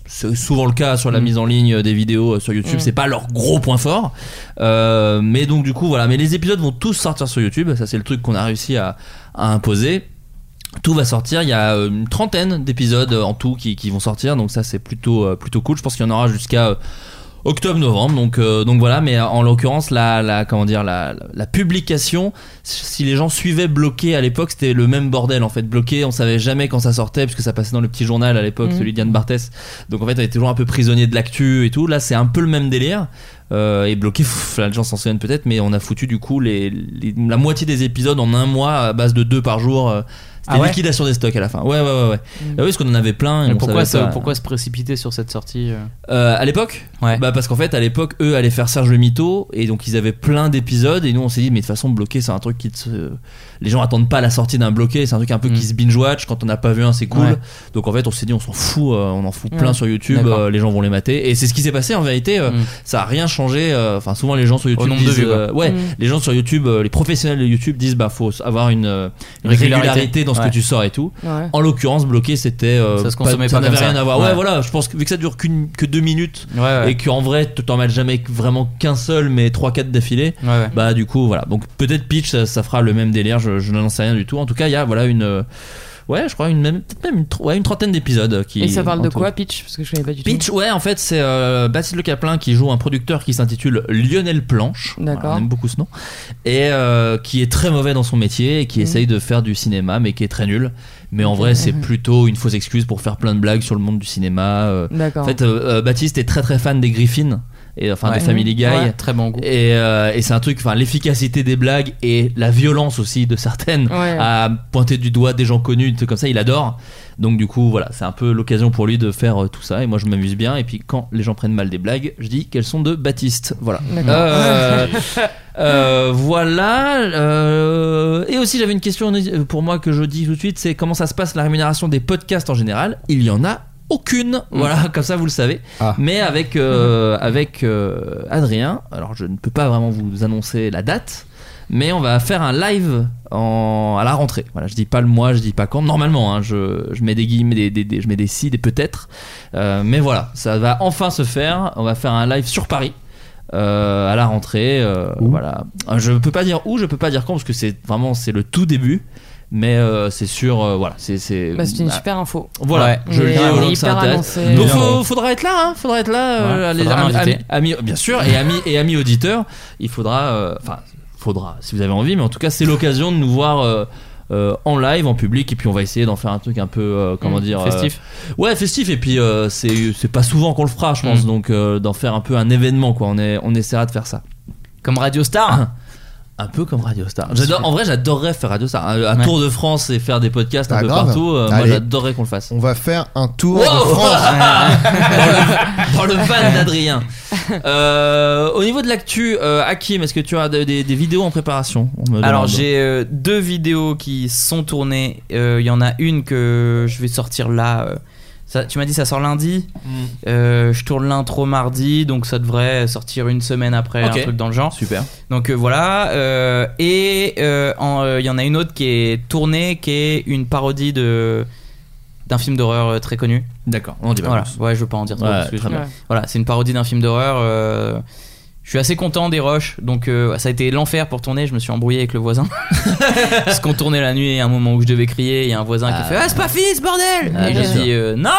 S7: c'est souvent le cas sur la mise en ligne des vidéos euh, sur YouTube.
S2: Mm.
S7: C'est pas leur gros point fort. Euh, mais donc du coup, voilà. Mais les épisodes vont tous sortir sur YouTube. Ça, c'est le truc qu'on a réussi à, à imposer. Tout va sortir. Il y a euh, une trentaine d'épisodes euh, en tout qui, qui vont sortir. Donc ça, c'est plutôt euh, plutôt cool. Je pense qu'il y en aura jusqu'à euh, octobre-novembre. Donc euh, donc voilà. Mais euh, en l'occurrence, la, la comment dire la, la- la publication si les gens suivaient bloqué à l'époque, c'était le même bordel en fait. Bloqué, on savait jamais quand ça sortait parce que ça passait dans le petit journal à l'époque,
S1: Mm.
S2: Mhm.
S7: celui d'Yann Barthès. Donc en fait, on était toujours un peu prisonnier de l'actu et tout. Là, c'est un peu le même délire. Euh, et bloqué, pff, là, les gens s'en souviennent peut-être, mais on a foutu du coup les, les- la moitié des épisodes en un mois à base de deux par jour. Euh, C'était
S1: Ah ouais Mm.
S7: liquidation des stocks à la fin. Ouais, ouais, ouais. ouais.
S2: Mhm.
S7: Ah oui, parce qu'on en avait plein. et
S1: Mais
S7: on
S1: pourquoi,
S7: savait
S1: se-
S7: pas.
S1: pourquoi se précipiter sur cette sortie euh
S7: Euh, à l'époque
S1: Ouais.
S7: Bah parce qu'en fait à l'époque eux allaient faire Serge le Mito et donc ils avaient plein d'épisodes et nous on s'est dit mais de toute façon bloqué c'est un truc qui te... les gens attendent pas la sortie d'un bloqué c'est un truc un peu
S1: Mm.
S7: qui se binge watch quand on n'a pas vu un c'est cool
S1: Ouais. Mm.
S7: donc en fait on s'est dit on s'en fout euh, on en fout
S2: Ouais.
S7: plein sur YouTube
S1: D'accord.
S7: euh, les gens vont les mater et c'est ce qui s'est passé en vérité euh,
S1: Mm.
S7: ça a rien changé euh, enfin souvent les gens sur YouTube
S1: nombre de
S7: disent,
S1: vues, quoi.
S7: euh, ouais
S2: Mm.
S7: les gens sur YouTube euh, les professionnels de YouTube disent bah faut avoir une, euh, une régularité.
S1: Régularité.
S7: dans ce
S1: Ouais.
S7: que tu sors et tout
S2: Ouais.
S7: en l'occurrence bloqué c'était euh,
S1: Ça se consommait pas
S7: ça
S1: comme
S7: n'avait
S1: ça.
S7: rien à voir ouais,
S1: Ouais.
S7: voilà je pense que vu que ça dure qu'une que deux minutes
S1: Ouais, ouais.
S7: et qu'en vrai tu t'en mêles jamais que vraiment qu'un seul mais 3-4 d'affilée
S1: Ouais, ouais.
S7: bah du coup voilà donc peut-être Pitch ça, ça fera le même délire je, je n'en sais rien du tout en tout cas il y a voilà une euh, ouais je crois une même peut-être même une, tr- ouais, une trentaine d'épisodes qui
S2: Et ça parle
S7: en
S2: de
S7: tout.
S2: quoi, Pitch Parce que je connais pas du tout.
S7: Pitch, ouais, en fait, c'est euh, Baptiste Le Caplin qui joue un producteur qui s'intitule Lionel Planche.
S2: D'accord.
S7: Voilà, on aime beaucoup ce nom. Et euh, qui est très mauvais dans son métier et qui
S2: Mhm.
S7: essaye de faire du cinéma, mais qui est très nul. Mais en vrai, c'est plutôt une fausse excuse pour faire plein de blagues sur le monde du cinéma. euh.
S2: D'accord.
S7: En fait, euh, euh, Baptiste est très très fan des Griffins, et, enfin
S1: Ouais.
S7: des Family Guy.
S1: Ouais, très bon goût.
S7: Et, euh, et c'est un truc, enfin l'efficacité des blagues et la violence aussi de certaines
S2: Ouais.
S7: à pointer du doigt des gens connus, des trucs comme ça, il adore. Donc du coup, voilà, c'est un peu l'occasion pour lui de faire euh, tout ça. Et moi, je m'amuse bien. Et puis quand les gens prennent mal des blagues, je dis qu'elles sont de Baptiste. Voilà.
S2: D'accord.
S7: Euh, euh, voilà. euh, et aussi, j'avais une question euh, pour moi que je dis tout de suite, c'est comment ça se passe la rémunération des podcasts en général Il y en a aucune. Voilà, comme ça vous le savez.
S5: Ah.
S7: Mais avec euh, avec euh, Adrien, alors je ne peux pas vraiment vous annoncer la date. Mais on va faire un live en, à la rentrée. Voilà, je dis pas le mois, je dis pas quand. Normalement, hein, je, je mets des guillemets, des, des- des- je mets des si, des peut-être. Euh, mais voilà, ça va enfin se faire. On va faire un live sur Paris euh, à la rentrée. euh,
S5: Où
S7: voilà. Je peux pas dire où, je peux pas dire quand parce que c'est vraiment c'est le tout début. Mais euh, c'est sûr, euh, voilà, c'est c'est.
S2: Bah, c'est une
S7: bah,
S2: super info.
S7: Voilà,
S2: Ouais.
S7: je le
S2: Mais
S7: dis
S2: on
S7: aux
S2: est
S7: gens que
S2: hyper
S7: ça intéresse.
S2: annoncé.
S7: Donc,
S2: Bien.
S7: faut- faudra être là, hein, faudra être là. euh,
S1: Voilà,
S7: les
S1: faudra
S7: amis-
S1: m'inviter.
S7: amis- bien sûr, et amis et amis auditeurs, il faudra, euh, enfin, faudra, si vous avez envie, mais en tout cas, c'est l'occasion de nous voir. euh, euh, en live, en public, et puis on va essayer d'en faire un truc un peu, euh, comment
S1: Mm,
S2: Mmh.
S7: dire, euh,
S1: festif.
S7: ouais, festif. Et puis euh, c'est c'est pas souvent qu'on le fera, je pense,
S2: Mmh.
S1: Mm.
S7: donc euh, d'en faire un peu un événement, quoi. On est on essaiera de faire ça.
S1: Comme Radio Star
S7: Un peu comme Radio Star. J'adore. En vrai, j'adorerais faire Radio Star, un, un
S1: Ouais.
S7: tour de France et faire des podcasts un
S8: Pas
S7: peu
S8: grave.
S7: partout. euh, moi,
S8: Allez.
S7: j'adorerais qu'on le fasse.
S8: On va faire un tour
S7: Wow
S8: de France.
S7: dans le van d'Adrien. Euh, au niveau de l'actu, euh, Hakim, est-ce que tu as des, des- des vidéos en préparation On me
S1: Alors
S7: demande.
S1: j'ai euh, deux vidéos qui sont tournées. Euh, Il y en a une que je vais sortir là. euh, ça- tu m'as dit ça sort lundi. Euh, je tourne l'intro mardi, donc ça devrait sortir une semaine après,
S7: Ok.
S1: un truc dans le genre.
S7: Super.
S1: Donc euh, voilà. euh, et euh, en, euh, il y en a une autre qui est tournée, qui est une parodie de d'un film d'horreur euh, très connu.
S7: D'accord, on dit pas
S1: Voilà.
S7: plus.
S1: Ouais, je veux pas en dire trop.
S7: Ouais,
S1: parce que
S7: très
S1: je-
S7: bien.
S1: Voilà, c'est une parodie d'un film d'horreur. euh, je suis assez content des rushs, donc euh, ça a été l'enfer pour tourner. Je me suis embrouillé avec le voisin parce qu'on tournait la nuit. Et à un moment où je devais crier, il y a un voisin qui
S7: Ah.
S1: fait Ah, c'est pas fini ce bordel
S7: Ah,
S1: Et
S7: bien
S1: j'ai
S7: sûr.
S1: dit euh, Non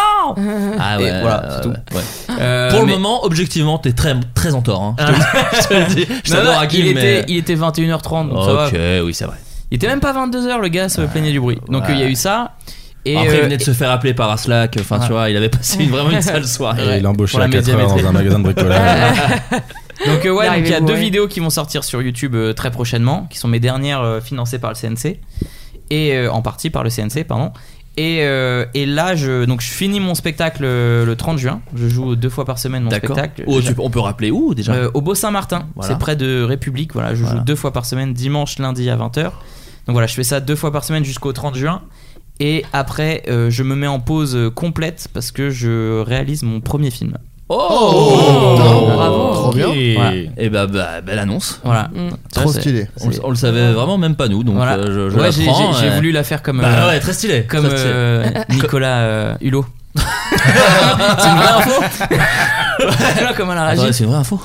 S7: Ah
S1: Et
S7: ouais,
S1: voilà,
S7: ouais,
S1: c'est tout.
S7: ouais, ouais.
S1: Euh, mais-
S7: Pour le moment, objectivement, t'es très, très en tort. hein. Je te le- je te le dis. Je
S1: Non,
S7: t'adore,
S1: non,
S7: Hakim,
S1: il,
S7: mais-
S1: était, il était 21h30, donc ça va.
S7: Ok, oui, c'est vrai.
S1: Il était même pas 22h, le gars se plaignait du bruit. Donc euh, il y a eu ça. Et
S7: Ah, Après, il
S1: euh,
S7: venait de se faire appeler par Aslak. Enfin,
S1: Ouais.
S7: tu vois, il avait passé une- vraiment une sale soirée.
S5: Et il est embauché
S1: Pour la
S5: à 4 heures
S1: médiamétrie.
S5: dans un magasin de bricolage.
S1: Donc euh, ouais, donc il y a
S2: L'arrivée
S1: deux
S2: bourrée.
S1: vidéos qui vont sortir sur YouTube euh, très prochainement, qui sont mes dernières euh, financées par le CNC et euh, en partie par le CNC, pardon. Et, euh, et là, je, donc je finis mon spectacle euh, le 30 juin. Je joue deux fois par semaine mon
S7: D'accord.
S1: spectacle.
S7: Oh,
S1: Je-
S7: tu- on peut rappeler où déjà
S1: euh, au Beau Saint-Martin,
S7: Voilà.
S1: c'est près de République. Voilà, je
S7: Voilà.
S1: joue deux fois par semaine, dimanche, lundi à 20h. Donc voilà, je fais ça deux fois par semaine jusqu'au 30 juin. Et après, euh, je me mets en pause euh, complète parce que je réalise mon premier film.
S7: Oh,
S8: putain,
S2: bravo.
S8: Trop bien.
S7: Et bah, bah, belle annonce.
S1: Voilà.
S2: Mm.
S1: Ça,
S8: Trop
S1: c'est-
S8: stylé.
S7: On, le- on le savait vraiment même pas nous, donc
S1: Voilà.
S7: euh, je, je
S1: Ouais, j'ai
S7: l'apprends,
S1: j'ai- j'ai
S7: euh.
S1: voulu la faire comme,
S7: Bah
S1: euh,
S7: ouais, très stylé.
S1: comme
S7: très stylé.
S1: euh, Nicolas euh, Hulot. c'est une vraie info Tu vois comment elle a réagi
S7: Attends, Ah, c'est une vraie info.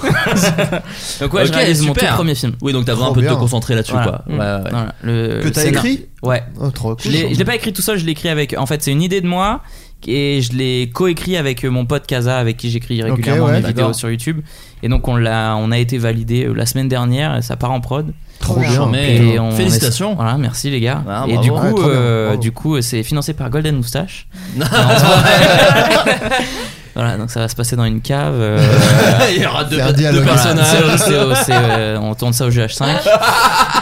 S1: Donc ouais, je
S7: Ok,
S1: réalise mon tout
S7: super.
S1: premier film.
S7: oui, donc t'as vraiment un
S8: Trop
S7: peu de
S8: bien.
S7: te concentrer là-dessus,
S1: Voilà.
S7: quoi. Ouais, ouais.
S1: Voilà, le-
S8: Que
S1: le
S8: t'as
S1: scénar-
S8: écrit
S1: Ouais.
S8: Oh, trop
S1: Je
S8: cool.
S1: l'ai je l'ai pas écrit tout seul, je l'ai écrit avec. En fait, c'est une idée de moi et je l'ai coécrit avec euh, mon pote Kaza, avec qui j'écris régulièrement
S8: ouais,
S1: mes vidéos
S8: d'accord.
S1: sur YouTube. Et donc on l'a, on a été validé euh, la semaine dernière. et Ça part en prod.
S8: Trop
S2: Voilà.
S8: bien.
S7: Mais-
S8: putain.
S1: Et on-
S7: Félicitations.
S1: Voilà, merci les gars.
S7: Ah,
S1: et
S7: bravo.
S1: du
S8: Ouais,
S1: coup,
S8: trop bien,
S1: euh,
S8: bravo.
S1: du coup, c'est financé par Golden Moustache. Voilà, donc ça va se passer dans une cave. euh,
S7: Il y aura deux,
S8: C'est un
S7: deux
S8: dialogue.
S7: personnages.
S1: Voilà, c'est au- c'est au- c'est, euh, on tourne ça au GH5.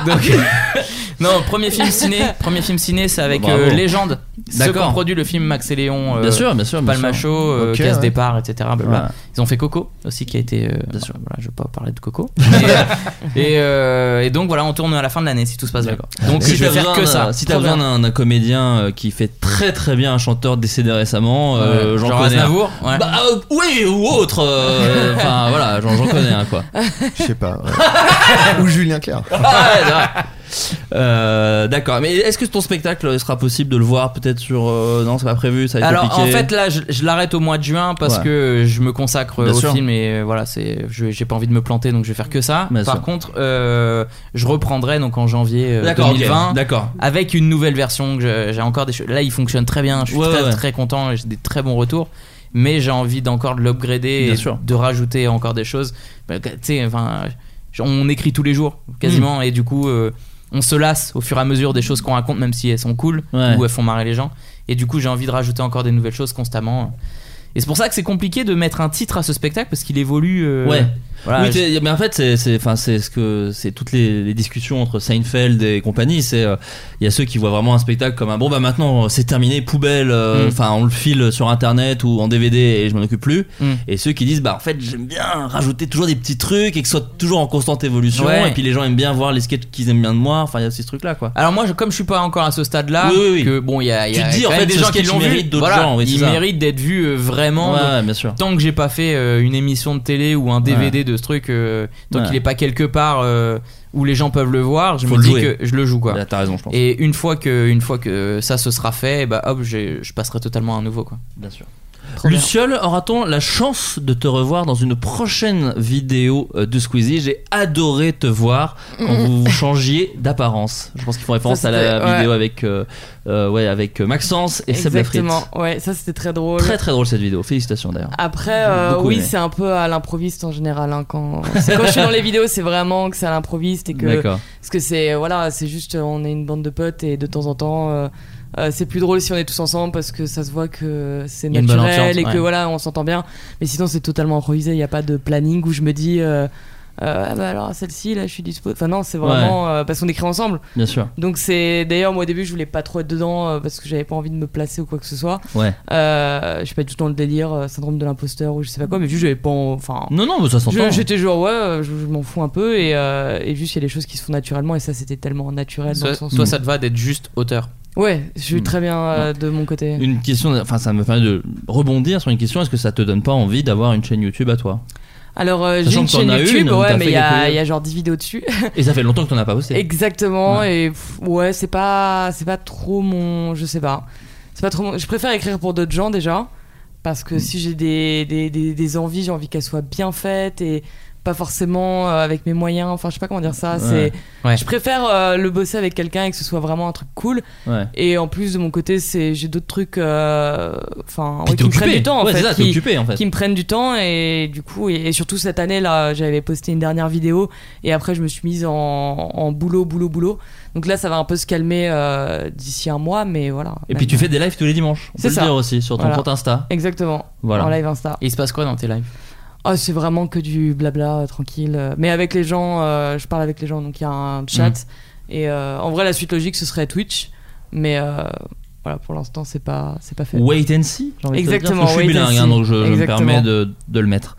S1: Donc, non, premier film ciné, premier film ciné, c'est avec
S7: Bravo.
S1: euh, Légende. Ceux qui
S7: D'accord.
S1: ont produit le film Max et Léon, euh,
S7: Bien sûr, bien sûr. bien sûr.
S1: Palmacho, euh,
S8: Ok,
S1: Casse
S8: ouais.
S1: Départ, etc. blablabla.
S7: Voilà.
S1: Ils ont fait Coco aussi, qui a été. euh, voilà, je vais pas parler de Coco. et, et, euh, et donc voilà, on tourne à la fin de l'année si tout se passe bien. Donc
S7: si
S1: je
S7: t'as
S1: vais faire
S7: besoin
S1: que
S7: d'un-
S1: ça.
S7: Si t'as
S1: Trop
S7: besoin
S1: bien.
S7: d'un d'un comédien euh, qui fait très très bien un chanteur décédé récemment, euh,
S1: Ouais,
S7: j'en
S1: genre
S7: connais. un.
S1: Aznavour, ouais.
S7: Bah euh, oui ou autre. euh, Enfin voilà, j'en j'en connais un quoi.
S8: Je sais pas. ouais. Ou Julien Clerc.
S7: Ah ouais, c'est vrai. Euh, D'accord, mais est-ce que ton spectacle sera possible de le voir peut-être sur euh, non c'est pas prévu ça va être
S1: Alors
S7: compliqué.
S1: en fait là je, je l'arrête au mois de juin parce
S7: Ouais.
S1: que je me consacre
S7: Bien
S1: au
S7: sûr.
S1: film et euh, voilà c'est je- j'ai pas envie de me planter donc je vais faire que ça.
S7: Bien
S1: Par
S7: sûr.
S1: contre euh, je reprendrai donc en janvier euh,
S7: d'accord, ok,
S1: 2020
S7: d'accord.
S1: avec une nouvelle version que je- j'ai encore des choses là il fonctionne très bien je suis
S7: Ouais,
S1: très
S7: ouais, ouais.
S1: très content et j'ai des très bons retours mais j'ai envie d'encore de l'upgrader
S7: Bien
S1: et
S7: sûr.
S1: de rajouter encore des choses Bah, tu sais enfin j- on écrit tous les jours
S7: Hmm.
S1: quasiment et du coup euh, on se lasse au fur et à mesure des choses qu'on raconte même si elles sont cool
S7: Ouais.
S1: ou elles font marrer les gens et du coup j'ai envie de rajouter encore des nouvelles choses constamment et c'est pour ça que c'est compliqué de mettre un titre à ce spectacle parce qu'il évolue euh,
S7: Ouais.
S1: voilà,
S7: oui,
S1: je-
S7: t'es- mais en fait, c'est, c'est, enfin, c'est ce que c'est toutes les, les discussions entre Seinfeld et compagnie. C'est euh, il y a ceux qui voient vraiment un spectacle comme un bon bah maintenant euh, c'est terminé poubelle. euh,
S1: Mm.
S7: Enfin, on le file sur internet ou en DVD et je m'en occupe plus.
S1: Mm.
S7: Et ceux qui disent bah en fait j'aime bien rajouter toujours des petits trucs et que ce soit toujours en constante évolution.
S1: Ouais.
S7: Et puis les gens aiment bien voir les sketchs qu'ils aiment bien de moi. Enfin, il y a aussi ce truc là quoi.
S1: Alors moi, je- comme je suis pas encore à ce stade-là,
S7: Oui, oui, oui.
S1: que bon, il y a, il y a
S7: Tu te dis,
S1: quand
S7: en
S1: même
S7: fait,
S1: des
S7: ce
S1: gens qui
S7: sketch
S1: l'ont vu,
S7: mérite d'autres
S1: voilà,
S7: gens, oui, c'est
S1: il
S7: ça.
S1: mérite d'être vu euh, vraiment.
S7: ouais,
S1: Donc,
S7: bien sûr.
S1: Tant que j'ai pas fait euh, une émission de télé ou un DVD de ce truc, euh, tant
S7: Ouais.
S1: qu'il est pas quelque part euh, où les gens peuvent le voir, je
S7: Faut
S1: me
S7: le
S1: dis
S7: jouer.
S1: que je le joue quoi.
S7: Là, t'as raison, je pense.
S1: Et une fois que, une fois que ça se sera fait, bah hop, j'ai- je passerai totalement à un nouveau quoi.
S7: Bien sûr.
S2: Trop bien.
S7: Luciole, aura-t-on la chance de te revoir dans une prochaine vidéo euh, de Squeezie J'ai adoré te voir quand
S2: Mm.
S7: vous changiez d'apparence. Je pense qu'ils font référence à la
S2: c'était- ouais.
S7: vidéo avec, euh, euh, ouais, avec euh, Maxence et Seb Lafrite.
S2: Exactement, ouais, ça c'était très drôle.
S7: Très très drôle cette vidéo, félicitations d'ailleurs.
S2: Après, euh,
S7: Beaucoup
S2: oui,
S7: aimé.
S2: c'est un peu à l'improviste en général. hein, quand... c'est- quand je suis dans les vidéos, c'est vraiment que c'est à l'improviste et que
S7: D'accord.
S2: parce que c'est voilà, c'est juste euh, on est une bande de potes et de temps en temps. euh, euh, c'est plus drôle si on est tous ensemble parce que ça se voit que c'est
S7: Il y a une bonne
S2: naturel et
S7: entente,
S2: que
S7: ouais.
S2: voilà on s'entend bien mais sinon c'est totalement improvisé il n'y a pas de planning où je me dis euh, euh, ah bah alors celle-ci là je suis dispo enfin non c'est vraiment euh, parce qu'on écrit ensemble
S7: Bien sûr.
S2: donc c'est d'ailleurs moi au début je voulais pas trop être dedans euh, parce que j'avais pas envie de me placer ou quoi que ce soit.
S7: Ouais.
S2: Euh, je suis pas du tout dans le délire euh, syndrome de l'imposteur ou je sais pas quoi mais juste j'avais pas en- enfin
S7: Non, non, mais ça s'entend.
S2: je- J'étais genre ouais euh, je, je m'en fous un peu et, euh, et juste il y a des choses qui se font naturellement et ça c'était tellement naturel dans le
S1: Toi,
S2: sens
S1: toi,
S2: où-
S1: ça te va d'être juste auteur
S2: Ouais, je suis très bien euh, de mon côté.
S7: Une question, enfin ça me permet de rebondir sur une question, est-ce que ça te donne pas envie d'avoir une chaîne YouTube à toi
S2: Alors euh, j'ai
S7: Sachant
S2: une
S7: que t'en
S2: chaîne
S7: as
S2: YouTube
S7: une,
S2: ouais
S7: t'as
S2: mais
S7: fait
S2: il y, a-
S7: quelques-
S2: il y a genre 10 vidéos dessus.
S7: Et ça fait longtemps que t'en as pas posté.
S2: Exactement et pff, ouais c'est pas c'est pas trop mon je sais pas c'est pas trop mon- je préfère écrire pour d'autres gens déjà parce
S1: Mm.
S2: que si j'ai des, des, des- des envies j'ai envie qu'elles soient bien faites et pas forcément euh, avec mes moyens enfin je sais pas comment dire ça
S7: Ouais.
S2: c'est
S7: Ouais.
S2: je préfère euh, le bosser avec quelqu'un et que ce soit vraiment un truc cool
S7: Ouais.
S2: et en plus de mon côté c'est j'ai d'autres trucs euh, enfin
S7: Puis
S2: ouais, qui
S7: t'es
S2: me prennent
S7: occupé.
S2: du temps en
S7: Ouais,
S2: fait,
S7: c'est ça, t'es
S2: qui-
S7: occupé, en fait.
S2: qui me prennent du temps et du coup et, et surtout cette année là j'avais posté une dernière vidéo et après je me suis mise en, en boulot boulot boulot donc là ça va un peu se calmer euh, d'ici un mois mais voilà
S7: Et puis tu fais des lives tous les dimanches. On
S2: C'est
S7: peut
S2: ça.
S7: le dire aussi sur ton
S2: Voilà.
S7: compte Insta.
S2: exactement
S7: Voilà.
S2: en live Insta
S1: Et il se passe quoi dans tes lives
S2: Ah, c'est vraiment que du blabla euh, tranquille euh, mais avec les gens euh, je parle avec les gens donc il y a un chat et euh, en vrai la suite logique ce serait Twitch mais euh, voilà pour l'instant c'est pas c'est pas fait
S7: Wait and see. j'ai envie de te dire,
S2: Exactement,
S7: parce que Je suis
S2: wait and
S7: bilingue, hein,
S2: see.
S7: donc je, je me
S2: Exactement.
S7: permets de, de le mettre.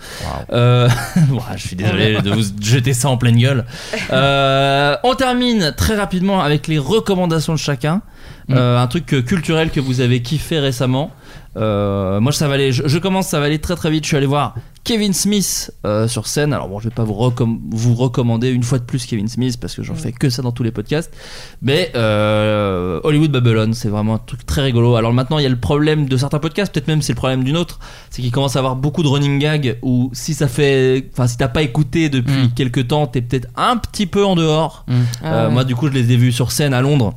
S7: Euh, ouah, je suis désolé de vous jeter ça en pleine gueule. Euh, on termine très rapidement avec les recommandations de chacun. Euh, un truc euh, culturel que vous avez kiffé récemment. Euh, moi, ça va aller. Je, je commence, ça va aller très très vite. Je suis allé voir Kevin Smith euh, sur scène. Alors bon, je vais pas vous, recomm- vous recommander une fois de plus Kevin Smith parce que j'en fais que ça dans tous les podcasts. Mais euh, Hollywood Babylon, c'est vraiment un truc très rigolo. Alors maintenant, il y a le problème de certains podcasts, peut-être même c'est le problème d'une autre, c'est qu'il commence à avoir beaucoup de running gags où si ça fait, enfin si t'as pas écouté depuis quelques temps, t'es peut-être un petit peu en dehors.
S1: Mm.
S7: Euh,
S2: Ah ouais.
S7: Moi, du coup, je les ai vus sur scène à Londres.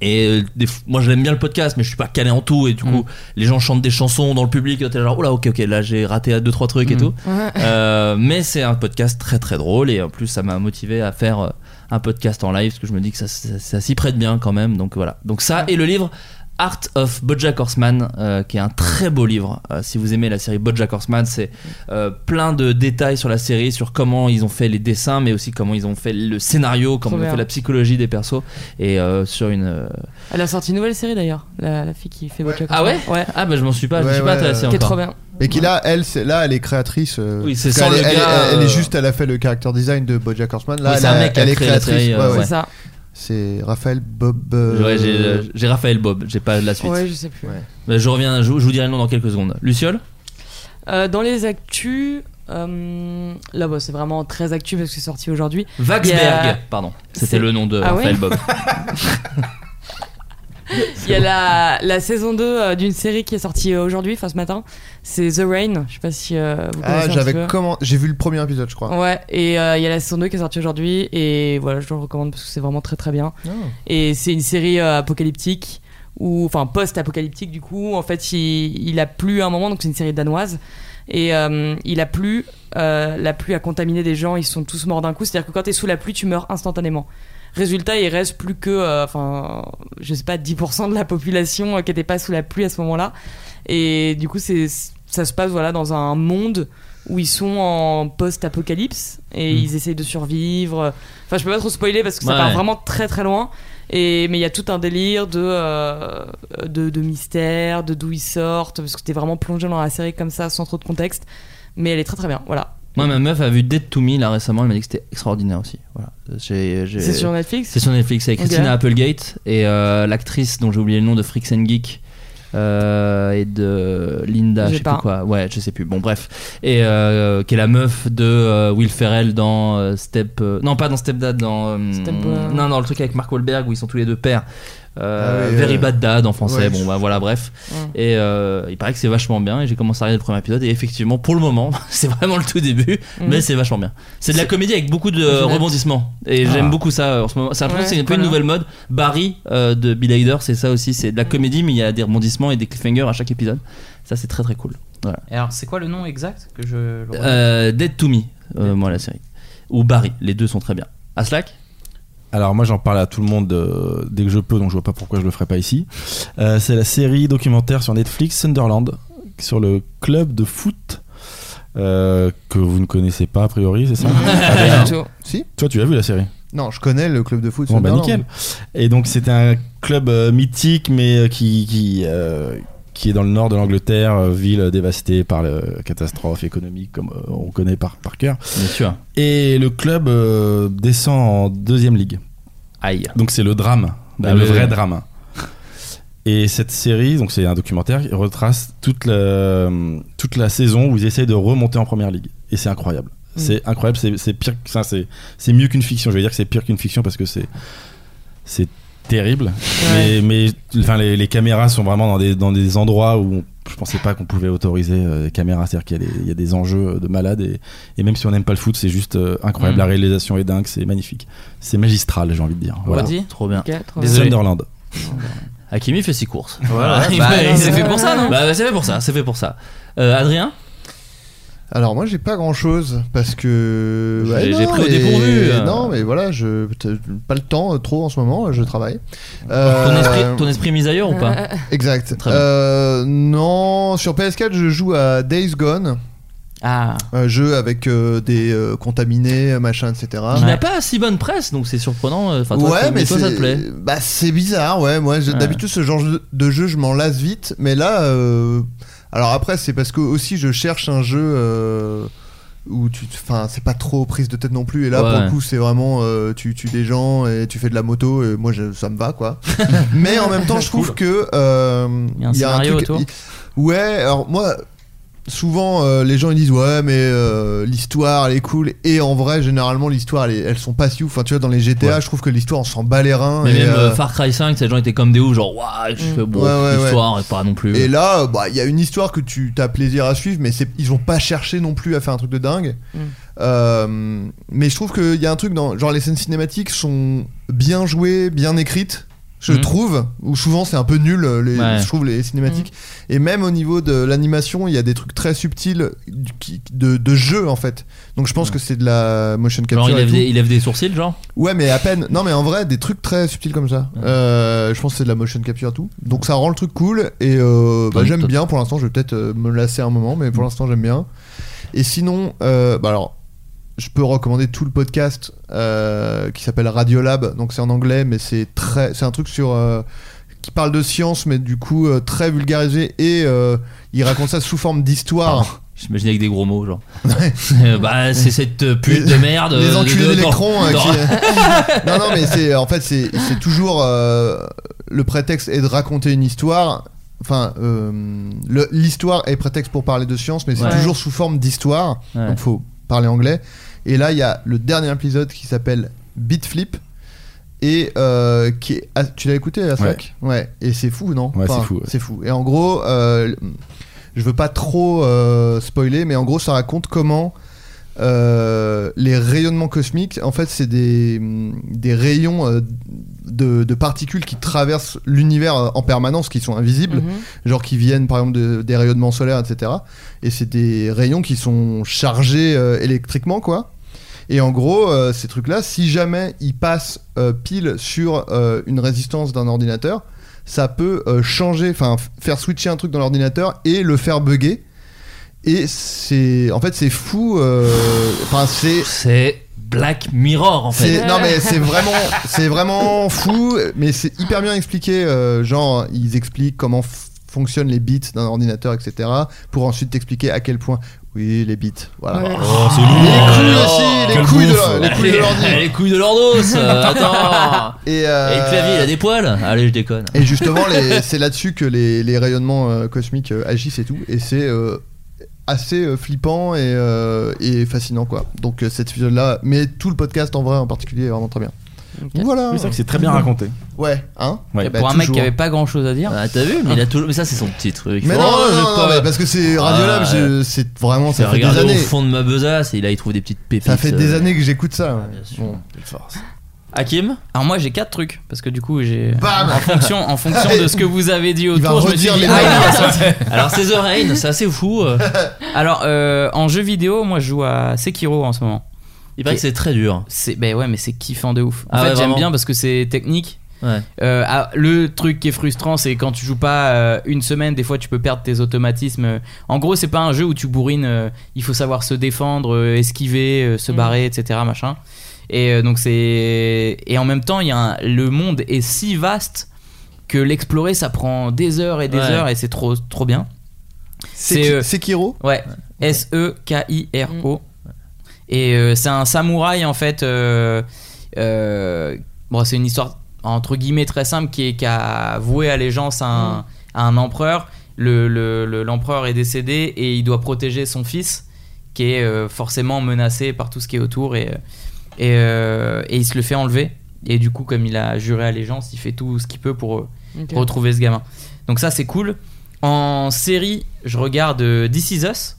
S7: Et euh, des f- moi j'aime bien le podcast, mais je suis pas calé en tout. Et
S2: Mm.
S7: du coup, les gens chantent des chansons dans le public. Et t'es là, genre, oh là, ok, ok, là j'ai raté deux trois
S2: Mm.
S7: trucs et tout. Euh, mais c'est un podcast très très drôle. Et en plus, ça m'a motivé à faire euh, un podcast en live parce que je me dis que ça, ça- ça s'y prête bien quand même. Donc voilà. Donc ça et le livre. Art of Bojack Horseman, euh, qui est un très beau livre. Euh, si vous aimez la série Bojack Horseman, c'est euh, plein de détails sur la série, sur comment ils ont fait les dessins, mais aussi comment ils ont fait le scénario,
S2: Trop
S7: comment ils ont
S2: bien.
S7: fait la psychologie des persos, et euh, sur une, euh,
S2: elle a sorti une nouvelle série d'ailleurs la, la fille qui fait Bojack
S7: Ah ouais
S2: Horseman. ouais
S7: Ah bah je m'en suis pas, je me
S8: Ouais,
S7: suis pas
S8: ouais,
S7: intéressé
S8: euh,
S2: qui est
S7: encore.
S2: trop bien
S8: Et qui là, elle, c'est là, elle est créatrice. euh,
S7: Oui, c'est
S8: parce
S7: sans
S8: qu'elle
S7: le
S8: est- elle,
S7: gars,
S8: elle- elle
S7: euh,
S8: est juste, elle a fait le character design de BoJack Horseman. Là,
S7: Oui,
S8: elle,
S7: c'est un
S8: a-
S7: mec qui a
S8: elle est
S7: créé la
S8: créatrice.
S7: série, euh,
S8: ouais,
S7: ouais.
S8: ouais.
S2: c'est ça
S8: C'est Raphaël Bob. euh,
S7: Ouais, j'ai, euh, j'ai Raphaël Bob, j'ai pas la suite.
S2: ouais je sais plus
S8: ouais.
S7: Mais je reviens, je, vous- je vous dirai le nom dans quelques secondes. Luciole
S2: Euh, dans les actus, euh, là bah, c'est vraiment très actu parce que c'est sorti aujourd'hui.
S7: Vaxberg,
S2: Il y a-
S7: pardon. C'était
S2: C'est-
S7: le nom de
S2: Ah ouais
S7: Raphaël Bob.
S2: Il y a la, la saison 2 euh, d'une série qui est sortie euh, aujourd'hui, enfin ce matin. C'est The Rain. Je sais pas si euh, vous connaissez. un
S8: Ah,
S2: petit peu.
S8: j'avais comment J'ai vu le premier épisode, je crois.
S2: Ouais, et euh, il y a la saison 2 qui est sortie aujourd'hui. Et voilà, je le recommande parce que c'est vraiment très très bien.
S8: Oh.
S2: Et c'est une série euh, apocalyptique, ou enfin post-apocalyptique du coup. En fait, il, il a plu à un moment, donc c'est une série danoise. Et euh, il a plu, euh, la pluie a contaminé des gens, ils sont tous morts d'un coup. C'est-à-dire que quand t'es sous la pluie, tu meurs instantanément. Résultat, il reste plus que, euh, enfin, je sais pas, 10% de la population euh, qui n'était pas sous la pluie à ce moment-là. Et du coup, c'est ça se passe voilà dans un monde où ils sont en post-apocalypse et
S1: Hmm.
S7: Mm.
S2: ils essayent de survivre. Enfin, je peux pas trop spoiler parce que ça
S7: Ouais.
S2: part vraiment très très loin. Et mais il y a tout un délire de euh, de, de mystère, de d'où ils sortent parce que t'es vraiment plongé dans la série comme ça sans trop de contexte. Mais elle est très très bien. Voilà.
S7: Moi, ma meuf a vu Dead to Me là récemment, elle m'a dit que c'était extraordinaire aussi. Voilà. J'ai- j'ai-
S2: C'est sur Netflix.
S7: C'est sur Netflix avec
S2: Ok.
S7: Christina Applegate et euh, l'actrice dont j'ai oublié le nom de Freaks and Geek. euh, et de Linda,
S2: Je
S7: je
S2: sais
S7: sais
S2: pas.
S7: plus quoi, ouais, je sais plus. Bon, bref, et euh, qui est la meuf de euh, Will Ferrell dans euh, Step, euh, non pas dans Step Dad, dans euh,
S2: Step, euh,
S7: non, non, le truc avec Mark Wahlberg où ils sont tous les deux pères. euh,
S1: Ah oui,
S7: Very
S1: euh,
S7: Bad Dad en français,
S1: ouais.
S7: bon bah voilà, bref.
S1: Mm.
S7: Et euh, il paraît que c'est vachement bien. Et j'ai commencé à regarder le premier épisode. Et effectivement, pour le moment, c'est vraiment le tout début,
S1: Mm.
S7: mais c'est vachement bien. C'est de la
S1: C'est-
S7: comédie avec beaucoup de
S1: Je note.
S7: rebondissements. Et
S1: Ah.
S7: j'aime beaucoup ça euh, en ce moment. C'est un peu
S1: Ouais,
S7: c'est un peu une
S1: voilà.
S7: nouvelle mode. Barry euh, de Bill Hader, c'est ça aussi. C'est de
S1: Mm.
S7: la comédie, mais il y a des rebondissements et des cliffhangers à chaque épisode. Ça, c'est très très cool. Voilà.
S1: Et alors, c'est quoi le nom exact que je. le redis
S7: Euh, Dead to Me, euh, moi la série. Ou Barry, les deux sont très bien. Aslak
S5: Alors moi j'en parle à tout le monde euh, dès que je peux, donc je vois pas pourquoi je le ferai pas ici. Euh, c'est la série documentaire sur Netflix Sunderland sur le club de foot euh, que vous ne connaissez pas a priori, c'est ça
S8: Pas du tout. Si.
S5: Toi tu as vu la série
S8: Non, je connais le club de foot.
S5: Bon, bah,
S8: Sunderland.
S5: nickel. Et donc c'était un club euh, mythique, mais euh, qui qui, euh, qui est dans le nord de l'Angleterre, euh, ville dévastée par la catastrophe économique, comme euh, on connaît par par cœur.
S7: Bien sûr.
S5: Et le club euh, descend en deuxième ligue.
S7: Aïe.
S5: Donc c'est le drame,
S7: Bah
S5: mais le
S7: oui,
S5: vrai
S7: oui.
S5: drame. Et cette série, donc c'est un documentaire, qui retrace toute la, toute la saison où ils essayent de remonter en première ligue. Et c'est incroyable.
S7: Mm.
S5: C'est incroyable, c'est c'est pire, que- ça, c'est c'est mieux qu'une fiction. Je vais dire que c'est pire qu'une fiction parce que c'est c'est terrible.
S7: Ouais.
S5: Mais, mais enfin, les, les caméras sont vraiment dans des, dans des endroits où on- je pensais pas qu'on pouvait autoriser euh, les caméras. C'est-à-dire qu'il y, a des- il y a des enjeux euh, de malade. Et, et même si on n'aime pas le foot, c'est juste euh, incroyable.
S7: Mm.
S5: La réalisation est dingue, c'est magnifique. C'est magistral, j'ai envie de dire. Voilà.
S7: Redis. Trop bien. Ok, trop bien. Désolé.
S5: Sunderland.
S8: Ah.
S7: Hakimi fait six courses.
S5: Voilà.
S7: Il
S5: Bah,
S7: fait-
S5: non,
S7: c'est
S5: mais-
S7: fait pour ça, non Bah, bah, c'est fait pour ça, c'est fait pour ça. Euh, Adrien
S8: Alors moi j'ai pas grand chose parce que
S7: J'ai-
S8: ouais,
S7: j'ai
S8: non,
S7: pris au
S8: et-
S7: dépourvu, euh.
S8: Non mais voilà, je t'as pas le temps euh, trop en ce moment, je travaille. Euh,
S7: Ton esprit- ton esprit mise ailleurs ou pas
S8: Exact.
S7: Très bien.
S8: Euh, non, sur PS4 je joue à Days Gone.
S1: Ah.
S8: Un jeu avec euh, des euh, contaminés, machin, etc.
S7: Il n'a pas si bonne presse, donc c'est surprenant. euh, Enfin, toi, ça- toi, ça te
S8: c'est-
S7: plaît.
S8: Bah, c'est bizarre, ouais. Moi, je-
S7: Ouais.
S8: d'habitude, ce genre de- de jeu, je m'en lasse vite. Mais là, euh, alors après, c'est parce que aussi, je cherche un jeu euh, où tu. Enfin, c'est pas trop prise de tête non plus. Et là, pour
S7: Ouais.
S8: le coup, c'est vraiment. euh, tu tues des gens et tu fais de la moto. Et moi, je- ça me va, quoi. mais en même temps, je trouve que. euh,
S1: Il y a un scénario autour.
S8: il- Ouais, alors moi. Souvent, euh, les gens ils disent ouais, mais euh, l'histoire elle est cool. Et en vrai, généralement, l'histoire elle est- elles sont pas si ouf. Enfin, tu vois, dans les GTA,
S7: Ouais.
S8: je trouve que l'histoire on s'en bat les reins.
S7: Mais
S8: et,
S7: même
S8: euh,
S7: euh, Far Cry 5, ces gens étaient comme des oufs, genre, waouh, je fais bon,
S8: Ouais, ouais, ouais.
S7: l'histoire, et pas non plus.
S8: et là, euh, bah, il y a une histoire que tu as plaisir à suivre, mais c'est- ils ont pas cherché non plus à faire un truc de dingue.
S7: Mm.
S8: Euh, mais je trouve qu'il y a un truc dans. Genre, les scènes cinématiques sont bien jouées, bien écrites, je
S7: Mm.
S8: trouve. Ou souvent, c'est un peu nul, euh, les,
S7: Ouais.
S8: je trouve, les cinématiques. Et même au niveau de l'animation, il y a des trucs très subtils du- qui- de, de jeu, en fait. Donc, je pense que c'est de la motion capture.
S7: Mm. genre, il
S8: et
S7: lève,
S8: tout.
S7: des, il lève des sourcils, genre
S8: Ouais, mais à peine. Non, mais en vrai, des trucs très subtils comme ça. Euh, je pense que c'est de la motion capture et tout. Donc ça rend le truc cool. Et euh, bah,
S7: Tom,
S8: j'aime
S7: Tom.
S8: bien pour l'instant. Je vais peut-être euh, me lasser un moment, mais pour l'instant, j'aime bien. Et sinon, euh, bah alors. Je peux recommander tout le podcast euh, qui s'appelle Radiolab, donc c'est en anglais, mais c'est très, c'est un truc sur euh, qui parle de science, mais du coup euh, très vulgarisé et euh, il raconte ça sous forme d'histoire.
S7: J'imagine avec des gros mots, genre. Euh, bah, c'est cette pute de merde. euh,
S8: Les enculés
S7: de- de-
S8: d'électrons. euh,
S7: dans-
S8: qui- non, non, mais c'est en fait c'est c'est toujours euh, le prétexte est de raconter une histoire. Enfin, euh, le- l'histoire est prétexte pour parler de science, mais c'est
S7: Ouais.
S8: toujours sous forme d'histoire.
S7: Ouais.
S8: Donc faut parler anglais. Et là, il y a le dernier épisode qui s'appelle Beat Flip. Et euh, qui est- ah, tu l'as écouté à ouais. Et c'est fou, non
S5: Ouais, c'est fou, ouais.
S8: C'est fou. Et en gros, euh, je veux pas trop euh, spoiler, mais en gros, ça raconte comment euh, les rayonnements cosmiques, en fait, c'est des, mm, des rayons euh, de, de particules qui traversent l'univers euh, en permanence, qui sont invisibles,
S2: Mm-hmm.
S8: genre qui viennent par exemple de- des rayonnements solaires, etc. Et c'est des rayons qui sont chargés euh, électriquement, quoi. Et en gros, euh, ces trucs-là, si jamais ils passent euh, pile sur euh, une résistance d'un ordinateur, ça peut euh, changer, enfin f- faire switcher un truc dans l'ordinateur et le faire bugger. Et c'est, en fait, c'est fou. euh, Enfin, c'est.
S7: C'est Black Mirror, en fait.
S8: c'est- Non mais c'est vraiment, c'est vraiment fou, mais c'est hyper bien expliqué. euh, genre, ils expliquent comment f- fonctionnent les bits d'un ordinateur, etc. Pour ensuite t'expliquer à quel point. Oui, les bits. Voilà.
S7: Ouais. Oh, c'est
S8: Les
S7: lourd.
S8: couilles
S7: Oh,
S8: aussi, les
S7: quel
S8: couilles
S7: bouffe.
S8: de- les couilles de l'ordi.
S7: Les couilles de l'ordos euh, Attends
S8: Et, euh,
S7: Et le clavier, il a des poils Allez, je déconne.
S8: Et justement, les- c'est là-dessus que les, les rayonnements euh, cosmiques euh, agissent et tout. Et c'est euh, assez euh, flippant et, euh, et fascinant, quoi. Donc euh, cet épisode-là, mais tout le podcast en vrai en particulier est vraiment très bien. Voilà.
S5: Oui, c'est vrai que c'est très bien raconté.
S8: Ouais, hein
S5: Ouais.
S8: Eh ben,
S1: Pour un mec qui
S8: toujours.
S1: avait pas grand chose à dire.
S7: Ah, t'as vu mais, il a toujours... mais ça, c'est son petit truc.
S8: Mais
S7: Oh,
S8: non, non,
S7: j'ai
S8: non,
S7: pas-
S8: non, mais parce que c'est Radiolab,
S7: Ah,
S8: je- c'est vraiment,
S7: C'est
S8: ça fait des
S7: regarder au
S8: années.
S7: fond de ma besace et là, il trouve des petites pépites.
S8: Ça fait des
S7: euh,
S8: années que j'écoute ça. ouais.
S7: bien sûr.
S8: Bon.
S7: Hakim
S1: Alors moi j'ai quatre trucs parce que du coup j'ai
S8: Bam
S1: en fonction en fonction de ce que vous avez dit
S8: va
S1: autour je me suis
S8: redire
S1: dit
S8: les
S1: ah,
S8: mêmes.
S1: il a sorti.
S7: Alors, c'est The Rain, c'est assez fou. euh.
S1: Alors euh, en jeu vidéo moi je joue à Sekiro en ce moment.
S7: Il paraît que c'est très dur.
S1: C'est ben ouais mais c'est kiffant de ouf. En
S7: Ah
S1: fait
S7: ouais,
S1: j'aime
S7: vraiment
S1: bien parce que c'est technique.
S7: Ouais.
S1: Euh, ah, le truc qui est frustrant c'est quand tu joues pas euh, une semaine des fois tu peux perdre tes automatismes. Euh, En gros c'est pas un jeu où tu bourrines. euh, il faut savoir se défendre, euh, esquiver, euh, se
S2: Mhm.
S1: barrer etc machin. Et euh, donc c'est et en même temps il y a un- le monde est si vaste que l'explorer ça prend des heures et des
S7: Ouais.
S1: heures et c'est trop trop bien.
S8: C'est
S1: C'est,
S8: qui-
S1: euh,
S8: c'est Kiro
S1: Ouais. S E K I R O. Et euh, c'est un samouraï en fait. euh, euh, bon, c'est une histoire entre guillemets très simple qui, est, qui a voué allégeance à un, à un empereur. Le- le- le- L'empereur est décédé et il doit protéger son fils qui est euh, forcément menacé par tout ce qui est autour et, euh, et, euh, et il se le fait enlever. Et du coup, comme il a juré allégeance, il fait tout ce qu'il peut pour, euh,
S2: Ok.
S1: retrouver ce gamin. Donc ça c'est cool. En série, je regarde euh, This Is Us,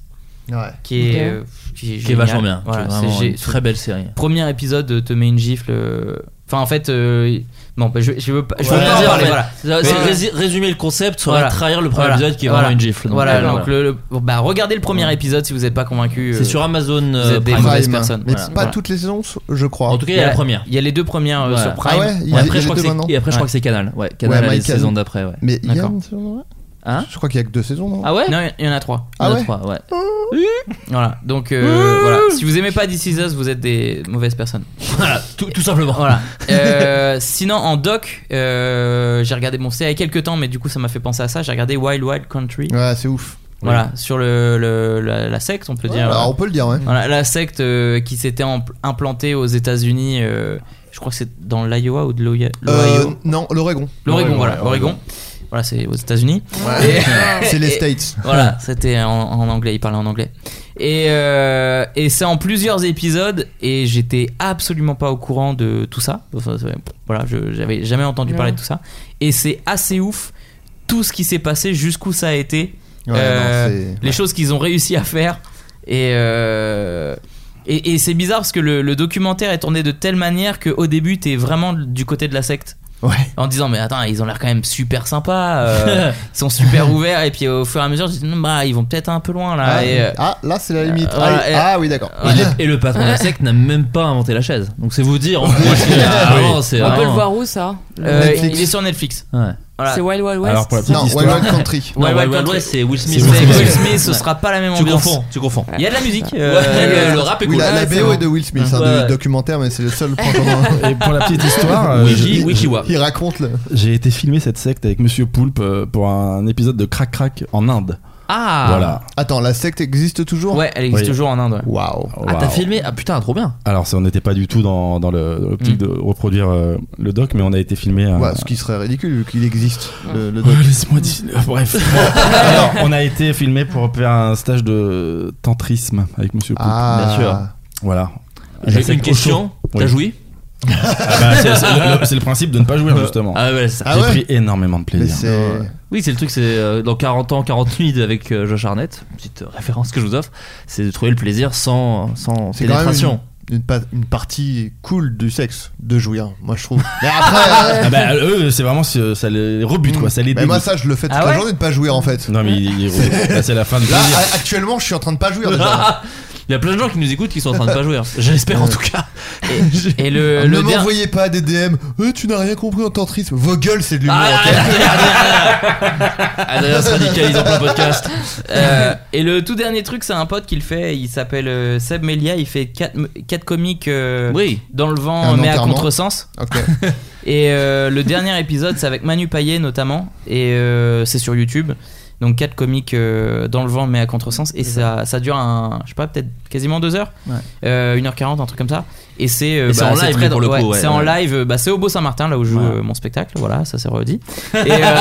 S8: Ouais.
S1: qui est,
S2: Ok.
S1: euh, qui est
S7: Qui est
S1: génial.
S7: vachement bien.
S1: Voilà,
S7: c'est vraiment
S1: c'est-
S7: une
S1: j'ai-
S7: très belle série.
S1: Premier épisode euh, te met une gifle. euh, Enfin en fait, euh, non, bah, je, je veux pas, je veux
S7: Voilà,
S1: pas en
S7: dire,
S1: parler.
S7: mais-
S1: Voilà.
S7: Ça-
S1: Mais-
S7: c'est rési- résumer le concept serait
S1: Voilà.
S7: trahir le premier
S1: Voilà.
S7: épisode qui est
S1: Voilà.
S7: vraiment une gifle. Donc,
S1: Voilà,
S7: euh,
S1: donc le, le- bon, bah regardez le premier épisode si vous n'êtes pas convaincu. euh,
S7: C'est sur Amazon
S1: vous
S7: euh,
S1: êtes des
S7: Prime.
S1: mauvaises
S8: Prime.
S1: personnes.
S8: Mais
S1: Voilà.
S8: pas
S1: Voilà.
S8: toutes les saisons, je crois.
S7: En tout cas, il y a la première.
S1: Il y a les deux premières euh,
S7: Voilà.
S1: sur Prime.
S8: ah ouais, il y
S7: Et
S8: a-
S7: après,
S8: il y a
S7: je crois
S8: deux
S7: que c'est-
S8: maintenant.
S7: et après, je crois que c'est Canal. Ouais, Canal
S8: Ouais,
S7: a les
S8: Mike
S7: saisons
S8: Canal.
S7: d'après, ouais.
S8: Mais il y a
S1: D'accord.
S8: une saison, ouais.
S7: Hein
S8: Je crois qu'il y a que deux saisons, non
S7: Ah ouais
S1: Non, il y en a trois.
S7: Il
S8: Ah
S7: y en a
S8: ouais
S7: trois, ouais.
S1: Voilà. Donc euh, voilà, si vous aimez pas This Is Us, vous êtes des mauvaises personnes.
S7: Voilà, tout, tout simplement.
S1: Voilà. Euh, sinon, en doc, euh, j'ai regardé, bon, c'est il y a quelques temps, mais du coup, ça m'a fait penser à ça. J'ai regardé Wild Wild Country.
S8: Ouais, c'est ouf.
S1: Voilà, sur le, le- la, la secte, on peut dire.
S8: Alors, on peut le dire, ouais.
S1: Voilà, la secte euh, qui s'était em- implantée aux États-Unis, euh, je crois que c'est dans l'Iowa ou de l'Ohio.
S8: Euh, non, l'Oregon.
S1: L'Oregon, voilà. L'Oregon. Voilà, c'est aux États-Unis. Et-
S8: C'est les
S1: et-
S8: States.
S1: voilà, c'était en, en anglais, il parlait en anglais. Et, euh, et c'est en plusieurs épisodes, et j'étais absolument pas au courant de tout ça. Enfin, c'est- voilà, je- j'avais jamais entendu
S2: Ouais.
S1: parler de tout ça. Et c'est assez ouf tout ce qui s'est passé, jusqu'où ça a été,
S8: Ouais,
S1: euh,
S8: non,
S1: les choses qu'ils ont réussi à faire. Et, euh, et, et c'est bizarre parce que le, le documentaire est tourné de telle manière qu'au début, t'es vraiment du côté de la secte.
S8: c'est. Ouais.
S1: En disant, mais attends, ils ont l'air quand même super sympas. euh, ils sont super ouverts et puis au fur et à mesure je dis non, bah ils vont peut-être un peu loin là
S8: Ah,
S1: et, euh,
S8: ah, là, c'est la limite.
S1: euh,
S8: ah,
S1: voilà,
S8: oui.
S1: et-
S8: Ah oui, d'accord.
S7: Et le- Et le patron de la secte n'a même pas inventé la chaise. Donc c'est vous dire. en plus, que, ah, vraiment, c'est
S2: On peut le
S7: vraiment-
S2: voir où ça
S1: euh,
S8: Netflix.
S1: il est sur Netflix
S7: Ouais.
S1: voilà
S2: C'est Wild Wild West.
S5: Alors, pour la petite
S8: Non, Wild
S5: histoire.
S8: Wild Country.
S7: Non,
S1: Wild
S7: Wild Wild
S1: Country.
S7: West, c'est Will Smith.
S1: c'est
S7: Ouais.
S1: Will Smith ce sera pas la même
S7: Tu
S1: ambiance
S7: confonds, tu confonds.
S1: il y a de la musique
S7: Ouais,
S1: euh,
S7: le- le rap est
S8: Oui,
S7: cool.
S8: la, la
S1: Ah, c'est
S8: BO est
S1: bon.
S8: de Will Smith, c'est
S7: Ouais.
S8: un du- documentaire, mais c'est le seul point commun.
S5: Et pour la petite histoire, euh,
S7: Wiki,
S5: j'ai-
S7: Wikiwa.
S8: Il raconte le.
S5: j'ai été filmer cette secte avec Monsieur Poulpe euh, pour un épisode de Crac Crac en Inde.
S1: ah
S5: Voilà.
S8: Attends, la secte existe toujours
S1: ouais elle existe
S5: Oui.
S1: toujours en Inde ouais.
S8: Waouh.
S7: Ah, t'as
S5: Waouh.
S7: filmé Ah putain, trop bien.
S5: Alors, ça, on n'était pas du tout dans, dans le- dans l'optique de reproduire euh, le doc, mais on a été filmé. euh,
S8: Mm. Ouais, ce qui serait ridicule vu qu'il existe le, le
S5: Oh,
S8: doc.
S5: Laisse-moi dire. euh, Bref. Alors, on a été filmé pour faire un stage de tantrisme avec Monsieur Poulpe.
S8: Ah,
S5: Voilà. La
S7: J'ai
S5: secte
S7: une question.
S5: Oui.
S7: T'as joui
S5: Ah bah, c'est c'est le, le- c'est le principe de ne pas jouer justement.
S7: Ah ouais, c'est ça.
S8: Ah
S5: J'ai
S8: ouais
S5: pris énormément de
S8: Mais
S5: plaisir.
S8: c'est.
S7: Oui, c'est le truc, c'est euh, dans 40 ans, 40 nuits avec euh, Josh Arnett, petite euh, référence que je vous offre, c'est de trouver le plaisir sans, sans
S8: C'est quand même
S7: pénétration.
S8: une, pa- une partie cool du sexe de jouir, moi je trouve. Mais après, euh,
S5: Ah bah, eux, c'est vraiment ce- ça les rebute quoi, ça les
S8: mais Bah, moi
S5: dégoûte.
S8: ça je le fais toute
S1: Ah
S8: la
S1: ouais
S8: journée de pas jouir en fait.
S5: Non mais ils- ils rebutent. Là, c'est la fin du
S8: Là ah,
S5: plaisir.
S8: a- actuellement je suis en train de pas jouir déjà.
S7: Ah, Il y a plein de gens qui nous écoutent qui sont en train de pas jouer. hein. J'espère en tout cas.
S1: Euh, et le,
S8: ne
S1: Euh, le der-
S8: m'envoyez pas des DM. Eh, tu n'as rien compris en tantrisme. Vos gueules c'est de l'humour.
S7: Ah,
S8: ok
S7: Adrien se radicalise en plein podcast.
S1: euh, et le tout dernier truc c'est un pote qui le fait il s'appelle euh, Seb Melia il fait 4 quatre comiques euh,
S7: Oui.
S1: dans le
S8: Un
S1: vent mais à
S8: enterrement.
S1: contresens
S8: Ok.
S1: Et euh, le dernier épisode, c'est avec Manu Payet notamment, et euh, c'est sur YouTube. Donc quatre comiques euh, dans le vent mais à contresens et ça, ça dure un je sais pas peut-être quasiment deux heures
S7: Ouais.
S1: Euh, 1h40 un truc comme ça Et c'est euh,
S7: Et c'est
S1: bah,
S7: en live,
S1: très
S7: pour le
S1: drôle.
S7: coup, ouais,
S1: c'est en
S7: ouais.
S1: live, euh, bah, c'est au Beau Saint-Martin là où je joue euh, mon spectacle, voilà, ça c'est redit. Et, euh,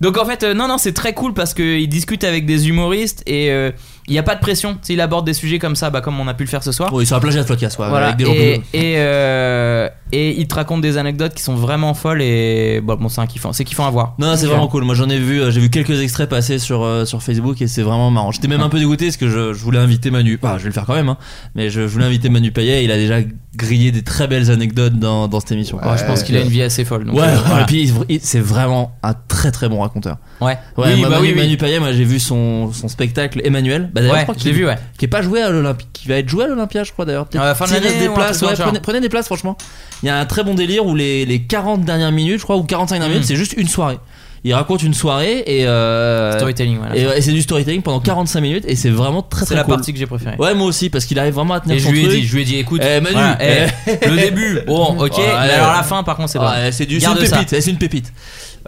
S1: donc en fait, euh, non, non, c'est très cool parce qu'il discute avec des humoristes et euh, il n'y a pas de pression. S'il aborde des sujets comme ça, bah, comme on a pu le faire ce soir.
S7: Oui, sur la plage de la Flocas, quoi,
S1: Voilà,
S7: avec des gens
S1: et,
S7: bleus.
S1: et, euh, et il te raconte des anecdotes qui sont vraiment folles et bon, bon, c'est un kiffant, c'est kiffant à voir.
S7: Non, c'est
S1: Ouais.
S7: vraiment cool. Moi, j'en ai vu, euh, j'ai vu quelques extraits passer sur, euh, sur Facebook et c'est vraiment marrant. J'étais même un peu dégoûté parce que je, je voulais inviter Manu. Bah, je vais le faire quand même, hein. Mais je, je voulais inviter Manu Payet. Il a déjà grillé des très belles anecdotes dans, dans cette émission.
S1: Ouais, je pense qu'il a une vie assez folle, donc,
S7: ouais,
S1: euh, voilà.
S7: et puis il- il- c'est vraiment un très très bon raconteur.
S1: Ouais.
S7: Ouais,
S1: Oui,
S7: moi,
S1: bah
S7: Manu,
S1: oui, oui.
S7: Manu Payet, moi j'ai vu son, son spectacle Emmanuel. Bah, d'ailleurs,
S1: Ouais,
S7: je crois
S1: je
S7: qu'il-
S1: l'ai vu, ouais.
S7: Qui est pas joué à l'Olympique, qui va être joué à l'Olympia, je crois d'ailleurs. Peut-être
S1: À la fin de
S7: s'il reste
S1: l'année
S7: des
S1: ou un
S7: places,
S1: truc dans
S7: ouais,
S1: le genre.
S7: prenez, prenez des places, franchement. Il y a un très bon délire où les, les 40 dernières minutes, je crois, ou 45 dernières minutes,
S1: Mm.
S7: c'est juste une soirée. Il raconte une soirée et. euh,
S1: Storytelling, voilà.
S7: Et, ouais, et c'est du storytelling pendant 45 minutes et c'est vraiment très très
S1: C'est la
S7: cool.
S1: partie que j'ai préférée.
S7: Ouais, moi aussi, parce qu'il arrive vraiment à tenir
S1: Et je
S7: son
S1: lui ai
S7: truc.
S1: dit, je lui ai dit, écoute,
S7: Eh, Manu,
S1: voilà, eh,
S7: eh.
S1: le début, bon, ok,
S7: Ouais,
S1: mais alors la fin, par contre, c'est pas-
S7: ouais, C'est du- c'est une
S1: Garde ça.
S7: pépite, eh, c'est une pépite.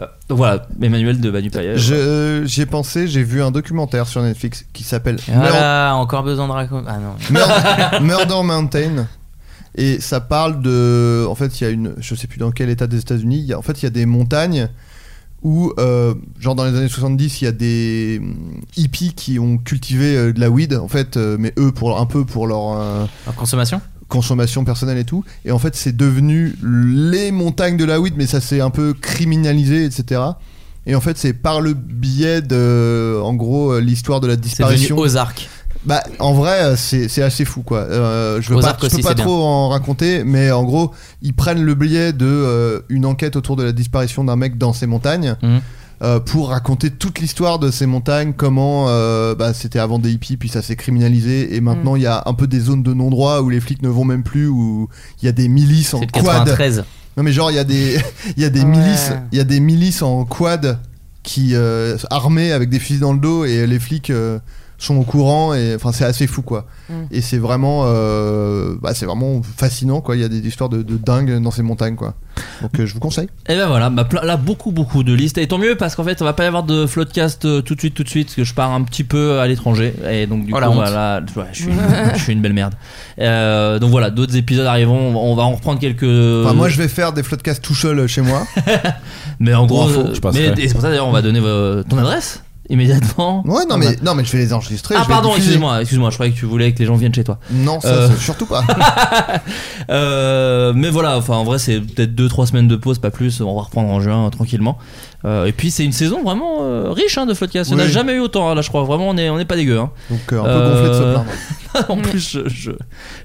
S7: Euh, Donc voilà, Emmanuel de Manu Payet.
S8: Je- euh, J'ai pensé, j'ai vu un documentaire sur Netflix qui s'appelle Meur-
S1: Voilà, encore besoin de raconter. Ah non.
S8: Mur- Murder Mountain. Et ça parle de. En fait, il y a une. Je sais plus dans quel état des États-Unis. il y a- En fait, il y a des montagnes où, euh, genre dans les années 70, il y a des hum, hippies qui ont cultivé euh, de la weed, en fait, euh, mais eux, pour, un peu pour leur. euh,
S1: Leur consommation
S8: consommation personnelle et tout. Et en fait, c'est devenu les montagnes de la weed, mais ça s'est un peu criminalisé, etc. Et en fait, c'est par le biais de, en gros, euh, l'histoire de la
S1: C'est devenu
S8: disparition.
S1: Ozark.
S8: Bah, en vrai, euh, c'est c'est assez fou, quoi. Euh, je veux
S1: Aux
S8: pas,
S1: arcs
S8: je peux
S1: aussi,
S8: pas
S1: c'est
S8: trop en raconter, mais en gros, ils prennent le biais de euh, une enquête autour de la disparition d'un mec dans ces montagnes.
S1: Mhm.
S8: euh, pour raconter toute l'histoire de ces montagnes, comment euh, bah, c'était avant des hippies, puis ça s'est criminalisé, et maintenant il y a un peu des zones de non-droit où les flics ne vont même plus, où il y a des milices en
S1: C'est le
S8: quad.
S1: 93.
S8: Non mais genre il y a des il y a des milices, il y a des milices en quad qui euh, armées avec des fusils dans le dos et les flics euh, sont au courant et enfin c'est assez fou quoi.
S3: Mm.
S8: Et c'est vraiment euh, bah, c'est vraiment fascinant quoi, il y a des histoires de, de dingue dans ces montagnes quoi. Donc euh, je vous conseille.
S7: Et ben voilà, bah, plein- là beaucoup beaucoup de listes et tant mieux parce qu'en fait on va pas y avoir de floodcast euh, tout de suite tout de suite parce que je pars un petit peu à l'étranger et donc du
S1: Oh, la
S7: coup
S1: honte.
S7: voilà, ouais, je, suis, je suis une belle merde. Euh, donc voilà, d'autres épisodes arriveront, on va- on va en reprendre quelques.
S8: Enfin, moi je vais faire des floodcasts tout seul euh, chez moi.
S7: Mais en
S8: Pour
S7: gros,
S8: info,
S7: euh,
S8: je passerai.
S7: mais et c'est pour ça d'ailleurs on va donner euh, ton adresse immédiatement.
S8: Ouais non mais non mais je vais les enregistrer.
S7: Ah
S8: je vais
S7: pardon,
S8: les diffuser.
S7: excuse-moi, excuse-moi, je croyais que tu voulais que les gens viennent chez toi.
S8: Non, ça,
S7: Euh,
S8: ça, surtout pas.
S7: Euh, mais voilà, enfin en vrai c'est peut-être 2-3 semaines de pause, pas plus, on va reprendre en juin euh, tranquillement. Euh, et puis c'est une saison vraiment euh, riche hein, de Floodcast, on
S8: Oui.
S7: n'a jamais eu autant hein, là je crois, vraiment on est, on est pas dégueu. hein.
S8: Donc euh, un peu gonflé de se
S7: Euh,
S8: plaindre.
S7: en plus je, je-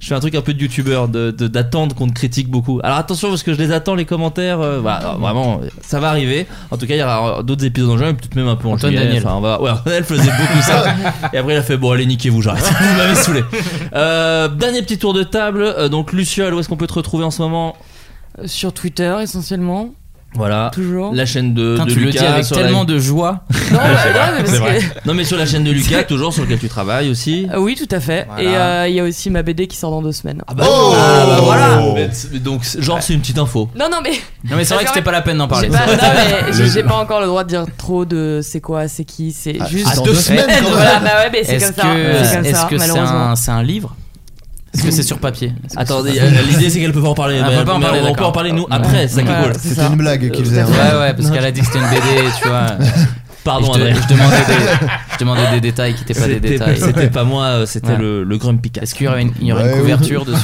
S7: je fais un truc un peu de youtubeur, de- de- d'attendre qu'on te critique beaucoup. Alors attention parce que je les attends les commentaires, euh, voilà, alors, vraiment ça va arriver. En tout cas il y aura d'autres épisodes en juin, et peut-être même un peu en
S1: Antoine
S7: juillet.
S1: Daniel.
S7: Enfin, on va... Ouais, Daniel faisait beaucoup ça. Et après il a fait bon allez niquez-vous j'arrête, vous m'avez saoulé. Euh, dernier petit tour de table, euh, donc Luciole, où est-ce qu'on peut te retrouver en ce moment
S2: Euh, Sur Twitter essentiellement.
S7: Voilà.
S2: Toujours.
S7: La chaîne de,
S1: Putain,
S7: de
S1: tu le
S7: Lucas.
S1: dis avec
S7: sur
S1: tellement
S7: la-
S1: de joie.
S2: Non, bah, non, mais parce
S7: C'est
S2: que-
S7: vrai. Non, mais sur la chaîne de Lucas, toujours sur lequel tu travailles aussi.
S2: Ah oui, tout à fait.
S7: Voilà.
S2: Et euh, il y a aussi ma BD qui sort dans deux semaines.
S7: Ah bah,
S8: Oh
S7: ah bah voilà. Mais c'est- mais donc c'est- genre c'est une petite info.
S2: Non, non, mais.
S1: Non, mais c'est vrai que c'était pas la peine d'en parler.
S2: J'ai pas, non, mais j'ai- j'ai pas encore le droit de dire trop de c'est quoi, c'est qui, c'est
S8: Ah,
S2: juste.
S1: Ah, Attends, deux semaines, quand
S2: Voilà,
S1: même.
S2: bah ouais, mais c'est
S1: Est-ce
S2: comme
S1: que-
S2: ça. C'est comme
S1: Est-ce
S2: ça,
S1: que c'est
S2: malheureusement.
S1: un, c'est un livre Est-ce que c'est sur papier Est-ce que
S7: Attendez,
S1: c'est-
S7: euh, l'idée c'est qu'elle peut pas en parler.
S1: Ah,
S7: mais-
S1: on peut pas en
S7: mais
S1: parler,
S7: on peut
S1: d'accord.
S7: en parler nous
S1: Ouais.
S7: après, c'est ça qui est
S1: Ouais,
S7: cool.
S2: c'est
S8: C'était
S2: ça.
S8: une blague qu'ils faisaient. hein.
S1: Ouais, ouais, parce qu'elle a dit que c'était une BD, tu vois.
S7: Pardon,
S1: je, te-
S7: Adrien.
S1: je demandais des, je demandais des détails qui n'étaient pas des
S7: C'était
S1: détails.
S7: c'était pas moi, euh, c'était
S1: Ouais.
S7: le, le Grumpy Cat.
S1: Est-ce qu'il y aurait une, il y aurait une
S8: Ouais,
S1: couverture dessus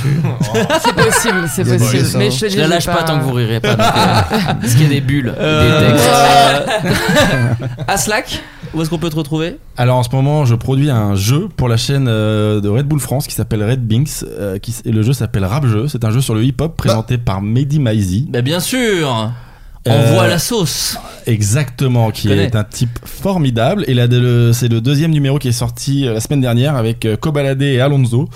S2: C'est possible, c'est
S8: Il y a des
S2: possible.
S8: dessins.
S2: Mais je te
S1: Je
S2: dis,
S1: la
S2: j'ai
S1: lâche pas tant que vous rirez pas. donc, euh, Est-ce qu'il y a des bulles,
S7: Euh,
S1: des textes
S2: À Slack
S7: Où est-ce qu'on peut te retrouver
S5: Alors en ce moment, je produis un jeu pour la chaîne euh, de Red Bull France qui s'appelle Red Binks. euh, qui, s- et le jeu s'appelle Rap Jeu. C'est un jeu sur le hip-hop présenté
S8: Bah.
S5: par Mehdi Maizi.
S7: Bah bien sûr.
S5: Euh,
S7: Envoie la sauce.
S5: Exactement, qui
S7: connais.
S5: est un type formidable. Et là, de- le- c'est le deuxième numéro qui est sorti euh, la semaine dernière avec euh, Kobalade et Alonso.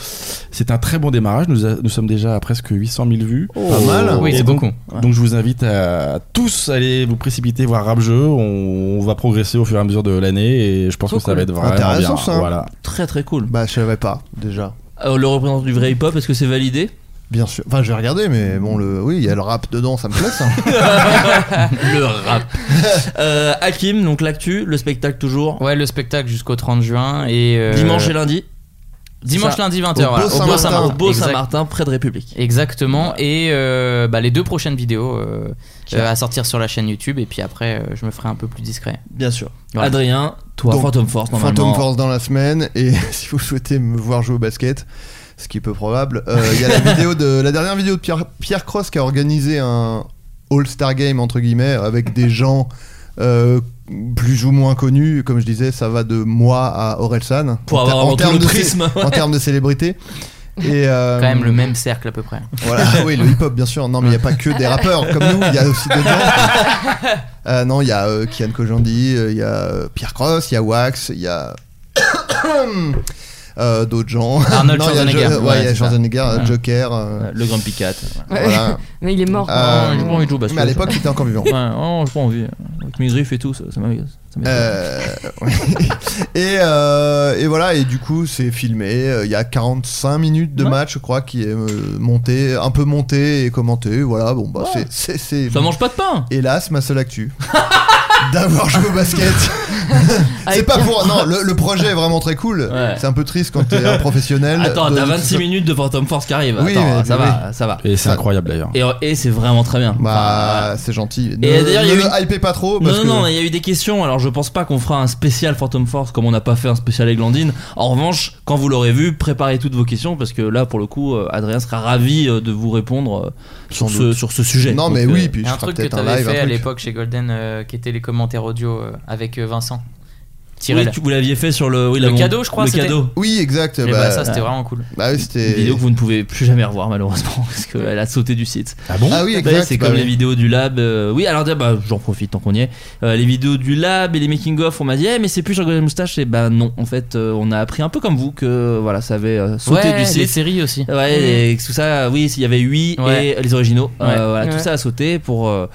S5: C'est un très bon démarrage. Nous, a- nous sommes déjà à presque 800 000 vues.
S7: Pas mal. Oh. Oui,
S5: Et
S7: c'est
S5: donc,
S7: beaucoup.
S5: donc je vous invite à tous aller vous précipiter voir Rap Jeu. On, on va progresser au fur et à mesure de l'année et je pense
S7: Trop
S5: que ça
S7: cool.
S5: va être vraiment
S8: Intéressant,
S5: bien.
S8: ça.
S5: Voilà.
S7: Très très cool.
S8: Bah je savais pas déjà.
S7: Euh, le représentant du vrai hip-hop, est-ce que c'est validé
S8: Bien sûr. Enfin, je vais regarder, mais bon, le... oui, il y a le rap dedans, ça me hein. plaît, ça.
S7: Le rap. Euh, Hakim, donc l'actu, le spectacle toujours.
S1: Ouais, le spectacle jusqu'au 30 juin et euh,
S7: Dimanche et lundi.
S1: Dimanche,
S7: Ça.
S1: lundi, 20h.
S7: Au Beau Saint-Martin. Au Beau Saint-Martin,
S1: près de République. Exactement. Et euh, bah, les deux prochaines vidéos euh, euh, à sortir sur la chaîne YouTube. Et puis après, euh, je me ferai un peu plus discret.
S7: Bien sûr.
S1: Voilà.
S7: Adrien, toi,
S8: Donc,
S7: Phantom Force, normalement.
S8: Phantom Force dans la semaine. Et si vous souhaitez me voir jouer au basket, ce qui est peu probable, euh, il y a la vidéo de la dernière vidéo de Pierre, Pierre Cross qui a organisé un All-Star Game entre guillemets avec des gens. euh, plus ou moins connus comme je disais, ça va de moi à Orelsan.
S7: Pour
S8: En ter-
S7: avoir
S8: en
S7: avant tout
S8: termes
S7: le
S8: de cé-
S7: prisme, ouais.
S8: En termes de célébrité. Et, euh,
S1: Quand même le même cercle à peu près.
S8: Voilà, Ah oui, le hip-hop, bien sûr. Non, mais il n'y a pas que des rappeurs comme nous, il y a aussi des gens. Euh, non, il y a euh, Kian Kojandi, euh, il y a euh, Pierre Cross, il y a Wax, il y a. euh, d'autres gens.
S1: Arnold
S8: Non, il y a
S1: Schwarzenegger.
S8: Jo- ouais, il y
S1: Ouais,
S8: a
S1: c'est
S8: Schwarzenegger,
S1: ça. Ouais.
S8: Joker. euh,
S7: Le Grand Picat.
S2: Ouais.
S8: Voilà.
S2: Mais il est mort.
S8: Euh,
S2: non,
S7: Bon, Ah, il joue au basket.
S8: mais à l'époque, il était encore vivant.
S7: Ouais, oh, j'ai pas envie. Avec mes griffes et tout, ça, ça m'amuse. Ça m'étonne.
S8: Euh, ouais. et, euh, et voilà, et du coup, c'est filmé. Euh, Il y a 45 minutes de match, je crois, qui est euh, monté, un peu monté et commenté. Voilà, bon, bah, c'est- c'est. c'est-
S7: Ça mange pas de pain
S8: Hélas, ma seule actu. D'avoir joué au basket. c'est
S2: Avec
S8: pas
S2: Pierre
S8: pour. Non, le, le projet est vraiment très cool.
S7: Ouais.
S8: C'est un peu triste quand t'es un professionnel.
S7: Attends,
S8: De-
S7: t'as 26 minutes de Phantom Force qui arrive.
S8: Oui,
S7: Attends,
S8: mais-
S7: ça
S8: mais
S7: va, ça va.
S5: Et c'est incroyable d'ailleurs.
S7: Et, oh, et c'est vraiment très bien.
S8: Bah, c'est gentil. Ne,
S7: Et d'ailleurs, il y a
S8: ne
S7: eu
S8: le hypez pas trop.
S7: Non,
S8: Parce
S7: non,
S8: que...
S7: non, il y a eu des questions. Alors, je pense pas qu'on fera un spécial Phantom Force comme on n'a pas fait un spécial Eglandine. En revanche, quand vous l'aurez vu, préparez toutes vos questions parce que là, pour le coup, euh, Adrien sera ravi euh, de vous répondre euh, sur, ce, sur ce sujet.
S8: Non, mais
S7: Donc,
S8: oui,
S7: euh,
S8: puis
S1: Il
S8: je
S1: y a un
S8: ferai
S1: truc que
S8: peut-être un
S1: t'avais
S8: live. un
S1: fait à
S8: truc.
S1: l'époque chez Golden euh, qui était les commentaires audio euh, avec euh, Vincent.
S7: oui,
S1: Tirel.
S7: tu- vous l'aviez fait sur le, oui,
S1: Le
S7: l'avant-
S1: cadeau, je crois,
S7: Le
S1: c'était-
S7: cadeau.
S8: Oui, exact.
S7: Eh
S1: Et
S8: Bah,
S1: bah, ça, c'était vraiment cool.
S8: bah oui,
S7: Une
S8: c'était.
S7: ben, vidéo que vous ne pouvez plus jamais revoir, malheureusement, parce qu'elle a sauté du site.
S5: Ah bon
S8: Ah oui,
S7: Ouais,
S8: exact.
S7: c'est
S8: bah
S7: comme
S8: oui.
S7: les vidéos du lab. euh, oui, alors bah, j'en profite tant qu'on y est. Euh, les vidéos du lab et les making of, on m'a dit, Eh, mais c'est plus sur Golden Moustache. Et ben non, en fait, euh, on a appris un peu comme vous que voilà, ça avait euh, sauté
S1: Ouais,
S7: du
S1: les
S7: site.
S1: séries aussi.
S7: Ouais, et tout ça, oui, il y avait 8
S1: Ouais.
S7: et les originaux. Euh,
S1: Ouais.
S7: voilà,
S2: Mm. Ouais.
S7: tout ça a sauté pour. euh,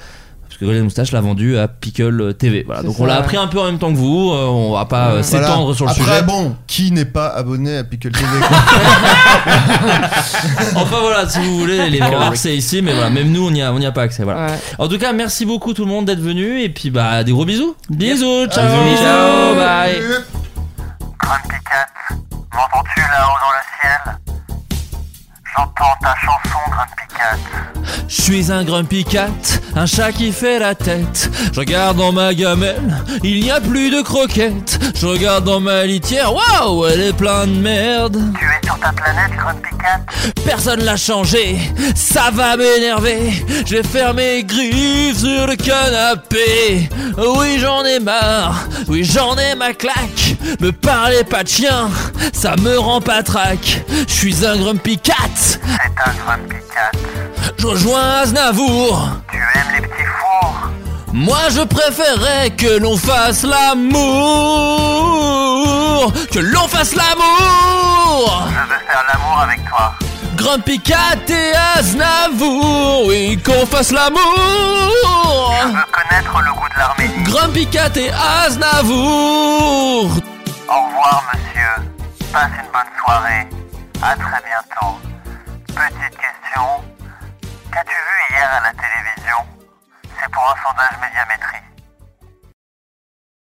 S7: parce que Golden Moustache l'a vendu à Pickle TV. Voilà,
S2: C'est
S7: donc
S2: ça,
S7: on l'a
S2: ouais.
S7: appris un peu en même temps que vous. euh, on va pas euh,
S2: Ouais.
S8: Voilà.
S7: s'étendre sur le
S8: Après,
S7: sujet.
S8: bon, qui n'est pas abonné à Pickle TV quoi
S7: Enfin voilà, si vous voulez, les remarques c'est ici, mais voilà, même nous on n'y a, on y a pas accès. Voilà.
S2: Ouais.
S7: En tout cas, merci beaucoup tout le monde d'être venu et puis bah des gros bisous. Bisous, ciao,
S1: Bisous.
S7: ciao, bye.
S3: Grumpy Cat, m'entends-tu là-haut dans le ciel J'entends ta chanson, Grumpy Cat.
S7: Je suis un grumpy cat, un chat qui fait la tête. Je regarde dans ma gamelle, il n'y a plus de croquettes. Je regarde dans ma litière, waouh, elle est pleine de merde.
S3: Tu es sur ta planète, Grumpy Cat
S7: Personne l'a changé, ça va m'énerver. Je vais faire mes griffes sur le canapé. Oui, j'en ai marre, oui, j'en ai ma claque. Me parlez pas de chien, ça me rend pas trac. Je suis un grumpy cat,
S3: C'est un Grumpy Cat.
S7: je rejoins Aznavour.
S3: Tu aimes les petits fours
S7: Moi je préférerais que l'on fasse l'amour, que l'on fasse l'amour.
S3: Je veux faire l'amour avec toi.
S7: Grumpy Cat et Aznavour, oui qu'on fasse l'amour
S3: Je veux connaître le goût de l'Arménie.
S7: Grumpy Cat et Aznavour
S3: Au revoir, monsieur. Passe une bonne soirée. À très bientôt. Petite question. Qu'as-tu vu hier à la télévision C'est pour un sondage médiamétrique.